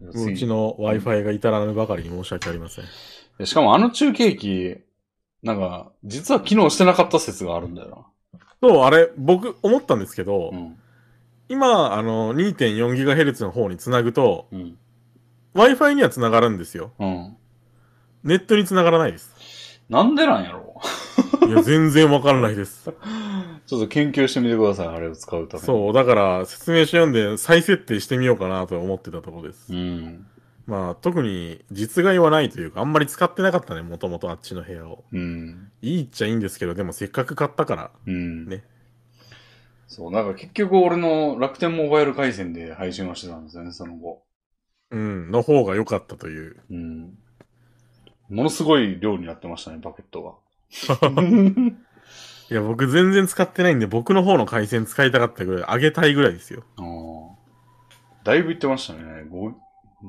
ど。
うちの Wi-Fi が至らぬばかりに申し訳ありません。
いやしかもあの中継機、なんか、実は機能してなかった説があるんだよ
そう、あれ、僕思ったんですけど、
な。うん。
今、あの、2.4GHz の方につなぐと、
うん。
Wi-Fi にはつながるんですよ。
うん。
ネットにつながらないです。
なんでなんやろ
いや、全然わからないです。
ちょっと研究してみてください、あれを使うために。
そう、だから説明書読んで再設定してみようかなと思ってたところです。
うん。
まあ、特に実害はないというか、あんまり使ってなかったね、もともとあっちの部屋を。
うん。
いいっちゃいいんですけど、でもせっかく買ったから。
うん。
ね。
そう、なんか結局俺の楽天モバイル回線で配信をしてたんですよね、その後。
うん、の方が良かったという。
うん。ものすごい量になってましたね、バケットが。
いや、僕全然使ってないんで、僕の方の回線使いたかったぐらい、あげたいぐらいですよ。
あーだいぶいってましたね。ご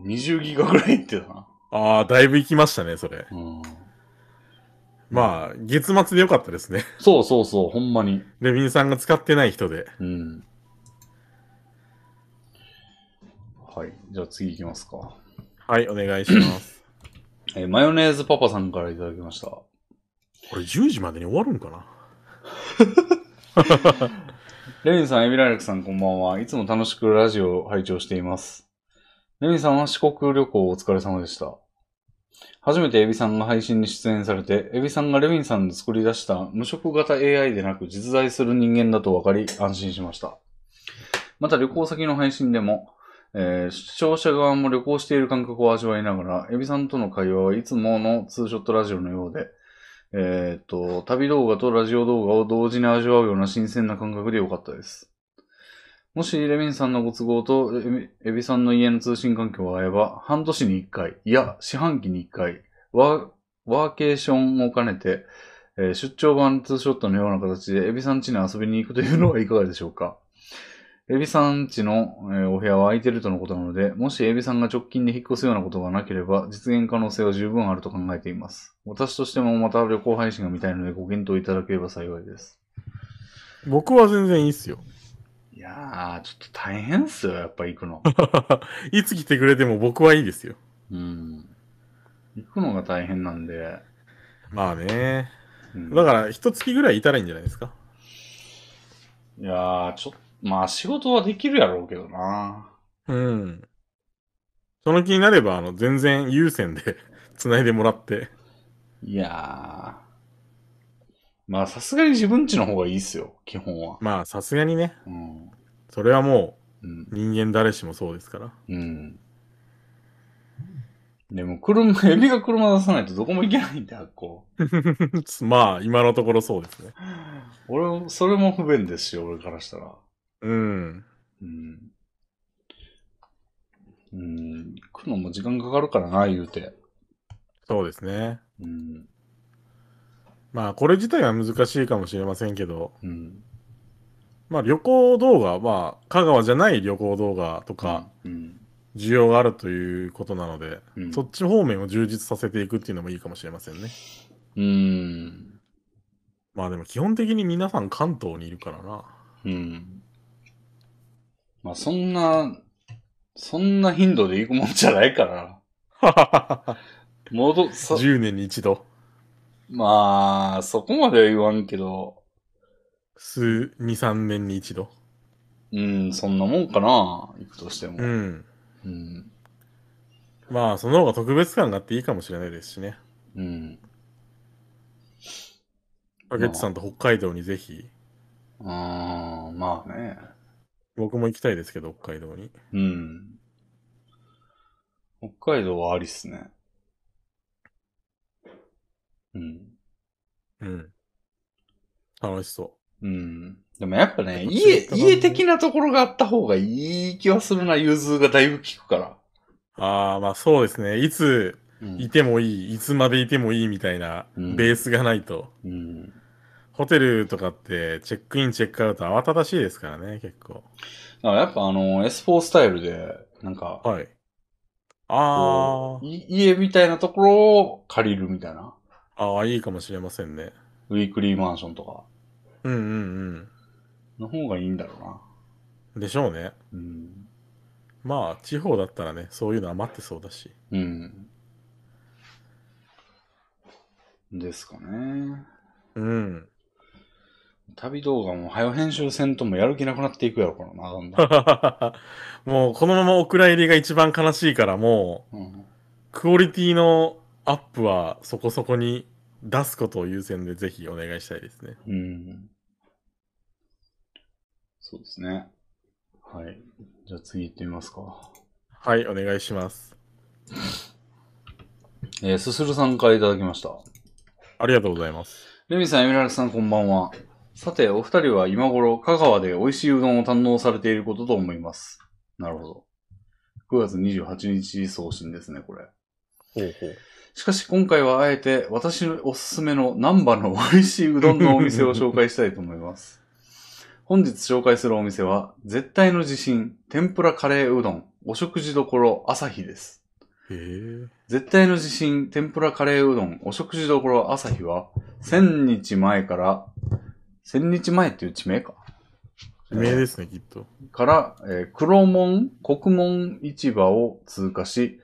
20ギガぐらいいってたな。
ああ、だいぶ行きましたね、それ。
うん。
まあ、月末で良かったですね。
そうそうそう、ほんまに。
レビンさんが使ってない人で。
うん。はい。じゃあ次行きますか。
はい、お願いします。
えーマヨネーズパパさんからいただきました。
これ10時までに終わるんかな
レミンさん、エビライラクさん、こんばんは。いつも楽しくラジオを拝聴しています。レミンさんは四国旅行お疲れ様でした。初めてエビさんが配信に出演されて、エビさんがレミンさんの作り出した無色型 AI でなく実在する人間だと分かり安心しました。また旅行先の配信でも、えー視聴者側も旅行している感覚を味わいながら、エビさんとの会話はいつものツーショットラジオのようで、えーっと、旅動画とラジオ動画を同時に味わうような新鮮な感覚で良かったです。もし、レミンさんのご都合とエビ、エビさんの家の通信環境が合えば、半年に1回、いや、四半期に1回、ワー、ワーケーションを兼ねて、えー出張版ツーショットのような形で、エビさん家に遊びに行くというのはいかがでしょうかエビさん家の、えーお部屋は空いてるとのことなので、もしエビさんが直近で引っ越すようなことがなければ、実現可能性は十分あると考えています。私としてもまた旅行配信が見たいのでご検討いただければ幸いです。
僕は全然いいっすよ。
いやー、ちょっと大変っすよ、やっぱ行くの。
いつ来てくれても僕はいいですよ。
うん。行くのが大変なんで。
まあね。
うん
だから、一月ぐらいいたらいいんじゃないですか。
いやー、ちょっと、まあ仕事はできるやろうけどな。
うん。その気になれば、あの、全然優先で 繋いでもらって。
いやー。まあさすがに自分家の方がいいっすよ、基本は。
まあ、さすがにね。
うん。
それはも
うん
う、人間誰しもそうですから。
うん。でも、車、エビが車出さないとどこも行けないんだよ、こう。
まあ、今のところそうですね。
俺、それも不便ですし、俺からしたら。
うん。
うん。うん、行くのも時間かかるからな、言うて。
そうですね。
うん。
まあ、これ自体は難しいかもしれませんけど、
うん。
まあ、旅行動画、まあ、香川じゃない旅行動画とか、
うん。
需要があるということなので、
うん。
そっち方面を充実させていくっていうのもいいかもしれませんね。
うん。
まあでも基本的に皆さん関東にいるからな。
うん。まあ、そんな、そんな頻度で行くもんじゃないから。 戻、さ、
10年に一度、
まあ、そこまでは言わんけど、
数、2、3年に一度。
うん、そんなもんかな行くとしても。
う
うん。
ん。
うん。
まあその方が特別感があっていいかもしれないですしね。竹内さんと北海道にぜひ、
あー、まあね。
僕も行きたいですけど、北海道に。
うん。北海道はありっすね。うん。
うん。楽しそ
うん。でもやっぱね、
でも
家
ツイッ、ターがね
家的なところがあった方がいい気はするな、融通がだいぶ効くから。
う。ああ、まあそうですね。いつ
うん
い。てもいい、いつまでいてもいいみたいな
うん
ベースがないと。
うん、
ホテルとかってチェックイン、チェックアウト慌ただしいですからね、結構。
だからやっぱあの、S4 スタイルで、なんか、
はい。あー
い家みたいなところを借りるみたいな。
あー、いいかもしれませんね。
ウィークリーマンションとか。
うんうん
の方がいいんだろうな。
うん。でしょうね。
うん。
まあ、地方だったらね、そういうの余ってそうだし。
うん。ですかね。
うん。
旅動画も早う編集せんともやる気なくなっていくやろからな、だん だん。
もう、このままお蔵入りが一番悲しいから、も
うん、
う、クオリティのアップはそこそこに出すことを優先でぜひお願いしたいですね。
うん。そうですね。はい。じゃあ次行ってみますか。
はい、お願いします。
えー、すするさんからいただきました。
ありがとうございます。
レミさん、エミラルさん、こんばんは。さて、お二人は今頃、香川で美味しいうどんを堪能されていることと思います。なるほど。9月28日送信ですね、これ。
ほうほう。
しかし今回はあえて私のおすすめの南波の美味しいうどんのお店を紹介したいと思います。 本日紹介するお店は、絶対の自信、天ぷらカレーうどん、お食事処朝日です。
へえ。
絶対の自信、天ぷらカレーうどん、お食事処朝日は、1000日前から、1000日前っていう地名か。
名ですね、きっと。
から、えー黒門、国門市場を通過し、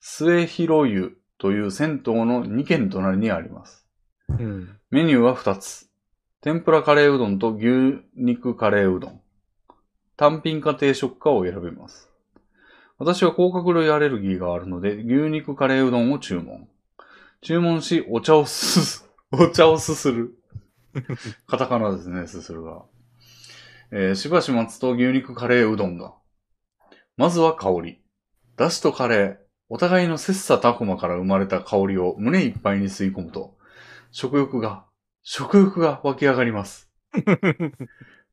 末広湯という銭湯の2軒隣にあります。
うん。
メニューは2つ。天ぷらカレーうどんと牛肉カレーうどん。単品か定食かを選べます。私は甲殻類アレルギーがあるので、牛肉カレーうどんを注文。注文し、お茶をすす、 お茶をすする。カタカナですね、すするが。えーしばし待つと牛肉カレーうどんが。まずは香り。だしとカレー。お互いの切磋琢磨から生まれた香りを胸いっぱいに吸い込むと、食欲が、食欲が湧き上がります。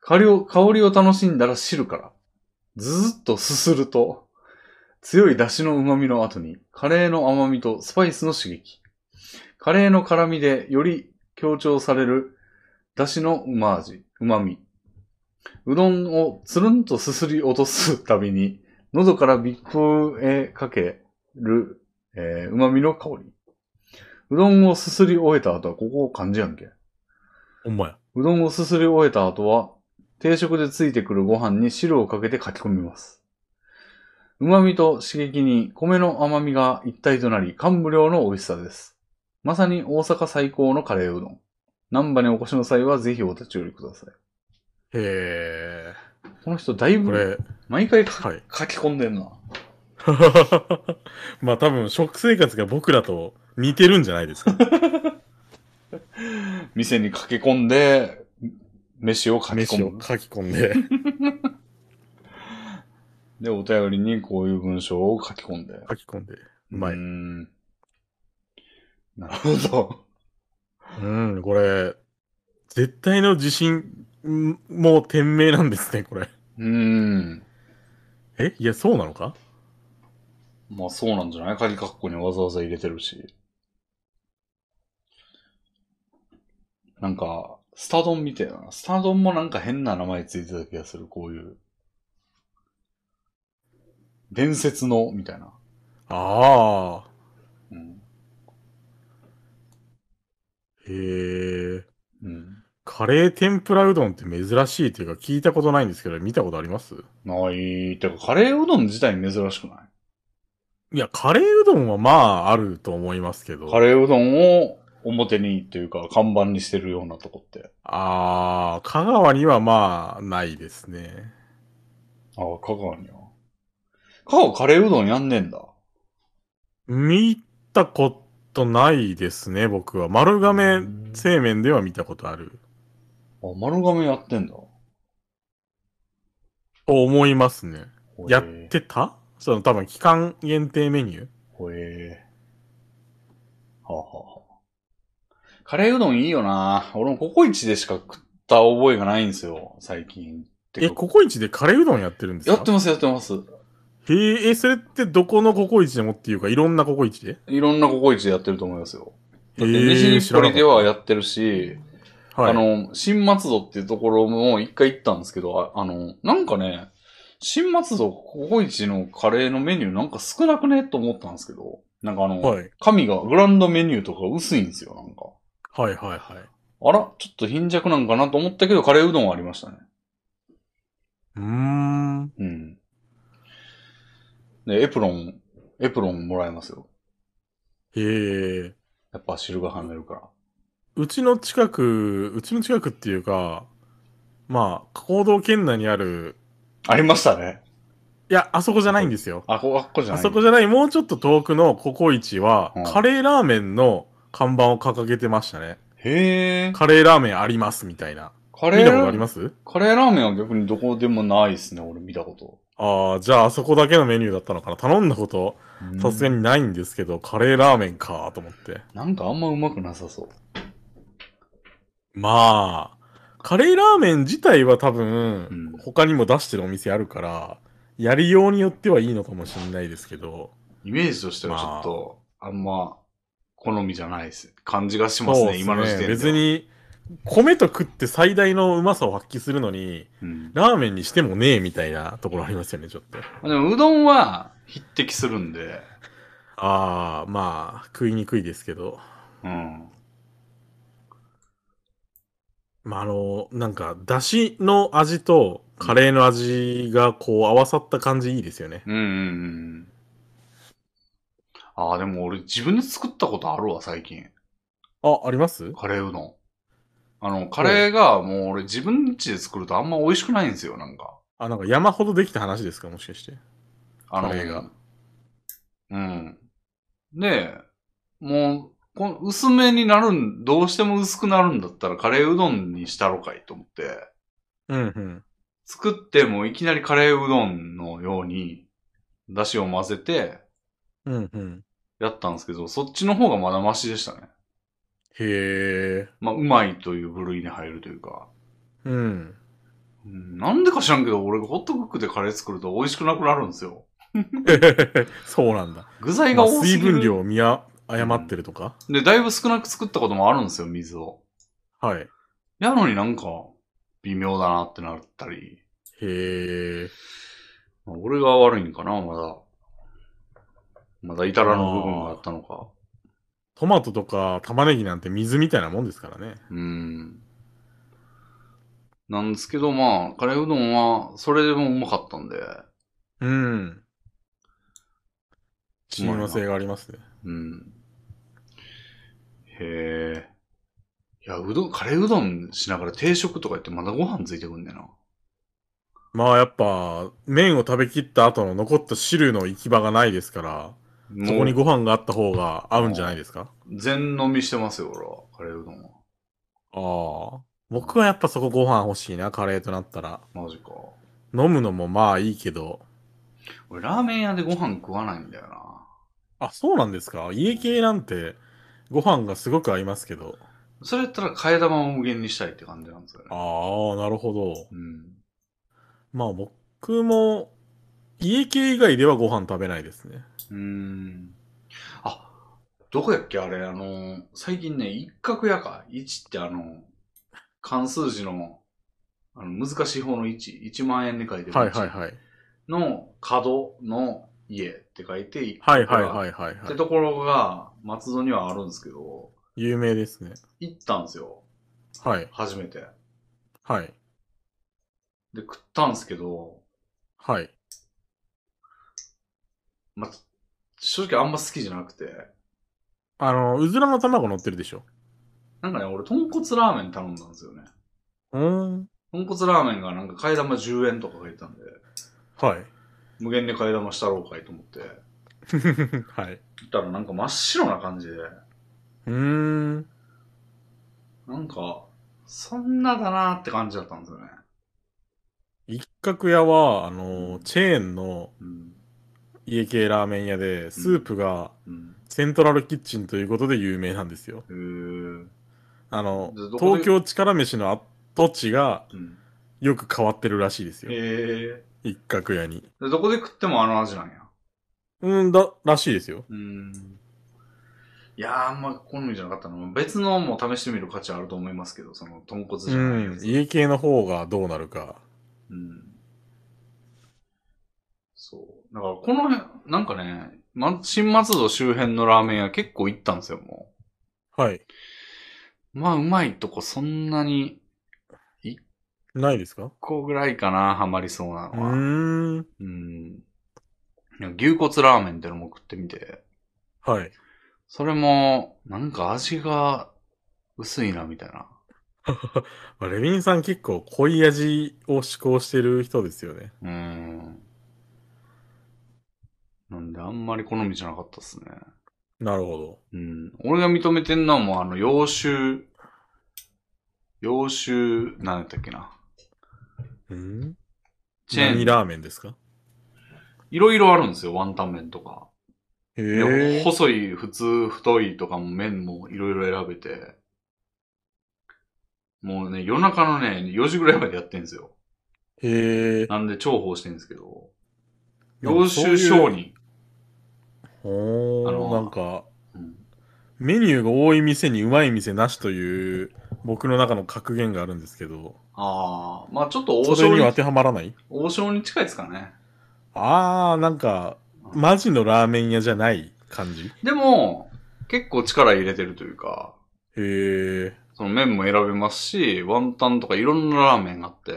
香りを、香りを楽しんだら汁から、ずずっとすすると、強い出汁の旨味の後に、カレーの甘みとスパイスの刺激。カレーの辛味でより強調される、出汁の旨味、旨味。うどんをつるんとすすり落とすたびに、喉からビップへかける、えー旨味の香り。うどんをすすり終えた後は、ここ漢字やんけ。
ほんまや。
うどんをすすり終えた後は、定食でついてくるご飯に汁をかけてかき込みます。旨味と刺激に米の甘みが一体となり、感無量の美味しさです。まさに大阪最高のカレーうどん。南波にお越しの際はぜひお立ち寄りください。
へえ。
この人だい
こ
ぶ、
れ、
毎回か
はい。
書き込んでんな。
まあ多分、食生活が僕らと似てるんじゃないですか。
店に駆け込んで、飯を書き
飯
込
を
む。
書き込 んで。
で、お便りにこういう文章を書き込んで。
書き込んで。うまい。
うー
うん
なるほど。
ん、これ、絶対の自信、んもう店名なんですね、これ。
うーん。
えいや、そうなのか
まあそうなんじゃない鍵括弧にわざわざ入れてるし。なんか、スタドンみたいな。スタドンもなんか変な名前ついてた気がする、こういう。伝説の、みたいな。
ああ。
うん。
へえ。
うん。
カレー天ぷらうどんって珍しいっていうか聞いたことないんですけど、見たことあります
ない。てか、カレーうどん自体珍しくない
いや、カレーうどんはまああると思いますけど。
カレーうどんを表にというか、看板にしてるようなとこって。
ああ、香川にはまあないですね。
ああ、香川には。香川カレーうどんやんねんだ。
見たことないですね、僕は。丸
う
亀
ん
製麺では見たことある。
あ、丸亀やってんだ。
と思いますね。
ほえー
やってたその多分期間限定メニュー。
ほえー。はあ、はあはあカレーうどんいいよな俺もココイチでしか食った覚えがないんですよ、最近。
え、ココイチでカレーうどんやってるんです
や
か
ってます、やってます。
へええ、それってどこのココイチでもっていうか、いろんなココイチで
いろんなココイチでやってると思いますよ。だって
へえ
西日暮里では
知らなか
やってるし、
ったはい、
あの、新松戸っていうところも一回行ったんですけど、ああの、なんかね、新松戸ココイチのカレーのメニューなんか少なくねと思ったんですけど、なんかあの、
はい、
紙がグランドメニューとか薄いんですよ、なんか。
はいはいはい。
あら、ちょっと貧弱なんかなと思ったけど、カレーうどんはありましたね。
うーん。
うん。で、エプロン、エプロンもらえますよ。
へえ。
やっぱ汁が跳ねるから。
うちの近く、うちの近くっていうか、まあ、行動圏内にある、
ありましたね。
いや、あそこじゃないんですよ。
あ、こ、あっこじゃ
あ
ない。
そこじゃない、もうちょっと遠くのココイチは、
うん
カレーラーメンの看板を掲げてましたね。
へえ。
カレーラーメンありますみたいな。
カ
見
レ
たことあり
ー、
ます
カレーラーメンは逆にどこでもないですね、俺見たこと。
ああ、じゃああそこだけのメニューだったのかな。頼んだこと、さすがにないんですけど、カレーラーメンかと思って。
なんかあんまうまくなさそう。
まあ、カレーラーメン自体は多分、
うん
他にも出してるお店あるから、やりようによってはいいのかもしれないですけど、
イメージとしてはちょっと、あんま、好みじゃないです。感じがしますね、
っ
今の時点で。
別。に、米と食って最大のうまさを発揮するのに、
うん、
ラーメンにしてもねえみたいなところありますよね、ちょっと。
でも、うどんは匹敵するんで、
ああ、まあ、食いにくいですけど。
うん。
まあ、あの、なんか、だしの味とカレーの味がこう合わさった感じいいですよね。
うんうんうん。ああ、でも俺自分で作ったことあるわ、最近。
あ、あります
カレーうどん。あの、カレーがもう俺自分家で作るとあんま美味しくないんですよ、なんか。
あ、なんか山ほどできた話ですか、もしかして。
あの、
カレーが
うん。で、もう、この薄めになるん、どうしても薄くなるんだったらカレーうどんにしたろかいと思って、
うんうん。
作ってもいきなりカレーうどんのように、だしを混ぜて、
うんうん。
やったんですけど、そっちの方がまだマシでしたね。
へえ。
まあ、うまいという部類に入るというか。
うん。
うんなんでか知らんけど、俺ホットクックでカレー作ると美味しくなくなるんですよ。
そうなんだ。
具材
ま
が
あ
多すぎ
水
る。
分量を見あ誤ってるとか、
で、だいぶ少なく作ったこともあるんですよ、水を。
はい。へ
やのになんか、微妙だなってなったり。
え。
まあ俺が悪いんかな、まだ。まだ至らぬ部分があったのか。
トマトとか玉ねぎなんて水みたいなもんですからね。
うん。なんですけど、まあ、カレーうどんは、それでもうまかったんで。
うん。
うまい
親
な
和性がありますね。
うん。へえ。いや、うどん、カレーうどんしながら定食とか言ってまだご飯ついてくんねんな。
まあやっぱ、麺を食べきった後の残った汁の行き場がないですから、そこにご飯があった方が合うんじゃないですか
全飲みしてますよ、俺は。カレーうどんは。
ああ。僕はやっぱそこご飯欲しいな、カレーとなったら。
マジか。
飲むのもまあいいけど。
俺、ラーメン屋でご飯食わないんだよな。
あ、そうなんですか家系なんて、ご飯がすごく合いますけど。
それやったら替え玉を無限にしたいって感じなんですよね。
ああ、なるほど。
うん。
まあ僕も、家系以外ではご飯食べないですね。
うーん。あ、どこやっけあれ、あの、最近ね、一角屋か。一ってあの、関数字の、あの、難しい方の一、一万円で書いてる一
はいはいはい。
の角の家って書いて、一角屋
はいはいはいはい、
って
は
ところが、松戸にはあるんですけど、
い。有名ですね。
行ったんですよ。
はい。
初めて。
はい。
で、食ったんですけど、
はい。
まあ、正直あんま好きじゃなくて、
あの、うずらの卵乗ってるでしょ。
なんかね、俺、豚骨ラーメン頼んだんですよね。
うーん。
豚骨ラーメンがなんか替え玉10円とか書いてたんで、
はい。
無限で替え玉したろうかいと思って、行
はい。
ったらなんか真っ白な感じで、
うーん。
なんか、そんなだなーって感じだったんですよね。
一角屋は、あの、チェーンの
うん。
家系ラーメン屋で、スープが
うん。
セントラルキッチンということで有名なんですよ。
へー
あの
でど、こで
東京力飯の跡地が
うん。
よく変わってるらしいです
へ
よ。
え。
一角屋に。
で、どこで食ってもあの味なんや。
うんだ、らしいですよ。
うん。いやー、あんま好みじゃなかったの。別のも試してみる価値あると思いますけど、その、豚骨じ
う
ゃないや
ん。
つ。
家系の方がどうなるか。
うんそう。だから、この辺、なんかね、ま、新松戸周辺のラーメン屋結構行ったんですよ、も
はい。
う。まあ、うまいとこそんなに、
ないですか
こうぐらいかな、ハマりそうな
う
のは。
ーん。
うん。いや牛骨ラーメンってのも食ってみて、
はい。
それも、なんか味が薄いな、みたいな。
まあレビンさん結構濃い味を志向してる人ですよね。
うん。なんで、あんまり好みじゃなかったっすね。
なるほど。
うん。俺が認めてんのはもうあの、洋酒、洋酒、なんだったっけな。
うん
チェーン
何ラーメンですか
いろいろあるんですよ、ワンタン麺とか。
へ
いや
え。
細い、普通、太いとかも麺もいろいろ選べて。もうね、夜中のね、4時ぐらいまでやってんですよ。
へえ。
なんで重宝してるんですけど。
なん
領
かそういう
収商人。
ほ
あ
ー、
の
なんか、
うん
メニューが多い店にうまい店なしという、僕の中の格言があるんですけど、
ああ、まあちょっと王
それ
将
には
に
当、てはまらない
王将に近いですかね。
あー、なんか、マジのラーメン屋じゃない感じ。
でも、結構力入れてるというか、
へー。
その麺も選べますし、ワンタンとかいろんなラーメンがあって、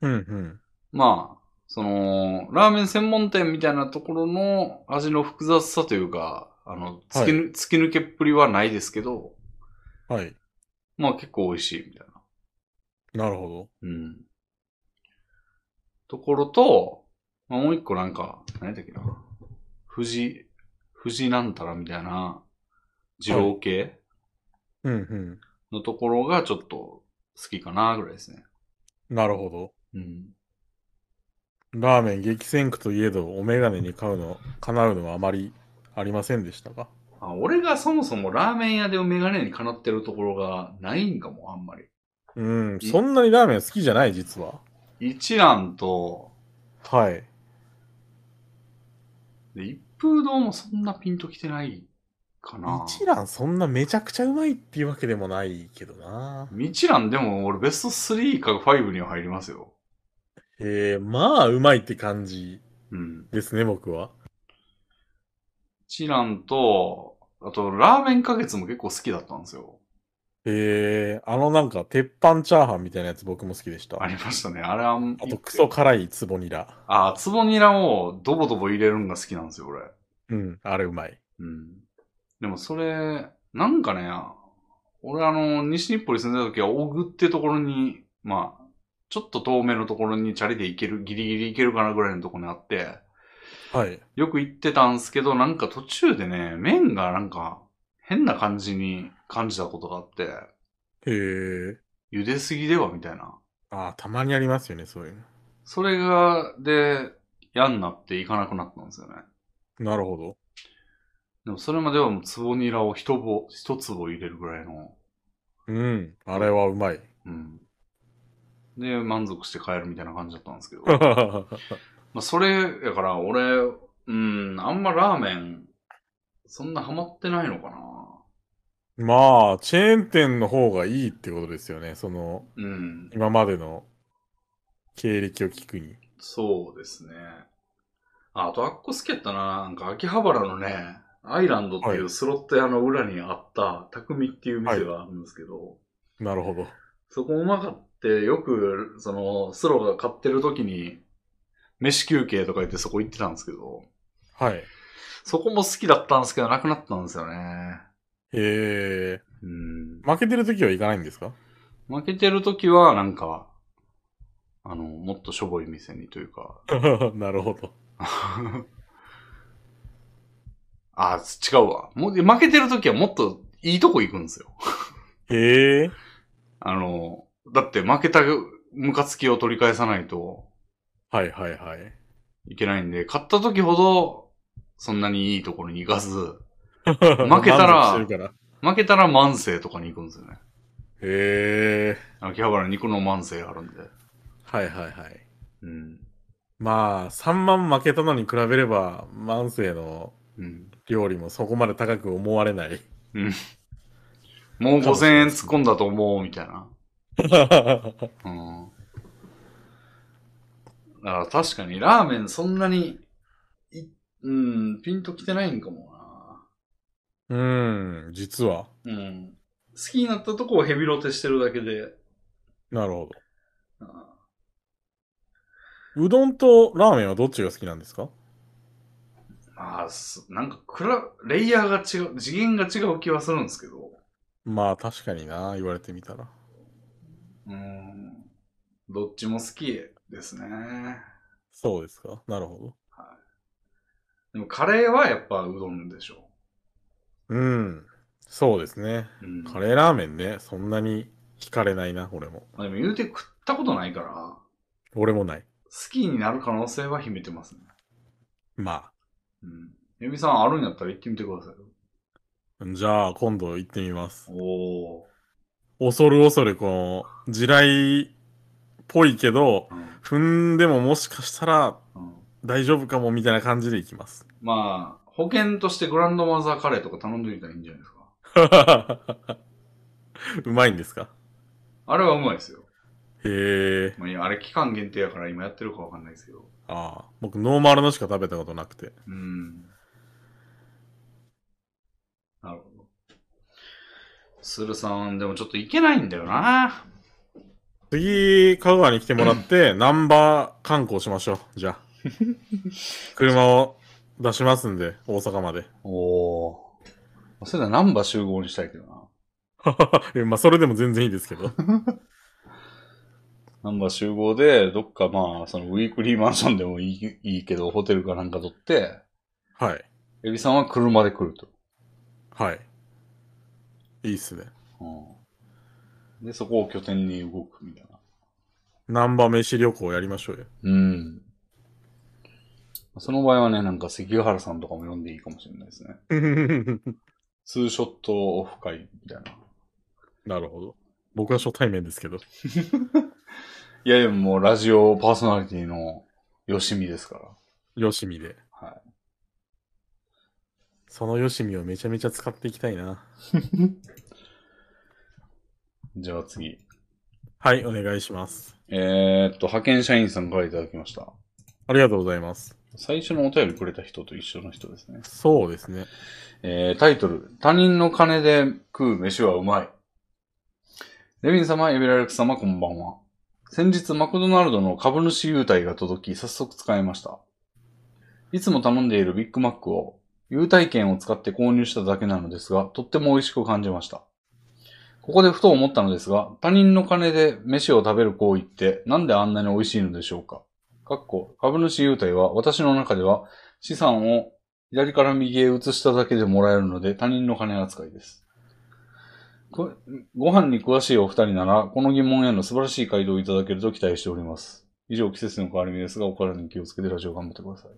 うんうん。
まあ、その、ラーメン専門店みたいなところの味の複雑さというか、あの、突き,、突き抜けっぷりはないですけど、
はい。
まあ結構美味しいみたいな。
なるほ
うん。ところと、まあ、もう一個なんか、何だっけな。富士、富士なんたらみたいな、二郎系
ど。うんうん。
のところがちょっと好きかなぐらいですね。
なるほど。
うん。
ラーメン激戦区といえど、お眼鏡に買うの、叶うのはあまりありませんでしたか
あ俺がそもそもラーメン屋でメガネにかなってるところがないんかも、あんまり。
うん、
い
そんなにラーメン好きじゃない、実は。
一蘭と、
はい。
で一風堂もそんなピンときてないかな。
一蘭そんなめちゃくちゃうまいっていうわけでもないけどな。
一蘭でも俺ベスト3か5には入りますよ。
えー、まあうまいって感じ
うん。
ですね、僕は。
一蘭と、あと、ラーメン花月も結構好きだったんですよ。
えー、あのなんか鉄板チャーハンみたいなやつ僕も好きでした。
あ
あ
りましたね。あれは、あ
とクソ。辛いツボニラ。
あ、つぼニラをドボドボ入れるのが好きなんですよ、俺。
うん、あれうまい。
うん。でもそれ、なんかね、俺あの、西日暮里住んでた時は、大ぐってところに、まあ、ちょっと遠目のところにチャリで行ける、ギリギリ行けるかなぐらいのところにあって、
はい。
よく行ってたんですけど、なんか途中でね、麺がなんか、変な感じに感じたことがあって、
えー、
茹ですぎではみたいな。
あー、たまにありますよね、そういうの。
それが、で、嫌になって行かなくなったんですよね。
なるほど。
でもそれまではもう壺ニラを一ぼ、一壺入れるぐらいの、
うん、あれはうまい。
うん。で、満足して帰るみたいな感じだったんですけど。ま
は
あそれ、やから俺、うん、あんまラーメン、そんなハマってないのかな。
まあ、チェーン店の方がいいってことですよね。その、
うん、
今までの経歴を聞くに。
そうですね。あ、あとあっこ好きやったな。なんか秋葉原のね、アイランドってい
は
うスロット屋の裏にあった、匠っていう店があるんですけど、
なるほど。
そこうまかって、よく、その、スロが買ってる時に、飯休憩とか言ってそこ行ってたんですけど、
はい。
そこも好きだったんですけど、なくなったんですよね。
え
うん。
ー、負けてる時は行かないんですか
負けてる時は、なんか、あの、もっとしょぼい店にというか。
なるほど。
あ、違うわ。もう負けてる時はもっといいとこ行くんですよ。
へえ。
あの、だって負けたムカつきを取り返さないと、
はいはいはい。
いけないんで、買った時ほど、そんなにいいところに行かず、
負
けたら
してるから。
負けたら万世とかに行くんですよね。
へえ。
秋葉原に行くの万世あるんで。
はいはいはい。
うん。
まあ、3万負けたのに比べれば、万世の
うん。
料理もそこまで高く思われ ない。
もう5000円突っ込んだと思う、みたいな。うん。だから確かにラーメンそんなに、いうん、ピンときてないんかも
うん、実は。
な。うん。好きになったとこをヘビロテしてるだけで。
なるほ
あ
ど。うどんとラーメンはどっちが好きなんですか
まあ、すなんかくら、レイヤーが違う、次元が違う気はするんですけど。
まあ、確かにな、言われてみたら。
うん。どっちも好きですね。
そうですか。なるほ
でもカレーはやっぱうどんでしょ。
ど。うん。そうですね。
うん。
カレーラーメンね、そんなに惹かれないな、俺も。
まあでも言うて食ったことないから、
俺もない。
好きになる可能性は秘めてますね。
ま
うん。ゆみさんあるんやったら行ってみてくださいよ。
あ。じゃあ、今度行ってみます。
おー。
恐る恐る、この、地雷っぽいけど、
うん。
踏んでももしかしたら
うん、
大丈夫かもみたいな感じで行きます。
まあ、保険としてグランドマザーカレーとか頼んでいたらいいんじゃないですか。
うまいんですか
あれはうまいですよ。
へえ。
まあいや、あれ期間限定やから今やってるかわかんないですけど。
ああ、僕ノーマルのしか食べたことなくて。
うん。なるほど。スルさん、でもちょっと行けないんだよな。
次、香川に来てもらって、ナンバー観光しましょう。じゃあ。車を出しますんで、大阪まで。
おお。それならナンバー集合にしたいけどな。
えまあ、それでも全然いいですけど。
ナンバー集合で、どっかまあ、そのウィークリーマンションでもいいいいけど、ホテルかなんか取って、
はい。
エビさんは車で来ると。
はい。いいっすね。
うん。で、そこを拠点に動くみたいな。
ナンバー飯旅行やりましょうよ。
うん。その場合はね、なんか関ヶ原さんとかも呼んでいいかもしれないですね。ツーショットオフ会みたいな。
なるほど。僕は初対面ですけど。
いやいや、もうラジオパーソナリティのよしみですから。
よしみで。
は
そのよしみをめちゃめちゃ使っていきたいな。
い。じゃあ次。
はい、お願いします。
えー、っと、派遣社員さんからいただきました。
ありがとうございます。
最初のお便りくれた人と一緒の人ですね。
そうですね。
えー、タイトル、他人の金で食う飯はうまい。レビン様、エビラレックス様、こんばんは。先日、マクドナルドの株主優待が届き、早速使いました。いつも頼んでいるビッグマックを、優待券を使って購入しただけなのですが、とっても美味しく感じました。ここでふと思ったのですが、他人の金で飯を食べる行為って、なんであんなに美味しいのでしょうかかっこ、株主優待は、私の中では、資産を左から右へ移しただけでもらえるので他人の金扱いです。こご飯に詳しいお二人なら、この疑問への素晴らしい回答をいただけると期待しております。以上、季節の変わり目ですが、お体に気をつけてラジオ頑張ってください。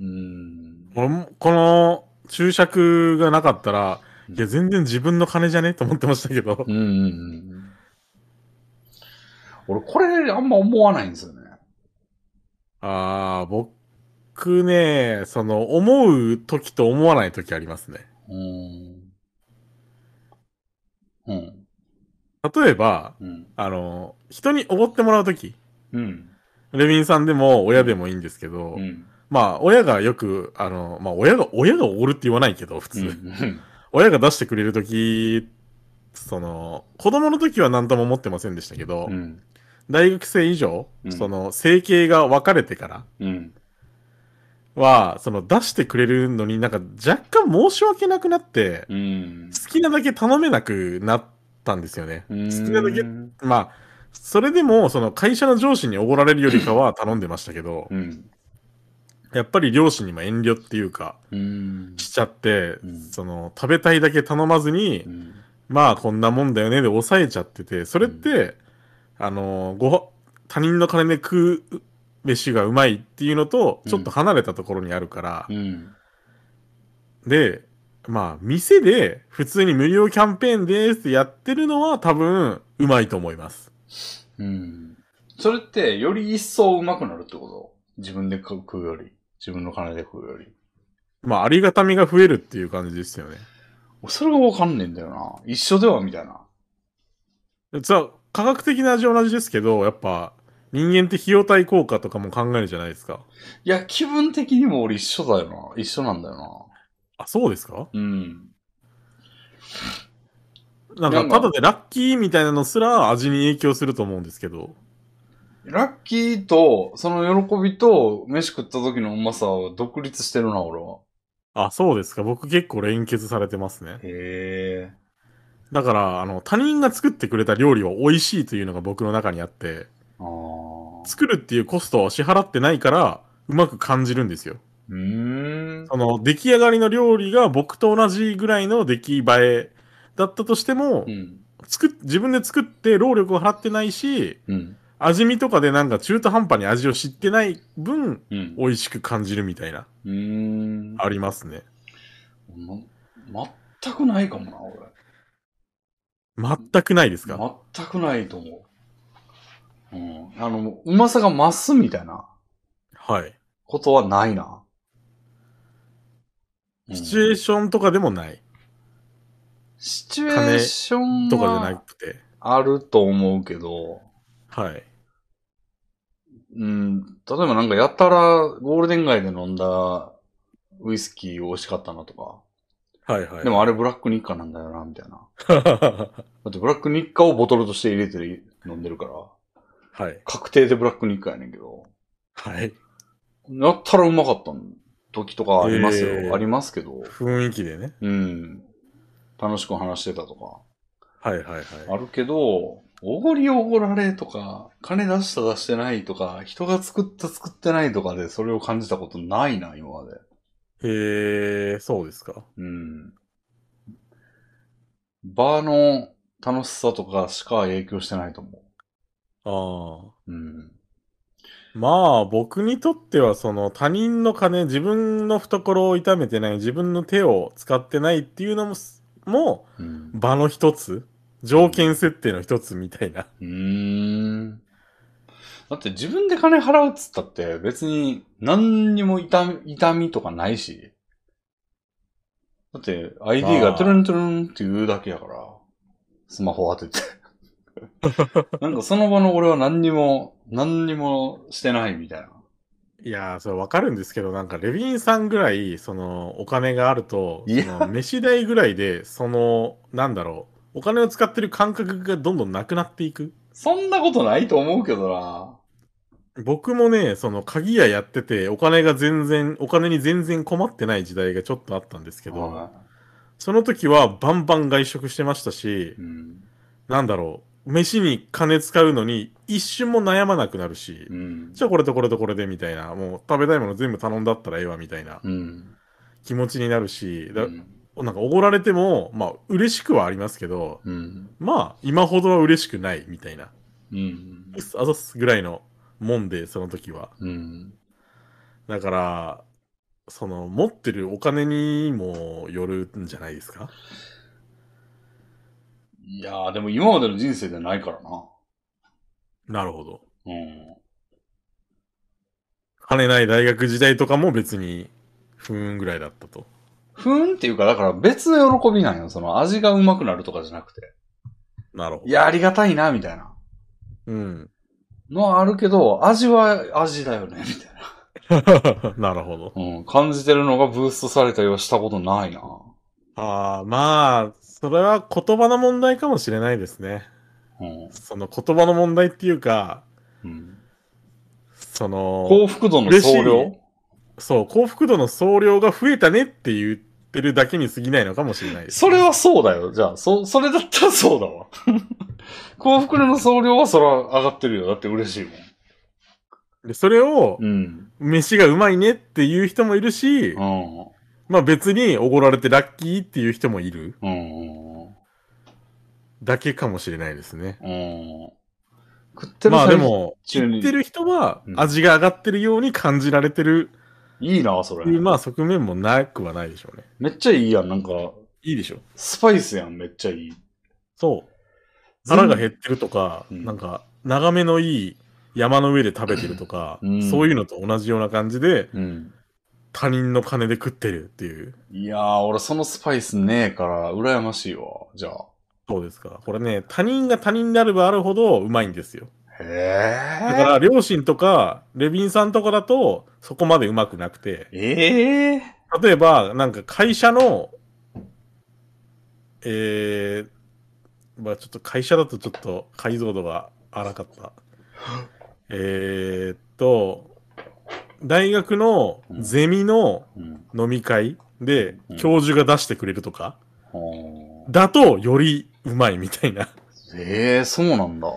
うーん。
俺もこの注釈がなかったら、いや、全然自分の金じゃねと思ってましたけど
う、んうんうんうん。俺、これあんま思わないんですよね。
ああ、僕ね、その、思う時と思わない時ありますね。
うーん。うん。
例えば、
うん。
あの、人におごってもらう時、
うん。
レビンさんでも親でもいいんですけど、
うん。
まあ、親がよく、あの、まあ、親が、親がおごるって言わないけど、普
う
通。
ん。
親が出してくれる時、その、子供の時は何とも思ってませんでしたけど、
うん。
大学生以上、
うん
その、生計が分かれてから、
うん。
は、その出してくれるのになんか若干申し訳なくなって、
うん。
好きなだけ頼めなくなったんですよね。
好
きなだけまあ、それでも、その会社の上司におごられるよりかは頼んでましたけど
う、ん。
やっぱり両親にも遠慮っていうか、
うん。
しちゃって
う、ん
その、食べたいだけ頼まずに
う、ん
まあこんなもんだよねで抑えちゃってて、それって、あの、ご、他人の金で食う飯がうまいっていうのと、ちょっと離れたところにあるから、
うん。
で、まあ、店で普通に無料キャンペーンですってやってるのは多分、うまいと思います。
うん。それって、より一層うまくなるってこと自分で食うより。自分の金で食うより。
まあ、ありがたみが増えるっていう感じですよね。
それがわかんねえんだよな。一緒ではみたいな。
実は、科学的な味は同じですけど、やっぱ、人間って費用対効果とかも考えるじゃないですか。
いや、気分的にも俺一緒だよな。一緒なんだよ
あ、そうですか
な。うん。
なん
な
か、
んか
ただでラッキーみたいなのすら味に影響すると思うんですけど。
ラッキーと、その喜びと、飯食った時のうまさを独立してるな、俺は。
あ、そうですか。僕結構連結されてますね。
へえ。
だから、あの、他人が作ってくれた料理は美味しいというのが僕の中にあって、
ああ。
作るっていうコストを支払ってないから、うまく感じるんですよ。
うーん。
その、出来上がりの料理が僕と同じぐらいの出来栄えだったとしても
う、ん。
作っ自分で作って労力を払ってないし、
うん。
味見とかでなんか中途半端に味を知ってない分、
うん。
美味しく感じるみたいな、
うーん。
ありますね。
ま、全くないかもな、俺。
全くないですか
全くないと思う。うん。あの、うまさが増すみたいな
はい。
ことはないな。うん
シチュエーションとかでもない。
シチュエーション
とかじゃな
は
くて。
あると思うけど、
はい。
うん、例えばなんかやたらゴールデン街で飲んだウイスキー美味しかったなとか、
はいはい。
でもあれブラックニッカなんだよな、みたいな。だってブラックニッカをボトルとして入れて飲んでるから、
はい。
確定でブラックニッカやねんけど、
はい。
やったらうまかった時とかありますよ。
へー
ありますけど、
雰囲気でね。
うん。楽しく話してたとか。
はいはいはい。
あるけど、おごりおごられとか、金出した出してないとか、人が作った作ってないとかでそれを感じたことないな、今まで。
へえ、そうですか。
うん。バーの楽しさとかしか影響してないと思
ああ。
う。うん。
まあ、僕にとっては、その他人の金、自分の懐を痛めてない、自分の手を使ってないっていうのも、も
うん
う、。場の一つ、条件設定の一つみたいな。
うーん。だって自分で金払うっつったって別に何にも痛み痛みとかないし。だって ID がトゥルントゥルンって言うだけやから。スマホ当てて。 なんかその場の俺は何にも、何にもしてないみたいな。
いやー、それわかるんですけど、なんか、レビンさんぐらい、その、お金があると、
いや
その飯代ぐらいで、その、なんだろう、お金を使ってる感覚がどんどんなくなっていく。
そんなことないと思うけどな。
僕もね、その、鍵屋やってて、お金が全然、お金に全然困ってない時代がちょっとあったんですけど、
は
その時はバンバン外食してましたし
い、うん。
なんだろう、飯に金使うのに一瞬も悩まなくなるし
う、ん。
じゃあこれとこれとこれでみたいな、もう食べたいもの全部頼んだったらええわみたいな
うん。
気持ちになるし、だ
うん
なんかおごられても、まあ嬉しくはありますけど、
うん。
まあ今ほどは嬉しくないみたいな、
うん
うっ。すあざっすぐらいのもんで、その時は。
うん。
だから、その持ってるお金にもよるんじゃないですか
いやー、でも今までの人生でないからな。
なるほど。
うん。
金ない大学時代とかも別に、ふーんぐらいだったと。
ふーんっていうか、だから別の喜びなんよ。その味がうまくなるとかじゃなくて。
なるほ
い
ど。
や、ありがたいな、みたいな。
うん。
のはあるけど、味は味だよね、みたいな。
なるほど。
うん。感じてるのがブーストされたりはしたことないな。
ああ、まあ、それは言葉の問題かもしれないですね。
うん。
その言葉の問題っていうか、
うん、
その、
幸福度の総
嬉し
量
そう、幸福度の総量が増えたねって言ってるだけに過ぎないのかもしれないです、
それはそうだよ。じゃあ、そ、それだったらそうだわ。 幸福度の総量はそれは上がってるよ。だって嬉しいもん。
でそれを、
うん。
飯がうまいねっていう人もいるし、
うん。
まあ別におごられてラッキーっていう人もいる
うん。うん
だけかもしれないですね。
うん。食ってる
まあで
最
も、
中
言
に
ってる人は
うん
味が上がってるように感じられてる
いいな、それ。
まあ側面もなくはないでしょうね。
めっちゃいいやん。なんか、
いいでしょ。
スパイスやん、めっちゃいい。
そう。腹が減ってるとか、
うん
なんか眺めのいい山の上で食べてるとか、
うん
そういうのと同じような感じで
うん。
他人の金で食ってるっていう。
いやー、俺そのスパイスねえから、羨ましいわ。じゃあ。
そうですか。これね、他人が他人であればあるほどうまいんですよ。
へ
だから、両親とか、レビンさんとかだと、そこまでうまくなくて、
えええ
例えば、なんか会社の、えー、まあちょっと会社だとちょっと解像度が荒 かった。えーっと、大学のゼミの
うん。
飲み会で
うん
教授が出してくれるとか、
ほー
だとよりうまいみたいな。
ええそうなんだ。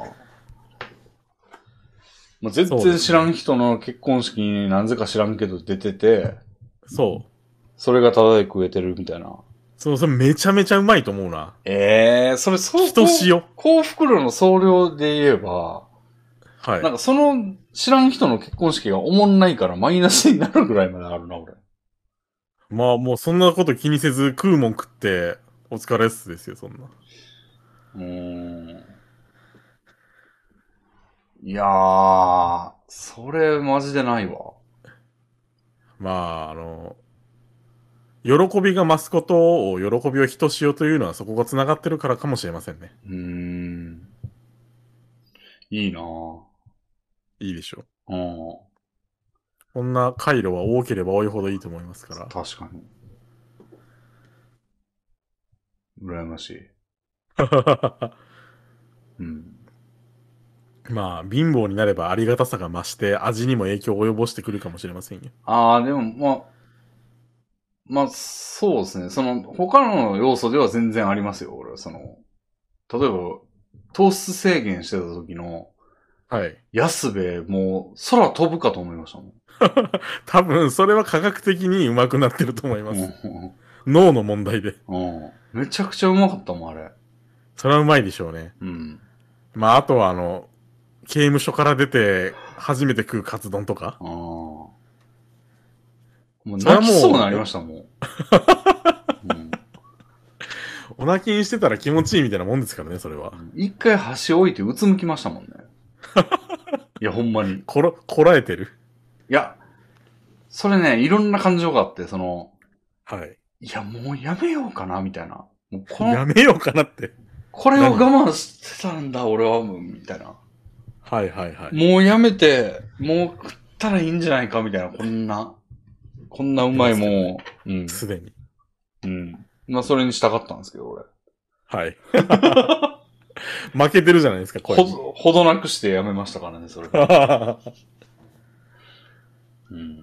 まあ、全
そうです
然
ね
知らん人の結婚式に何故か知らんけど出てて、
そう。
それがただで食えてるみたいな。
そう、それめちゃめちゃうまいと思うな。
ええそれそう
人塩。
幸福度の総量で言えば、
はい
なん。かその知らん人の結婚式がおもんないからマイナスになるぐらいまであるな、俺。
まあもうそんなこと気にせず食うもん食ってお疲れっすですよ、そんな。
うーん。いやー、それマジでないわ。
まあ、あの、喜びが増すことを喜びをひとしおというのはそこが繋がってるからかもしれませんね。
うーん。いいなぁ。
いいでしょう。
うん。
こんな回路は多ければ多いほどいいと思いますから。
確かに。羨ましい。うん。
まあ、貧乏になればありがたさが増して味にも影響を及ぼしてくるかもしれませんよ。
ああ、でも、まあ、まあ、そうですね。その、他の要素では全然ありますよ、俺は。その、例えば、糖質制限してた時の、
はい。
安部、もう、空飛ぶかと思いましたもん。
多分、それは科学的にうまくなってると思います。
うん
脳の問題で。
うん。めちゃくちゃうまかったもん、あれ。
それはうまいでしょうね。
うん。
まあ、あとはあの、刑務所から出て初めて食うカツ丼とか。
ああ。もう
それは
泣
もう
きそうになりま したもん。うん
お泣きにしてたら気持ちいいみたいなもんですからね、それは。
一回箸置いてうつむきましたもんね。いや、ほんまに。い
こら、こらえてる。
や、それね、いろんな感情があって、その、
はい。
いや、もうやめようかな、みたいな。もうこ
や
の、
めようかなって。
これを我慢してたんだ、俺は、もうみたいな。
はいはいはい。
もうやめて、もう食ったらいいんじゃないか、みたいな、こんな、こんなうまいもん。うん。
すでに。
うん。まあ、それにしたかったんですけど、俺。
はい。 負けてるじゃないですか、これ
ほ。 ど、ほどなくしてやめましたからね、それ。うん。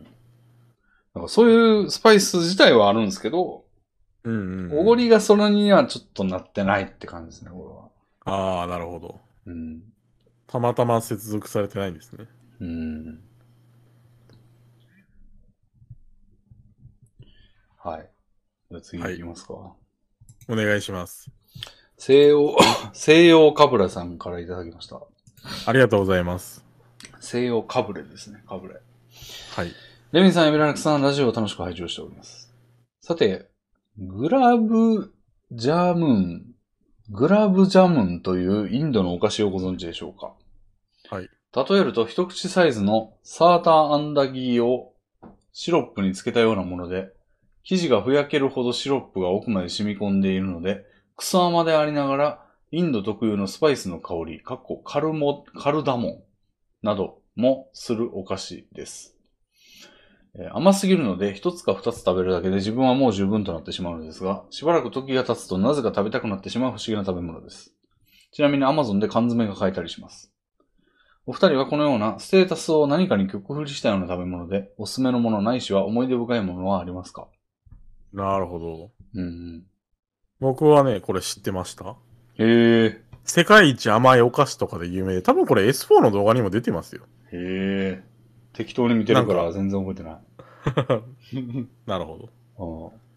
なんかそういうスパイス自体はあるんですけど、
うん、うん。
おご。りがそれにはちょっとなってないって感じですね、俺は。
ああ、なるほど。
うん。
たまたま接続されてないんですね。
うん。はい。じゃあ次行きますか。
お願いします。
西洋、 西洋かぶれさんからいただきました。
ありがとうございます。
西洋かぶれですね、かぶれ。
はい。
レミンさん、エビラナクさん、ラジオを楽しく拝聴しております。さて、グラブジャムン、グラブジャムンというインドのお菓子をご存知でしょうか
はい。
例えると一口サイズのサーターアンダギーをシロップにつけたようなもので、生地がふやけるほどシロップが奥まで染み込んでいるので、草甘でありながら、インド特有のスパイスの香り、かっこカルモ、カルダモンなどもするお菓子です。えー甘すぎるので、一つか二つ食べるだけで自分はもう十分となってしまうのですが、しばらく時が経つとなぜか食べたくなってしまう不思議な食べ物です。ちなみに Amazon で缶詰が買えたりします。お二人はこのようなステータスを何かに曲振りしたような食べ物で、おすすめのものないしは思い出深いものはありますか
なるほど。
うん。
僕はね、これ知ってました。
へえ。
世界一甘いお菓子とかで有名で、多分これ S4 の動画にも出てますよ。
へえ。適当に見てるか
なん
ら
か
全然覚えてない。
なるほど。
ああ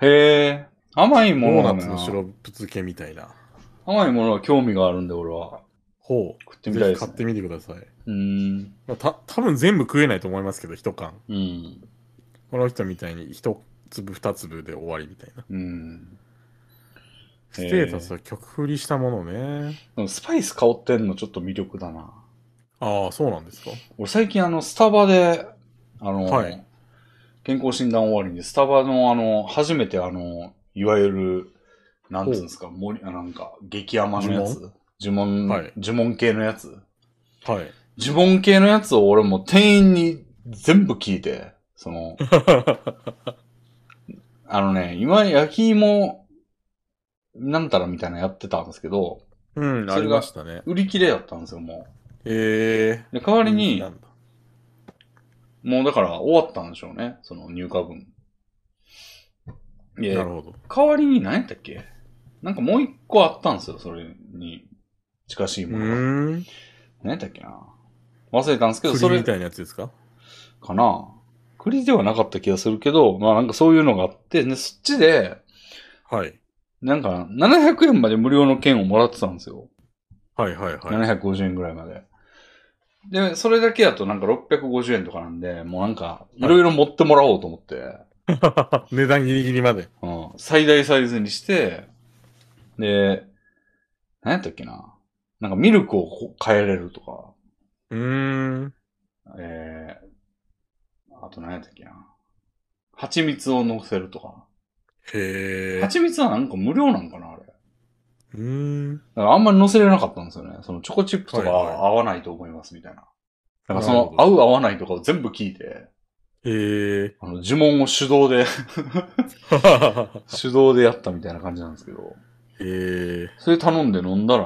へえ。甘い
ド
もの
ー
な
ナ
ん
ツ
だ
の
な
シロップ漬けみたいな。
甘いものは興味があるんで、俺は。
ほ
食って
う。
みたいで
ぜひ
す、
買っ
ね。
てみてください。
うーん。
まあ、た、多分全部食えないと思いますけど、一缶。
うん。
この人みたいに一粒二粒で終わりみたいな。
うん。
ステータスは曲振りしたものね。
でもスパイス香ってんのちょっと魅力だな。
ああ、そうなんですか。
俺最近あの、スタバで、あの、
はい
健康診断終わりに、スタバのあの、初めてあの、いわゆる、なんていうんですか、森あなんか、激甘のやつ。呪文、
はい
呪文系のやつ。
はい。
呪文系のやつを俺もう店員に全部聞いて、そ の、あのね、今焼き芋、なんたらみたいなのやってたんですけど、
うん、
が
ありましたね。
売り切れだったんですよ、も
ええ
う。で、代わりに
な、んだ
もうだから終わったんでしょうね、その入荷分。い
な
や
る、ほど。
代わりに何やったっけなんかもう一個あったんですよ、それに近しいうものが。
ーん。
何やったっけな忘れたんですけど、そ
栗
れ
み
か
たいなやつですか
な栗ではなかった気がするけど、まあなんかそういうのがあって、ね、そっちで、
はい。
なんか700円まで無料の券をもらってたんですよ。
はいはいはい。
750円ぐらいまで。で、それだけだとなんか650円とかなんで、もうなんか、いろいろ持ってもらおうと思って、
値段ギリギリまで。
うん、最大サイズにして、で、何やったっけな。なんかミルクをこ変えれるとか、
うーん。
えー、あと何やったっけな。蜂蜜を乗せるとか。
へえ。
蜂蜜はなんか無料なんかな、あれ。
うーん。
だからあんまり乗せれなかったんですよね。そのチョコチップとか
はいはい
合わないと思いますみたいな。なんかそ
なる
の
ほど
合う合わないとかを全部聞いて、
へえ。
あの呪文を手動 で、手動でやったみたいな感じなんですけど、
へえ。
それ頼んで飲んだら、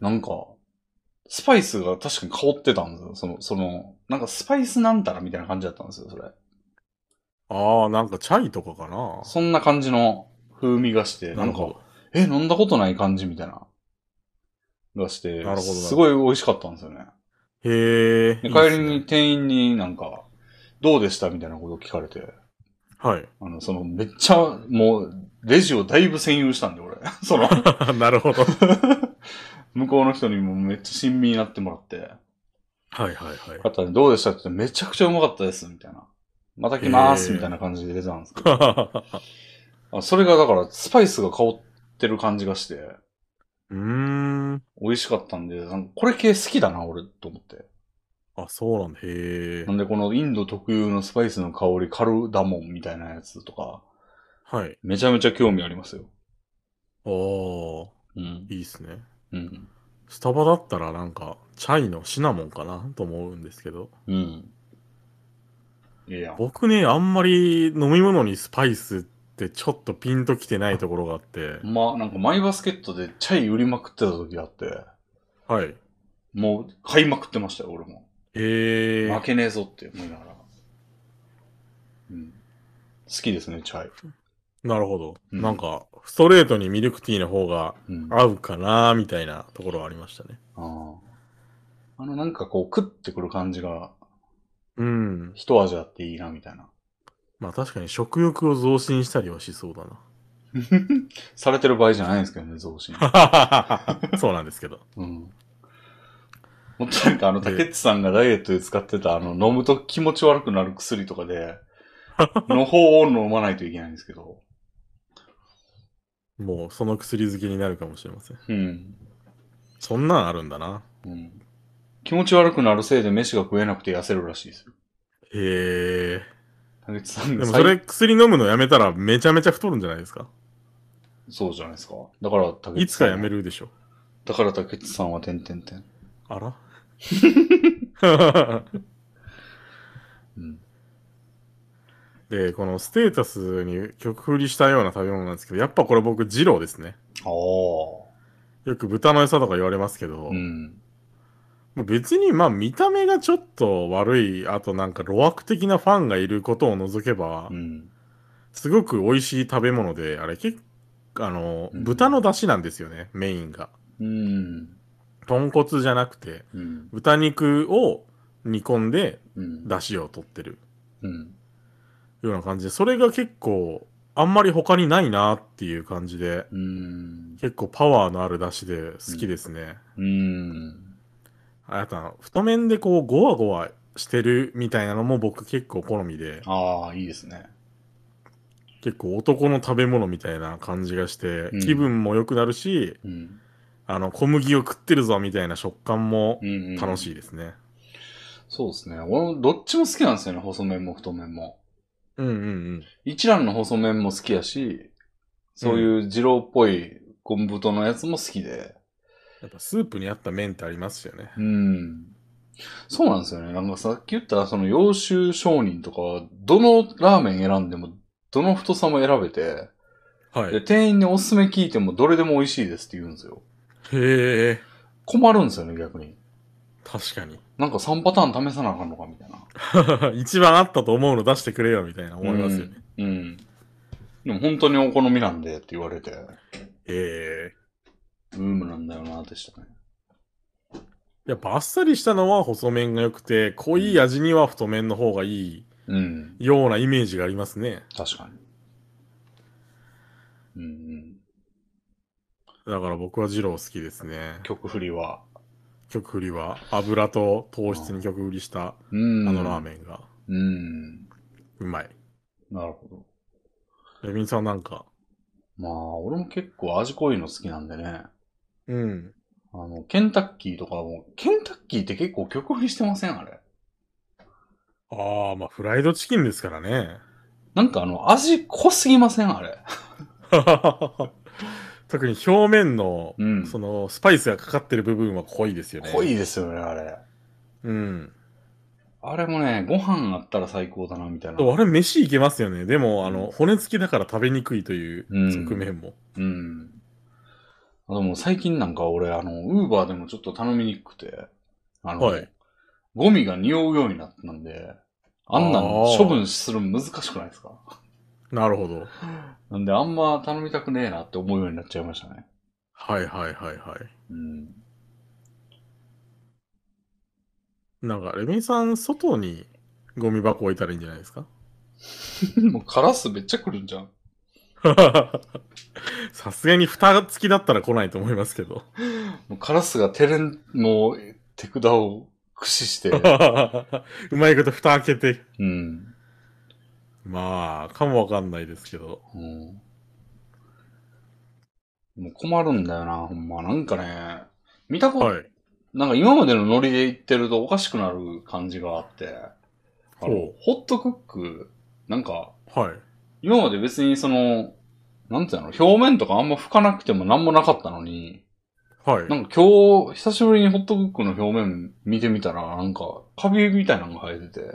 なんか、スパイスが確かに香ってたんですよ。その、その、なんかスパイスなんたらみたいな感じだったんですよ、それ。
ああ、なんかチャイとかかな。
そんな感じの風味がして、な
なんる
か
ほ、
え、飲んだことない感じみたいな。がして
なるほどなる、ほど
すごい美味しかったんですよね。
ど。へえ。
で
いいっす
帰
ね
りに。店員になんか、どうでしたみたいなことを聞かれて、
はい。
あの、その、めっちゃ、もう、レジをだいぶ占有したんで、俺。 その、
なる ほど。
向こうの人にもめっちゃ親身になってもらって、
はいは いはい。
方にどうでしたって言ってめちゃくちゃうまかったです、みたいな。また来ます、
へー
みたいな感じで出たんですけど。
う
あそれがだから、スパイスが香ってる感じがして、
ーん。
美味しかったんで、なんかこれ系好きだな、俺、と思って。
あ、そうなんだ。へえ
な。んで、このインド特有のスパイスの香り、カルダモンみたいなやつとか、
はい。
めちゃめちゃ興味ありますよ。
おー、
うん。
いいっすね。
うん。
スタバだったらなんか、チャイのシナモンかなと思うんですけど。
うん。いいやん。
僕ね、あんまり飲み物にスパイスってちょっとピンときてないところがあって。
まあ、なんかマイバスケットでチャイ売りまくってた時があって、
はい。
もう買いまくってましたよ、俺も。
え
負
ー、
けねえぞって思いながら。うん。好きですね、チャイ。
なるほど。
うん
なんか、ストレートにミルクティーの方が
うん。あ
合うかなみたいなところはありましたね。
あ。あの、なんかこう、食ってくる感じが、
うん。
一味あっていいな、みたいな。
まあ確かに食欲を増進したりはしそうだ
されてる場合じゃないんですけどね、増進。
な。そうなんですけど。
うん。もっとなんかあの、
で
竹内さんがダイエットで使ってた、あの、飲むと気持ち悪くなる薬とか で、の方を飲まないといけないんですけど。
もうその薬漬けになるかもしれません。
うん。
そんなんあるんだな。
うん。気持ち悪くなるせいで飯が食えなくて痩せるらしいですよ。
へえ。
竹内さん
で
が
も
最
それ薬飲むのやめたらめちゃめちゃ太るんじゃないですか
そうじゃないですか。だから竹内
いつかやめ
る。
るでしょ。
だから竹内さんは点々点。
あ ら
うん。
で、このステータスに曲振りしたような食べ物なんですけど、やっぱこれ僕、二郎ですね。
ああ。
よく豚の餌とか言われますけど、
うん。
もう別にまあ見た目がちょっと悪い、あとなんか路悪的なファンがいることを除けば、
うん。
すごく美味しい食べ物で、あれ結構、あの、
うん
豚の出汁なんですよね、メインが。
うん。
豚骨じゃなくて、
うん。
豚肉を煮込んで
うん。
出汁を取ってる
うん。
ような感じで、それが結構、あんまり他にないなっていう感じで、
うん。
結構パワーのある出汁で好きですね。
うん。
あとは太麺でこう、ゴワゴワしてるみたいなのも僕結構好みで、
ああ、いいですね。
結構男の食べ物みたいな感じがして
うん、
気分も良くなるし、
うん。
あの、小麦を食ってるぞみたいな食感も
うん。
楽し
い。
いですね。
そうですね。俺もどっちも好きなんですよね、細麺も太麺も。
うんうんうん。
一蘭の細麺も好きやし、そういう二郎っぽい昆布とのやつも好きで。
やっぱスープに合った麺ってありますよね。
うん。そうなんですよね。なんかさっき言った、その、洋州商人とかは、どのラーメン選んでも、どの太さも選べて、
はい。
で、
へ
店員におすすめ聞いても、どれでも美味しいですって言うんですよ。
え、
困るんですよね、逆に。
確 かに。
なんか3パターン試さなあかんのか、みたいな。
一番あったと思うの出してくれよみたいな思いますよね。
うん。でも本当にお好みなんでって言われて、
ええ
ブームなんだよな、でしたね。
やっぱあっさりしたのは細麺が良くて、濃い味には太麺の方がいい
うん。
ようなイメージがありますね。
確かに。うんうん。
だから僕は二郎好きですね。
曲振りは。
曲振りは油と糖質に曲振りした
うん
あのラーメンが
ン。うん。
うまい。
なるほど。
レビンさんなんか、
まあ、俺も結構味濃いの好きなんでね。
うん。
あの、ケンタッキーとかも、ケンタッキーって結構曲振りしてませんあれ。
ああ、まあフライドチキンですからね。
なんかあの、味濃すぎませんあれ。
特に表面の、
うん
そのスパイスがかかってる部分は濃いですよね。
濃い。ですよね、あれ。
うん。
あれもね、ご飯あったら最高だな、みたいな。
あれ飯いけますよね。でも、あ
うん
の、骨付きだから食べにくいという
うん
側面も。
うん。あでも最近なんか俺、あの、ウーバーでもちょっと頼みにくくて、あの、
はい
ゴミが匂うようになったんで、あんな
あ
の
ー
処分するの難しくないですか
なるほど。
なんであんま頼みたくねえなって思うようになっちゃいましたね。
はいはいはいはい。
うん。
なんか、レビンさん、外にゴミ箱置いたらいいんじゃないですか
もうカラスめっちゃ来るんじゃん。
さすがに蓋付きだったら来ないと思いますけど。
もうカラスが手練の手札を駆使 して、
うまいこと蓋開けて。
うん。
まあ、かもわかんないですけど。
うんもう困るんだよな、ほんま。なんかね、見たこと
はい。
なんか今までのノリで言ってるとおかしくなる感じがあって、あの
ほう、
ホットクック、なんか、
はい。
今まで別にその、なんていうの、表面とかあんま拭かなくてもなんもなかったのに、
はい。
なんか今日、久しぶりにホットクックの表面見てみたら、なんか、カビみたいなのが生えてて、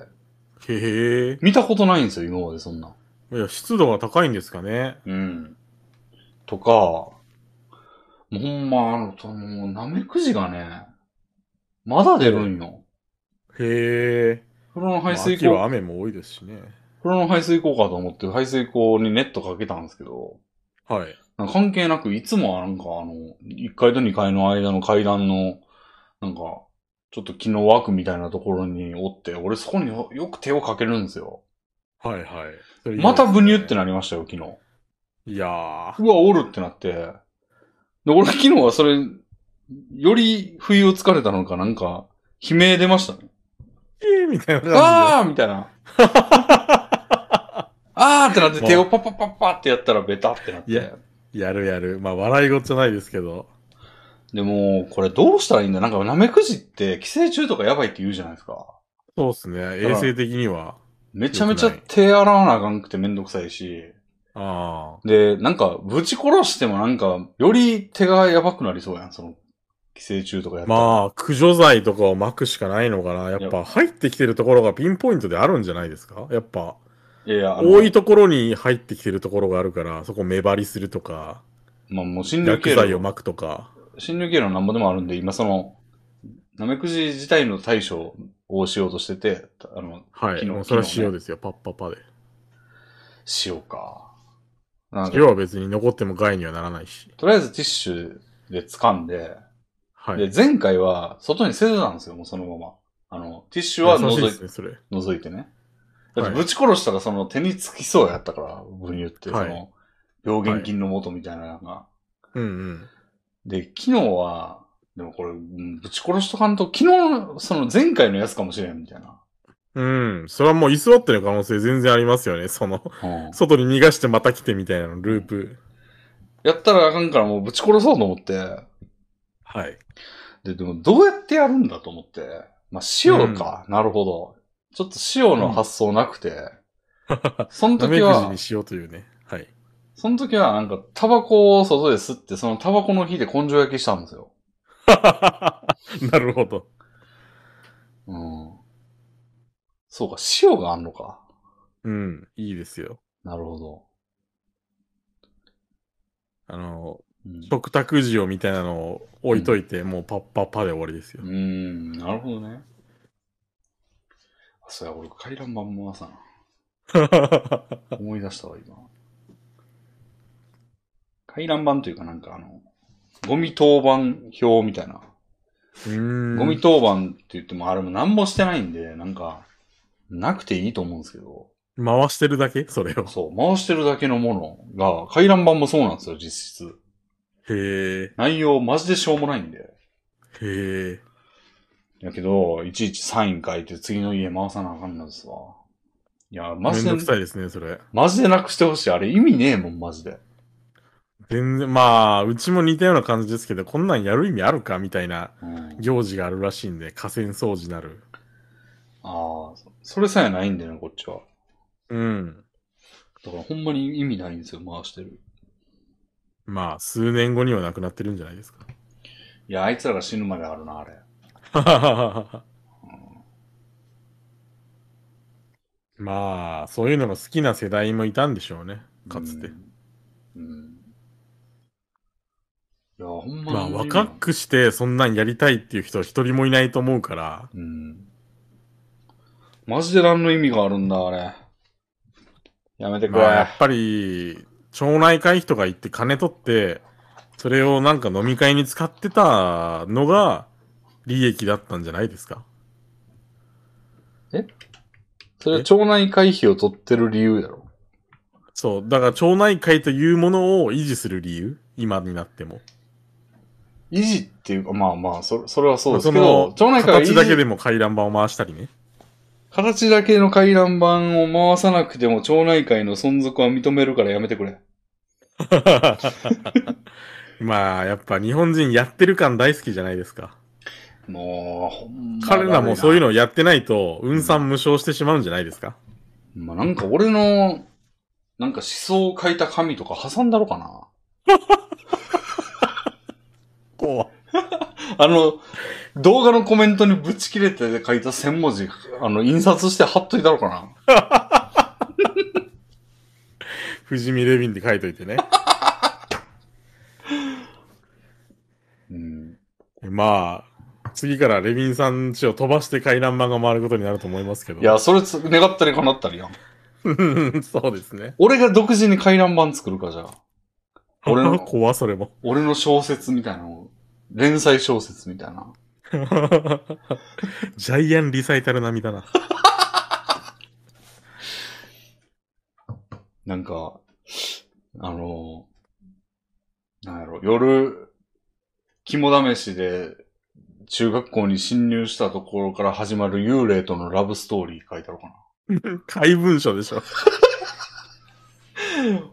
へえ。
見たことないんですよ、今までそんな。
いや、湿度が高いんですかね。
うん。とか、もうほんま、あの、ともう、ナメクジがね、まだ出るんよ。
へえ。
風呂の
まあ
排水
秋
口
は雨も多いですしね。
風呂の排水口かと思って排水口にネットかけたんですけど、
はい。
なんか関係なく、いつもはなんかあの、1階と2階の間の階段の、なんか、ちょっと木の枠みたいなところにおって、俺そこによよく手をかけるんですよ。
はいはい。それ
またブニュって
な。
なりましたよ、昨日。
いやー。
うわ、おるってなって。で、俺昨日はそれ、より不意をつかれたのか、なんか、悲鳴出ましたね。
えーみたいな感じで。
あーみたい な。あーってなって手をパッパッパッパッってやったらベタってなっ
い
て
や。やるやる。まあ、笑い事じゃないですけど。
でも、これどうしたらいいんだなんか、ナメクジって寄生虫とかやばいって言うじゃないですか。
そうっすね。衛生的には。
めちゃめちゃ
良くない
手洗わなあかんくてめんどくさいし。
あ
で、なんか、ぶち殺してもなんか、より手がやばくなりそうやん、その、寄生虫とかや
あ。
ったら。あ、
まあ、駆除剤とかを撒くしかないのかな。やっ
いや
ぱ、入ってきてるところがピンポイントであるんじゃないですかやっぱ、
いやいや、あの
多いところに入ってきてるところがあるから、そこ目張りするとか、
まあもう侵入経
薬剤を
路、
撒くとか。
侵入経路なんぼでもあるんで、今その、ナメクジ自体の対処をしようとしてて、あの、
は
昨
い。
日
もうそれは
昨日ね
塩ですよ。パッパッパで。
しようか。なんか
塩は別に残っても害にはならないし。
とりあえずティッシュで掴んで、
はい。
で、前回は外に捨ててたんですよ、もうそのまま。あの、ティッシュは
優しい
覗
で
い
すね、それ。
覗いてね。だって
はい
ぶち殺したらその手につきそうやったから、分乳って、
はい
その、病原菌の元みたいなのが。
うんうん。
で、昨日は、でもこれ、うんぶち殺しとかんと、昨日の、その前回のやつかもしれんみたいな。
うん。それはもう居座ってる可能性全然ありますよね。その、
うん
外に逃がしてまた来てみたいなの、ループ。
やったらあかんからもうぶち殺そうと思って、
はい。
で、でもどうやってやるんだと思って、まあ、塩か、なるほど。ちょっと塩の発想なくて、その
ダ
時
メくじ
は
に、しようというね。はい。
その時はなんかタバコを外で吸って、そのタバコの火で根性焼きしたんですよ。
なるほど。
うん。そうか、塩があんのか。
うん。いいですよ。
なるほど。
あの、
うん、う
食卓塩みたいなのを置いといて、もうパッパッパで終わりですよ
ー。 ん、なるほどね。あそうや、俺、回覧板回さな。思い出したわ、今。回覧板というかなんかあの、ゴミ当番表みたいな。
うん。
ゴミ当番って言ってもあれも何もしてないんで、なんか、なくていいと思うんですけど、
回してるだけそれを。
そう、回してるだけのものが、回覧板もそうなんですよ、実質。
へえ、
内容マジでしょうもないんで。
へえ。
やけど、いちいちサイン書いて次の家回さなあかんのですわ。いや、マ
め
ジ
んど
で
く、さいですね、それ。
マジでなくしてほしい。あれ意味ねえもん、マジで。
全然、まあ、うちも似たような感じですけど、こんなんやる意味あるかみたいな
うん、
行事があるらしいんで、河川掃除なる。
ああ、それさえないんだよね、こっちは。
うん。
だからほんまに意味ないんですよ、回してる。
まあ、数年後にはなくなってるんじゃないですか。
いや、あいつらが死ぬまであるな、あれ。
まあ、そういうのが好きな世代もいたんでしょうね、かつて。
うん。うん、いや、ほんま
まあ、
に。
若くしてそんなんやりたいっていう人は一人もいないと思うから、
うん。マジで何の意味があるんだ、あれ。やめてくれ。
まあ、やっぱり、町内会費とか行って金取って、それをなんか飲み会に使ってたのが利益だったんじゃないですか。
それは町内会費を取ってる理由やろ。
そう、だから町内会というものを維持する理由、今になっても。
維持っていうか、まあまあ、それそれはそうです
そ
けど
の、
町内会は維持
形だけでも回覧板を回したりね。
形だけの回覧板を回さなくても町内会の存続は認めるからやめてくれ。
まあ、やっぱ日本人やってる感大好きじゃないですか。
もう、ほんま
彼らもそういう
の。
のをやってないと、運算無償してしまうんじゃないですか。
まあ、なんか俺の、なんか思想を書いた紙とか挟んだろかな。
こ
あの、動画のコメントにぶち切れて書いた1000文字、あの、印刷して貼っといたろかな。
う。藤見レビンって書いといてね。
うん。
まあ、次からレビンさん家を飛ばして回覧板が回ることになると思いますけど。
いや、、それつ願ったり叶ったりやん。
そうですね。
俺が独自に回覧板作るか、じゃあ。俺の
怖それも。
俺の小説みたいなのを連載小説みたいな。
ジャイアンリサイタル並みだな。
なんか、あの、なんやろ、夜、肝試しで中学校に侵入したところから始まる幽霊とのラブストーリー書いたろか
怪文書でしょ。
な。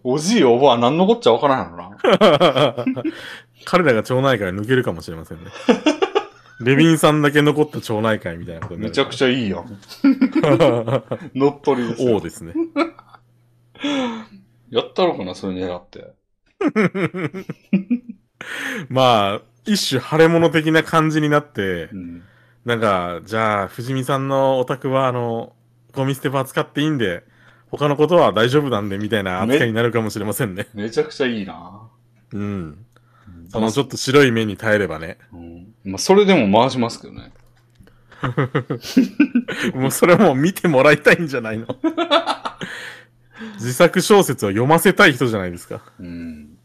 おじいおばあ何のこっちゃわからんやろな。
彼らが町内会抜けるかもしれませんね。レビンさんだけ残った町内会みたいなことにな
め
る
ちゃくちゃいいやん。乗っ取りです
王
よ。
ですね。
やったろかな、それ狙って。
まあ、一種腫れ物的な感じになって
う、ん。
なんか、じゃあ、藤見さんのお宅は、あの、ゴミ捨て場使っていいんで、他のことは大丈夫なんで、みたいな扱いになるかもしれませんね。
めちゃくちゃいいな。
うん。
うん
そのちょっと白い目に耐えればね。
うんまあ、それでも回しますけどね。
もうそれはもう見てもらいたいんじゃないの 自作小説を読ませたい人じゃないですか。
うん。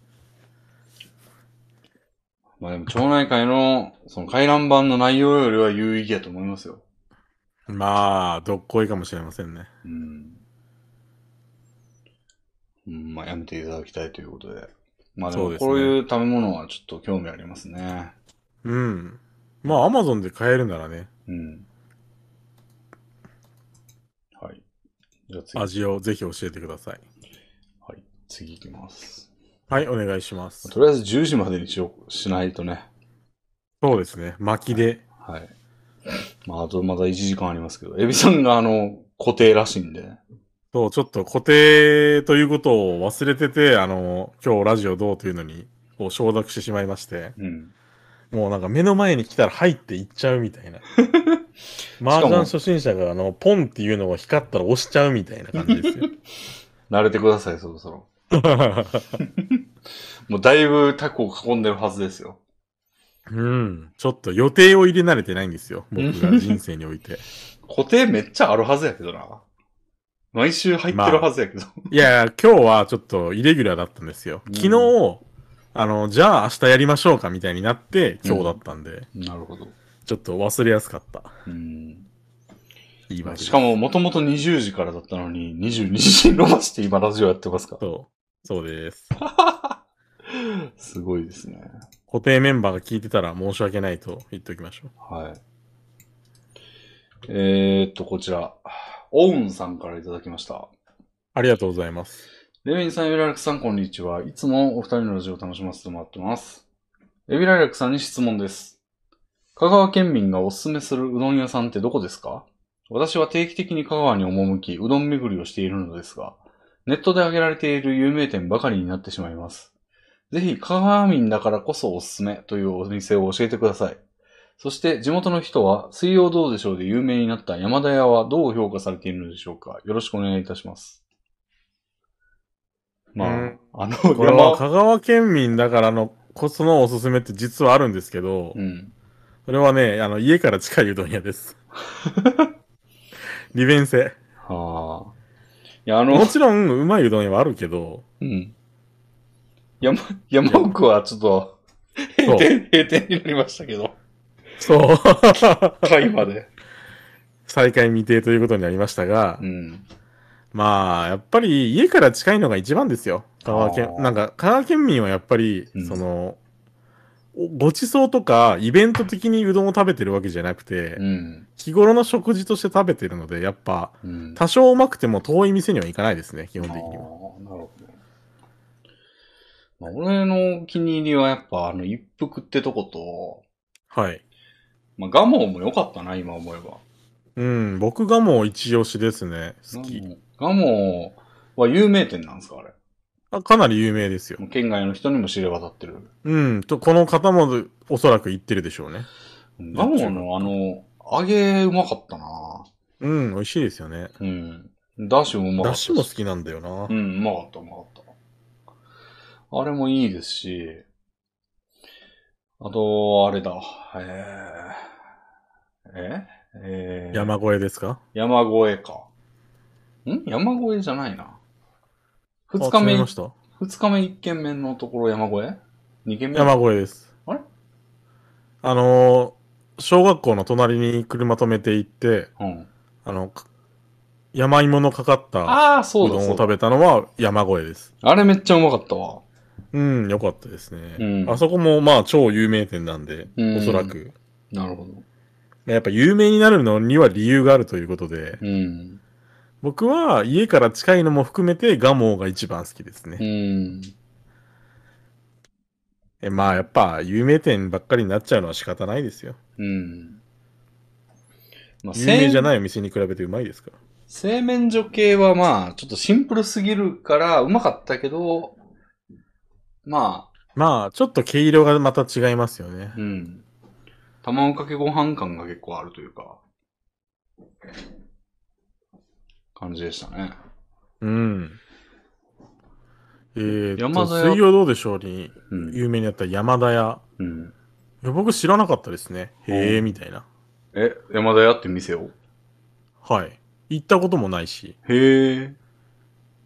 まあでも、町内会の、その回覧板の内容よりは有意義やと思いますよ。
まあ、どっこいかもしれませんね。
うん。うん、まあやめていただきたいということで。まあで
そ
も
う、ですね
こういう食べ物はちょっと興味ありますね。
うん。まあ、アマゾンで買えるならね、
うん。はい。じゃあ次、
味をぜひ教えてください。
次行きます。
はい、お願いします。
とりあえず10時までにしよう、しないとね。
そうですね。巻きで。
はい。まあ、あとまだ1時間ありますけど、エビさんがあの、固定らしいんで。
そう、ちょっと固定ということを忘れてて、あの、今日ラジオどうというのに、こう承諾してしまいまして、
うん。
もうなんか目の前に来たら入っていっちゃうみ たいな。麻雀初心者があの、ポンっていうのが光ったら押しちゃうみたいな感じ ですよ。
慣れてください、そろそろ。もうだいぶタコを囲んでるはずですよ。
うん。ちょっと予定を入れ慣れてないんですよ。僕が人生において。
固定めっちゃあるはずやけどな。毎週入ってるはずやけど。
いやいや、今日はちょっとイレギュラーだったんですよ。昨日、あの、じゃあ明日やりましょうかみたいになって、今日だったんで、
なるほど。
ちょっと忘れやすかった。
うん。
言い訳です
しかも、もともと20時からだったのに、22時に伸ばして今ラジオやってますか
そう。そうです。
すごいですね。
固定メンバーが聞いてたら申し訳ないと言っておきましょう。
はい。えー、っと、こちら。オウンさんからいただきました。
ありがとうございます。
レビンさん、エビライラクさん、こんにちは。いつもお二人のラジオを楽しませてもらってます。エビライラクさんに質問です。香川県民がおすすめするうどん屋さんってどこですか私は定期的に香川に赴き、うどん巡りをしているのですが、ネットで挙げられている有名店ばかりになってしまいます。ぜひ、香川民だからこそおすすめというお店を教えてください。そして、地元の人は、水曜どうでしょうで有名になった山田屋はどう評価されているのでしょうかよろしくお願いいたします。まあ、
うん
あの、
これは
山、
香川県民だからのこそのおすすめって実はあるんですけど、
うん。
それはね、あの、家から近いうどん 屋です。利便性。
はあ。いや、あの
も、ちろん、うまいうどん屋はあるけど、
うん。山、山奥はちょっと、
そ
閉
う
店、閉店になりましたけど、
そう。
会まで。
再開未定ということになりましたが、
うん。
まあ、やっぱり家から近いのが一番ですよ。香川
あ
県、
ー
なんか、香川県民はやっぱり、
うん
その、おごちそうとか、イベント的にうどんを食べてるわけじゃなくて、
うん。
日頃の食事として食べてるので、やっぱ、
うん。
多少うまくても遠い店には行かないですね、基本的
あー
に
な
は。
るほど。まあ、俺のお気に入りはやっぱあの一服ってとこと、
はい。
まあ、ガモも良かったな、今思えば。
うん、僕がもう一押しですね。好き。
ガモは有名店なんですか、あれ。
あかなり有名ですよ。
もう県外の人にも知れ渡ってる。
うん、と、この方もおそらく行ってるでしょうね。
ガモのあの、揚げうまかったな
うん、美味しいですよね。
うん。ダッシュもうまか
だ
ったし。
しも好きなんだよな
う。ん、うまかった、うまかった。あれもいいですし、あと、あれだ、えー、ええー、
山越えですか
山越えか。ん山越えじゃないな。二日
あ違
目
いま、した
二日目一軒目のところ山越え二軒目
山越えです。
あれ
あのー小学校の隣に車止めて行って、
うん。
あの、か山芋のかかった
ああ、
う
そう
ど
だ、
んを
そう
食
だ。
べたのは山越えです。
あれめっちゃうまかったわ。
うん、よかったですね。
うん
あそこもまあ超有名店なんで、
うん
おそらく。
なるほど。
やっぱ有名になるのには理由があるということで、
うん。
僕は家から近いのも含めてガモが一番好きですね。
うん。
えまあやっぱ有名店ばっかりになっちゃうのは仕方ないですよ。
うん。まあ、
有名じゃ
い
ないお店に比べてうまいですから。
製麺所系はまあ、ちょっとシンプルすぎるから、うまかったけど、ま
まあちょっと毛色がまた違いますよね
あ、。うん。卵かけご飯感が結構あるというか、感じでしたね。
うん。えー、
山
と、
田屋
水曜どうでしょうに
うん。
有名になった山田屋。
うん、
いや僕知らなかったですね。へ
う
え、
ん
みたいな。
え、山田屋って店を
はい。行ったこともないし。
へえ。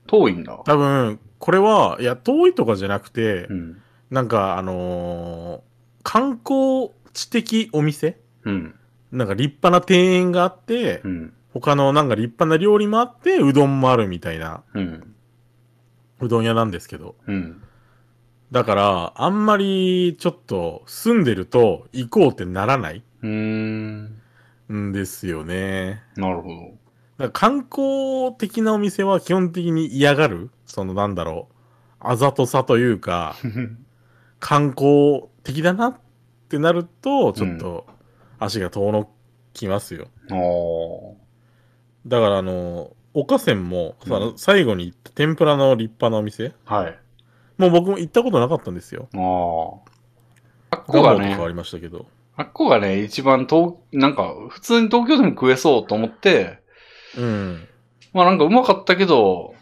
遠いんだ。
多分、これは、いや、遠いとかじゃなくて
う、ん。
なんか、あのー観光地的お店
うん。
なんか立派な庭園があって
う、ん。
他のなんか立派な料理もあって、うどんもあるみたいな、
うん。
うどん屋なんですけど。
うん。
だから、あんまり、ちょっと、住んでると、行こうってならない
ー
う
ん。
んですよね。
なるほど。
だから観光的なお店は基本的に嫌がる、そのなんだろう、あざとさというか、観光的だなってなると、ちょっと足が遠のきますよ。
あー
だからあの、岡線も、
うん
あの最後に行った天ぷらの立派なお店、
はい。
もう僕も行ったことなかったんですよ。
ああ。あっこが
ガモと
ね
かあ、りましたけど。
あっこがね、一番東、なんか、普通に東京でも食えそうと思って、
うん。
まあなんかうまかったけど、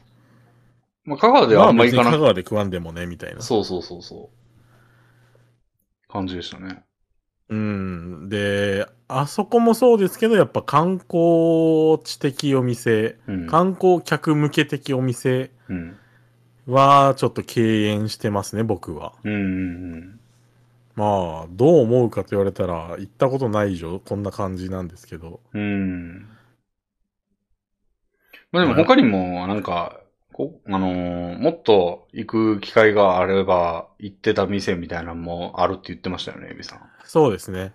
まあ香川ではあんま行か
ま
な
あ別に香
く
川で食わんでもね、みたいな。
そうそうそうそう。感じでしたね。
うん。で、あそこもそうですけど、やっぱ観光地的お店、
うん。
観光客向け的お店
うん。
はちょっと敬遠してますね、僕は。
うんうんうん。
まあ、どう思うかと言われたら、行ったことない以上、こんな感じなんですけど。
うん。まあでも他にも、なんか、こあのーもっと行く機会があれば、行ってた店みたいなのもあるって言ってましたよね、エビさん。
そうですね。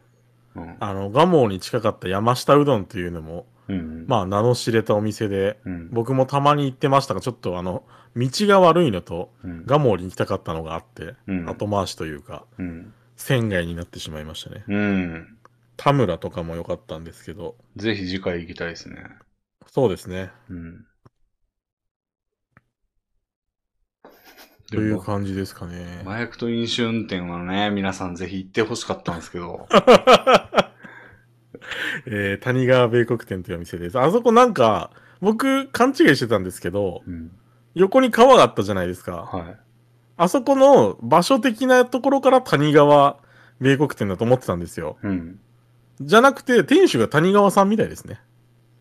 うん。
あの、蒲生に近かった山下うどんというのも、
うん。
まあ、名の知れたお店で、
うん、
僕もたまに行ってましたが、ちょっとあの、道が悪いのと、
うん。
蒲生に行きたかったのがあって、
うん
後回しというか、
うん。
仙外になってしまいましたね。
うん。
田村とかも良かったんですけど、
ぜひ次回行きたいですね。
そうですね。
うん。
という感じですかね。
麻薬と飲酒運転はね、皆さんぜひ行ってほしかったんですけ ど。
えー谷川米国店というお店です。あそこなんか、僕、勘違いしてたんですけど、
うん。
横に川があったじゃないですか。
はい。
あそこの場所的なところから谷川米国店だと思ってたんですよ。
うん。
じゃなくて、店主が谷川さんみたいですね。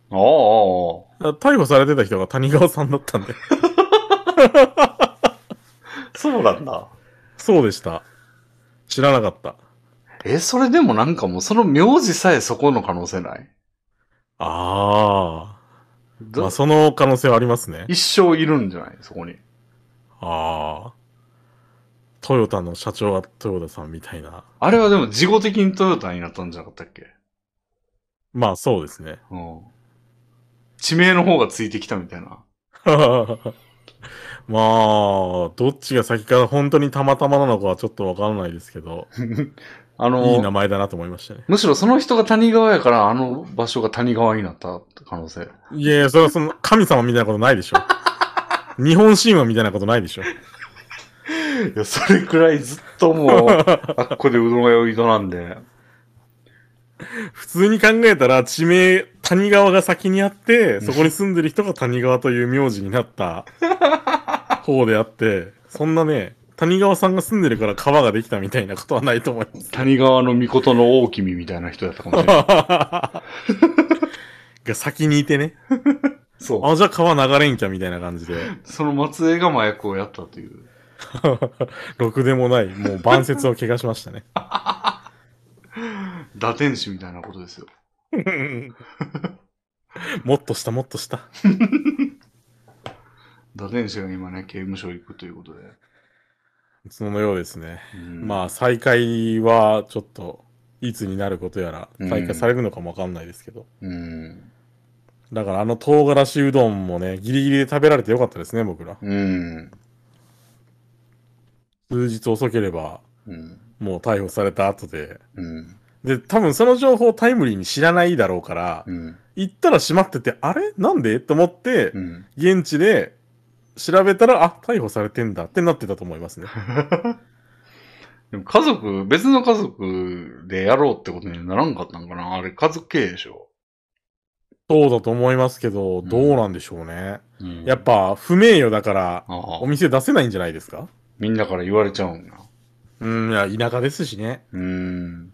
ああああ、ああ
だから逮捕されてた人が谷川さんだったんで。
そうなんだ。
そうでした。知らなかった。
え、それでもなんかもうその名字さえそこの可能性ない
ああ。
ど
まあ、その可能性はありますね。
一生いるんじゃないそこに。
ああ。トヨタの社長はトヨタさんみたいな。
あれはでも事後的にトヨタになったんじゃなかったっけ
まあ、そうですね。
うん。地名の方がついてきたみたいな。
まあ、どっちが先か本当にたまたまなのかはちょっとわからないですけど、
あの、
いい名前だなと思いましたね。
むしろその人が谷川やからあの場所が谷川になった可能性。
いやいや、それはその神様みたいなことないでしょ。日本神話みたいなことないでしょ。
いや、それくらいずっとも う、あっこでうどん屋を営んで。
普通に考えたら地名、谷川が先にあって、そこに住んでる人が谷川という名字になった方であって、そんなね、谷川さんが住んでるから川ができたみたいなことはないと思います。
谷川の御事の大君みたいな人やったかもしれない。
が先にいてね。
そう。
あ、じゃあ川流れんきゃみたいな感じで。
その末裔が麻薬をやったという。
ろくでもない、もう晩節を怪我しましたね。
打天使みたいなことですよ。
もっとした、もっとした。
打天使が今ね、刑務所行くということで。
そのようですね。
うん
まあ、再開はちょっと、いつになることやら、
うん
再開されるのかもわかんないですけど。
うん。
だからあの唐辛子うどんもね、ギリギリで食べられてよかったですね、僕ら。
うん。
数日遅ければ、
うん。
もう逮捕された後で。
うん。
で、多分その情報をタイムリーに知らないだろうから、
うん。
行ったら閉まってて、あれなんでと思って、
うん。
現地で調べたら、あ、逮捕されてんだってなってたと思いますね。
でも家族、別の家族でやろうってことにならんかったんかなあれ家族経営でしょ、
そうだと思いますけど、
ん
どうなんでしょうね。
うん
やっ。ぱ、不名誉だから、
ああ
お店出せないんじゃないですか
みんなから言われちゃうんだ。
うん、いや、田舎ですしね。
うん。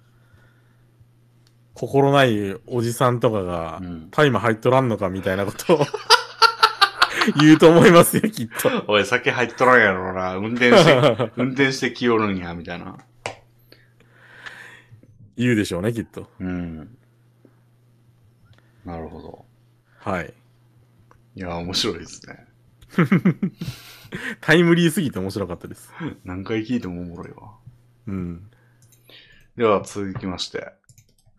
心ないおじさんとかが
う、ん
タイマー入っとらんのかみたいなことを 言うと思いますよ、きっと。
おい、酒入っとらんやろな。運転 して、運転してきよるんや、みたいな。
言うでしょうね、きっと。
うん。なるほど。
はい。
いや、面白いですね。
タイムリーすぎて面白かったです。
何回聞いてもおもろいわ。
うん。
では、続きまして。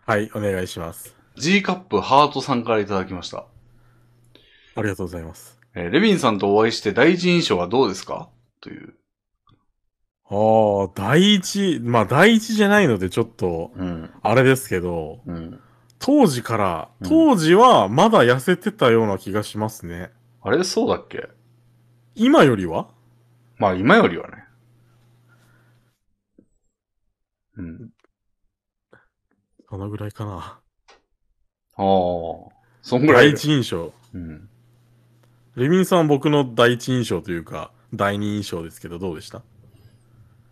はい、お願いします。
G カップハートさんからいただきました。
ありがとうございます。
えーレビンさんとお会いして第一印象はどうですかという。
ああ、第一、まあ第一じゃないのでちょっと、
うん。
あれですけど、
うん。
当時から
う、ん
当時はまだ痩せてたような気がしますね。
あれそうだっけ
今よりは
まあ、今よりはね。うん。
そのぐらいかな。
ああ。そんぐら
第
い。
一印象。
うん。
レミンさんは僕の第一印象というか、第二印象ですけど、どうでした
あ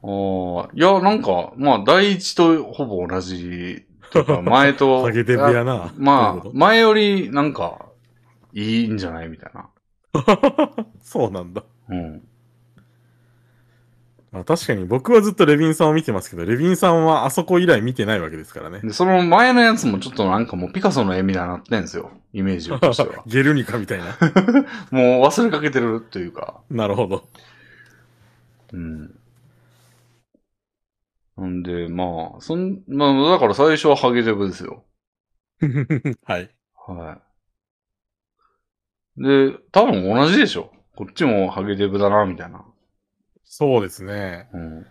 あ。いや、なんか、まあ、第一とほぼ同じ。と か、前と。
ハゲデブやな。
ま
ど
あ
うい、うこ
前より、なんか、いいんじゃないみたいな。
とそうなんだ。
うん。
まあ確かに僕はずっとレビンさんを見てますけど、レビンさんはあそこ以来見てないわけですからね。。
で、その前のやつもちょっとなんかもうピカソの絵みたいになってんですよ。イメージとしては
ゲルニカみたいな。
もう忘れかけてるというか。
なるほど。
うん。なんで、まあ、そん、まあ、だから最初はハゲジャブですよ。
はい。
はい。で、多分同じでしょ。こっちもハゲデブだな、みたいな。
そうですね。
うん。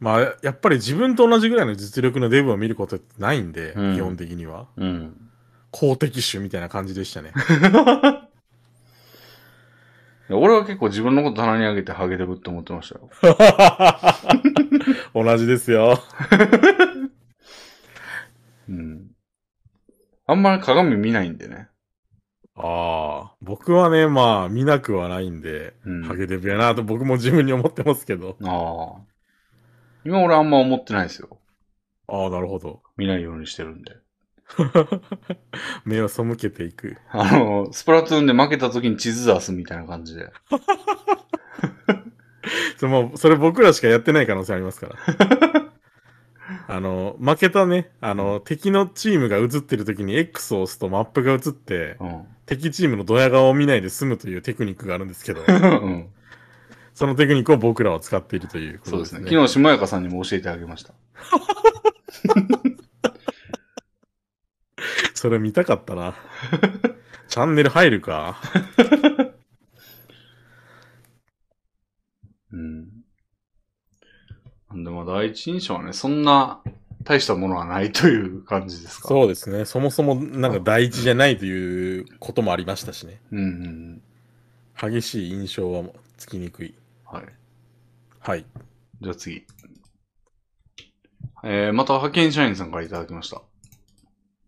まあ、やっぱり自分と同じぐらいの実力のデブを見ることってないんで、
うん
基本的には。
うん。
公的種みたいな感じでし たね。
いや俺は結構自分のこと棚に上げてハゲデブって思ってましたよ。
同じですよ。
うん。あんまり鏡見ないんでね。
ああ、僕はね、まあ、見なくはないんで、
うん。
ハゲデブやなと僕も自分に思ってますけど。
ああ。今俺あんま思ってないですよ。
ああ、なるほど。
見ないようにしてるんで。
目を背けていく。
あの、スプラトゥーンで負けた時に地図出すみたいな感じで。
それもうそれ僕らしかやってない可能性ありますから。あの、負けたね、あの、敵のチームが映ってる時に X を押すとマップが映って、
うん。
敵チームのドヤ顔を見ないで済むというテクニックがあるんですけど、
うん。
そのテクニックを僕らは使っているということ
そう
で
ですす
ね。
ね。昨日、しもやかさんにも教えてあげました。
それ見たかったな。チャンネル入るか。
うん。なんで、まあ、第一印象はね、そんな大したものはないという感じですか。う。
そうですね。そもそもなんか第一じゃないということもありましたしね。
うんうんうん。
激しい印象はつきにくい。
はい。
はい。
じゃあ次。えー、また派遣社員さんからいただきました。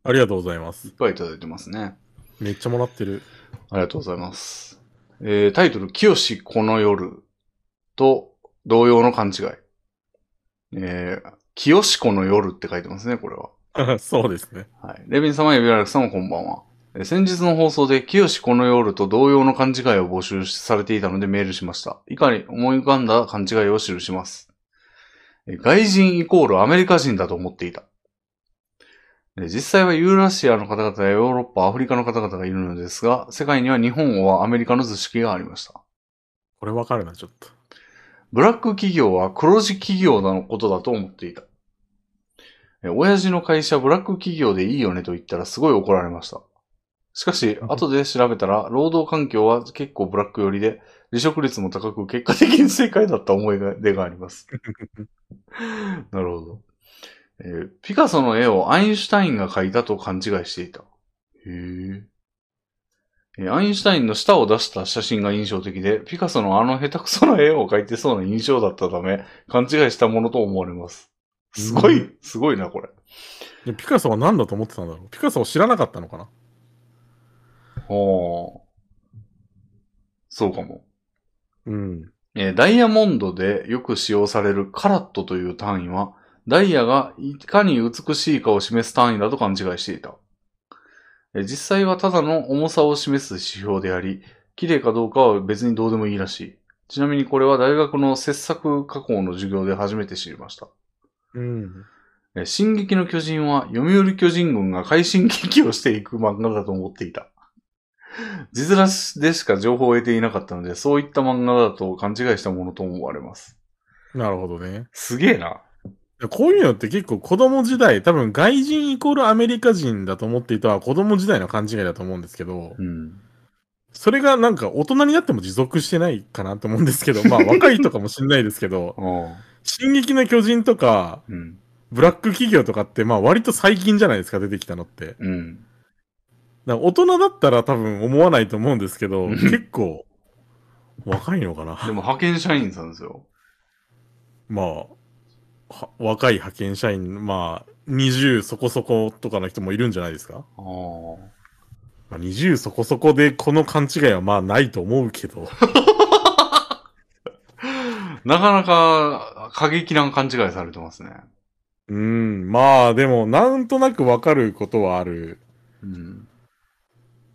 ありがとうございま
いっ
す。
ぱいいただいてますね。
めっちゃもらってる。
ありがとうございます。えー、タイトル、清しこの夜と同様の勘違い。えー、清しこの夜って書いてますね、これは。
そうですね。
はい。レビン様やビラルク様こんばんは。えー先日の放送で、清しこの夜と同様の勘違いを募集されていたのでメールしました。以下に思い浮かんだ勘違いを記します。えー外人イコールアメリカ人だと思っていた。えー実際はユーラシアの方々やヨーロッパ、アフリカの方々がいるのですが、世界には日本はアメリカの図式がありました。
これわかるな、ちょっと。
ブラック企業は黒字企業のことだと思っていた。え親父の会社ブラック企業でいいよねと言ったらすごい怒られました。しかし、後で調べたら、労働環境は結構ブラック寄りで、離職率も高く、結果的に正解だった思い出があります。なるほど、えーピカソの絵をアインシュタインが描いたと勘違いしていた。へーえーアインシュタインの舌を出した写真が印象的で、ピカソのあの下手くそな絵を描いてそうな印象だったため、勘違いしたものと思われます。すご
う
い、すごいな、これ。
いやピカソは何だと思ってたんだろう。ピカソを知らなかったのかな。
はあ。そうかも。
うん。
えーダイヤモンドでよく使用されるカラットという単位は、ダイヤがいかに美しいかを示す単位だと勘違いしていた。えー実際はただの重さを示す指標であり、綺麗かどうかは別にどうでもいいらしい。ちなみにこれは大学の切削加工の授業で初めて知りました。
うん。
えー進撃の巨人は読売巨人軍が快進撃をしていく漫画だと思っていた。字面でしか情報を得ていなかったので、そういった漫画だと勘違いしたものと思われます。
なるほどね。
すげえな。
こういうのって結構子供時代、多分外人イコールアメリカ人だと思っていたは子供時代の勘違いだと思うんですけど、
うん。
それがなんか大人になっても持続してないかなと思うんです けど、まあ若い人かもしんないですけど、
ああ。
進撃の巨人とか、
うん。
ブラック企業とかってまあ割と最近じゃないですか、出てきたのって。
うん。
なんか大人だったら多分思わないと思うんですけど、
うん
結構若いのかな。
でも派遣社員さんですよ。
まあ、は若い派遣社員、まあ、20そこそことかの人もいるんじゃないですか、
ああ。
まあ、?20 そこそこでこの勘違いはまあないと思う けど、
なかなか過激な勘違いされてますね。
うん、まあでもなんとなくわかることはある
うん。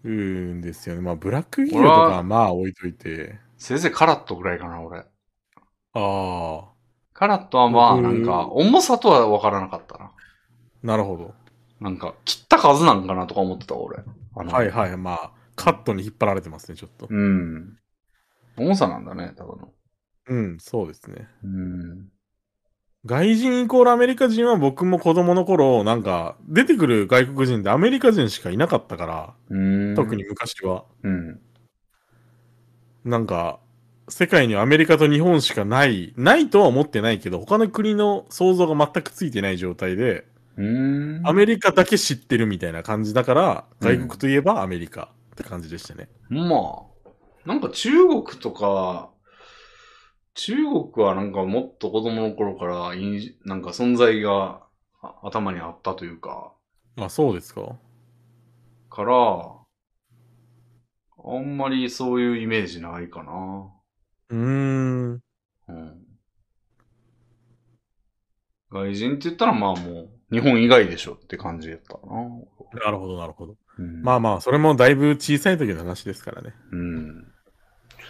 うんですよね。まあ、ブラック企業とかはまあ置いといて、
せいぜいカラットぐらいかな、俺。
ああ、
カラットはまあ、
うん
なんか、重さとは分からなかったな。
なるほど。
なんか、切った数なんかなとか思ってた、俺。あの
はいはい。まあ、カットに引っ張られてますね、ちょっと。
うん。重さなんだね、多分。
うん、そうですね。
うん。
外人イコールアメリカ人は僕も子供の頃、なんか、出てくる外国人ってアメリカ人しかいなかったから、
うん。
特に。昔は。
うん。
なんか、世界にはアメリカと日本しかない、ないとは思ってないけど、他の国の想像が全くついてない状態で、
うん。
アメリカだけ知ってるみたいな感じだから、
うん
外国といえばアメリカって感じでしたね。
まあ、なんか中国とか、中国はなんかもっと子供の頃から印、なんか存在があ頭にあったというか、
あ、そうですか
から、あんまりそういうイメージないかな。
うーん。
うん。外人って言ったらまあもう、日本以外でしょって感じやったかな。
なるほど、なるほど。
うん、
まあまあ、それもだいぶ小さい時の話ですからね。
うん。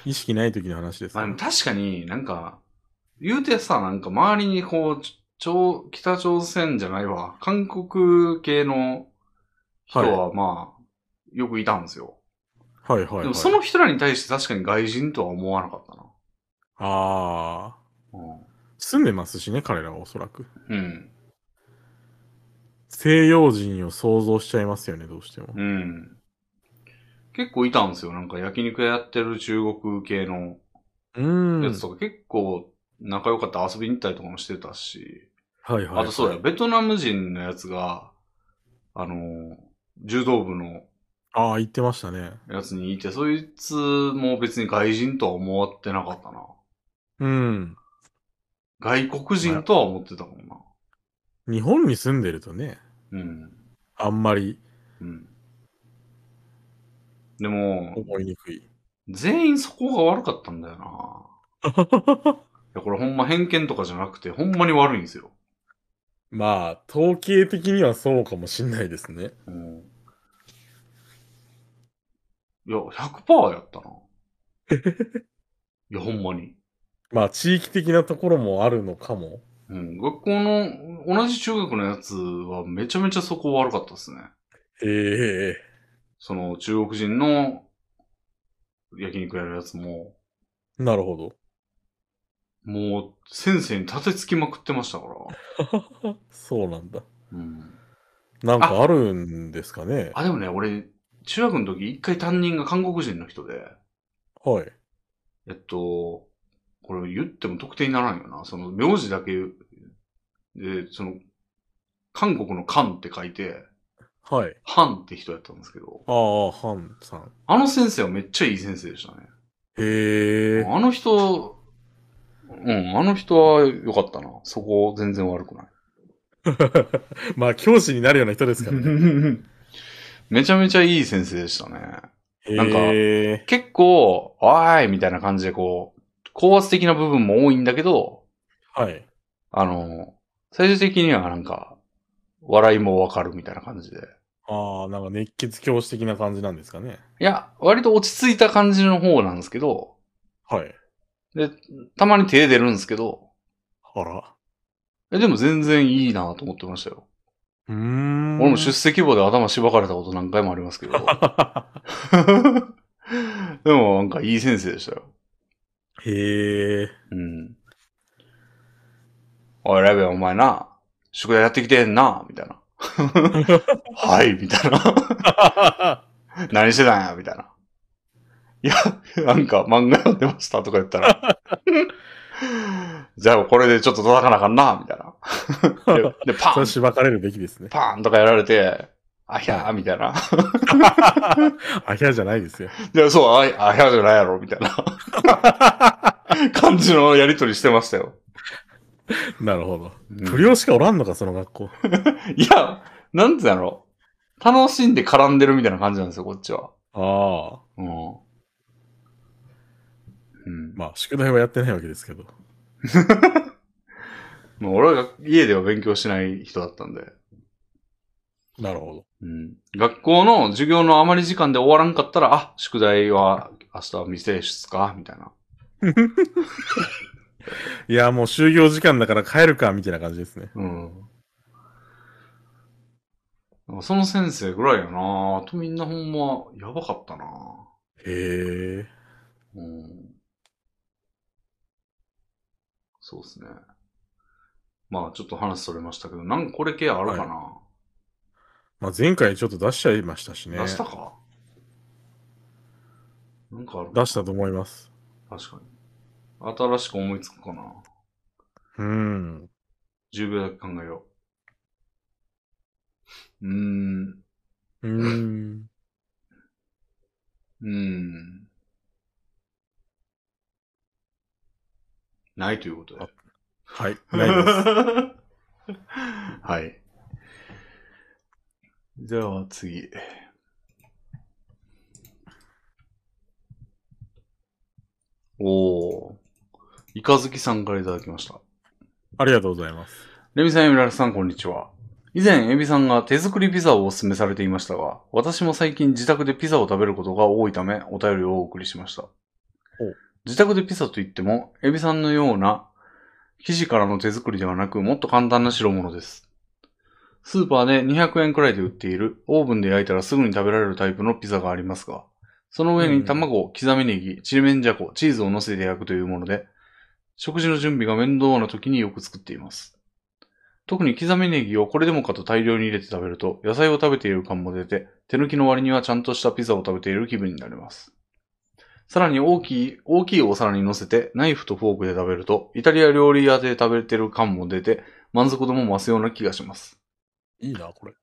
意識ない時の話です
まあ
から、
でも確かになんか、言うてさ、なんか周りにこう、ちょ超、北朝鮮じゃないわ、韓国系の人はまあ、よくいたんですよ。
はいはい、はい。
でもその人らに対して確かに外人とは思わなかったな。
ああ。住んでますしね、彼らはおそらく。
うん。
西洋人を想像しちゃいますよね、どうしても。
うん。うん。結構いたんですよ。なんか焼肉やってる中国系の
うーん。
やつとか、結構仲良かった遊びに行ったりとかもしてたし。
はいはい。
あとそうや、。ベトナム人のやつが、あの、柔道部の
ああ、言ってましたね。
やつにいて、そいつも別に外人とは思ってなかったな。
うん。
外国人とは思ってたもんな。
日本に住んでるとね、
うん。
あんまり
うん。でも、
思いにくい。
全員そこが悪かったんだよな。いや、これほんま偏見とかじゃなくて、ほんまに悪いんですよ。
まあ、統計的にはそうかもしんないですね。
うん。いや、100%やったな。いや、ほんまに。
まあ、地域的なところもあるのかも。
うん。学校の、同じ中学のやつはめちゃめちゃそこ悪かったですね。
ええ
その中国人の焼肉やるやつも、
なるほ
もう先生に立てつきまくってましたから。
ど。そうなんだ。
うん。
なんかあるんですかね。
あ、でもね、俺、中学の時一回担任が韓国人の人で、
はい。
えっと、これ言っても特定にならんよな。その名字だけ、で、その、韓国の韓って書いて、
はい。
ハンって人やったんですけど、
ああ、ハンさん。
あの先生はめっちゃいい先生でしたね。
へえ。
あの人、うん、あの人は良かったな。そこ全然悪くない。
まあ、教師になるような人ですからね。
めちゃめちゃいい先生でしたね。なんか
へえ。
結構、おーいみたいな感じでこう、高圧的な部分も多いんだけど、
はい。
あの、最終的にはなんか、笑いもわかるみたいな感じで。
ああ、なんか熱血教師的な感じなんですかね。
いや、割と落ち着いた感じの方なんですけど、
はい。
で、たまに手出るんですけど、
あら。
えでも全然いいなと思ってましたよ。
うーん。
俺も出世規模で頭しばかれたこと何回もありますけど。でもなんかいい先生でしたよ。
へ え。
うん。おい、ラベン、お前な、宿題やってきてんな、みた いな。はい、みたいな。 何してたんや、みたいな。いや、なんか漫画読んでましたとか言ったら。 じゃあこれでちょっと叩かなあかんな、みた いな。で、でパ
それ
ン、
しばかれるべきです ね。
パンとかやられて、あひゃー、みたいな。
あひゃじゃないですよ。
いや、そう、ああひゃーじゃないやろ、みた いな感じのやりとりしてましたよ。
なるほど。
うん
不良しかおらんのか、その学校。
いや、なんつうやろ。楽しんで絡んでるみたいな感じなんですよ、こっちは。
ああ。
うん。うん。
まあ、宿題はやってないわけですけど。
まあ、俺は家では勉強しない人だったんで。
なるほ
うん。学校の授業の余り時間で終わらんかったら、あ、宿題は明日は未提出かみたいな。
いや、もう就業時間だから帰るか、みたいな感じですね。
うん。なんかその先生ぐらいやなあとみんなほんま、やばかったな
へえ。
うん。そうですね。まあ、ちょっと話それましたけど、なんかこれ系あるかな、
まあ、前回ちょっと出しちゃいましたしね。
出したかなんかある
出したと思います。
確かに。新しく思いつくかな
うん。
10秒だけ考えよう。うーん。
うーん。
うん。ないということで。
はい。ない です。
はい。じゃあ次。おー。イカズキさんからいただきました。
ありがとうございます。
レミさん、エミラルさん、こんにちは。以前、エビさんが手作りピザをお勧めされていましたが、私も最近自宅でピザを食べることが多いため、お便りをお送りしました。自宅でピザといっても、エビさんのような生地からの手作りではなく、もっと簡単な代物です。スーパーで200円くらいで売っている、オーブンで焼いたらすぐに食べられるタイプのピザがありますが、その上
う
に
ん
卵、刻みネギ、ちりめんじゃこ、チーズを乗せて焼くというもので、食事の準備が面倒な時によく作っています。特に刻みネギをこれでもかと大量に入れて食べると、野菜を食べている感も出て、手抜きの割にはちゃんとしたピザを食べている気分になります。さらに大きい、大きいお皿に乗せて、ナイフとフォークで食べると、イタリア料理屋で食べてる感も出て、満足度も増すような気がします。
いいな、これ。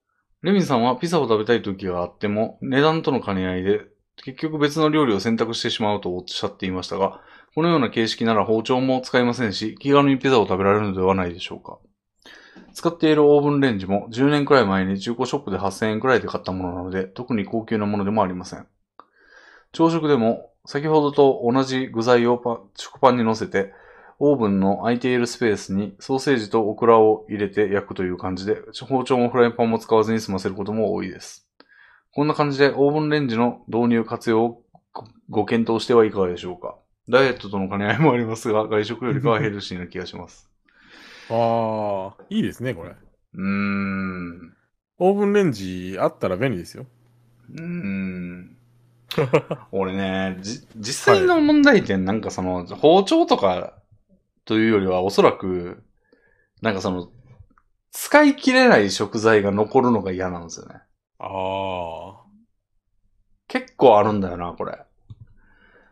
レミさんはピザを食べたい時があっても、値段との兼ね合いで、結局別の料理を選択してしまうとおっしゃっていましたが、このような形式なら包丁も使いませんし、気軽にピザを食べられるのではないでしょうか。使っているオーブンレンジも10年くらい前に中古ショップで8000円くらいで買ったものなので、特に高級なものでもありません。朝食でも、先ほどと同じ具材をパ食パンに乗せて、オーブンの空いているスペースにソーセージとオクラを入れて焼くという感じで、包丁もフライパンも使わずに済ませることも多いです。こんな感じでオーブンレンジの導入活用をごご検討してはいかがでしょうか。ダイエットとの兼ね合いもありますが、外食よりかはヘルシーな気がします。
ああ、いいですね、これ。
うーん。
オーブンレンジあったら便利ですよ。
うーん。俺ね、じ、実際の問題点、なんかその、包丁とかというよりは、おそらく、なんかその、使い切れない食材が残るのが嫌なんですよね。
ああ。
結構あるんだよな、これ。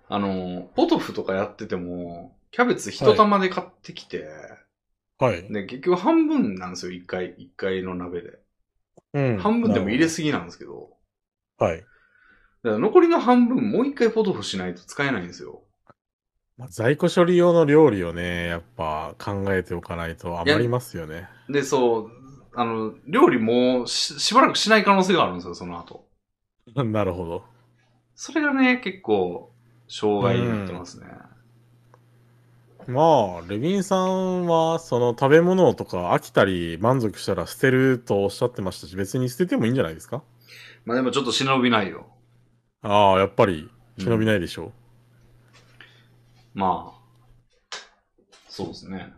あの、ポトフとかやってても、キャベツ一玉で買ってきて、
はい。
で、結局半分なんですよ、一回、一回の鍋で。
うん
半分でも入れ
す。
すぎなんですけど、
はい。
だから残りの半分もう一回ポトフしないと使えないんですよ。
まあ、在庫処理用の料理をね、やっぱ考えておかないと余りますよね。
で、そう、あの、料理もししばらくしない可能性があるんですよ、その後。
なるほど。
それがね、結構、障害になってますね。
まあ、レビンさんは、その食べ物とか飽きたり満足したら捨てるとおっしゃってましたし、別に捨ててもいいんじゃないですか
まあでもちょっと忍びないよ。
ああ、やっぱり忍び
い。
ないでしょう。
まあ、そうですね。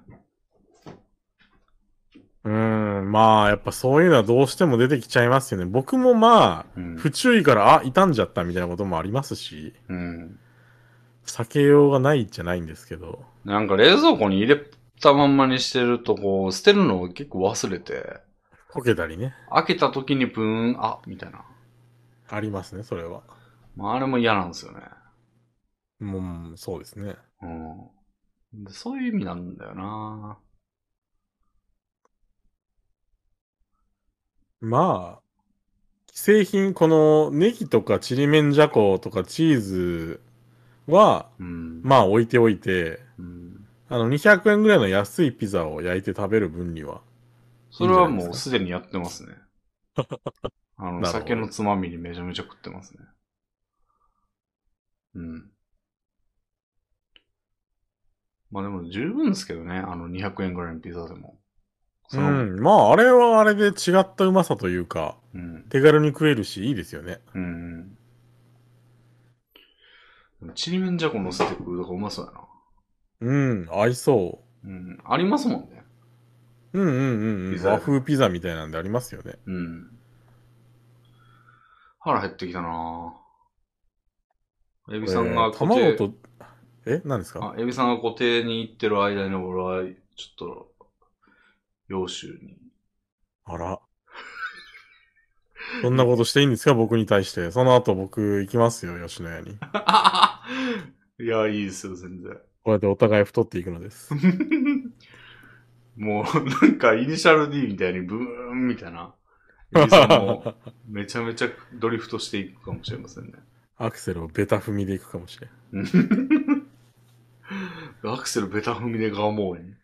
うーん、まあ、やっぱそういうのはどうしても出てきちゃいますよね。僕もま
う
あ、
ん。
不注意から、あ、傷んじゃったみたいなこともありますし、
うん、
避けようがないじゃないんですけど。
なんか冷蔵庫に入れたまんまにしてると、こう、捨てるのを結構忘れて、
こけたりね。
開けた時にプーン、あ、みたいな。
ありますね、それは。
まああれも嫌なんですよね。
うん、そうですね。
うん。でそういう意味なんだよな
まあ、既製品、このネギとかちりめんじゃことかチーズは、
うん。
まあ置いておいて、
うん
あの200円ぐらいの安いピザを焼いて食べる分には。
それはもうすでにやってますね。 あの、
なるほど
酒のつまみにめちゃめちゃ食ってますね。うん。まあでも十分ですけどね、あの200円ぐらいのピザでも。そうの、
ん、まああれはあれで違ったうまさというか、
うん。
手軽に食えるし、いいですよね。
うん。ちりめんじゃこ乗せて食うとかうまそうやな。
うん、合いそ
うん。ありますもんね。
う。うんうんうんう
ピ
ん。
ザ
和風ピザみたいなんでありますよね。
うん。腹減ってきたなぁ。エビさんが
えー
固
卵
定、
と、え、何ですか
あ、エビさんが固定に行ってる間に俺は、ちょっと、洋州 に。
あら。そんなことしていいんですか僕に対して。その後僕行きますよ、吉野家に。
いや、いいですよ、全然。
こうやってお互い太っていくのです。
もう、なんか、イニシャル D みたいにブーンみたいな。エビさんも、めちゃめちゃドリフトしていくかもしれませんね。
アクセルをベタ踏みでいくかもしれん。
アクセルベタ踏みでガモーに。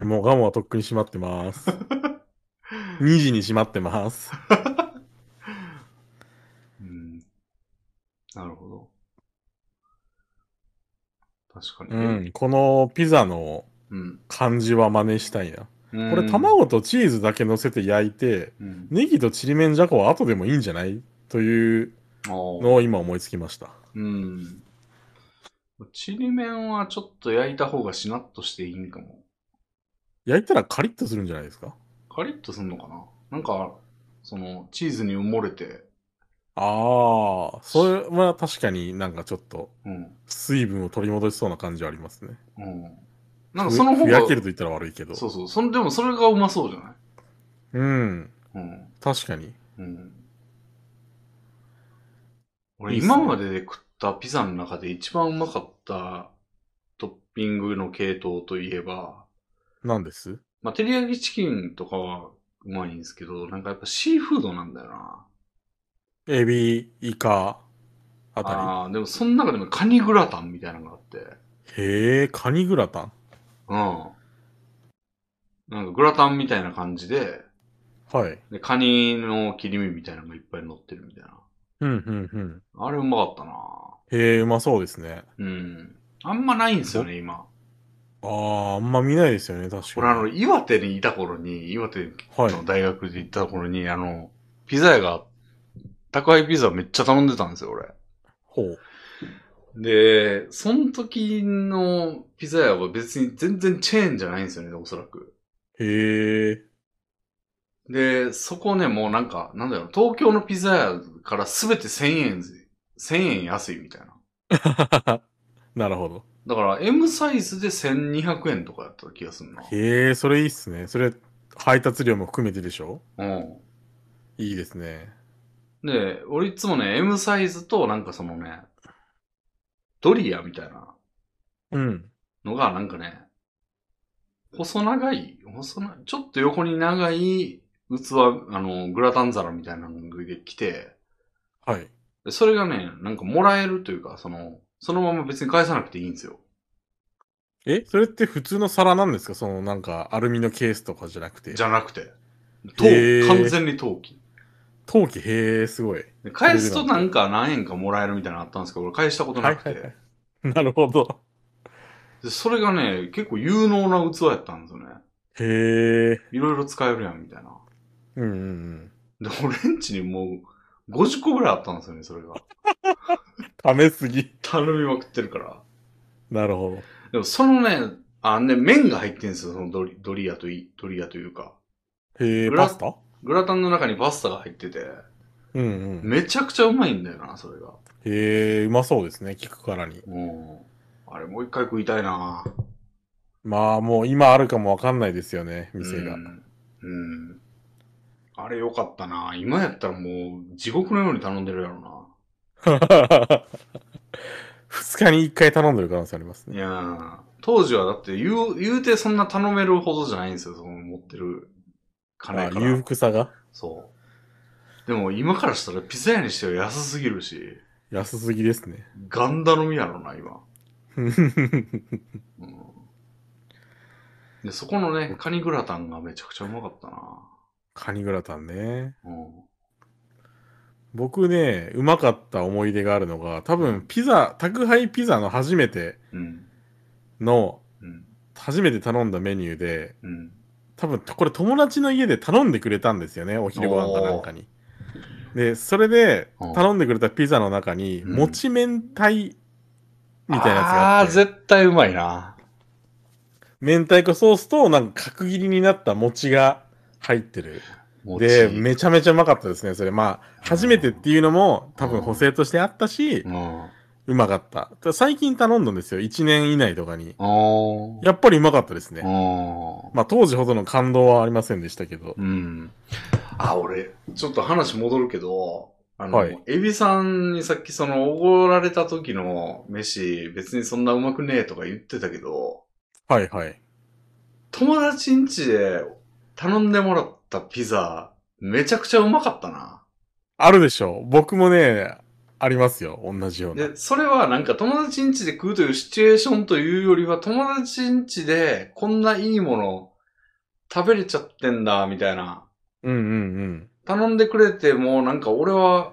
もうガムはとっくに閉まってます。2時に閉まってます。
うん。なるほど。確かに。
う。ん、このピザの
うん。
感じは真似したいな。こ
こ
れ、卵とチーズだけ乗せて焼いて、
うん。
ネギとちりめんじゃこは後でもいいんじゃないという
あー
のを今思いつきました。
うん。ちりめんはちょっと焼いた方がしなっとしていいんかも。
焼いたらカリッとするんじゃないですか
カリッとすんのかななんか、その、チーズに埋もれて、
ああ、それは確かになんかちょっと
うん。
水分を取り戻しそうな感じはありますね。
うん。なんかその
ふ
方
ふ
が
や、けると言ったら悪いけど。
そうそう。そのでもそれがうまそうじゃない
うん、
うん。
確かに。
うん。俺、
いいっすね
今までで食ったピザの中で一番うまかったトッピングの系統といえば、
なんです
まあ、照り焼きチキンとかはうまいんですけど、なんかやっぱシーフードなんだよな。
エビ、イカ、あたり。
ああー、でもその中でもカニグラタンみたいなのがあって、
へえ、カニグラタン。
うん。なんかグラタンみたいな感じで、
はい。
でカニの切り身みたいなのがいっぱい乗ってるみたいな。
うん、うん、うん。
あれうまかったな。
へえ、うまそうですね。
うん。あんまないんですよね、今。
ああ、あんま見ないですよね、確かに。
俺あの、岩手にいた頃に、岩手
はい。
の大学で行った頃に、あの、ピザ屋が、宅配ピザめっちゃ頼んでたんですよ、俺。
ほう。
で、その時のピザ屋は別に全然チェーンじゃないんですよね、おそらく。
へえ、
で、そこね、もうなんか、なんだろう、東京のピザ屋からすべて1000円ず、1000円安いみたいな。
なるほど。
だから、M サイズで1200円とかやった気がするな。
へえ、それいいっすね。それ、配達料も含めてでしょ
うん。
いいですね。
で、俺いつもね、M サイズと、なんかそのね、ドリアみたいな
うん。
のが、なんかね、細長い、細な、ちょっと横に長い器、あの、グラタン皿みたいなので来て、
はい。
でそれがね、なんかもらえるというか、その、そのまま別に返さなくていいんですよ。
え、それって普通の皿なんですかその、なんか、アルミのケースとかじゃなくて。
じゃなくて。
へ
陶
ー
完全に陶器。
陶器、へえ、すごい。
で返すとなんか何円かもらえるみたいなのあったんですけど、俺返したことなくて。
はいはい はいなるほど。
でそれがね、結構有能な器やったんですよね。
へえ、
いろいろ使えるやん、みたいな。
うんうんうん。
で、俺んちにもう50個ぐらいあったんですよね、それが。
ためすぎ。
頼みまくってるから。
なるほ
でもそのね、あね、麺が入ってんですよ、そのドリドリアとい、ドリアというか。
ど。へえ、
グラ
パスタ
グラタンの中にパスタが入ってて、
うんうん。
めちゃくちゃうまいんだよな、それが。
へえ、うまそうですね、聞くからに。
うん。あれもう一回食いたいな
まあ、もう今あるかもわかんないですよね、店が。
うん。うん。あれよかったな今やったらもう地獄のように頼んでるやろな。
二日に一回頼んでる可能性あります
い
ね。
やー当時はだって言う、言うてそんな頼めるほどじゃないんですよ、その持ってる金
あ
から。
裕福さが
そう。でも今からしたらピザ屋にしては安すぎるし、
安すぎですね。
ガンダのみやろな、 今。うん、で、そこのね、カニグラタンがめちゃくちゃうまかったな。
カニグラタンね。
うん。
僕ね、うまかった思い出があるのが、多分ピザ、宅配ピザの初めて
うん。
の、
うん。
初めて頼んだメニューで、
うん。
多分これ友達の家で頼んでくれたんですよね、お昼ご飯かなんかに。で、それで
うん
頼んでくれたピザの中に、
うん
もち明太みたいなやつが
あ
あ
あー、
って
絶対うまいな。
明太子ソースとなんか角切りになった餅が入ってる。
餅
で、めちゃめちゃうまかったですね、それ。まあ、初めてっていうのも多分補正としてあったし
う、ん。あ
うまかった。ただ最近頼んだんですよ、1年以内とかに。
あー。
やっぱりうまかったです
あ
ね。
ー
まあ、当時ほどの感動はありませんでしたけど。
うん。あ、俺、ちょっと話戻るけど、あの、
はい
エビさんにさっきその、おごられた時の飯、別にそんなうまくねえとか言ってたけど、
はいはい。
友達ん家で頼んでもらったピザ、めちゃくちゃうまかったな。
あるでしょう。僕もね、ありますよ、同じような。
で、それはなんか友達ん家で食うというシチュエーションというよりは、友達ん家でこんないいもの食べれちゃってんだ、みたいな。
うんうんうん。
頼んでくれても、なんか俺は、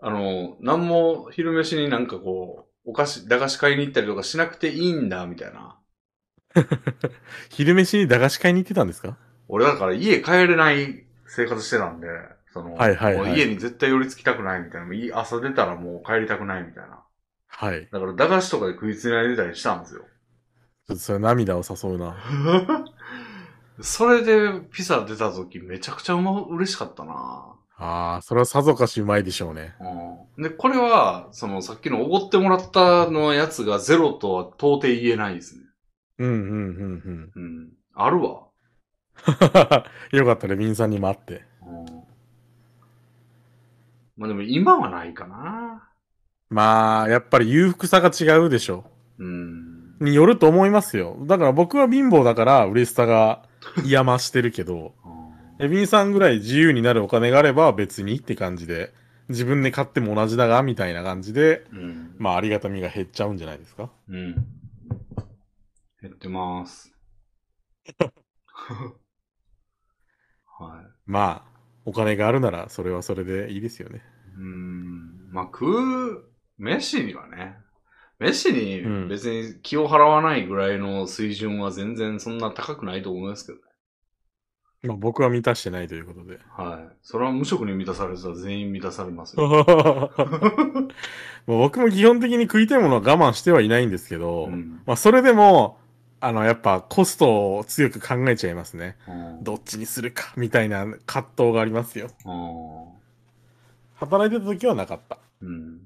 あの、何も昼飯になんかこう、お菓子、駄菓子買いに行ったりとかしなくていいんだ、みたいな。
昼飯に駄菓子買いに行ってたんですか
俺だから家帰れない生活してたんで、その、
はいはいはい
もう家に絶対寄りつきたくないみたいな。い朝出たらもう帰りたくないみたいな。
はい。ち
だから駄菓子とかで食いつないでたりしたんですよ。
ょっとそれ涙を誘うな。
それでピザ出た時めちゃくちゃうま、嬉しかったな
ああ、それはさぞかしうまいでしょうね。
うんで、これは、そのさっきのおごってもらったのやつがゼロとは到底言えないですね。
うんうんうんうん。
うん。あるわ。
よかったね、ミンさんにもあって。
うん。まあでも今はないかな
まあ、やっぱり裕福さが違うでしょ。
うん。
によると思いますよ。だから僕は貧乏だから嬉しさ が嫌ましてるけど、
うん
エビンさんぐらい自由になるお金があれば別にって感じで、自分で買っても同じだが、みたいな感じで、
うん。
まあありがたみが減っちゃうんじゃないですか。
うん。減ってます。はい。
まあ、お金があるならそれはそれでいいですよね。
うん。まあ、食う、飯にはね。飯
う
に
ん
別に気を払わないぐらいの水準は全然そんな高くないと思いますけどね。
まあ僕は満たしてないということで。
はい。それは無職に満たされたら全員満たされますよ。
まあ僕も基本的に食いたいものは我慢してはいないんですけ ど、
うん
まあそれでも、あの、やっぱコストを強く考えちゃいますね。
うん
どっちにするか、みたいな葛藤がありますよ。
うん
働いてた時はなかった。
うん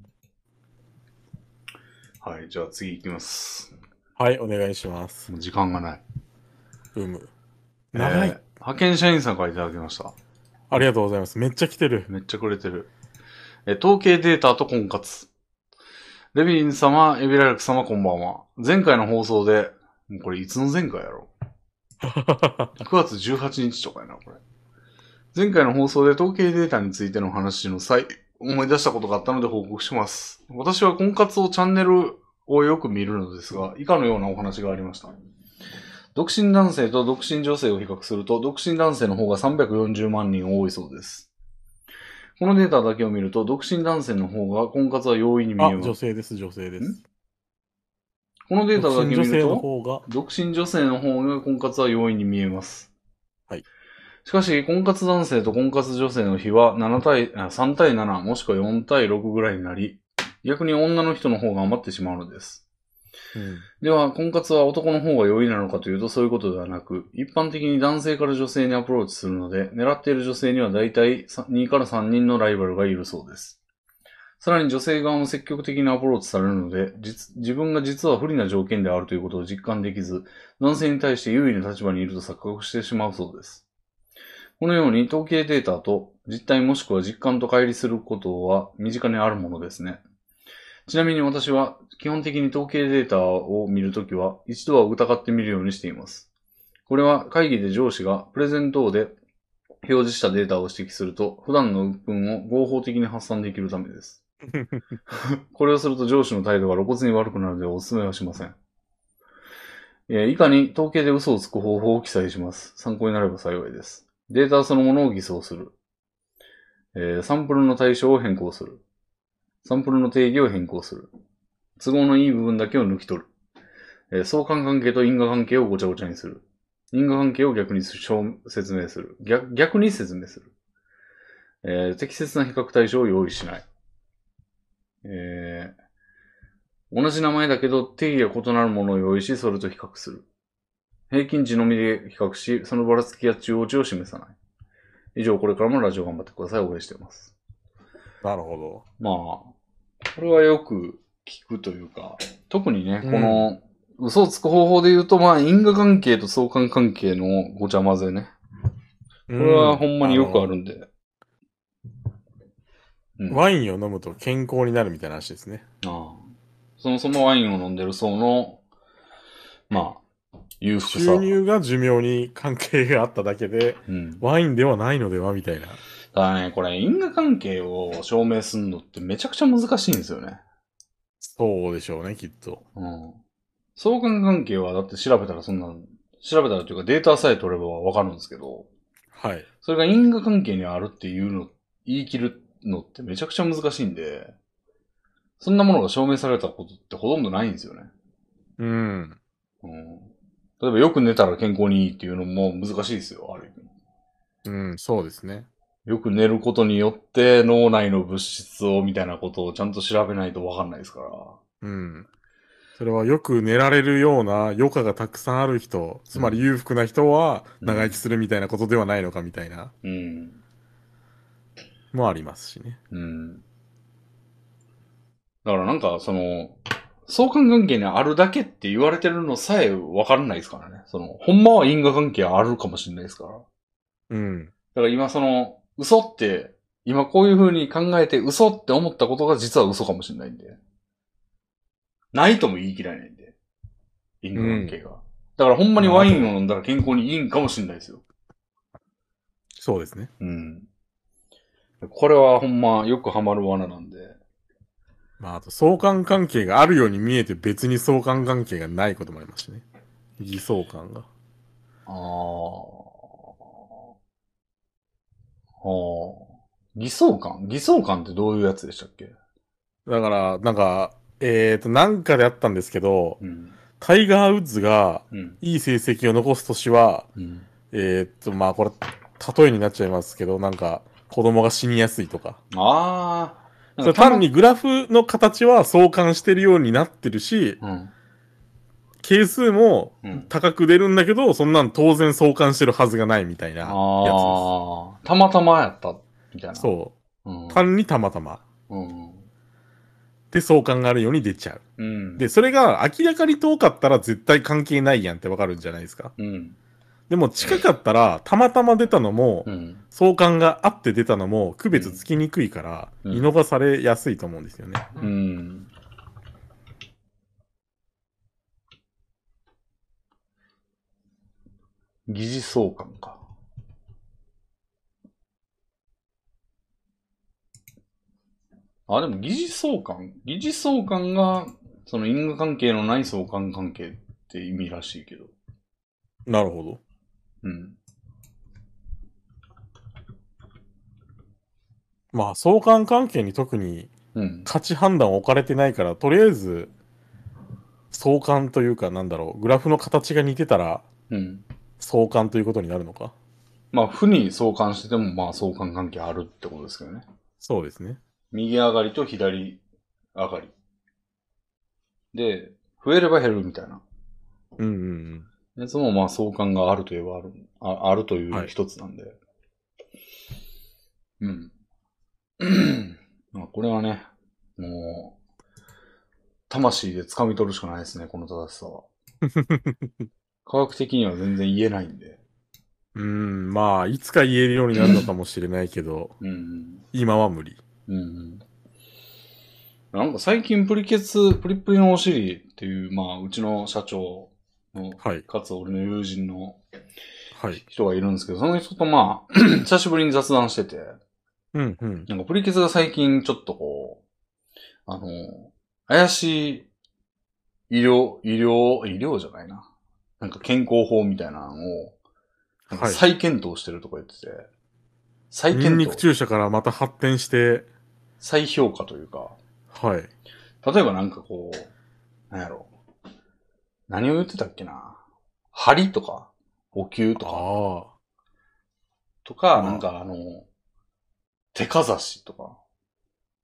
はい、じゃあ次行きます。
はい、お願いします。
もう時間がない。
うむ。長い、
えー派遣社員さんからいただきました。
ありがとうございます。めっちゃ来てる。
めっちゃくれてる。えー、統計データと婚活。レビン様、エビラルク様、こんばんは。前回の放送で、もうこれいつの前回やろ ?9 月18日とかやな、これ。前回の放送で統計データについての話の際、思い出したことがあったので報告します。私は婚活をチャンネルをよく見るのですが、以下のようなお話がありました。独身男性と独身女性を比較すると、独身男性の方が340万人多いそうです。このデータだけを見ると、独身男性の方が婚活は容易に見
あ、
えま
女
す。
性です、女性です。
このデータだけ見
独身女
る
性の
と、
方が、
独身女性の方が婚活は容易に見えます。
はい。
しかし、婚活男性と婚活女性の比は7対、あ3対7もしくは4対6ぐらいになり、逆に女の人の方が余ってしまうのです。
うん
では、婚活は男の方が容易なのかというとそういうことではなく、一般的に男性から女性にアプローチするので、狙っている女性には大体さ2から3人のライバルがいるそうです。さらに女性側も積極的にアプローチされるので、実自分が実は不利な条件であるということを実感できず、男性に対して優位な立場にいると錯覚してしまうそうです。このように統計データと実態もしくは実感と乖離することは身近にあるものですね。ちなみに私は基本的に統計データを見るときは一度は疑ってみるようにしています。これは会議で上司がプレゼン等で表示したデータを指摘すると普段の鬱憤を合法的に発散できるためです。これをすると上司の態度が露骨に悪くなるのでお勧めはしません。えー以下に統計で嘘をつく方法を記載します。参考になれば幸いです。データそのものを偽装する。えーサンプルの対象を変更する。サンプルの定義を変更する。都合のいい部分だけを抜き取る。えー相関関係と因果関係をごちゃごちゃにする。因果関係を逆に証説明する逆。逆に説明する、えー適切な比較対象を用意しない。えー同じ名前だけど定義が異なるものを用意し、それと比較する。平均値のみで比較し、そのばらつきや中央値を示さない。以上、これからもラジオ頑張ってください。応援しています。
なるほど。
まあ、これはよく聞くというか、特にね、
うん
この、嘘をつく方法で言うと、まあ、因果関係と相関関係のごちゃ混ぜね。
こ
これはほんまによくあるんで。うん
ワインを飲むと健康になるみたいな話ですね。
ああそもそもワインを飲んでる層の、まあ、裕福さ
収。入が寿命に関係があっただけで、
うん。
ワインではないのではみたいな。
ただね、これ因果関係を証明するのってめちゃくちゃ難しいんですよね。
そうでしょうね、きっと。
うん。相関関係はだって調べたらそんな、調べたらというかデータさえ取ればわかるんですけど、
はい。
それが因果関係にあるっていうの、言い切るのってめちゃくちゃ難しいんで、そんなものが証明されたことってほとんどないんですよね。
うん。
うん。例えばよく寝たら健康にいいっていうのも難しいですよ、ある意味。
うん、そうですね。
よく寝ることによって脳内の物質をみたいなことをちゃんと調べないとわかんないですから。
うん。それはよく寝られるような余暇がたくさんある人、つまり裕福な人は
うん
長生きするみたいなことではないのかみたいな、
うん。
もありますしね。
うん。だからなんかその、相関関係にあるだけって言われてるのさえわかんないですからね。その、ほんまは因果関係あるかもしれないですから。だ
うん。
から今その、嘘って、今こういう風に考えて嘘って思ったことが実は嘘かもしれないんで。ないとも言い切られないんで。因果関係が。だからほんまにワインを飲んだら健康にいいんかもしれないですよ。
そうですね。
うん。これはほんまよくハマる罠なんで。
まあ、あと相関関係があるように見えて別に相関関係がないこともありますしね。偽相関が。
ああ。はあ。偽装感偽装感ってどういうやつでしたっけ
だから、なんか、えっ、と、なんかであったんですけど、
うん。
タイガー・ウッズが
うん。
いい成績を残す年は、
うん。
えっ、と、まあこれ、例えになっちゃいますけど、なんか、子供が死にやすいとか。
ああ。
それ単。にグラフの形は相関してるようになってるし、
うん。
係数も
うん。
高く出るんだけど、そんなん当然相関してるはずがないみたいなやつで
ああ。たまたまやった。みたいな。。
す。そう
うん
う。。単にたまたま。
うん。
で、相関があるように出ちゃう。
うん。
で、それが明らかに遠かったら絶対関係ないやんってわかるんじゃないですか。
うん。
でも近かったら、たまたま出たのも
う、ん。
相関があって出たのも、区別つきにくいから、
うん
見逃されやすいと思うんですよね。
うん。疑似相関か。あ、でも疑似相関疑似相関が、その因果関係のない相関関係って意味らしいけど。
なるほど。
うん。
まあ、相関関係に特に
うん。
価値判断を置かれてないから、とりあえず、相関というか、なんだろう、グラフの形が似てたら、
うん。
相関ということになるのか。
まあ、負に相関してても、まあ、相関関係あるってことですけどね。
そうですね。
右上がりと左上がり。で、増えれば減るみたいな。
うんうんうん。
やつもまあ相関があるといえばある、ああるとい
は
う
い
一つなんで。うん。まあこれはね、もう、魂で掴み取るしかないですね、この正しさは。科学的には全然言えないんで。
うーん、まあ、いつか言えるようになるのかもしれないけど、
うんうん。
今は無理。
うんうん。なんか最近プリケツ、プリプリのお尻っていう、まあうちの社長の
はい。
かつ俺の友人の
はい。
人がいるんですけど、その人とまあ、 久しぶりに雑談してて、
うんうん。
なんかプリケツが最近ちょっとこう、あの、怪しい医療、医療、医療じゃないな。なんか健康法みたいなのを、なんか
はい
再検討してるとか言ってて、再
ニン
検
ニク
討、
注射からまた発展して、
再評価というか、
はい。
例えばなんかこう、なんやろ。何を言ってたっけな。針とか、お灸とか、
あ
とか、
うん
なんかあの、手かざしとか。
あ。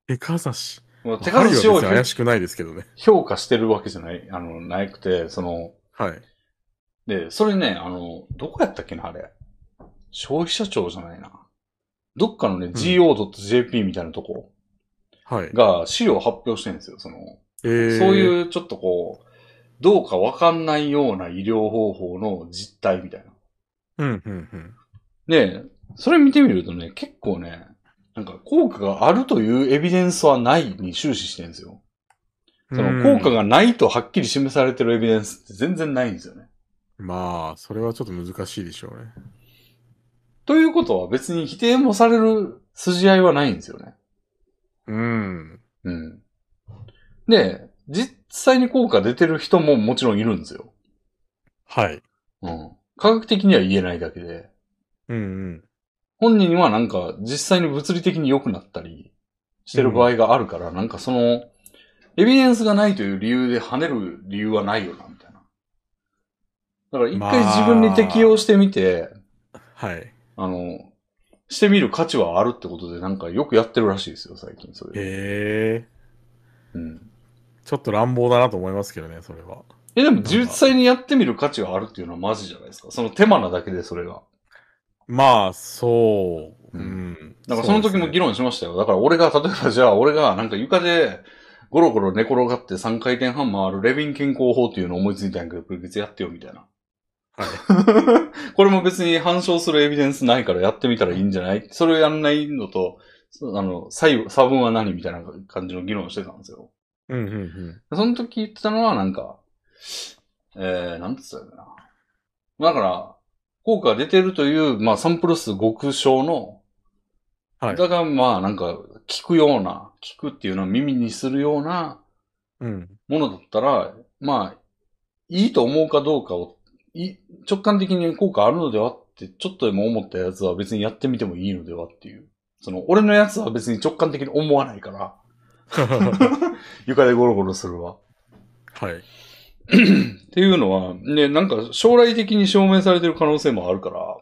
手かざし。
まあ、手
ある
数を
よ別に怪しくないですけどね。
評価してるわけじゃない、あの、なくて、その、
はい。
で、それね、あの、どこやったっけな、あれ。消費者庁じゃないな。どっかのね、go.jp みたいなとこ
はい。
が資料を発表してるんですよ、その。
え
そう
う。
いうちょっとこう、どうかわかんないような医療方法の実態みたいな。
うん、うん、うん。
で、それ見てみるとね、結構ね、なんか効果があるというエビデンスはないに終始してるんですよ。その
うん
効果。がないとはっきり示されてるエビデンスって全然ないんですよね。
まあ、それはちょっと難しいでしょうね。
ということは別に否定もされる筋合いはないんですよね。
うん。
うん。で、実際に効果出てる人ももちろんいるんですよ。
はい。
うん。科学的には言えないだけで。
うん、うん。
本人はなんか実際に物理的に良くなったりしてる場合があるから、なんかその、エビデンスがないという理由で跳ねる理由はないよな、みたいな。だから一回
まあ
自分に適用してみて、
はい。
あの、してみる価値はあるってことで、なんかよくやってるらしいですよ、最近それ。
え
う
え
ん。
ちょっと乱暴だなと思いますけどね、それは。
え、でも実際にやってみる価値があるっていうのはマジじゃないですか。その手間なだけでそれが。
まあ、そ
う
う。うんん。
なんかその時も議論しましたよ。だから俺が、例えばじゃあ俺がなんか床でゴロゴロ寝転がって3回転半回るレビン健康法っていうのを思いついたんやけど、これ別にやってよみたいな。
はい。
これも別に反証するエビデンスないからやってみたらいいんじゃないそれをやんないのと、そあの、最後差分は何みたいな感じの議論をしてたんですよ。
うん、うん、うん。
その時言ってたのは、なんか、えー、なんて言ってたんだな。まあだから、効果が出てるという、まあ、サンプル数極小の、
はい
だから、まあ、なんか、聞くような、聞くっていうのを耳にするような
うん。
ものだったら、まあ、いいと思うかどうかを、い直感的に効果あるのではって、ちょっとでも思ったやつは別にやってみてもいいのではっていう。その、俺のやつは別に直感的に思わないから、 床でゴロゴロするわ。
は い。
っていうのは、ね、なんか将来的に証明されてる可能性もあるから、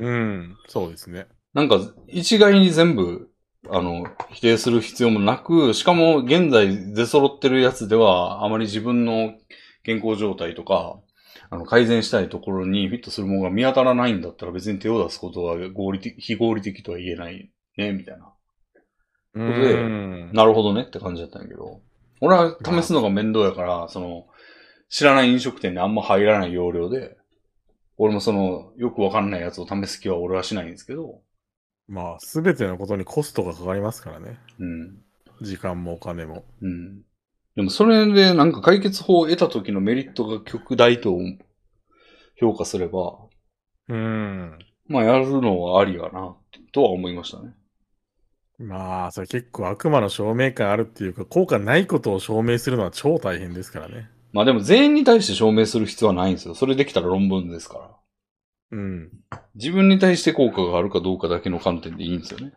うん。そうですね。
なんか一概に全部、あの、否定する必要もなく、しかも現在出揃ってるやつでは、あまり自分の健康状態とか、あの、改善したいところにフィットするものが見当たらないんだったら別に手を出すことは合理的、非合理的とは言えないね、みたいな。
う
とで
ん。
なるほどねって感じだったんだけど。俺は試すのが面倒やから、その、知らない飲食店にあんま入らない要領で、俺もその、よくわかんないやつを試す気は俺はしないんですけど、
まあ、すべてのことにコストがかかりますからね。
うん。
時間もお金も。
うん。でもそれでなんか解決法を得た時のメリットが極大と評価すれば、
うん。
まあやるのはありやな、とは思いましたね。
まあ、それ結構悪魔の証明感あるっていうか、効果ないことを証明するのは超大変ですからね。
まあでも全員に対して証明する必要はないんですよ。それできたら論文ですから。
うん。
自分に対して効果があるかどうかだけの観点でいいんですよね。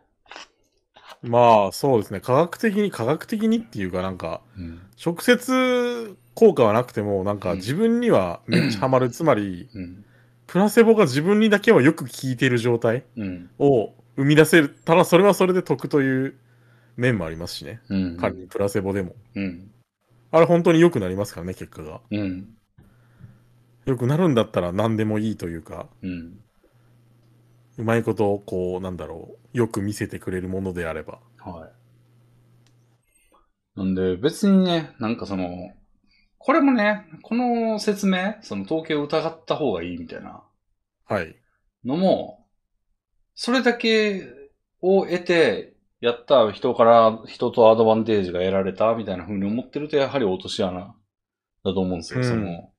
まあ、そうですね。科学的に、科学的にっていうか、なんか、
うん。
直接効果はなくても、なんか
うん
自分にはめっちゃハマる。つまり、
うん。
プラセボが自分にだけはよく効いてる状態
うん。
を生み出せたら、それはそれで得という面もありますしね。
うん。
仮にプラセボでも。
うん。
あれ本当に良くなりますからね、結果が。
うん。
良くなるんだったら何でもいいというか、
うん。
うまいことをこう、なんだろう、よく見せてくれるものであれば。
はい。なんで、別にね、なんかその、これもね、この説明、その統計を疑った方がいいみたいな
はい。
のも、それだけを得て、やった人から、人とアドバンテージが得られたみたいな風に思ってると、やはり落とし穴だと思うんですよ。
うん
その、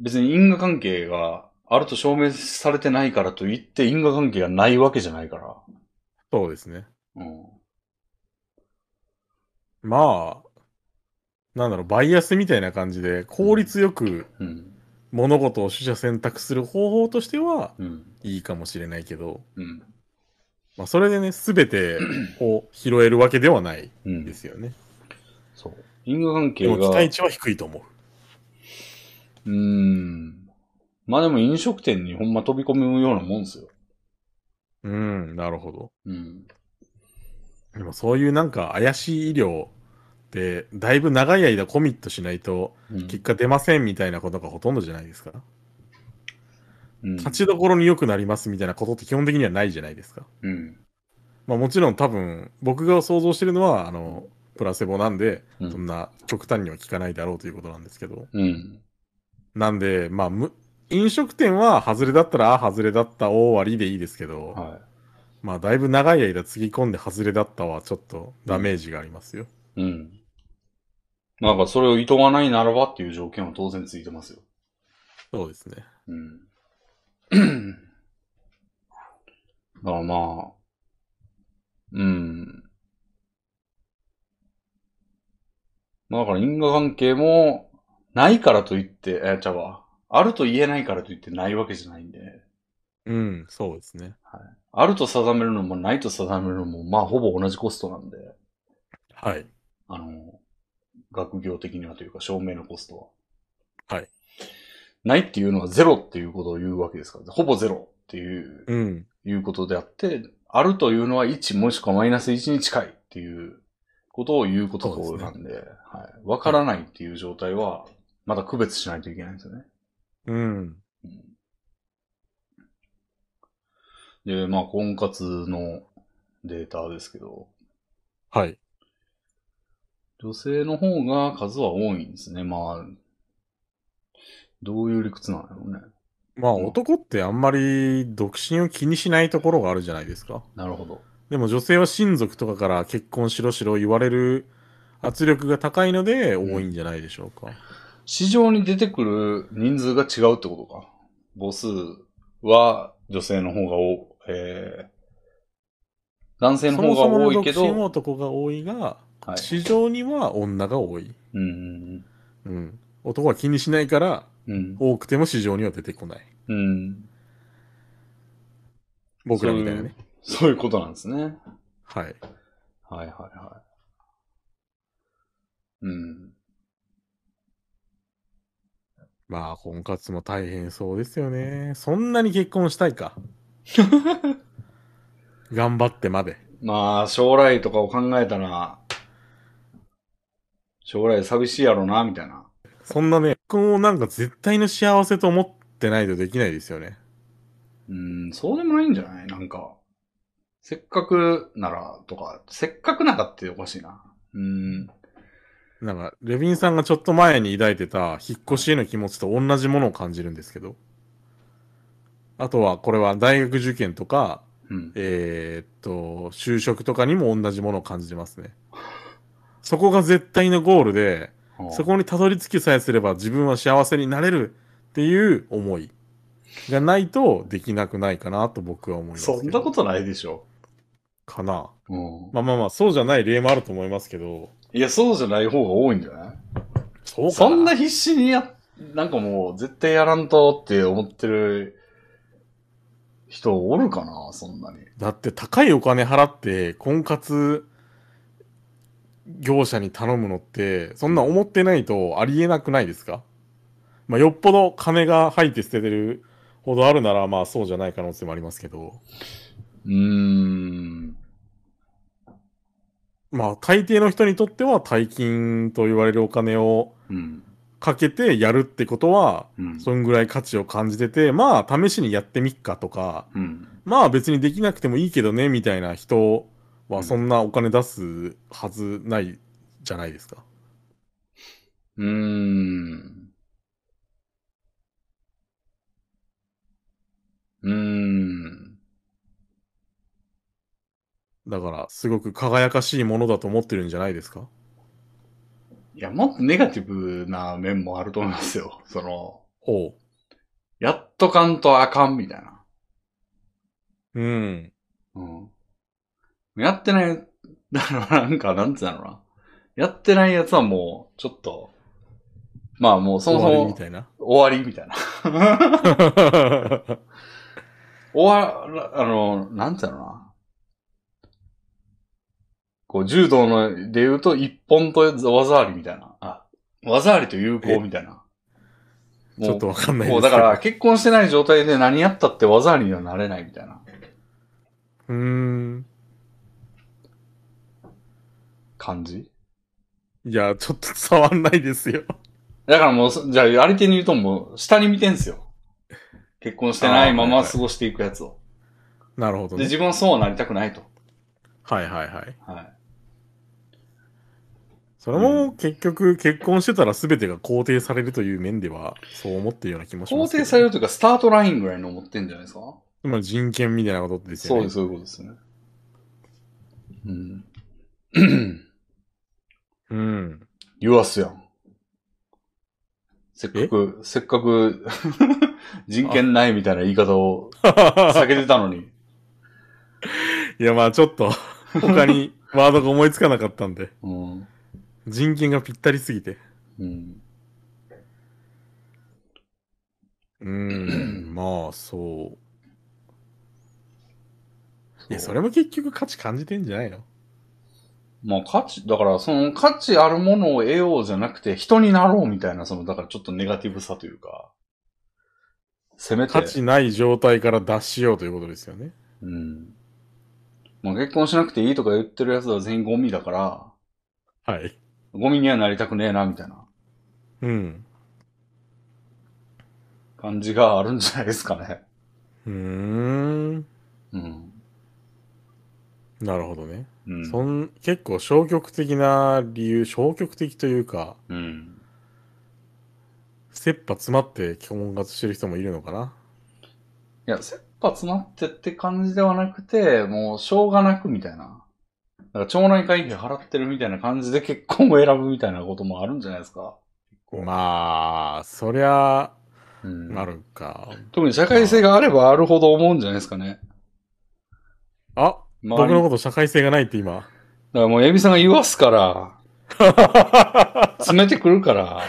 別に因果関係があると証明されてないからといって因果関係がないわけじゃないから。
そうですね。
うん。
まあ、なんだろう、バイアスみたいな感じで、効率よく
うん。
物事を取捨選択する方法としては
うん。
いいかもしれないけど、
うん。
まあ、それでね、すべてを拾えるわけではない
うんん
で。すよね。
そう。因果関
で
係
も期
が、
待
う
値は低いと思
ー
う。
ん。まあでも飲食店にほんま飛び込むようなもんですよ。
うん、なるほど。
うん。
でもそういうなんか怪しい医療って、だいぶ長い間コミットしないと
うん
結果出ませんみたいなことがほとんどじゃないですか。
うん
勝ちどころに良くなりますみたいなことって基本的にはないじゃないですか。
うん。
まあもちろん多分僕が想像してるのはあのプラセボなんで、
うん
そんな極端には効かないだろうということなんですけど。
うん。
なんで、まあむ飲食店は外れだったら、ああ、外れだった、大割りでいいですけど、
は
まあだいぶ長い間つぎ込んで外れだったはちょっとダメージがありますよ。
い。うん。なんかそれを厭わないならばっていう条件は当然ついてますよ。
そうですね。
うん。 だからまあ、うん。まあだから因果関係も、ないからといって、え、ちゃうわ。あると言えないからといってないわけじゃないんで、
うん、そうですね。
あると定めるのもないと定めるのも、まあほぼ同じコストなんで、
はい。
あの、学業的にはというか、証明のコストは。
はい。
ないっていうのはゼロっていうことを言うわけですから、ほぼゼロっていう
うん。
いうことであって、あるというのは1もしくはマイナス1に近いっていうことを言うこと
そう
と
ですね
なんで、はい。わからないっていう状態は、まだ区別しないといけないんですよね。
うん。
で、まあ、婚活のデータですけど、
はい。
女性の方が数は多いんですね。まあ、どういう理屈なんだろうね。
まあ
うん
男ってあんまり独身を気にしないところがあるじゃないですか。
なるほど。
でも女性は親族とかから結婚しろしろ言われる圧力が高いので
うん
多いんじゃないでしょうか。
市場に出てくる人数が違うってことか。母数は女性の方が多、えー、男性の
そも
方が
そも
多
の
い
独
け
身
ど、
は男が多いが、
はい。
市場には女が多い。
うん。
うん。男は気にしないから
うん。
多くても市場には出てこない。
うん。
僕らみたいなね。
そういうことなんですね。
はい。
はいはいはい。うん。
まあ婚活も大変そうですよね。そんなに結婚したいか。頑張ってまで。
まあ、将来とかを考えたら、将来寂しいやろな、みたいな。
そんなね、結婚をなんか絶対の幸せと思ってないとできないですよね。
うん、そうでもないんじゃないなんか、せっかくならとか、せっかくならっておかしいな。うん、
なんか、レヴィンさんがちょっと前に抱いてた引っ越しへの気持ちと同じものを感じるんですけど。あとは、これは大学受験とか、
うん。
えーっと、就職とかにも同じものを感じてますね。そこが絶対のゴールで、そこにたどり着きさえすれば自分は幸せになれるっていう思いがないとできなくないかなと僕は思いますけど。
そんなことないでしょ。
かな。
うん。
まあまあまあ、そうじゃない例もあると思いますけど、
いや、そうじゃない方が多いんじゃない
そう
そんな
な
必死にや、なんかもう、絶対やらんとって思ってる人おるかなそんなに。
だって高いお金払って婚活業者に頼むのって、そんな思ってないとありえなくないですかまあよっぽど金が入って捨ててるほどあるなら、まあそうじゃない可能性もありますけど、
うーん。
まあ大抵の人にとっては大金と言われるお金を
うん。
かけてやるってことは、
うん。
そんぐらい価値を感じてて、まあ試しにやってみっかとか、
うん。
まあ別にできなくてもいいけどねみたいな人
うん
はそんなお金出すはずないじゃないですか。
うーん。うーん。
だからすごく輝かしいものだと思ってるんじゃないですか。
いや、もっとネガティブな面もあると思いますよ。 その、
ほ
やっとかんとあかんみたいな。
う。うん。
うん。やってない、だからなんか、なんつうのな。やってないやつはもう、ちょっと、まあもうそもそ
終わりみ
も
たいな。
終わりみたいな。終わら、あの、なんつうのな。こう、柔道の、で言うと、一本と技ありみたいな。あ、技ありと有効みたいな。もう
ちょっとわかんないです
もうだから、結婚してない状態で何やったって技ありにはなれないみたいな。
うーん。
感じ
いや、ちょっと伝わんないですよ。
だからもうそ、じゃあ、やり手に言うともう、下に見てんすよ。結婚してないまま過ごしていくやつを。
なるほど
で、
ね。
自分はそうはなりたくないと。
はいはいはい。
はい。
それも結局、結婚してたら全てが肯定されるという面では、そう思ってるような気もしま
肯
すけど。
定されるというか、スタートラインぐらいの思ってんじゃないですか
つまり人権みたいなことですよ
そう
ね。
です、そういうことですね。うん。
うん。
言わすやん。せっかく、せっかく、 人権ないみたいな言い方を避けてたの に。
いや、まあちょ っと、他にワードが思いつかなかったんで、
うん。
人権がぴったりすぎて。
うん。
うーん、まあそう。いや、
そう
それも結局価値感じてんじゃないの
まあ価値、だからその価値あるものを得ようじゃなくて人になろうみたいな、その、だからちょっとネガティブさというか、せめて。
価値ない状態から脱しようということですよね。
うん。まあ結婚しなくていいとか言ってる奴は全員ゴミだから、
はい。
ゴミにはなりたくねえな、みたいな
うん。
感じがあるんじゃないですかね。
うーん。
うん。
なるほどね。
うん。
そん結構消極的な理由、消極的というか、
うん。
切羽詰まって婚活してる人もいるのかな。
いや、切羽詰まってって感じではなくて、もう、しょうがなくみたいな。だから、町内会費払ってるみたいな感じで結婚を選ぶみたいなこともあるんじゃないですか。こう
まあ、そりゃ、
うん。
なるか。
特に社会性があればあるほど思うんじゃないですかね。
あ、
まあ、
僕
だ
の
か
こと社会性がないって今。
らもう、エビさんが言わす から、詰めてくるから。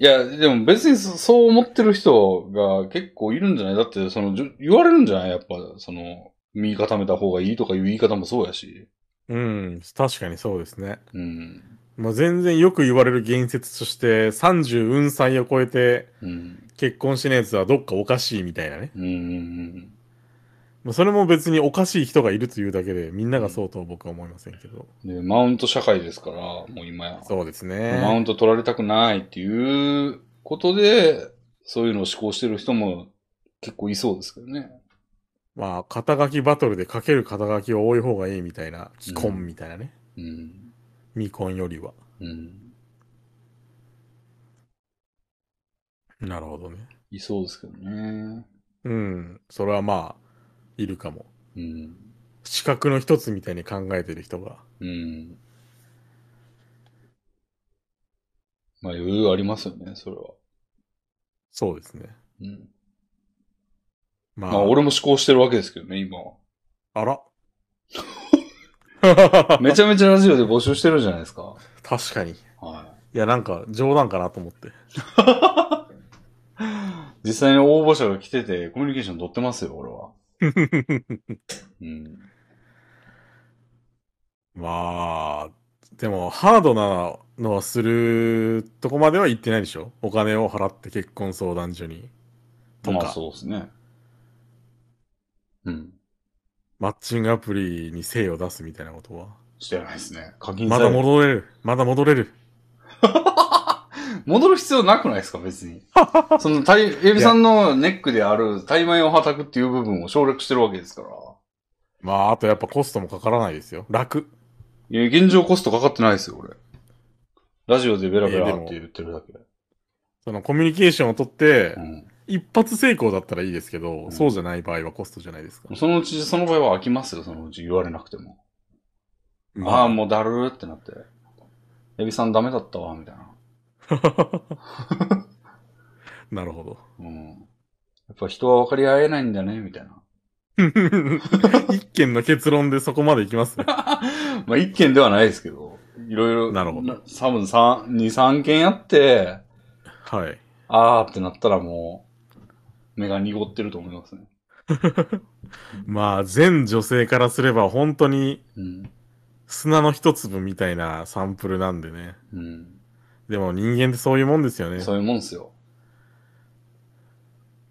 いや、でも別にそそう思ってる人が結構いるんじゃないだって、その、じゅ言われるんじゃないやっぱ、その、見固めた方がいいとかいう言い方もそうやし。
うん、確かにそうですね。
うん。
まあ、全然よく言われる言説として、30運歳を超えて
うん。
結婚しないやつはどっかおかしいみたいなね。
うんうん。
まあ、それも別におかしい人がいるというだけで、みんながそうとは僕は思いませんけど。
うんで、マウント社会ですから、もう今や。
そうです
マウ
ね。
ント取られたくないっていうことで、そういうのを思考してる人も結構いそうですけどね。
まあ、肩書きバトルでかける肩書きを多い方がいいみたいな、既婚みたいなね。
うん。
未婚よりは。
うん。
なるほどね。
いそうですけどね。
うん、それはまあ、いるかも。
うん。
資格の一つみたいに考えてる人が。
うん。まあ余裕ありますよね、それは。
そうですね。
うん。
ま
まあ俺も思考してるわけですけどね、今は。
あら。
めちゃめちゃラジオで募集してるじゃないですか。
確かに。い
は
や、なんか冗談かなと思って。
い。実際に応募者が来てて、コミュニケーション取ってますよ、俺 は。うん。
まあ、でも、ハードなのはするとこまでは行ってないでしょお金を払って結婚相談所に。と
まあ
か、
そうですね。うん。
マッチングアプリに精を出すみたいなことは。
してないですね。課金
ま
さ
だ
れる。
戻れる。まだ戻れる。
戻る必要なくないですか、別に。その、たい、エビさんのネックである、対面をはたくっていう部分を省略してるわけですから。
まあ、あとやっぱコストもかからないですよ。楽。
いや、現状コストかかってないですよ、俺。ラジオでベラベラ
えで
っ
も
て言ってるだけ。
そのコミュニケーションをとって
う、ん。
一発成功だったらいいですけど、
うん
そうじゃない場合はコストじゃないですか。
そのうち、その場合は飽きますよ、そのうち言われなくても。ああ、もうだるーってなって。エビさんダメだったわ、みたいな。
なるほど。
うん。やっぱ人は分かり合えないんだね、みたいな。
一件の結論でそこまでいきます ね。
まあ、一件ではないですけど、いろいろ、
なるほど
多分三、二、三件やって、
はい。
あーってなったらもう、目が濁ってると思いますね。
まあ、全女性からすれば本当に
うん。
砂の一粒みたいなサンプルなんでね。
うん。
でも人間ってそういうもんですよね。
そういうもんっすよ。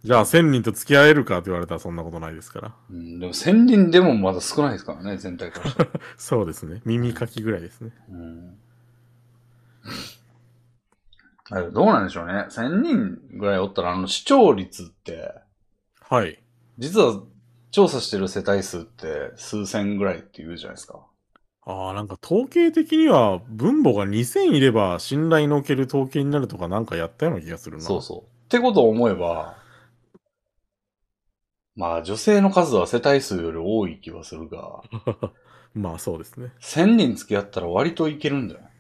じゃあ、1000人と付き合えるかと言われたらそんなことないですから。
うん、でも1000人でもまだ少ないですからね、全体からしたら。
そうですね。耳かきぐらいですね。
うん。あれどうなんでしょうね。1000人ぐらいおったら、あの、視聴率って、
はい。
実は調査してる世帯数って数千ぐらいって言うじゃないですか。
ああ、なんか統計的には分母が2000いれば信頼のおける統計になるとかなんかやったような気がするな。
そうそう。ってことを思えば、まあ女性の数は世帯数より多い気はするが、
まあそうですね。
1000人付き合ったら割といけるんじゃない、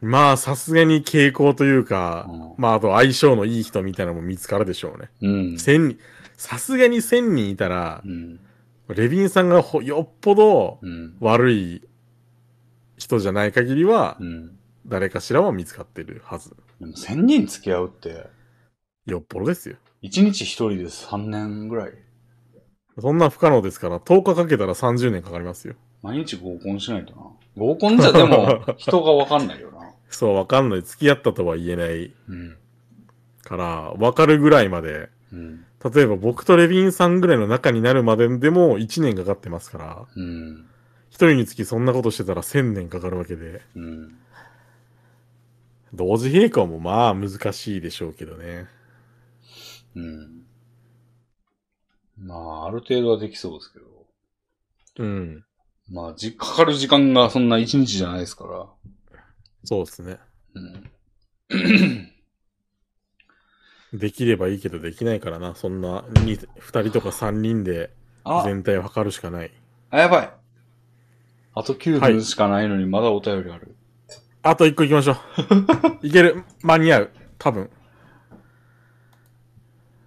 まあさすがに傾向というか、
うん
まああと相性のいい人みたいなのも見つかるでしょうね。
うん。
千人、さすがに1000人いたら
う、ん。
レビンさんがほよっぽど
うん。
悪い人じゃない限りは
う、ん。
誰かしらは見つかってるはず。
でも1000人付き合うって、
よっぽどですよ。
1日1人で3年ぐらい。
そんな不可能ですから、10日かけたら30年かかりますよ。
毎日合コンしないとな。合コンじゃでも人がわかんないよな。
そう、わかんない。付き合ったとは言えない
うん。
から、わかるぐらいまで、
うん。
例えば僕とレビンさんぐらいの仲になるまででも1年かかってますから、
うん。
一人につきそんなことしてたら1000年かかるわけで、
うん。
同時並行もまあ難しいでしょうけどね。
うん。まあ、ある程度はできそうですけど。
うん。
まあ、じ、かかる時間がそんな1日じゃないですから。
そうですね。
うん。
できればいいけどできないからな。そんなに2人とか3人で
あ、
全体を測るしかない。
あやばい。あと9
は
分
い
しかないのにまだお便りある。
あと1個行きましょ う。いける。間に合う。多分。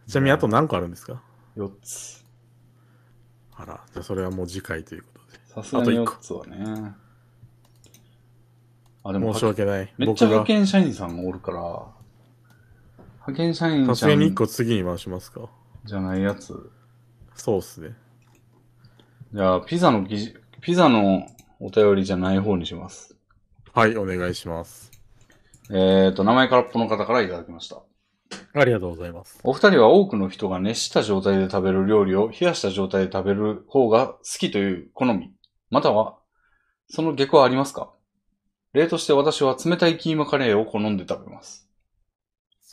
ちなみにあと何個あるんですか
4つ。
あら、じゃあそれはもう次回ということで。
さすがに
あと一個
4つはね。あ、でも
申し、訳ない。
めっちゃ
僕が
派遣社員さんがおるから、派遣社員
さ
ち
す
ゃ
がに1
ん
個次に回しますか。
じゃないやつ。
そうっすね。
じゃあ、ピザの記事、ピザのお便りじゃない方にします。
はい、お願いします。
えーと、名前空っぽの方からいただきました。
ありがとうございます。
お二人は多くの人が熱した状態で食べる料理を冷やした状態で食べる方が好きという好み、または、その逆はありますか例として私は冷たいキーマカレーを好んで食べます。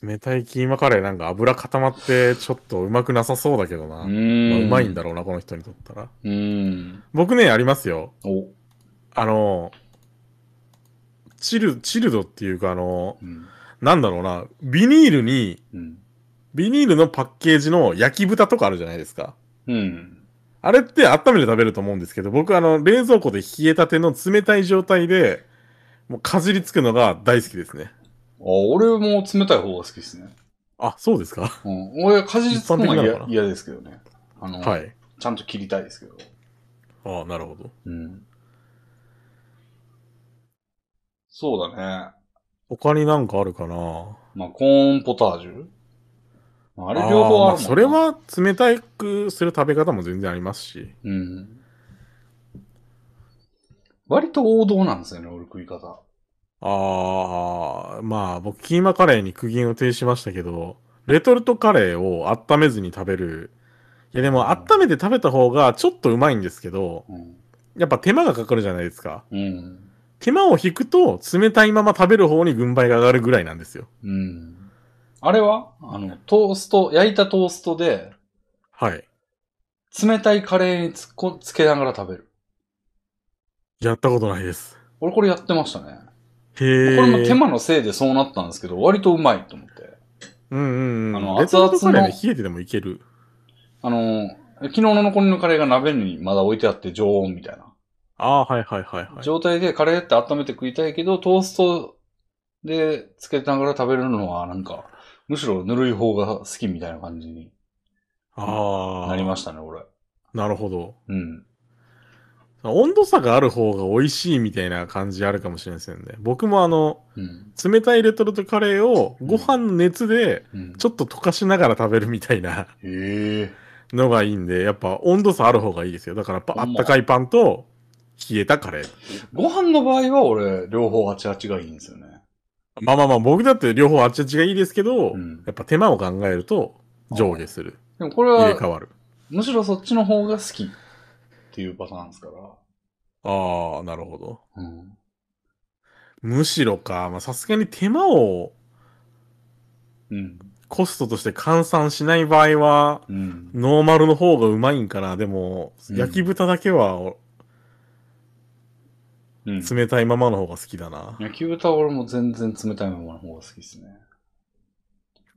冷たいキーマカレーなんか油固まってちょっとうまくなさそうだけど
う
な。まあ
ーん。
うまいんだろうな、この人にとったら。
うーん。
僕ね、ありますよ。
お。
あの、チル、チルドっていうかあの、
うん。
なんだろうな、ビニールに、
うん。
ビニールのパッケージの焼き豚とかあるじゃないですか。
うん。
あれって温めて食べると思うんですけど、僕あの、冷蔵庫で冷えたての冷たい状態で、もうかじりつくのが大好きですね。
あ、俺も冷たい方が好きですね。
あ、そうですか
うん。俺はかじりつくの
一般
は
的なの
嫌
かな
嫌ですけどね。あの、
はい。
ちゃんと切りたいですけど。
ああ、なるほど。
うん。そうだね。
他になんかあるかな
まあ、コーンポタージュあ
あ
れ両方あるもんな
ーまそれ。は冷たくする食べ方も全然ありますし。
うん。割と王道なんですよね、俺食い方。
ああ、まあ僕、キーマカレーに苦言を呈しましたけど、レトルトカレーを温めずに食べる。いやでも温めて食べた方がちょっとうまいんですけど、
うん。
やっぱ手間がかかるじゃないですか。
うん。
手間を引くと冷たいまま食べる方に軍配が上がるぐらいなんですよ。
うん。あれはあの、トースト、焼いたトーストで、
はい。
冷たいカレーにつっこ、つけながら食べる。
やったことないです。
俺これやってましたね。
へ
こ
え。
れも手間のせいでそうなったんですけど、割とうまいと思って。
うんうん
あ
う
の
ん。レトルト
熱々
カ
の
レーね、冷えてでもいける。
あの、昨日の残りのカレーが鍋にまだ置いてあって常温みたいな。
ああ、はいはいはいはい。
状態でカレーって温めて食いたいけど、トーストでつけながら食べるのはなんか、むしろぬるい方が好きみたいな感じに
ああ。
なりましたね、俺。
なるほど。
うん。
温度差がある方が美味しいみたいな感じあるかもしれませんね。僕もあの、
うん。
冷たいレトルトカレーをご飯の熱で
うん、
ちょっと溶かしながら食べるみたいな
へ え。
のがいいんで、やっぱ温度差ある方がいいですよ。だからパ
ほ
あ
ん
っ
ま
たかいパンと冷えたカレー。
ご飯の場合は俺、両方あちあちがいいんですよね。
まあまあまあ、僕だって両方あっちあっちがいいですけど、
うん
やっぱ手間を考えると上下する。
でもこれ
入れ替
は、
わる。
むしろそっちの方が好きっていうパターンですから。
ああ、なるほど。
うん。
むしろか、まあさすがに手間を
うん。
コストとして換算しない場合は、
うん。
ノーマルの方がうまいんかな。でも、
うん
焼き豚だけは
うん、
冷たいままの方が好きだな。
焼き豚は俺も全然冷たいままの方が好きですね。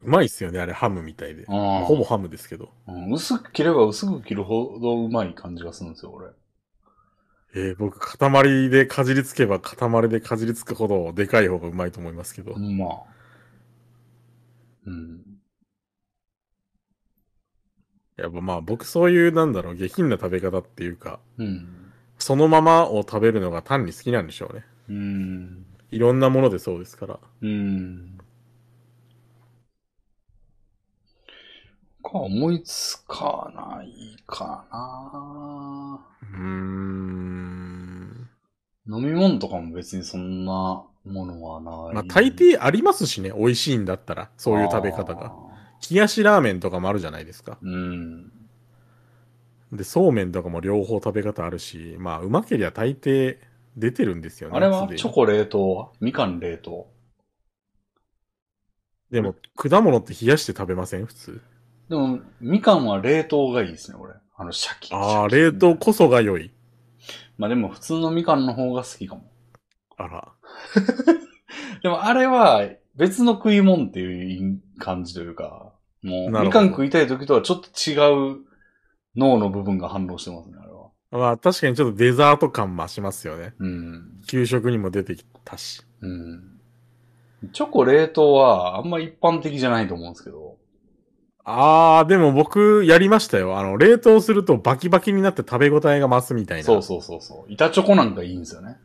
うまいっすよね、あれハムみたいで。まあ
あ
ほぼハムですけど。
あ、うん。薄く切れば薄く切るほどうまい感じがするんですよ、俺。
えー、僕、塊でかじりつけば塊でかじりつくほどでかい方がうまいと思いますけど
ほ。んま。うん。
やっぱまあ僕そういうなんだろう、下品な食べ方っていうか、
うん。
そのままを食べるのが単に好きなんでしょうね。
うん。
いろんなものでそうですから。
うん。か、思いつかないかな
うーん。
飲み物とかも別にそんなものはない。
まあ大抵ありますしね、美味しいんだったら、そういう食べ方
あ
が。冷やしラーメンとかもあるじゃないですか。
ー。うん。
で、そうめんとかも両方食べ方あるし、まあうまけりゃ大抵出てるんですよね。
あれは
すでに
チョコ冷凍はみかん冷凍
でも果物って冷やして食べません普通。
でも、みかんは冷凍がいいですね、俺。あの、シャキシャキ
ああ、冷凍。こそが良い。
まあでも、普通のみかんの方が好きかも。
あら。
でも、あれは、別の食い物っていう感じというか、もう、み
なるほど
かん食いたい時とはちょっと違う脳の部分が反応してますね、あれは。
まあ確かにちょっとデザート感増しますよね。
うん。
給食にも出てきたし。
うん。チョコ冷凍は、あんま一般的じゃないと思うんですけど。
ああ、でも僕やりましたよ。あの、冷凍するとバキバキになって食べ応えが増すみたいな。
そうそうそうそう。板チョコなんかいいんですよね。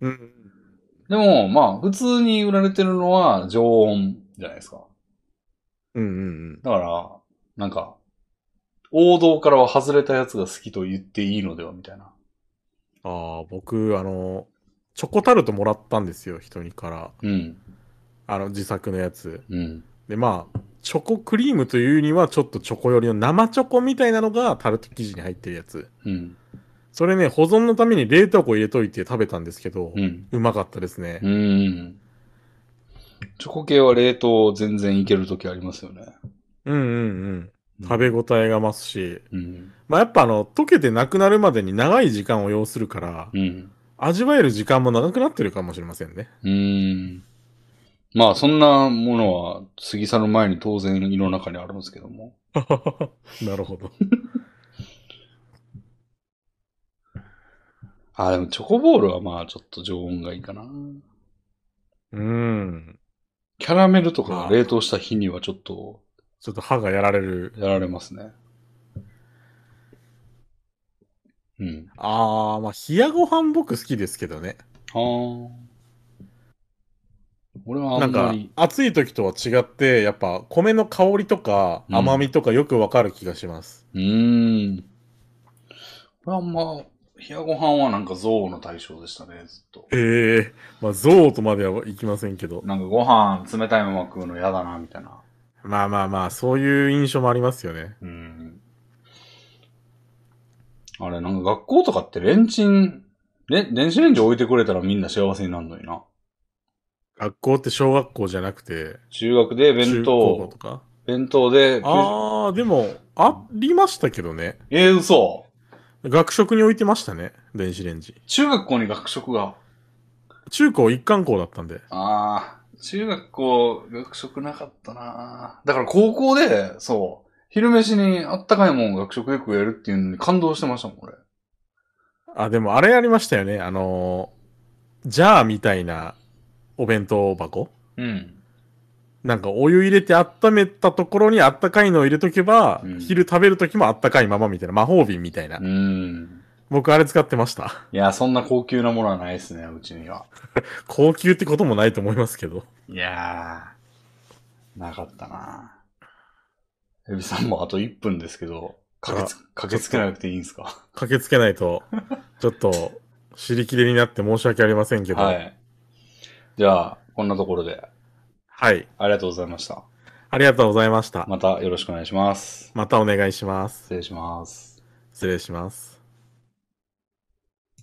う。うん。
でも、まあ、普通に売られてるのは常温じゃないですか。
うんうん
だから、なんか、王道からは外れたやつが好きと言っていいのではみたいな。
うん。ああ、僕、あの、チョコタルトもらったんですよ、人にから。
うん。
あの、自作のやつ。
うん。
で、まあ、チョコクリームというにはちょっとチョコ寄りの生チョコみたいなのがタルト生地に入ってるやつ。
うん。
それね、保存のために冷凍庫入れといて食べたんですけど、
うん。
うまかったですね。
うん。チョコ系は冷凍全然いけるときありますよね。
うんうんうん。食べ応えが増すし、
うん。
まあ、やっぱあの、溶けてなくなるまでに長い時間を要するから、
うん。
味わえる時間も長くなってるかもしれませんね。
うん。まあ、そんなものは過ぎ去る前に当然胃の中にあるんですけども。
なるほど。
あ、でもチョコボールはまあ、ちょっと常温がいいかな。
うん。
キャラメルとか冷凍した日にはちょっと
ちょっと歯がやられる。
やられますね。うん。
あー、まあ、冷やご飯僕好きですけどね。
あー俺はあ
なんん
ま
か
り、、
暑い時とは違って、やっぱ米の香りとか
うん
甘みとかよくわかる気がします。
うーん。俺はあんま、冷やご飯はなんか憎悪の対象でしたね、ずっと。
ええまあ、象とまではいきませんけど。
なんかご飯冷たいまま食うの嫌だな、みたいな。
まあまあまあ、そういう印象もありますよね。
うん。あれ、なんか学校とかってレンチン、ね、電子レンジ置いてくれたらみんな幸せになるのにな。
学校って小学校じゃなくて、
中学で弁
中高
当
校と、か。
弁当で、
ああ、でも、ありましたけどね。
えー、嘘。
学食に置いてましたね、電子レンジ。
中学校に学食が。
中高一貫校だったんで。
ああ、中学校、学食なかったなだから高校で、そう、昼飯にあったかいもん学食で食えるっていうのに感動してましたもん、俺。
あ、でもあれありましたよね。あのー、ジャーみたいなお弁当箱
うん。
なんかお湯入れて温めたところにあったかいのを入れとけば、
うん
昼食べるときもあったかいままみたいな、魔法瓶みたいな。
うん。
僕あれ使ってました。
いや、そんな高級なものはないですね、うちには。
高級ってこともないと思いますけど。
いやー、なかったなエビさんもあと1分ですけど、駆けつ、駆けつけなくていいんですか
駆けつけないと、ちょっと、尻切れになって申し訳ありませんけど。
は。い。じゃあ、こんなところで、
はい。
ありがとうございました。
ありがとうございました。
またよろしくお願いします。
またお願いします。
失礼します。
失礼します。